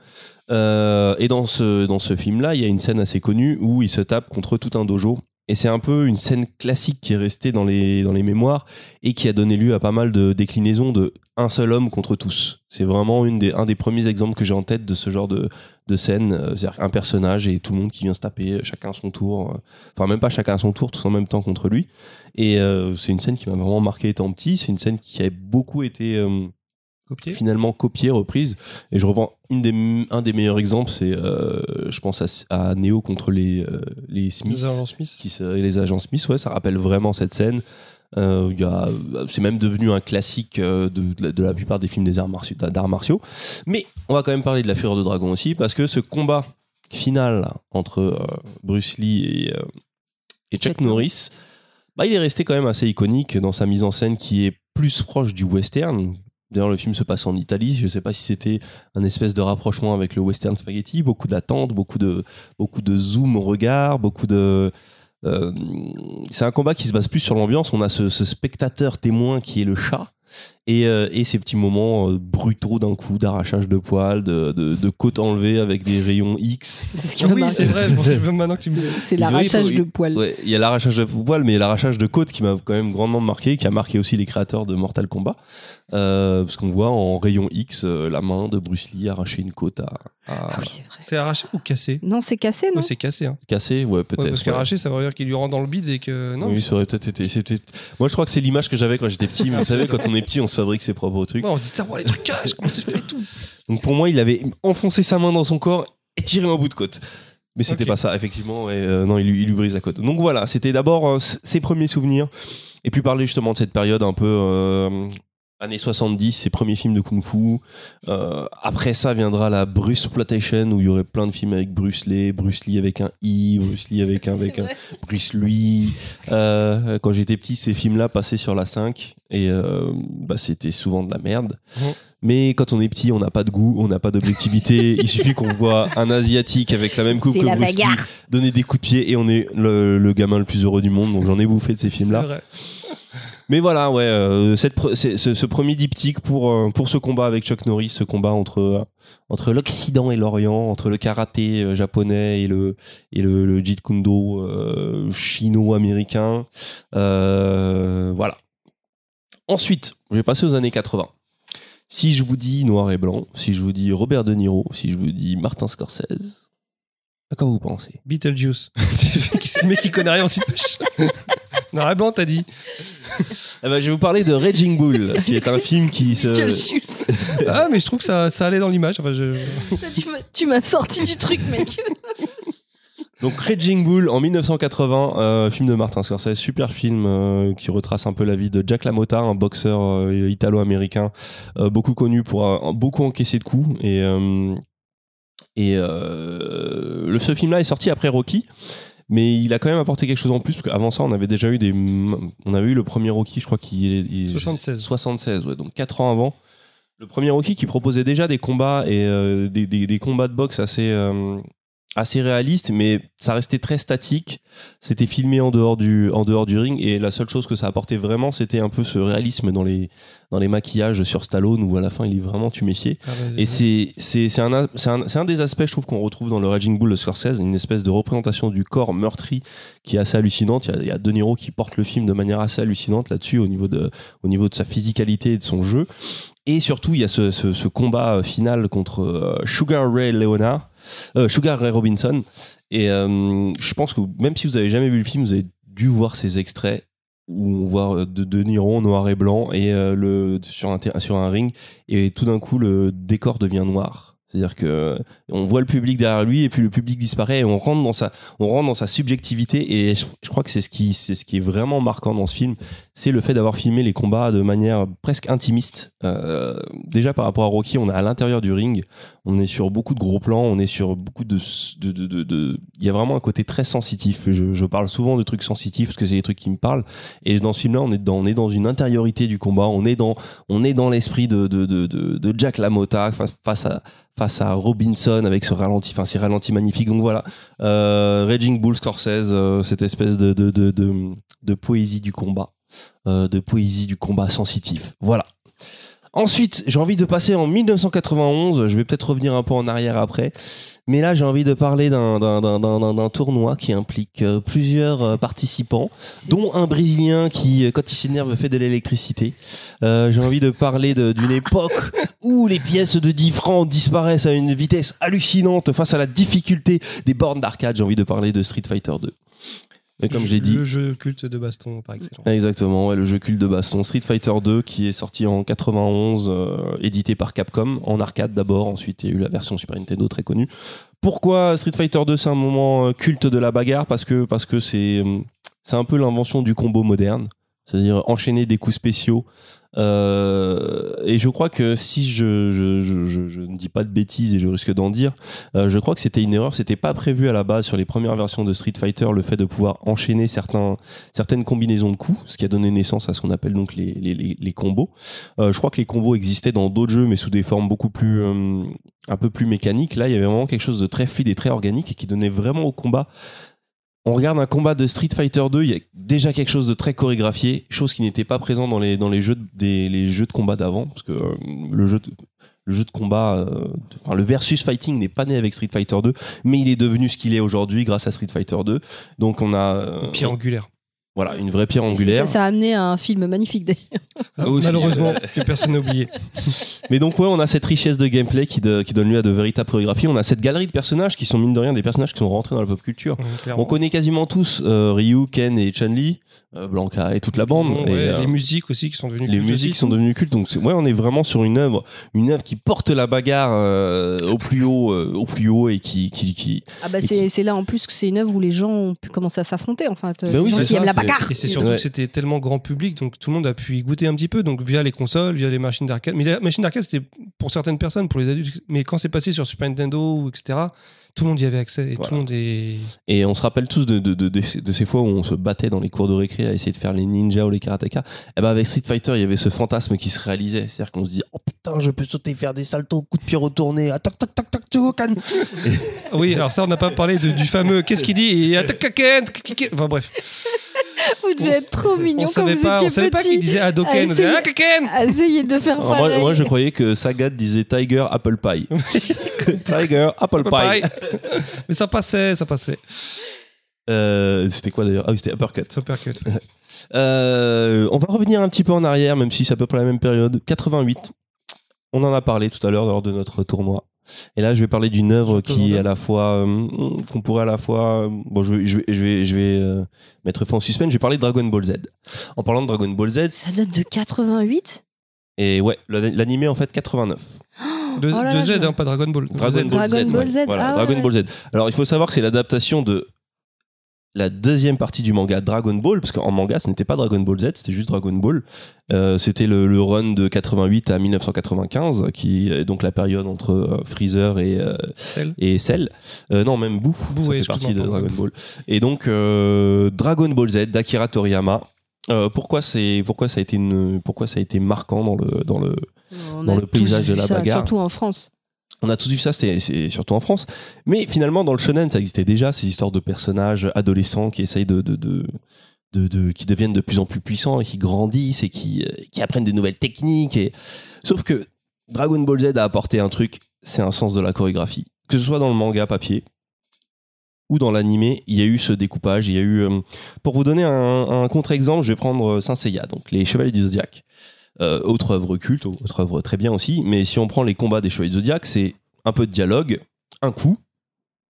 C: Euh, et dans ce dans ce film là, il y a une scène assez connue où il se tape contre tout un dojo. Et c'est un peu une scène classique qui est restée dans les, dans les mémoires et qui a donné lieu à pas mal de déclinaisons de un seul homme contre tous. C'est vraiment une des, un des premiers exemples que j'ai en tête de ce genre de, de scène. Euh, C'est-à-dire un personnage et tout le monde qui vient se taper, euh, chacun à son tour. euh, Enfin, même pas chacun à son tour, tous en même temps contre lui. Et euh, c'est une scène qui m'a vraiment marqué étant petit. C'est une scène qui a beaucoup été euh,
B: Copier.
C: finalement copiée, reprise. Et je reprends une des, un des meilleurs exemples, c'est euh, je pense à, à Neo contre les, euh, les Smiths.
B: Agent Smith.
C: Qui se- et les agents Smith, ouais, ça rappelle vraiment cette scène. Euh, il y a- c'est même devenu un classique euh, de, de la, de la plupart des films des arts martiaux, d'arts martiaux. Mais on va quand même parler de la Fureur de Dragon aussi, parce que ce combat final entre euh, Bruce Lee et, euh, et Chuck,
A: Chuck
C: Norris, bah, il est resté quand même assez iconique dans sa mise en scène qui est plus proche du western. D'ailleurs, le film se passe en Italie. Je ne sais pas si c'était un espèce de rapprochement avec le western spaghetti. Beaucoup d'attentes, beaucoup de, beaucoup de zoom au regard, beaucoup de. euh, c'est un combat qui se base plus sur l'ambiance. On a ce, ce spectateur témoin qui est le chat. Et, euh, et ces petits moments euh, brutaux d'un coup, d'arrachage de poils, de, de, de côtes enlevées avec des rayons X.
A: C'est ce qui
B: Ah
A: m'a
B: oui,
A: marqué.
B: c'est vrai. bon, c'est maintenant que tu me-
A: C'est
C: Ils ont-
A: l'arrachage
C: il
A: de
C: faut-
A: poils.
C: Ouais, il y a l'arrachage de poils, mais il y a l'arrachage de côtes qui m'a quand même grandement marqué, qui a marqué aussi les créateurs de Mortal Kombat. Euh, parce qu'on voit en rayon X euh, la main de Bruce Lee arracher une côte à, à
A: Ah oui, c'est vrai.
B: C'est arraché ou cassé.
A: Non, c'est cassé, non
B: Ouais, c'est cassé. Hein.
C: casser. Ouais, peut-être.
B: Ouais, parce
C: ouais.
B: qu'arraché, ça veut dire qu'il lui rentre dans le bide et que. Non,
C: oui, ça aurait peut-être été. c'est peut-être- Moi, je crois que c'est l'image que j'avais quand j'étais petit. Vous savez, quand on est petit, on se fabrique ses propres trucs.
B: Non, on se dit, Star Wars, les trucs cassent, comment c'est fait tout
C: Donc pour moi, il avait enfoncé sa main dans son corps et tiré un bout de côte. Mais c'était
B: Ok.
C: pas ça, effectivement. Et euh, non, il, lui- il lui brise la côte. Donc voilà, c'était d'abord euh, s- ses premiers souvenirs. Et puis parler justement de cette période un peu euh, Années 70, ses premiers films de Kung Fu. Euh, après ça viendra la Bruce Plantation où il y aurait plein de films avec Bruce Lee, Bruce Lee avec un I, Bruce Lee avec un, avec un Bruce Lee. Euh, quand j'étais petit, ces films-là passaient sur la 5 et euh, bah, c'était souvent de la merde.
B: Ouais.
C: Mais quand on est petit, on n'a pas de goût, on n'a pas d'objectivité. il suffit qu'on voit un asiatique avec la même coupe
A: C'est
C: que
A: la
C: Bruce Lee
A: bagarre.
C: donner des coups de pied et on est le, le gamin le plus heureux du monde. Donc j'en ai bouffé de ces
B: C'est
C: films-là.
B: vrai.
C: Mais voilà, ouais, euh, cette pre- c'est- ce, ce premier diptyque pour, euh, pour ce combat avec Chuck Norris, ce combat entre, euh, entre l'Occident et l'Orient, entre le karaté euh, japonais et le, et le, le Jeet Kune Do euh, chino-américain. Euh, voilà. Ensuite, je vais passer aux années 80. Si je vous dis noir et blanc, si je vous dis Robert De Niro, si je vous dis Martin Scorsese, à quoi vous pensez
B: Beetlejuice. C'est le mec qui connaît rien en cinoche. Non, la blanc, t'as dit.
C: Eh ben, Je vais vous parler de Raging Bull, qui est un film qui
A: euh,
C: se...
A: Beetlejuice.
B: Ah, mais je trouve que ça, ça allait dans l'image. Enfin, je...
A: Tu m'as- Tu m'as sorti du truc, mec.
C: Donc Raging Bull en 1980, euh, film de Martin Scorsese, super film euh, qui retrace un peu la vie de Jack LaMotta, un boxeur euh, italo-américain euh, beaucoup connu pour euh, beaucoup encaisser de coups et euh, et euh, le ce film-là est sorti après Rocky. Mais il a quand même apporté quelque chose en plus, parce qu'avant ça, on avait déjà eu des. On avait eu le premier Rocky, je crois qu'il est. il-
B: 76.
C: 76, ouais, donc 4 ans avant. Le premier Rocky qui proposait déjà des combats et euh, des, des- des combats de boxe assez, euh, assez réalistes, mais ça restait très statique. C'était filmé en dehors, du, en dehors du ring et la seule chose que ça apportait vraiment, c'était un peu ce réalisme dans les, dans les maquillages sur Stallone où à la fin il est vraiment tuméfié.
B: Ah, vas-y.
C: Et c'est c'est c'est un a- c'est un, c'est un des aspects je trouve qu'on retrouve dans le Raging Bull de Scorsese, une espèce de représentation du corps meurtri qui est assez hallucinante. Il y a, il y a De Niro qui porte le film de manière assez hallucinante là-dessus au niveau de au niveau de sa physicalité et de son jeu. Et surtout il y a ce ce, ce combat euh, final contre euh, Sugar Ray Leonard, euh, Sugar Ray Robinson. Et euh, je pense que même si vous avez jamais vu le film, vous avez dû voir ces extraits où on voit euh, de, de Niro en noir et blanc et euh, le sur un ter- sur un ring et tout d'un coup le décor devient noir. C'est-à-dire que euh, on voit le public derrière lui et puis le public disparaît et on rentre dans sa on rentre dans sa subjectivité et je, je crois que c'est ce qui c'est ce qui est vraiment marquant dans ce film, c'est le fait d'avoir filmé les combats de manière presque intimiste. Euh, déjà par rapport à Rocky, on est à l'intérieur du ring, on est sur beaucoup de gros plans, on est sur beaucoup de s- de de de- de- il y a vraiment un côté très sensitif. Je, je parle souvent de trucs sensitifs parce que c'est des trucs qui me parlent et dans ce film-là, on est dans on est dans une intériorité du combat, on est dans on est dans l'esprit de, de, de, de, de Jack Lamotta fa- face à, face à Robinson avec ce ralenti, enfin ces ralentis magnifiques. Donc voilà, euh, Raging Bull Scorsese, euh, cette espèce de, de, de, de, de poésie du combat, euh, de poésie du combat sensitif. Voilà. Ensuite, j'ai envie de passer en 1991. Je vais peut-être revenir un peu en arrière après, mais là j'ai envie de parler d'un d'un- d'un- d'un- d'un- d'un tournoi qui implique euh, plusieurs euh, participants, dont un Brésilien qui, euh, quand il s'énerve, fait de l'électricité. Euh, j'ai envie de parler de- d'une époque où les pièces de 10 francs disparaissent à une vitesse hallucinante face à la difficulté des bornes d'arcade. J'ai envie de parler de Street Fighter 2. Et comme je l'ai dit,
B: Le jeu culte de baston, par excellence.
C: Exactement, ouais, le jeu culte de baston Street Fighter 2 qui est sorti en 91, euh, édité par Capcom en arcade d'abord, ensuite il y a eu la version Super Nintendo très connue. Pourquoi Street Fighter 2 c'est un moment euh, culte de la bagarre parce que parce que c'est hum, c'est un peu l'invention du combo moderne, c'est-à-dire enchaîner des coups spéciaux. Euh, et je crois que si je, je, je, je, je ne dis pas de bêtises et je risque d'en dire, euh, je crois que c'était une erreur, c'était pas prévu à la base sur les premières versions de Street Fighter le fait de pouvoir enchaîner certains certaines combinaisons de coups, ce qui a donné naissance à ce qu'on appelle donc les, les, les, les combos. Euh, je crois que les combos existaient dans d'autres jeux, mais sous des formes beaucoup plus, euh, un peu plus mécaniques. Là, il y avait vraiment quelque chose de très fluide et très organique et qui donnait vraiment au combat. On regarde un combat de Street Fighter 2, il y a déjà quelque chose de très chorégraphié, chose qui n'était pas présent dans les, dans les, jeux, de, des, les jeux de combat d'avant, parce que euh, le jeu de, le jeu de combat, euh, de- enfin le versus fighting n'est pas né avec Street Fighter 2, mais il est devenu ce qu'il est aujourd'hui grâce à Street Fighter 2. Donc on a euh,
B: Pierre angulaire.
C: voilà, une vraie pierre angulaire.
A: Ça, ça a amené à un film magnifique. d'ailleurs.
C: Ah, aussi.
B: Malheureusement, que personne n'a oublié.
C: Mais donc ouais, on a cette richesse de gameplay qui, de- qui donne lieu à de véritables chorégraphies. On a cette galerie de personnages qui sont mine de rien des personnages qui sont rentrés dans la pop culture.
B: Clairement.
C: On connaît quasiment tous euh, Ryu, Ken et Chun-Li. euh, Blanca et toute la bande.
B: Ouais,
C: et, euh,
B: les musiques aussi qui sont devenues.
C: les
B: cultes
C: musiques
B: aussi.
C: sont devenues cultes. Donc c'est- ouais, on est vraiment sur une œuvre, une œuvre qui porte la bagarre euh, au plus haut, euh, au plus haut et qui, qui, qui.
A: Ah bah
C: Et
A: c'est
C: qui-
A: c'est là en plus que c'est une œuvre où les gens ont pu commencer à s'affronter en fait.
C: Bah
A: les
C: oui,
A: gens
C: c'est
A: qui
C: ça,
A: aiment la
C: c'est-
A: bagarre.
B: Et c'est surtout
C: Ouais.
B: que c'était tellement grand public, donc tout le monde a pu y goûter un petit peu, donc via les consoles, via les machines d'arcade. Mais la machine d'arcade, c'était pour certaines personnes, pour les adultes. Mais quand c'est passé sur Super Nintendo, ou etc., tout le monde y avait accès. Et
C: Voilà.
B: tout le monde est.
C: Et on se rappelle tous de, de, de, de- de ces fois où on se battait dans les cours de récré à essayer de faire les ninjas ou les karatékas. Et ben avec Street Fighter, il y avait ce fantasme qui se réalisait, c'est-à-dire qu'on se dit oh putain, je peux sauter, faire des saltos, coup de pied retourné, ah, tac tac tac tac, tu vois, can.
B: Ah Oui, alors ça, on n'a pas parlé de- du fameux qu'est-ce qu'il dit et attaque Kaken Kaken Enfin bref,
A: Vous devez
B: On
A: être trop mignon
B: on
A: quand vous
B: savait
A: étiez
B: pas, on savait pas qu'il
A: petit.
B: disait
A: Ah,
B: Hadoken. On disait,
A: essayez-
B: Ah, Kaken
A: Essayez de faire
C: Alors, moi,
A: pareil.
C: moi, je croyais que Sagat disait Tiger Apple Pie. Tiger Apple Pie.
B: Pareil. Mais ça passait, ça passait.
C: Euh, c'était quoi d'ailleurs Ah oui, c'était Uppercut.
B: Supercut.
C: Euh, on va revenir un petit peu en arrière, même si c'est à peu près la même période. 88. On en a parlé tout à l'heure lors de notre tournoi. Et là, je vais parler d'une œuvre qui est à la fois euh, qu'on pourrait à la fois. euh, Bon, je vais, je vais, je vais, je vais, euh, mettre fin au suspense. Je vais parler de Dragon Ball Z. En parlant de Dragon Ball Z,
A: Ça date de 88
C: et ouais, l'animé en fait 89.
B: De,
A: Oh là
B: de
A: là,
B: Z,
A: je-
B: hein, pas Dragon Ball.
C: Dragon
B: Z.
C: Ball
A: Dragon
C: Z.
A: Ball
C: ouais.
A: Z,
C: Voilà,
A: ah
C: Dragon
A: ouais.
C: Ball Z. Alors, il faut savoir que c'est l'adaptation de la deuxième partie du manga Dragon Ball, parce qu'en manga, ce n'était pas Dragon Ball Z, c'était juste Dragon Ball. Euh, c'était le, le run de 88 à 1995, qui est donc la période entre euh, Freezer et, euh,
B: Cell.
C: et Cell. Euh, non, même Boo,
B: Boo,
C: ça
B: ouais,
C: fait
B: excuse-moi,
C: partie de
B: pardon.
C: Dragon Ball. Et donc, euh, Dragon Ball Z d'Akira Toriyama. Euh, pourquoi c'est pourquoi ça a été une pourquoi ça a été marquant dans le dans le
A: On
C: Dans
A: a
C: le paysage
A: tous vu
C: de la
A: ça,
C: bagarre.
A: surtout en France.
C: on a tous vu ça, c'est c'est surtout en France. Mais finalement, dans le shonen, ça existait déjà, ces histoires de personnages adolescents qui essayent de... de, de de, de- qui deviennent de plus en plus puissants et qui grandissent et qui, euh, qui apprennent des nouvelles techniques. Et... Sauf que Dragon Ball Z a apporté un truc, c'est un sens de la chorégraphie. Que ce soit dans le manga papier ou dans l'animé, il y a eu ce découpage, il y a eu... euh, Pour vous donner un, un contre-exemple, je vais prendre euh, Saint Seiya, donc les Chevaliers du Zodiac. Euh, autre œuvre culte, autre œuvre très bien aussi, mais si on prend les combats des Chevaliers du Zodiac, c'est un peu de dialogue, un coup,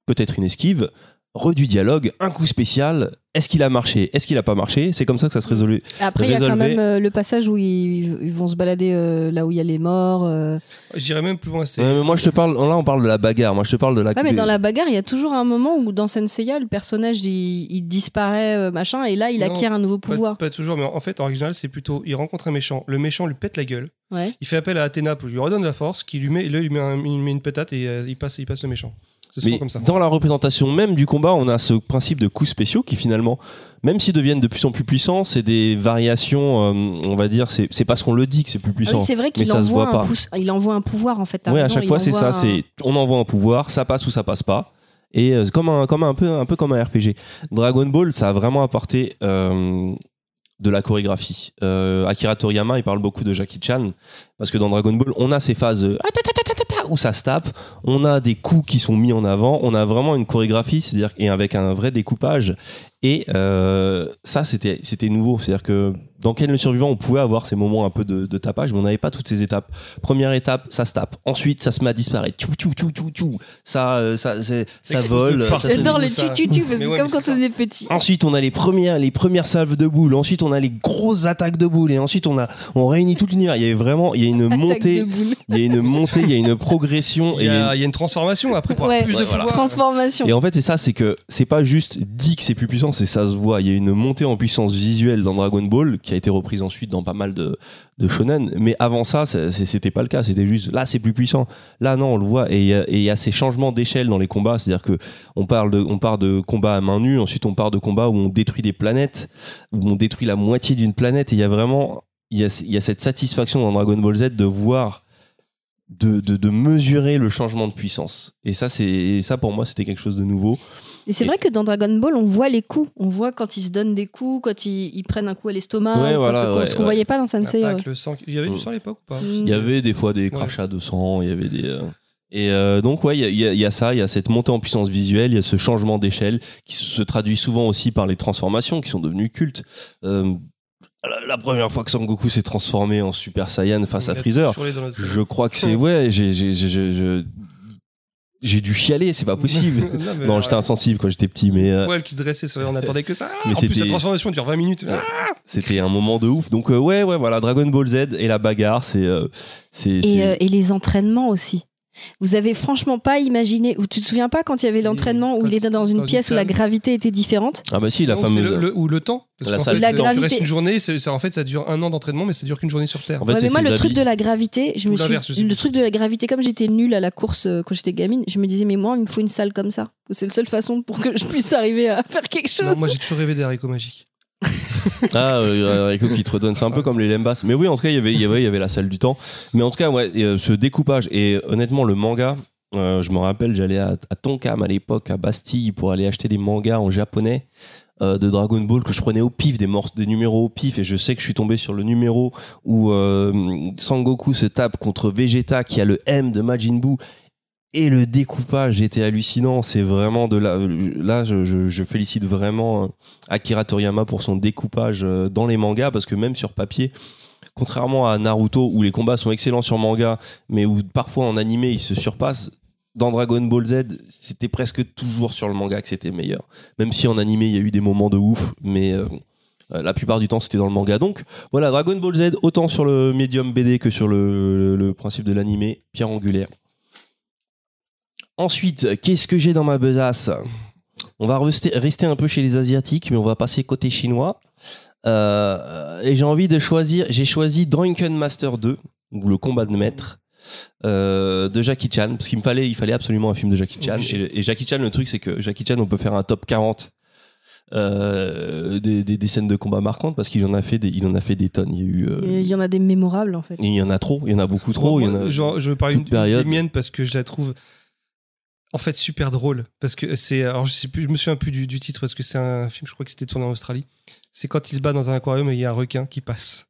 C: peut-être une esquive, redu dialogue, un coup spécial. Est-ce qu'il a marché Est-ce qu'il a pas marché C'est comme ça que ça se résolue.
A: Après, il y a quand
C: Résolver.
A: même euh, le passage où ils, ils vont se balader euh, là où il y a les morts. euh.
B: J'irais même plus loin. c'est-
C: Ouais, mais Euh, moi, je te parle. Là, on parle de la bagarre. Moi, je te parle de la.
A: Ouais, mais
C: des-
A: dans la bagarre, il y a toujours un moment où dans Senseiya, le personnage il, il disparaît, euh, machin, et là il
B: Non,
A: acquiert un nouveau
B: Pas,
A: pouvoir.
B: pas toujours, mais en fait, en original, c'est plutôt il rencontre un méchant, le méchant lui pète la gueule,
A: Ouais.
B: il fait appel à Athéna pour lui redonner de la force, qui lui met, là, il lui met, un- il lui met une pétate et euh, il, passe, il passe le méchant. C'est souvent
C: Mais
B: comme ça.
C: dans la représentation même du combat, on a ce principe de coups spéciaux qui finalement, même s'ils deviennent de plus en plus puissants, c'est des variations. euh, on va dire, c'est c'est parce qu'on le dit que c'est plus
A: Ah oui,
C: puissant.
A: c'est vrai
C: mais
A: qu'il
C: ça se
A: envoie,
C: voit
A: un
C: pas.
A: pouce- il envoie un pouvoir en fait. t'as
C: ouais, à
A: raison,
C: chaque
A: il
C: fois, c'est
A: envoie
C: ça.
A: un-
C: C'est on envoie un pouvoir, ça passe ou ça passe pas. Et euh, c'est comme un, comme un peu, un peu comme un RPG. Dragon Ball, ça a vraiment apporté euh, de la chorégraphie. Euh, Akira Toriyama, il parle beaucoup de Jackie Chan parce que dans Dragon Ball, on a ces phases euh, ah, ta, ta, ta, ta, ta, ta, où ça se tape, on a des coups qui sont mis en avant, on a vraiment une chorégraphie, c'est-à-dire et avec un vrai découpage. Et euh, ça, c'était c'était nouveau, c'est-à-dire que dans Ken le survivant, on pouvait avoir ces moments un peu de, de tapage, mais on n'avait pas toutes ces étapes. Première étape, ça se tape. Ensuite, ça se met à disparaître. Tchou, tchou, tchou, tchou, tchou. Ça, euh, ça, c'est- ça
B: quelque
C: vole.
B: chose de
C: ça se
B: particulier.
A: J'adore
B: c'est
A: le
B: ça.
A: tchou-tchou, parce que
B: Mais
A: c'est
B: ouais,
A: comme
B: mais
A: quand
B: c'est
A: on est petit.
C: Ensuite, on a les premières, les premières salves de boules. Ensuite, on a les grosses attaques de boules. Et ensuite, on a, on réunit tout l'univers. Il y a vraiment, il y a une
A: Attaque de
C: montée,
A: boule.
C: il y a une montée, il y a une progression.
B: Il y,
C: et il y a
B: a,
C: une-
B: il y a une transformation après pour avoir
A: Ouais.
B: plus
C: Ouais,
B: de
C: voilà.
B: pouvoir.
A: Transformation.
C: Et en fait, c'est ça, c'est que c'est pas juste dit que c'est plus puissant, c'est ça se voit. Il y a une montée en puissance visuelle dans Dragon Ball qui a été reprise ensuite dans pas mal de, de shonen. Mais avant ça, c'est- c'est- c'était pas le cas. C'était juste là, c'est plus puissant. Là, non, on le voit. Et il y a- et il y, a ces changements d'échelle dans les combats. C'est-à-dire que on parle de, on part de combats à main nue, ensuite on part de combats où on détruit des planètes, où on détruit la moitié d'une planète. Et il y a vraiment, il y a, il y a cette satisfaction dans Dragon Ball Z de voir. De, de, de mesurer le changement de puissance et ça c'est et ça pour moi c'était quelque chose de nouveau
A: Et c'est vrai que dans Dragon Ball, on voit les coups. On voit quand ils se donnent des coups, quand ils, ils prennent un coup à l'estomac,
C: Ouais,
A: ou quand-
C: voilà,
A: quand-
C: ouais,
A: ce qu'on
C: ouais.
A: voyait pas dans Saint
B: La
A: Seiya,
B: Pâque, le sang. Il y avait du sang à l'époque ou pas
A: Mm.
C: Il y avait des fois des crachats de sang, il y avait des. euh, Et euh, donc, ouais, il y a- il y, a- il y a ça, il y a cette montée en puissance visuelle, il y a ce changement d'échelle qui se traduit souvent aussi par les transformations qui sont devenues cultes. Euh, la, la première fois que Sangoku s'est transformé en Super Saiyan face à
B: Il a
C: Freezer,
B: toujours les dans notre-
C: je crois que c'est. Ouais, j'ai. j'ai- j'ai- je- je- j'ai dû chialer, c'est pas possible.
B: Non, mais
C: non, j'étais insensible quand j'étais petit, mais euh,
B: elle qui se dressait, ça, on attendait que ça.
C: Mais
B: en plus,
C: c'était- Ah,
B: la transformation dure 20 minutes.
C: Ouais. c'était un moment de ouf. Donc euh, ouais, ouais, voilà, Dragon Ball Z et la bagarre, c'est euh, c'est
A: Et,
C: c'est-
A: euh, et les entraînements aussi. Vous avez franchement pas imaginé. ou Tu te souviens pas quand il y avait
B: Si,
A: l'entraînement où
B: quand
A: il était dans une
B: dans une
A: pièce où la
B: salle.
A: gravité était différente
C: ah bah si la
B: Donc, c'est
C: fameuse.
B: le, le- ou le temps. Parce
C: La
B: qu'en
C: salle
B: fait,
A: La
B: tu
A: gravité.
B: restes une journée, c'est, ça- en fait, ça dure un an d'entraînement, mais ça dure qu'une journée sur Terre.
C: En fait,
A: Ouais,
C: ah, bah, c'est
A: mais moi,
C: ses
A: le truc
C: habits.
A: de la gravité, je
B: Ou
A: me suis,
B: l'inverse, je sais
A: le
B: plus.
A: truc de la gravité, comme j'étais nulle à la course euh, quand j'étais gamine, je me disais, mais moi, il me faut une salle comme ça. C'est la seule façon pour que je puisse arriver à faire quelque chose.
B: Non, moi, j'ai toujours rêvé des haricots magiques.
C: Ah, euh, euh, écoute, qui te redonne, c'est un peu comme les Lembas. Mais oui, en tout cas, il y avait, il y avait, il y avait la salle du temps. Mais en tout cas, ouais, et, euh, ce découpage et honnêtement, le manga. euh, je me rappelle, j'allais à, à Tonkam à l'époque, à Bastille, pour aller acheter des mangas en japonais euh, de Dragon Ball que je prenais au pif, des, morceaux, des numéros au pif. Et je sais que je suis tombé sur le numéro où euh, Sangoku se tape contre Vegeta, qui a le M de Majin Buu. Et le découpage était hallucinant. C'est vraiment de la. Là, je, je- je félicite vraiment euh, Akira Toriyama pour son découpage euh, dans les mangas parce que même sur papier contrairement à Naruto où les combats sont excellents sur manga mais où parfois en animé ils se surpassent dans Dragon Ball Z c'était presque toujours sur le manga que c'était meilleur même si en animé il y a eu des moments de ouf mais euh, euh, la plupart du temps c'était dans le manga donc voilà Dragon Ball Z autant sur le médium BD que sur le, le principe de l'animé pierre angulaire ensuite qu'est-ce que j'ai dans ma besace on va rester, rester un peu chez les Asiatiques, mais on va passer côté chinois. Euh, et j'ai envie de choisir, j'ai choisi Drunken Master 2, ou le combat de maître, euh, de Jackie Chan, parce qu'il me fallait, il fallait absolument un film de Jackie Chan. Et, et Jackie Chan, le truc, c'est que Jackie Chan, on peut faire un top 40 euh, des, des- des scènes de combat marquantes, parce qu'il en a fait des, il en a fait des tonnes. Il y a eu, euh,
A: Et Il y en a des mémorables, en fait.
C: il y en a trop, il y en a beaucoup trop.
B: Moi,
C: il y en
B: moi,
C: a...
B: genre, je vais parler
C: toute
B: une, une
C: période.
B: des miennes parce que je la trouve en fait super drôle parce que c'est alors je sais plus je me souviens plus du, du titre parce que c'est un film je crois que c'était tourné en Australie c'est quand il se bat dans un aquarium et il y a un requin qui passe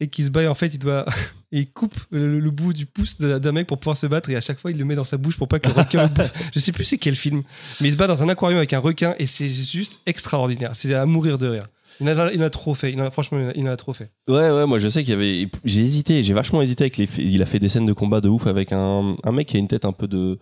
B: et qui se bat et en fait il doit et il coupe le, le bout du pouce d'un d'un mec pour pouvoir se battre et à chaque fois il le met dans sa bouche pour pas que le requin le bouffe je sais plus c'est quel film mais il se bat dans un aquarium avec un requin et c'est juste extraordinaire c'est à mourir de rire il en a, il en a trop fait il en a- franchement il en a- il en a trop fait
C: Ouais, ouais, moi je sais qu'il y avait. J'ai hésité, j'ai vachement hésité avec les. Il a fait des scènes de combat de ouf avec un, un mec qui a une tête un peu de.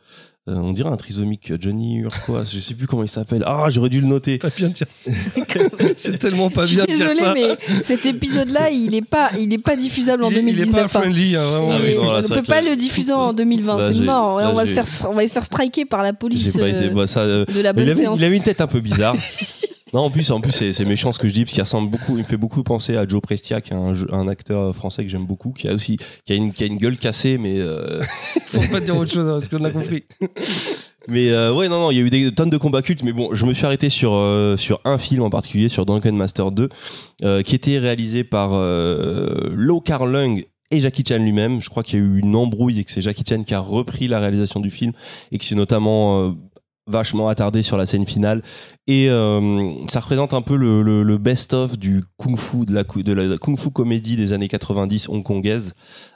C: euh, on dirait un trisomique, Johnny Urquois, je sais plus comment il s'appelle. Ah, j'aurais dû le noter.
B: pas bien de dire ça c'est tellement
A: je
B: pas
A: suis
B: bien de dire
A: désolée,
B: ça
A: mais cet épisode-là, il est pas, il est pas diffusable en
B: Il est- il est
A: 2019.
B: pas
A: hein.
B: friendly, hein, vraiment.
C: Ah oui,
A: Et
C: non, là,
A: on
C: c'est
A: ne
C: vrai
A: peut
C: que
A: pas
C: là-
A: le diffuser en 2020,
C: Là,
A: c'est
C: j'ai-
A: mort. Là,
C: là,
A: on va se
C: j'ai-
A: faire, on va se faire striker par la
C: J'ai
A: police
C: pas été.
A: euh,
C: bah, ça, euh,
A: de la
C: mais il,
A: bonne
C: avait,
A: séance.
C: il avait une tête un peu bizarre. non, en plus, en plus c'est c'est méchant ce que je dis, parce qu'il ressemble beaucoup. Il me fait beaucoup penser à Joe Prestia, qui est un, jeu- un acteur français que j'aime beaucoup, qui a aussi. qui a une, qui a une gueule cassée, mais. euh,
B: Faut pas dire autre chose, hein, parce qu'on a compris.
C: Mais euh, ouais, non, non, il y a eu des tonnes de combats cultes, mais bon, je me suis arrêté sur, euh, sur un film en particulier, sur Drunken Master 2, euh, qui était réalisé par euh, Lo Kar Lung et Jackie Chan lui-même. Je crois qu'il y a eu une embrouille et que c'est Jackie Chan qui a repris la réalisation du film et qui s'est notamment euh, vachement attardé sur la scène finale. Et euh, ça représente un peu le, le- le best-of du kung-fu, de la, cou- de la kung-fu comédie des années 90 hongkongaise.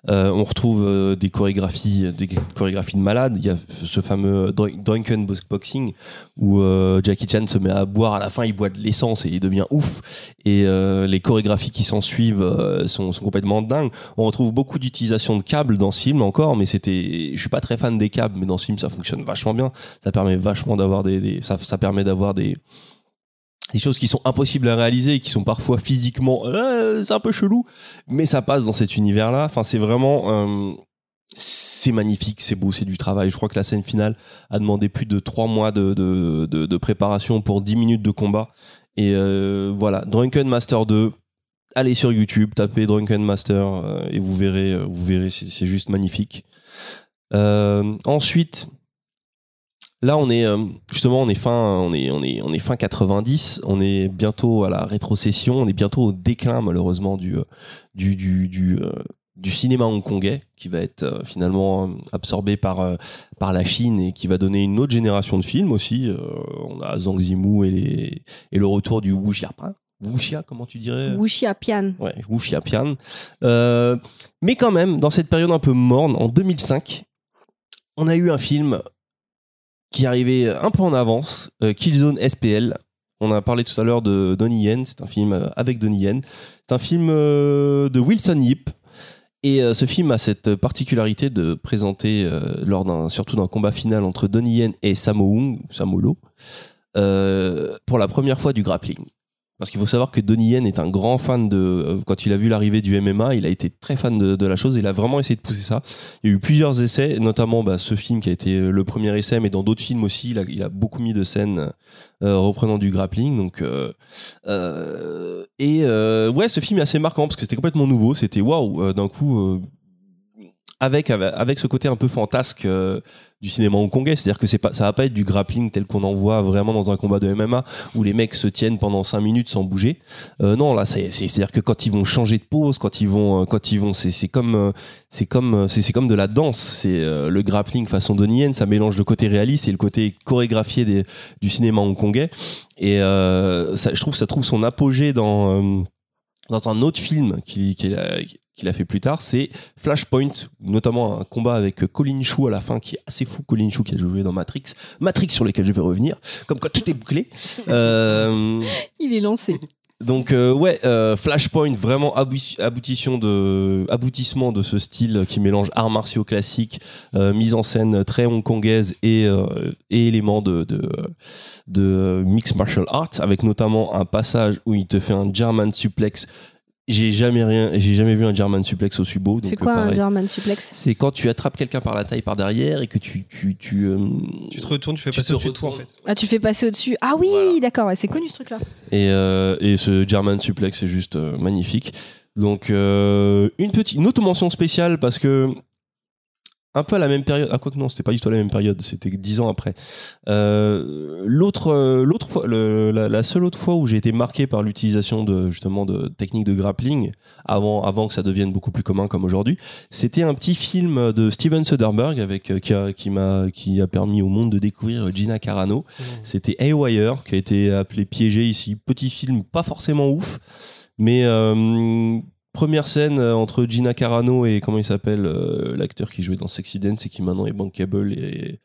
C: Euh, on retrouve euh, des chorégraphies, des chorégraphies de malades. Il y a ce fameux drun- drunken box- boxing où euh, Jackie Chan se met à boire à la fin, il boit de l'essence et il devient ouf. Et euh, les chorégraphies qui s'en suivent euh, sont, sont complètement dingues. On retrouve beaucoup d'utilisation de câbles dans ce film encore, mais c'était, je suis pas très fan des câbles, mais dans ce film ça fonctionne vachement bien. Ça permet vachement d'avoir des, des- ça, ça permet d'avoir des des choses qui sont impossibles à réaliser, et qui sont parfois physiquement, euh, c'est un peu chelou, mais ça passe dans cet univers-là. Enfin, c'est vraiment, euh, c'est magnifique, c'est beau, c'est du travail. Je crois que la scène finale a demandé plus de trois mois de, de, de- de préparation pour 10 minutes de combat. Et euh, voilà, Drunken Master 2. Allez sur YouTube, tapez Drunken Master euh, et vous verrez, euh, vous verrez, c'est c'est juste magnifique. Euh, ensuite, là on est euh, justement on est fin, on est on est on est fin 90, on est bientôt à la rétrocession, on est bientôt au déclin malheureusement du euh, du du du, euh, du cinéma hongkongais qui va être euh, finalement euh, absorbé par euh, par la Chine et qui va donner une autre génération de films aussi. Euh, on a Zhang Yimou et les- et le retour du Wuxia Wuxia comment tu dirais
A: Wuxia Pian.
C: euh, Ouais, Wuxia Pian. Euh, mais quand même, dans cette période un peu morne, en 2005, on a eu un film qui arrivait un peu en avance, euh, Killzone SPL. On a parlé tout à l'heure de Donnie Yen, c'est un film euh, avec Donnie Yen. C'est un film euh, de Wilson Yip Et euh, ce film a cette particularité de présenter, euh, lors d'un, surtout d'un combat final entre Donnie Yen et Sammo Hung, ou Samolo, euh, pour la première fois du grappling. Parce qu'il faut savoir que Donnie Yen est un grand fan de. euh, Quand il a vu l'arrivée du MMA, il a été très fan de, de la chose. Il a vraiment essayé de pousser ça. Il y a eu plusieurs essais, notamment bah, ce film qui a été le premier essai, mais dans d'autres films aussi, il a, il a beaucoup mis de scènes euh, reprenant du grappling. Donc, euh, euh, et euh, ouais, ce film est assez marquant parce que c'était complètement nouveau. C'était waouh, euh, d'un coup, euh, avec, avec avec ce côté un peu fantasque euh, du cinéma hongkongais, c'est-à-dire que c'est pas ça va pas être du grappling tel qu'on en voit vraiment dans un combat de MMA où les mecs se tiennent pendant 5 minutes sans bouger. Euh, non, là, ça y est, c'est c'est-à-dire que quand ils vont changer de pose, quand ils vont euh, quand ils vont, c'est c'est comme euh, c'est comme euh, c'est c'est comme de la danse. C'est euh, le grappling façon Donnie Yen, ça mélange le côté réaliste et le côté chorégraphié des, du cinéma hongkongais. Et euh, ça, je trouve que ça trouve son apogée dans, euh, dans un autre film qu'il qu'il a, qu'il a fait plus tard, c'est Flashpoint, notamment un combat avec Colin Chou à la fin qui est assez fou, Colin Chou qui a joué dans Matrix, Matrix sur lequel je vais revenir, comme quoi tout est bouclé. Euh,
A: Il est lancé.
C: donc euh, ouais, euh, Flashpoint vraiment abou- aboutition de aboutissement de ce style qui mélange arts martiaux classiques, euh, mise en scène très hongkongaise et euh, et éléments de de de mixed martial arts avec notamment un passage où il te fait un German suplex. J'ai jamais rien, j'ai jamais vu un German suplex aussi beau. donc,
A: C'est
C: euh,
A: quoi un
C: pareil.
A: German suplex
C: C'est quand tu attrapes quelqu'un par la taille par derrière et que tu tu tu euh,
B: Tu te retournes, tu fais
C: Tu
B: passer
C: te
B: au-dessus de toi en
C: retournes.
B: fait.
A: Ah, tu fais passer au-dessus. Ah oui,
C: Voilà.
A: d'accord, ouais, c'est connu ce truc-là.
C: Et, euh, et ce German Suplex est juste euh, magnifique. Donc, euh, une petite, une autre mention spéciale parce que un peu à la même période, ah quoi que non, c'était pas du tout à la même période, c'était dix ans après. Euh, l'autre, euh, l'autre fois, le- la, la seule autre fois où j'ai été marqué par l'utilisation de justement de techniques de grappling avant, avant que ça devienne beaucoup plus commun comme aujourd'hui, c'était un petit film de Steven Soderbergh avec euh, qui a, qui m'a, qui a permis au monde de découvrir euh, Gina Carano. C'était Haywire qui a été appelé Piégé ici. Petit film, pas forcément ouf, mais euh, première scène euh, entre Gina Carano et comment il s'appelle euh, l'acteur qui jouait dans Sexy Dance et qui maintenant est bankable et,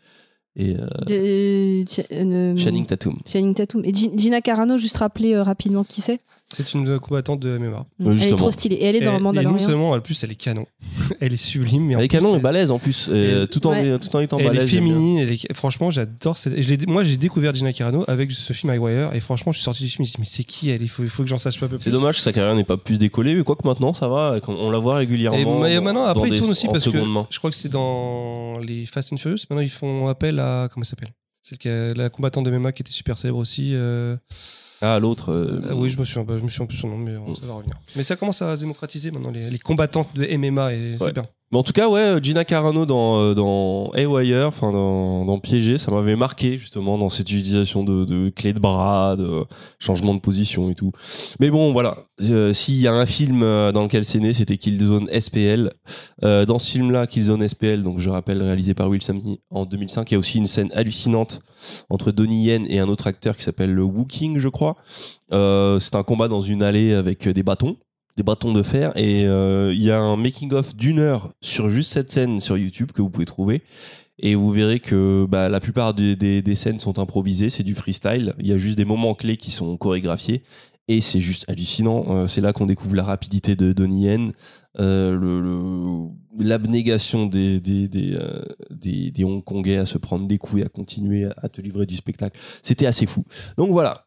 C: et euh,
A: De- Ch- euh,
B: Mm.
C: Channing Tatum.
A: Channing Tatum. Et Gi- Gina Carano, juste rappeler euh, rapidement qui c'est.
B: C'est une combattante de MMA.
C: Euh,
A: Elle est
C: justement.
A: trop stylée. Et elle est dans
B: et, et non
A: Mandalorian.
B: seulement, en plus, elle est canon. elle est sublime. Mais en
C: Elle est
B: plus,
C: canon et
B: elle-
C: balèze en plus, euh,
B: elle-
C: tout, en,
A: Ouais.
C: tout en étant
B: Elle est
C: balèze. j'aime bien.
B: féminine, elle est- franchement j'adore. cette- je l'ai- Moi j'ai découvert Gina Carano avec ce film Wire et franchement je suis sorti du film, je me suis dit mais c'est qui elle Il faut, il faut que j'en sache un peu plus.
C: C'est dommage que sa carrière n'ait pas plus décollé, mais quoi que maintenant ça va, qu'on- on la voit
B: Et
C: régulièrement.
B: ma- et maintenant
C: dans
B: après ils
C: des-
B: tournent aussi
C: en
B: parce que
C: seconde main.
B: je crois que c'est dans les Fast and Furious. Maintenant ils font appel à comment elle s'appelle Celle qui a- la combattante de MMA qui était super célèbre aussi. euh,
C: Ah, l'autre. euh, Mm.
B: euh, oui je me suis je me suis plus son nom mais euh, ça va revenir. Mais ça commence à se démocratiser maintenant les, les combattantes de MMA et
C: Ouais.
B: c'est bien.
C: Mais en tout cas, ouais, Gina Carano dans, euh, dans Haywire, enfin dans, dans Piégé, ça m'avait marqué justement dans cette utilisation de, de clés de bras, de changement de position et tout. Mais bon, voilà, Euh, s'il y a un film euh, dans lequel c'est né, c'était Killzone SPL. Euh, dans ce film-là, Killzone SPL, donc je rappelle, réalisé par Will Samney en 2005, il y a aussi une scène hallucinante entre Donnie Yen et un autre acteur qui s'appelle le Wu King, je crois. Euh, c'est un combat dans une allée avec euh, des bâtons des bâtons de fer et euh, il y a un making of d'une heure sur juste cette scène sur YouTube que vous pouvez trouver et vous verrez que bah, la plupart des, des- des scènes sont improvisées c'est du freestyle il y a juste des moments clés qui sont chorégraphiés et c'est juste hallucinant Euh, c'est là qu'on découvre la rapidité de Donnie Yen euh, le- le- l'abnégation des des, des, euh, des des Hongkongais à se prendre des coups et à continuer à- à te livrer du spectacle c'était assez fou donc voilà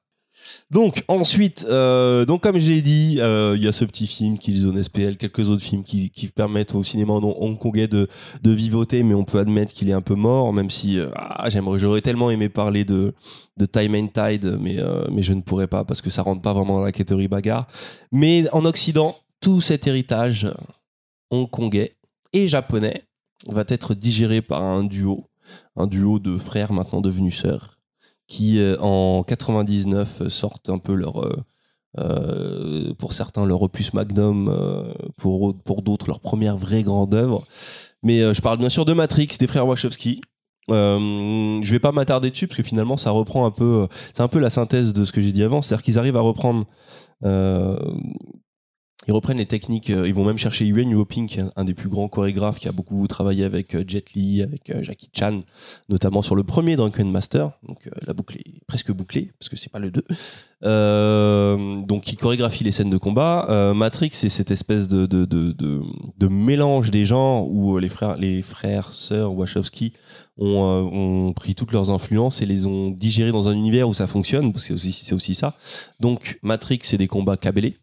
C: donc ensuite, euh, donc comme j'ai dit, euh, il y a ce petit film Killzone SPL, quelques autres films qui, qui permettent au cinéma non hongkongais de, de vivoter, mais on peut admettre qu'il est un peu mort, même si euh, ah, j'aimerais, j'aurais tellement aimé parler de, de Time and Tide, mais, euh, mais je ne pourrais pas parce que ça rentre pas vraiment dans la catégorie bagarre. Mais en Occident, tout cet héritage euh, hongkongais et japonais va être digéré par un duo, un duo de frères maintenant devenus sœurs qui euh, en 99 euh, sortent un peu leur euh, euh, pour certains leur opus magnum euh, pour au- pour d'autres leur première vraie grande œuvre mais euh, je parle bien sûr de Matrix des frères Wachowski euh, je vais pas m'attarder dessus parce que finalement ça reprend un peu euh, c'est un peu la synthèse de ce que j'ai dit avant c'est-à-dire qu'ils arrivent à reprendre euh, Ils reprennent les techniques, euh, ils vont même chercher Yuen Yuoping, qui est un- un des plus grands chorégraphes, qui a beaucoup travaillé avec euh, Jet Li, avec euh, Jackie Chan, notamment sur le premier Drunken Master. Donc euh, la boucle est presque bouclée, parce que c'est pas le 2. Euh, donc il chorégraphie les scènes de combat. Euh, Matrix, c'est cette espèce de, de, de, de, de mélange des genres où euh, les frères, les frères, sœurs Wachowski ont, euh, ont pris toutes leurs influences et les ont digérées dans un univers où ça fonctionne, parce que c'est aussi, c'est aussi ça. Donc Matrix, c'est des combats cabellés.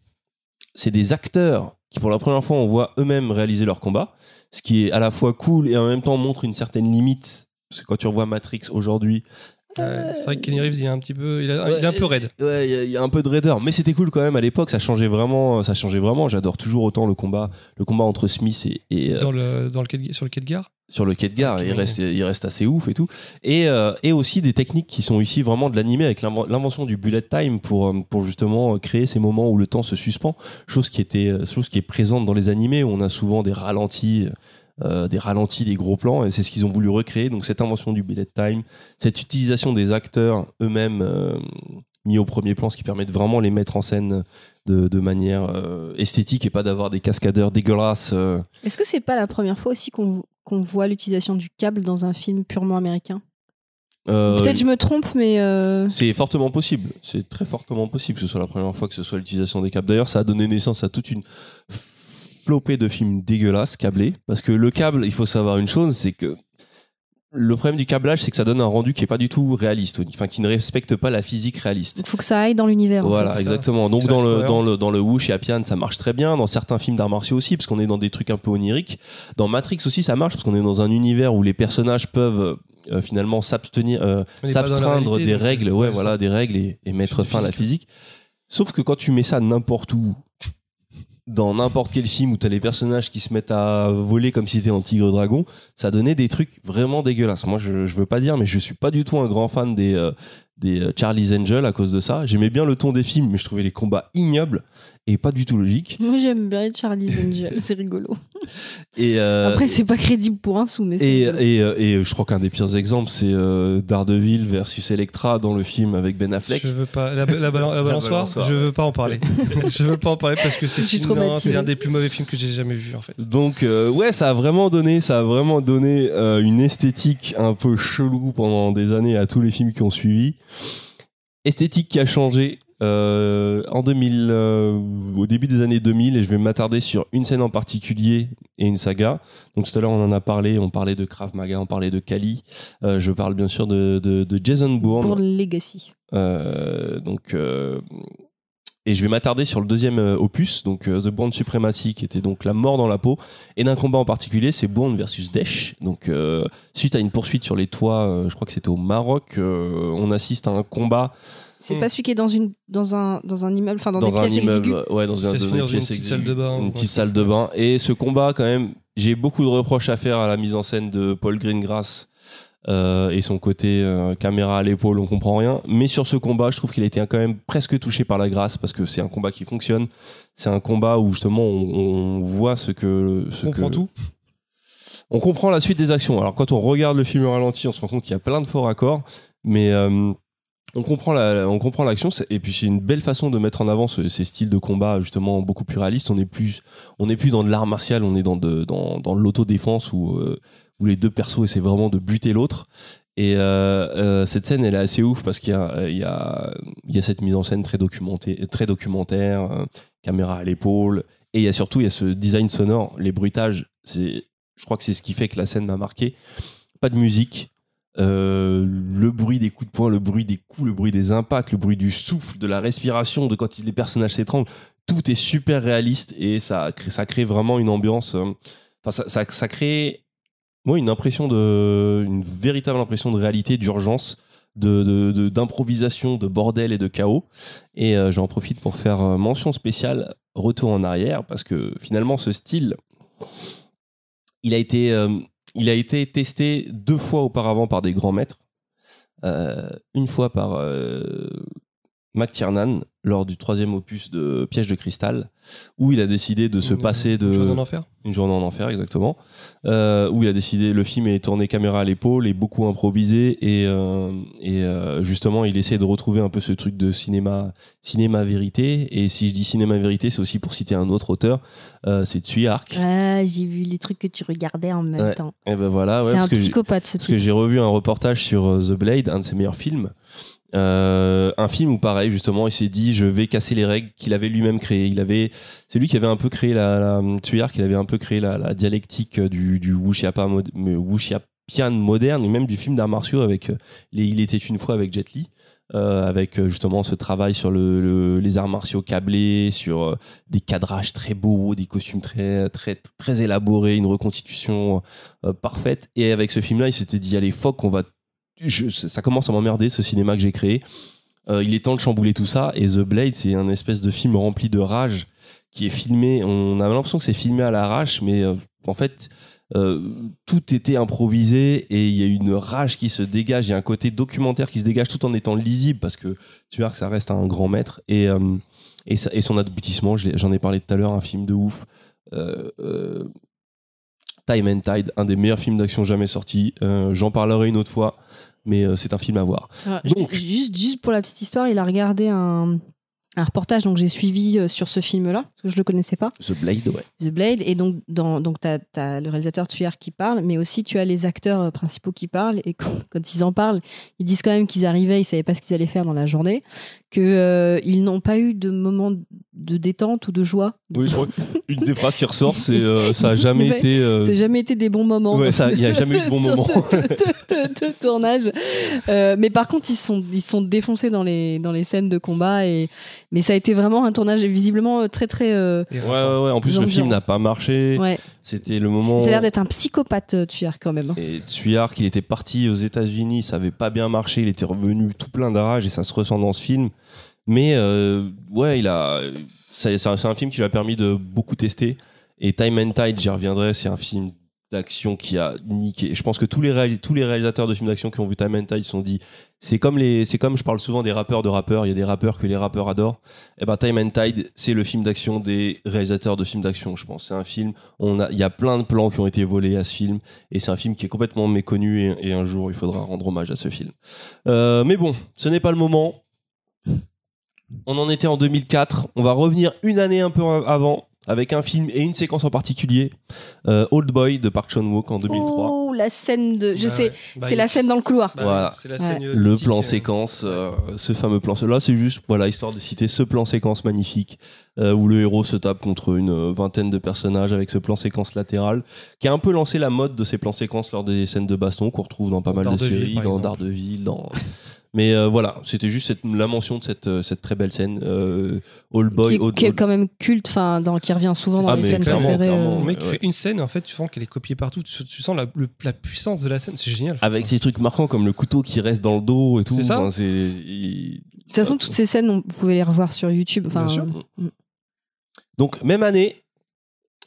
C: C'est des acteurs qui, pour la première fois, on voit eux-mêmes réaliser leurs combats, ce qui est à la fois cool et en même temps montre une certaine limite. Parce que quand tu revois Matrix aujourd'hui,
B: Ouais, Euh, c'est vrai que Kenny Reeves, il est un petit peu, il, a- il est un peu raide.
C: Ouais, il y a- il y, a un peu de raideur, mais c'était cool quand même à l'époque. Ça changeait vraiment, ça changeait vraiment. J'adore toujours autant le combat, le combat entre Smith et, et, euh,
B: Dans le, dans le quai de- sur le quai de gare.
C: sur le quai de gare.
B: Ok,
C: Il
B: oui.
C: reste, il reste assez ouf et tout. Et, euh, et aussi des techniques qui sont ici vraiment de l'animé avec l'inven- l'invention du bullet time pour euh, pour justement euh, créer ces moments où le temps se suspend. Chose qui était, euh, chose qui est présente dans les animés où on a souvent des ralentis. euh, des ralentis, des gros plans, et c'est ce qu'ils ont voulu recréer. Donc cette invention du bullet time, cette utilisation des acteurs eux-mêmes euh, mis au premier plan, ce qui permet de vraiment les mettre en scène de, de manière euh, esthétique et pas d'avoir des cascadeurs dégueulasses. euh.
A: Est-ce que c'est pas la première fois aussi qu'on qu'on voit l'utilisation du câble dans un film purement américain
C: Euh,
A: Peut-être je me trompe, mais euh,
C: c'est fortement possible, c'est très fortement possible que ce soit la première fois que ce soit l'utilisation des câbles. D'ailleurs, ça a donné naissance à toute une flopée de films dégueulasses câblés, parce que le câble, il faut savoir une chose, c'est que le problème du câblage, c'est que ça donne un rendu qui est pas du tout réaliste, enfin qui ne respecte pas la physique réaliste.
A: faut que ça aille dans l'univers. en
C: Voilà,
B: c'est ça.
C: exactement. Donc
B: Ça,
C: dans
B: c'est
C: le,
B: cohérent.
C: dans le dans le Wu chez Appian, ça marche très bien. Dans certains films d'arts martiaux aussi, parce qu'on est dans des trucs un peu oniriques. Dans Matrix aussi, ça marche parce qu'on est dans un univers où les personnages peuvent euh, finalement s'abstenir, euh,
B: On est pas dans la
C: s'abstreindre
B: réalité,
C: des
B: donc,
C: règles, ouais,
B: ouais,
C: voilà,
B: ça.
C: des règles et, et mettre
B: du
C: fin à la physique. Sauf que quand tu mets ça n'importe où, dans n'importe quel film où t'as les personnages qui se mettent à voler comme si t'étais en tigre dragon, ça donnait des trucs vraiment dégueulasses. Moi, je, je veux pas dire, mais je suis pas du tout un grand fan des euh, des euh, Charlie's Angel à cause de ça. J'aimais bien le ton des films, mais je trouvais les combats ignobles et pas du tout logiques.
A: Moi j'aime bien Charlie's Angel, c'est rigolo.
C: Et euh,
A: Après c'est pas crédible pour un sou, mais c'est
C: et,
A: rigolo.
C: et, euh, et je crois qu'un des pires exemples, c'est euh, Daredevil versus Electra dans le film avec Ben Affleck.
B: Je veux pas la, la, balan- la balançoire,
C: balançoire,
B: Je
C: ouais.
B: veux pas en parler. je veux pas en parler parce que c'est
A: Je suis
B: non,
A: traumatisée.
B: c'est un des plus mauvais films que j'ai jamais vu en fait.
C: Donc euh, ouais, ça a vraiment donné, ça a vraiment donné euh, une esthétique un peu chelou pendant des années à tous les films qui ont suivi. Esthétique qui a changé euh, en 2000, euh, au début des années 2000, et je vais m'attarder sur une scène en particulier et une saga. Donc tout à l'heure on en a parlé, on parlait de Krav Maga, on parlait de Kali. Euh, je parle bien sûr de, de, de Jason Bourne.
A: pour le Legacy.
C: Euh, donc euh, et je vais m'attarder sur le deuxième euh, opus donc euh, The Bourne Supremacy qui était donc la mort dans la peau et d'un combat en particulier c'est Bourne versus Daesh donc euh, suite à une poursuite sur les toits euh, je crois que c'était au Maroc euh, on assiste à un combat
A: C'est
B: Hmm.
A: pas celui qui est dans une dans un dans un immeuble, enfin dans, des
C: dans un
A: pièces exiguës.
C: immeuble ouais dans,
B: Ça
C: un,
B: se
C: dans
B: finit
C: une
B: dans une
C: pièce
B: petite
C: exiguë,
B: salle de bain,
C: une
B: ouais.
C: petite salle de bain et ce combat quand même j'ai beaucoup de reproches à faire à la mise en scène de Paul Greengrass euh, et son côté euh, caméra à l'épaule on comprend rien mais sur ce combat je trouve qu'il a été quand même presque touché par la grâce parce que c'est un combat qui fonctionne c'est un combat où justement on, on voit ce que ce
B: On comprend
C: que-
B: tout.
C: on comprend la suite des actions. Alors quand on regarde le film au ralenti, on se rend compte qu'il y a plein de faux raccords, mais euh, on comprend la, on comprend l'action. C'est- Et puis c'est une belle façon de mettre en avant ce- ces styles de combat justement beaucoup plus réalistes. On n'est plus, on n'est plus dans de l'art martial, on est dans de, dans, dans de l'autodéfense où euh, où les deux persos essaient vraiment de buter l'autre. Et euh, euh, cette scène, elle est assez ouf parce qu'il y a, euh, il y a, il y a cette mise en scène très documentée, très documentaire, euh, caméra à l'épaule, et il y a surtout il y a ce design sonore, les bruitages. C'est je crois que c'est ce qui fait que la scène m'a marqué. Pas de musique, euh, le bruit des coups de poing, le bruit des coups, le bruit des impacts, le bruit du souffle, de la respiration, de quand il- les personnages s'étranglent. Tout est super réaliste et ça crée, ça crée vraiment une ambiance. euh, Enfin, ça, ça, ça crée ouais, une impression de, une véritable impression de réalité, d'urgence, de- de- de- d'improvisation, de, bordel et de chaos. Et euh, j'en profite pour faire euh, mention spéciale retour en arrière parce que finalement ce style il a été, euh, il a été testé deux fois auparavant par des grands maîtres. Euh, une fois par euh, McTiernan lors du troisième opus de Piège de cristal, où il a décidé de se
B: Une-
C: passer de
B: Une journée en enfer
C: une journée en enfer exactement, euh, où il a décidé le film est tourné caméra à l'épaule et beaucoup improvisé et euh, et euh, justement il essaie de retrouver un peu ce truc de cinéma cinéma vérité et si je dis cinéma vérité c'est aussi pour citer un autre auteur euh, c'est Tsuyark
A: Ah, j'ai vu les trucs que tu regardais en même
C: Ouais.
A: temps.
C: et ben voilà ouais,
A: c'est un
C: parce que j'ai-
A: psychopathe ce
C: parce que
A: type.
C: j'ai revu un reportage sur euh, The Blade, un de ses meilleurs films. Euh, un film où pareil justement il s'est dit je vais casser les règles qu'il avait lui-même créées il avait c'est lui qui avait un peu créé la, la Tsuyark, il avait un peu créé la, la dialectique euh, du, du wuxiapa mod- mais wuxiapian moderne et même du film d'arts martiaux avec euh, les il était une fois avec Jet Li euh, avec euh, justement ce travail sur le, le- les arts martiaux câblés sur euh, des cadrages très beaux des costumes très très très élaborés une reconstitution euh, parfaite. Et avec ce film-là, il s'était dit allez, fuck, on va. je- ça commence à m'emmerder ce cinéma que j'ai créé. Euh, il est temps de chambouler tout ça. Et The Blade, c'est un espèce de film rempli de rage qui est filmé. On a l'impression que c'est filmé à l'arrache, mais euh, en fait. euh, tout était improvisé et il y a une rage qui se dégage, il y a un côté documentaire qui se dégage tout en étant lisible parce que tu vois que ça reste un grand maître et, euh, et, ça- et son aboutissement, je l'ai- j'en ai parlé tout à l'heure, un film de ouf, euh, euh, Time and Tide, un des meilleurs films d'action jamais sortis. Euh, J'en parlerai une autre fois, mais euh, c'est un film à voir.
A: Alors, ju-
C: Donc-
A: juste, juste pour la petite histoire, il a regardé un, un reportage donc j'ai suivi euh, sur ce film-là, parce que je le connaissais pas,
C: The Blade, ouais.
A: The Blade. Et donc, dans, donc tu as, le réalisateur Tuer qui parle, mais aussi tu as les acteurs euh, principaux qui parlent. Et quand, quand ils en parlent, ils disent quand même qu'ils arrivaient, ils savaient pas ce qu'ils allaient faire dans la journée, que euh, ils n'ont pas eu de moment de détente ou de joie.
C: Oui, je crois une des phrases qui ressort, c'est euh, ça a jamais
A: Ouais.
C: été. euh,
A: C'est jamais été des bons moments.
C: ouais, ça, il n'y a jamais eu de bon moment.
A: de, de- de- de tournage. Euh, mais par contre, ils se sont, ils se sont défoncés dans les, dans les scènes de combat. Et, mais ça a été vraiment un tournage visiblement euh, très, très. euh,
B: Et
C: Ouais, ouais, ouais. En plus, le
A: L'ambiance.
C: film n'a pas marché.
A: ouais.
C: C'était le moment.
A: Ça a l'air d'être un psychopathe, euh, Tuer, quand même.
C: Et Tsuyark, qu'il était parti aux États-Unis, ça avait pas bien marché, il était revenu tout plein de rage et ça se ressent dans ce film. Mais euh, ouais, il a. C'est c'est un, c'est un film qui lui a permis de beaucoup tester. Et Time and Tide, j'y reviendrai, c'est un film d'action qui a niqué. Je pense que tous les, réalis- tous les réalisateurs de films d'action qui ont vu Time and Tide se sont dit c'est comme les c'est comme je parle souvent des rappeurs de rappeurs, il y a des rappeurs que les rappeurs adorent. Et ben Time and Tide, c'est le film d'action des réalisateurs de films d'action, je pense. C'est un film, on a il y a plein de plans qui ont été volés à ce film et c'est un film qui est complètement méconnu et, et un jour il faudra rendre hommage à ce film. Euh, mais bon, ce n'est pas le moment. On en était en 2004. On va revenir une année un peu avant avec un film et une séquence en particulier. Euh, Old Boy de Park Chan-wook en 2003.
A: Oh, la scène de. Je
B: Bah
A: sais,
B: ouais. Bah,
A: c'est la
B: il-
A: scène dans le couloir.
B: bah,
C: Voilà.
B: c'est la
A: Ouais.
B: scène
C: Le
B: mythique,
C: plan
B: euh,
C: séquence, euh, ce fameux plan. Là, c'est juste, voilà, histoire de citer ce plan séquence magnifique euh, où le héros se tape contre une euh, vingtaine de personnages avec ce plan séquence latéral qui a un peu lancé la mode de ces plans séquences lors des scènes de baston qu'on retrouve dans pas mal de
B: Daredevil,
C: séries,
B: par
C: dans
B: exemple.
C: Daredevil, dans. Mais euh, voilà, c'était juste cette- la mention de cette, euh, cette très belle scène. Euh, All
A: qui,
C: Boy,
A: est-
C: Old-
A: qui est
C: Old-
A: quand même culte, enfin, dans, qui revient souvent dans
B: Ah,
A: les
B: mais
A: scènes
B: clairement,
A: préférées.
C: clairement.
B: Le
A: euh.
B: mec
C: Ouais.
B: fait une scène, en fait, tu sens qu'elle est copiée partout. Tu, tu sens la, le- la puissance de la scène, c'est génial.
C: avec ces trucs marquants comme le couteau qui reste dans le dos et tout.
B: C'est ça
C: Enfin, c'est- il-
A: De toute façon, toutes ces scènes, on- vous pouvez les revoir sur YouTube. Enfin,
B: Bien sûr.
C: Mm, Donc, même année,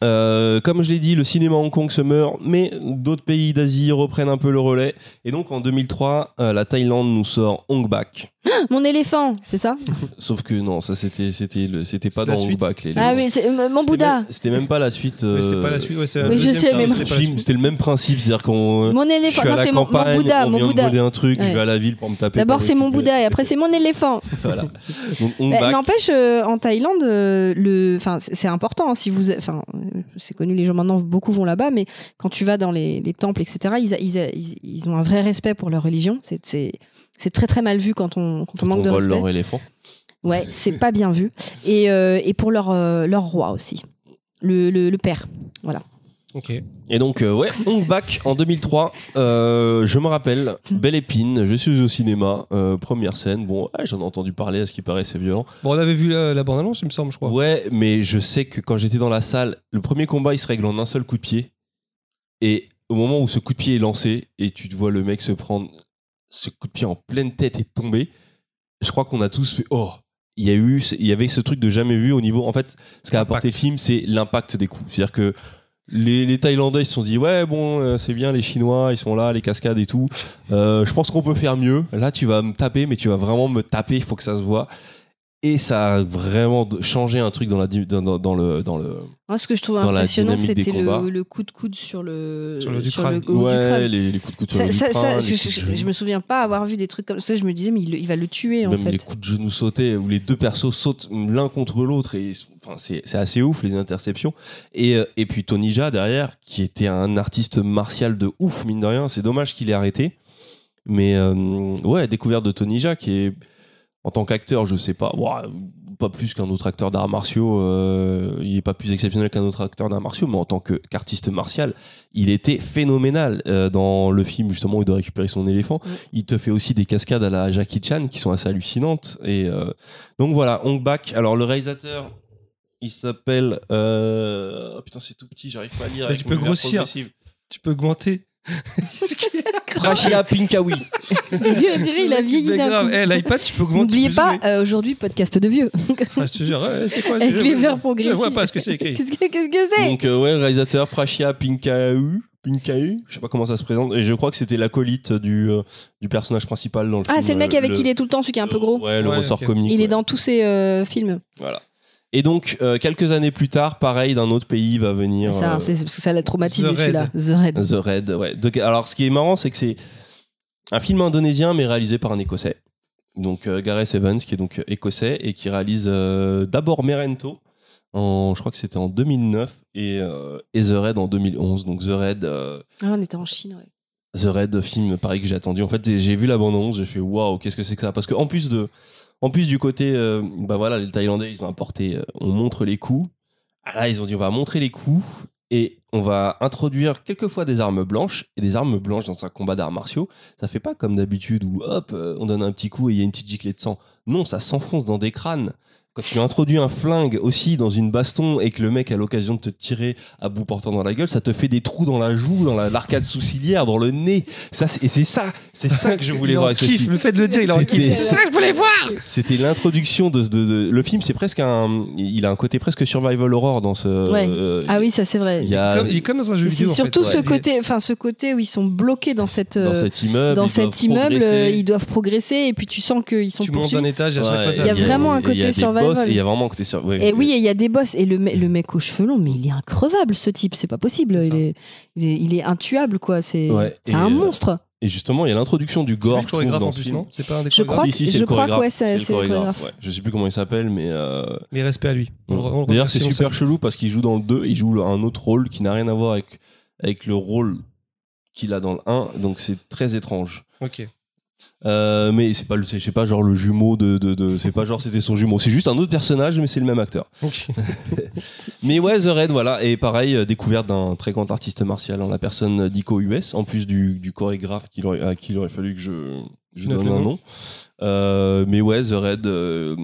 C: euh, comme je l'ai dit, le cinéma à Hong Kong se meurt, mais d'autres pays d'Asie reprennent un peu le relais. Et donc, en 2003, euh, la Thaïlande nous sort Hong Bak.
A: euh, Mon éléphant, c'est ça
C: Sauf que non, ça c'était c'était le- c'était pas
B: C'est
C: dans
B: la
C: Hong
B: suite.
C: Bak. les-
A: Ah,
C: les-
A: mais c'est euh, mon
C: c'était
A: Bouddha
C: même- C'était même pas la suite.
B: Mais c'est
C: euh,
B: pas la suite, ouais, c'est la
A: Oui, je
B: deuxième,
A: sais,
B: ça,
A: mais
B: c'était
A: moi-
B: pas la
C: film,
B: suite.
C: C'était le même principe, c'est-à-dire qu'on euh,
A: Mon
C: je
A: éléphant,
C: suis à
A: non,
C: la
A: c'est mon, mon
C: campagne,
A: Bouddha,
C: on vient
A: mon
C: me
A: Bouddha.
C: voler un truc, je
A: Ouais.
C: vais à la ville pour me taper.
A: D'abord,
C: pour
A: c'est mon
C: récupérer.
A: Bouddha et après, c'est mon éléphant.
C: Voilà. Donc, Hong
A: Bah,
C: Bak,
A: N'empêche, euh, en Thaïlande, euh, le, enfin, c'est c'est important. hein, si vous, enfin, euh, c'est connu, les gens maintenant beaucoup vont là-bas, mais quand tu vas dans les, les temples, etc., ils, a- ils, a- ils, ils ont un vrai respect pour leur religion. C'est- C'est c'est très très mal vu quand on, quand on
C: on
A: manque de
C: vole
A: respect.
C: leur éléphant.
A: Ouais, c'est pas bien vu. Et, euh, et pour leur, euh, leur roi aussi, le, le, le père.
B: Ok.
C: Et donc, euh, ouais, Hong Bak en 2003. euh, je me rappelle, Belle Épine, je suis au cinéma, euh, première scène. Bon, ouais, j'en ai entendu parler, à ce qui paraît, c'est violent.
B: Bon, on avait vu la, la bande-annonce, il me semble, je crois.
C: Ouais, mais je sais que quand j'étais dans la salle, le premier combat, il se règle en un seul coup de pied. Et au moment où ce coup de pied est lancé, et tu te vois le mec se prendre ce coup de pied en pleine tête et tomber, je crois qu'on a tous fait Oh il y, a eu, il y avait ce truc de jamais vu au niveau. En fait, ce qu'a apporté le film, c'est l'impact des coups. C'est-à-dire que Les, les Thaïlandais ils se sont dit ouais bon euh, c'est bien les Chinois ils sont là les cascades et tout Euh, je pense qu'on peut faire mieux là tu vas me taper mais tu vas vraiment me taper il faut que ça se voit et ça a vraiment d- changé un truc dans la di- dans, dans- dans le dans le
A: Moi, ce que je trouve
C: Dans la
A: impressionnant,
C: dynamique des
A: c'était
C: combats.
A: le, le coup de coude sur le,
B: Sur le Dukran.
A: haut du crâne.
C: ouais les, les coups de couteau
A: Ça-
C: les
A: ça-
C: lutins,
A: ça,
C: les
A: je,
C: coups de
A: je-
C: genou.
A: je me souviens pas avoir vu des trucs comme ça. Je me disais, mais il, le- il va le tuer en
C: même
A: fait.
C: les coups de genoux sautés où les deux persos sautent l'un contre l'autre et ils sont- enfin c'est c'est assez ouf les interceptions et euh, et puis Tony Ja derrière qui était un artiste martial de ouf mine de rien c'est dommage qu'il ait arrêté mais euh, ouais découverte de Tony Ja qui est en tant qu'acteur je sais pas ouah, pas plus qu'un autre acteur d'arts martiaux euh, il est pas plus exceptionnel qu'un autre acteur d'arts martiaux mais en tant que qu'artiste martial il était phénoménal euh, dans le film justement où il doit récupérer son éléphant
A: Mm.
C: il te fait aussi des cascades à la Jackie Chan qui sont assez hallucinantes. Et euh, donc voilà, Hong Bak. Alors le réalisateur, il s'appelle. euh, oh putain, c'est tout petit, j'arrive pas à lire.
B: Mais
C: avec
B: tu
C: mon
B: peux
C: verre
B: grossir.
C: progressif.
B: Tu peux augmenter.
C: Prachia Pinkawi.
A: on dirait, on dirait, il a vieilli
B: C'est
A: d'un
B: grave.
A: coup.
B: Eh, L'iPad, tu peux augmenter.
A: N'oubliez
B: tu peux
A: pas,
B: zoomer.
A: euh, aujourd'hui, podcast de vieux.
B: Ah, je te jure, ouais, c'est quoi
A: Avec
B: je-
A: les verres
B: Je
A: progressifs.
B: vois pas ce que c'est écrit.
A: Qu'est-ce que qu'est-ce que c'est
C: donc euh, ouais, réalisateur Prachia Pinkawi. Pinkawi, je sais pas comment ça se présente. Et je crois que c'était l'acolyte du, euh, du personnage principal dans le film.
A: Ah, c'est le mec
C: euh,
A: avec qui il est tout le temps, celui qui est un peu gros.
C: Ouais, le
B: Ouais,
C: ressort
B: ok.
C: comique.
A: Il
C: ouais.
A: est dans tous ses euh, films.
C: Voilà. Et donc, euh, quelques années plus tard, pareil, d'un autre pays va venir.
A: Ça,
C: euh,
A: c'est c'est parce que ça l'a traumatisé
B: The
A: celui-là. The Red.
C: The Red, ouais. Donc, alors, ce qui est marrant, c'est que c'est un film indonésien, mais réalisé par un Écossais. Donc, euh, Gareth Evans, qui est donc euh, écossais et qui réalise euh, d'abord Merento, en, je crois que c'était en 2009, et, euh, et The Red en 2011. Donc, The Red, euh,
A: Ah, on était en Chine, ouais.
C: The Red, film pareil que j'ai attendu. En fait, j'ai- j'ai vu la bande-annonce, j'ai fait waouh, qu'est-ce que c'est que ça Parce que en plus de, en plus du côté, euh, bah voilà, les Thaïlandais, ils ont apporté, euh, on montre les coups. Ah là, ils ont dit, on va montrer les coups et on va introduire quelquefois des armes blanches et des armes blanches dans un combat d'arts martiaux. Ça fait pas comme d'habitude où hop, euh, on donne un petit coup et il y a une petite giclée de sang. Non, ça s'enfonce dans des crânes. Quand tu introduis un flingue aussi dans une baston et que le mec a l'occasion de te tirer à bout portant dans la gueule, ça te fait des trous dans la joue, dans la- l'arcade sourcilière, dans le nez. Ça, c'est- et c'est ça, c'est ça que je voulais
B: Il en
C: voir avec ce
B: kiffe,
C: film.
B: le fait de le dire, il en
C: C'était-
B: kiffe.
C: C'est
B: ça que je voulais voir
C: C'était l'introduction de, de- de- le film. C'est presque un, il a un côté presque survival horror dans ce.
A: Ouais.
C: euh,
A: Ah oui, ça c'est vrai.
C: Il y a
B: Comme- Il est comme dans un jeu
A: Mais C'est
B: vidéo. en fait,
A: surtout
B: ouais.
A: ce
B: Il est-
A: côté, enfin ce côté où ils sont bloqués dans cette
C: dans
A: euh,
C: cet immeuble.
A: dans
C: ils
A: cet
C: doivent
A: immeuble, euh,
C: progresser.
A: ils doivent progresser et puis tu sens qu'ils sont
B: Tu montes d'un
A: poursuivis.
B: étage et à chaque
C: Ouais,
B: fois ça
A: Il y a
B: vient.
A: vraiment un
C: et il y a
A: côté
C: des
A: survival.
C: boss, et Il y a vraiment un côté survival.
A: Et Eh oui, et il y a des boss et le, me- le mec aux cheveux longs, mais il est increvable ce type, c'est pas possible,
B: C'est
A: il
B: ça.
A: est, il est il est intuable quoi, c'est
C: Ouais,
A: c'est
C: et,
A: un
C: euh,
A: monstre.
C: Et justement, il y a l'introduction du
B: C'est lui
C: gore.
B: le
C: je trouve,
B: chorégraphe
C: dans
B: en
C: ce
B: plus,
C: film. Ah,
B: non C'est pas un des
A: Je
B: chorégraphes
A: crois
C: Si, si,
A: que-
C: c'est
A: je
C: le
A: crois que,
C: chorégraphe.
A: ouais, ça-
C: le
A: c'est le chorégraphe.
C: ouais. Je sais plus comment il s'appelle, mais euh,
B: Mais respect à lui. On le- on le
C: D'ailleurs,
B: remercie,
C: c'est
B: on
C: super chelou parce qu'il joue dans le 2, il joue le- un autre rôle qui n'a rien à voir avec, avec le rôle qu'il a dans le 1, donc c'est très étrange.
B: s'appelle. Ok.
C: Euh, mais c'est pas le, c'est je sais pas genre le jumeau de, de, de- c'est pas genre c'était son jumeau, c'est juste un autre personnage mais c'est le même acteur.
B: Ok.
C: Mais ouais, The Red, voilà, et pareil, euh, découverte d'un très grand artiste martial en la personne d'Ico US, en plus du, du chorégraphe qu'il aurait, à qui il aurait fallu que je, je
B: Tu notes
C: donne
B: le
C: un
B: nom.
C: nom. Euh, mais ouais, The Red, euh,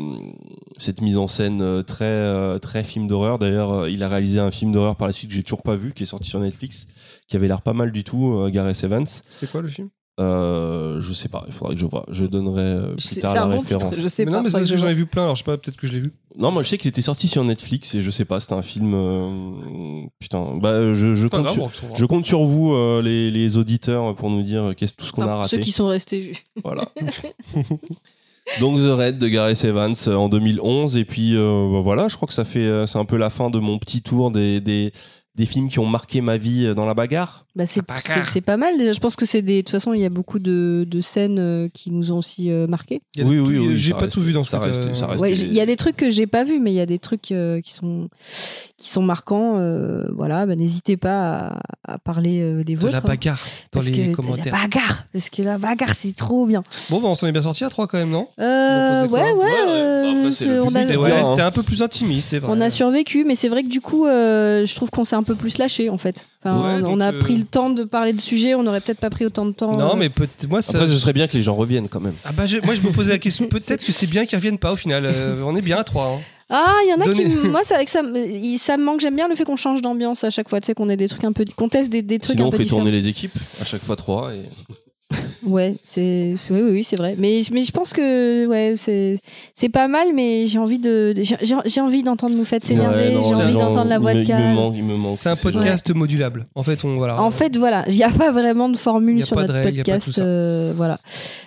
C: cette mise en scène euh, très, euh, très film d'horreur. D'ailleurs, euh, il a réalisé un film d'horreur par la suite que j'ai toujours pas vu, qui est sorti sur Netflix, qui avait l'air pas mal du tout, euh, Gareth Evans.
B: C'est quoi le film
C: Euh, je sais pas, il faudra que je vois. Je donnerai euh, plus
A: C'est
C: tard
A: c'est
C: la
A: un bon
C: référence.
A: titre, je sais
B: Mais Non,
A: pas.
B: mais c'est
A: faudrait
B: parce
A: que
B: que
A: je
B: j'en ai vu plein, alors je sais pas, peut-être que je l'ai vu.
C: Non, moi je sais qu'il était sorti sur Netflix et je sais pas, c'était un film. euh, putain, bah euh, je, je
B: Pas
C: compte
B: grave,
C: sur-
B: on le retrouvera.
C: Je compte sur vous, euh, les, les auditeurs, pour nous dire euh, qu'est-ce tout ce qu'on
A: Enfin,
C: a raté.
A: Ceux qui sont restés. ju-
C: Voilà. Donc The Red de Gareth Evans euh, en 2011 et puis euh, bah, voilà, je crois que ça fait euh, c'est un peu la fin de mon petit tour des, des des films qui ont marqué ma vie euh, dans la bagarre.
A: Bah, c'est
B: Ah,
A: c'est- c'est pas mal déjà. Je pense que c'est des. De toute façon, il y a beaucoup de, de scènes euh, qui nous ont aussi euh, marqué.
B: Il y a
C: Oui,
B: tout-
C: oui, oui,
B: J'ai
C: ça
B: pas
C: reste-
B: tout vu dans
C: ça
B: cette,
C: reste-
B: euh,
C: ça reste-
A: Ouais,
C: des-
A: j- il y a des trucs que j'ai pas vus, mais il y a des trucs euh, qui sont qui sont marquants. euh, voilà, bah, n'hésitez pas à, à parler euh, des
B: De
A: vôtres.
B: la bagarre dans
A: parce que
B: les
A: de
B: commentaires.
A: la bagarre, parce que la bagarre c'est trop bien.
B: Bon, bah, on s'en est bien sorti à trois quand même, non
A: Euh,
B: Vous en
A: ouais,
B: pensez quoi
A: ouais.
C: Ouais, ouais.
A: euh,
C: Bah, après, c'est
A: c'est-
C: le
A: on,
C: plus
A: a,
B: C'était
C: évident,
B: ouais,
C: hein.
B: c'était un peu plus intimiste, c'est vrai.
A: on a survécu, mais c'est vrai que du coup, euh, je trouve qu'on s'est un peu plus lâché en fait. Enfin,
B: Ouais,
A: on, on
B: donc,
A: a
B: euh,
A: pris le temps de parler de sujet. On n'aurait peut-être pas pris autant de temps. euh,
B: Non, mais peut- moi, ça.
C: Après, ce serait bien que les gens reviennent quand même.
B: Ah bah je- moi je me posais la question, peut-être que c'est bien qu'ils reviennent pas au final, Euh, on est bien à trois. hein.
A: Ah, il y en a qui.
B: Donnez-
A: Moi, ça, que ça, me- il- ça me manque. J'aime bien le fait qu'on change d'ambiance à chaque fois. Tu sais, qu'on ait des trucs un peu. qu'on teste des, des trucs
C: Sinon,
A: un
C: on
A: peu
C: fait
A: différents.
C: tourner les équipes à chaque fois trois et
A: Ouais, c'est c'est- oui, oui, oui, c'est vrai. Mais je, mais je pense que ouais, c'est c'est pas mal, mais j'ai envie de de- j'ai j'ai envie d'entendre Moufette s'énerver,
C: Ouais, non,
A: j'ai
C: c'est
A: envie
C: genre,
A: d'entendre la voix
C: il
A: de
C: me- Il me
A: Cal.
C: manque, il me manque.
B: C'est un
C: ces
B: podcast modulable. En fait, on voilà.
A: En fait, voilà, il n'y a pas vraiment de
B: Ah Y
A: formule
B: a
A: sur
B: pas de
A: notre
B: règle, y a pas tout
A: podcast.
B: ça.
A: euh, voilà.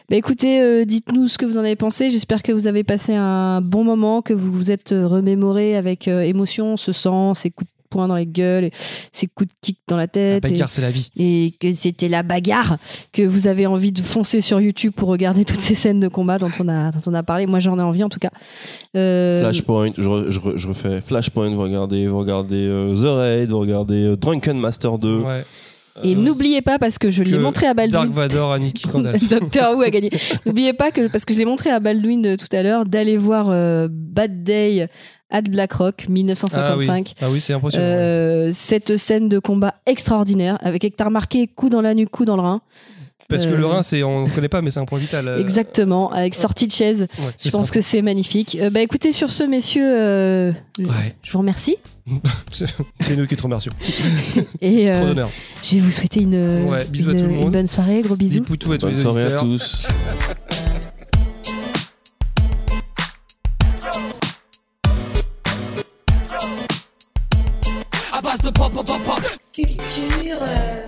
A: Bah, écoutez, euh, dites-nous ce que vous en avez pensé. J'espère que vous avez passé un bon moment, que vous vous êtes euh, remémoré avec euh, émotion ce sang, ces coups de poing dans les gueules, et ces coups de kick dans la
B: La
A: tête. et-
B: bagarre, c'est la vie.
A: et que c'était la bagarre, que vous avez envie de foncer sur YouTube pour regarder toutes ces scènes de combat dont on a, dont on a parlé. Moi, j'en ai envie en tout cas. Euh,
C: Flashpoint, je, re- je re- je refais Flashpoint, vous regardez, vous regardez euh, The Raid, vous regardez euh, Drunken Master 2.
B: Ouais.
A: et n'oubliez pas, parce que je l'ai
B: Euh, Que
A: montré à
B: Dark
A: Baldwin.
B: Vador, Aniki Gandalf.
A: Doctor Who a gagné. N'oubliez pas que, parce que je l'ai montré à Baldwin euh, tout à l'heure, d'aller voir euh, Bad Day at Black Rock 1955.
B: Ah oui, c'est impressionnant. ouais.
A: Euh, cette scène de combat extraordinaire avec Hector Marquet, coup dans la nuque, coup dans le rein.
B: Parce que
A: euh,
B: le rein, c'est on connaît pas, mais c'est un point vital. euh,
A: Exactement, avec sortie de chaise.
B: ouais, c'est
A: Je pense
B: ça.
A: que c'est magnifique. Euh, bah écoutez, sur ce, messieurs, euh,
B: Ouais.
A: je vous remercie.
B: C'est nous qui te remercions.
A: Et euh,
B: Trop d'honneur.
A: je vais vous souhaiter une,
B: Ouais, bisous à
A: une-
B: tout le monde.
A: une bonne soirée, gros
B: Dis
A: bisous.
B: poutou à tous
C: Bonne
B: les
C: soirée à
B: auditeurs.
C: tous.
I: Culture. euh,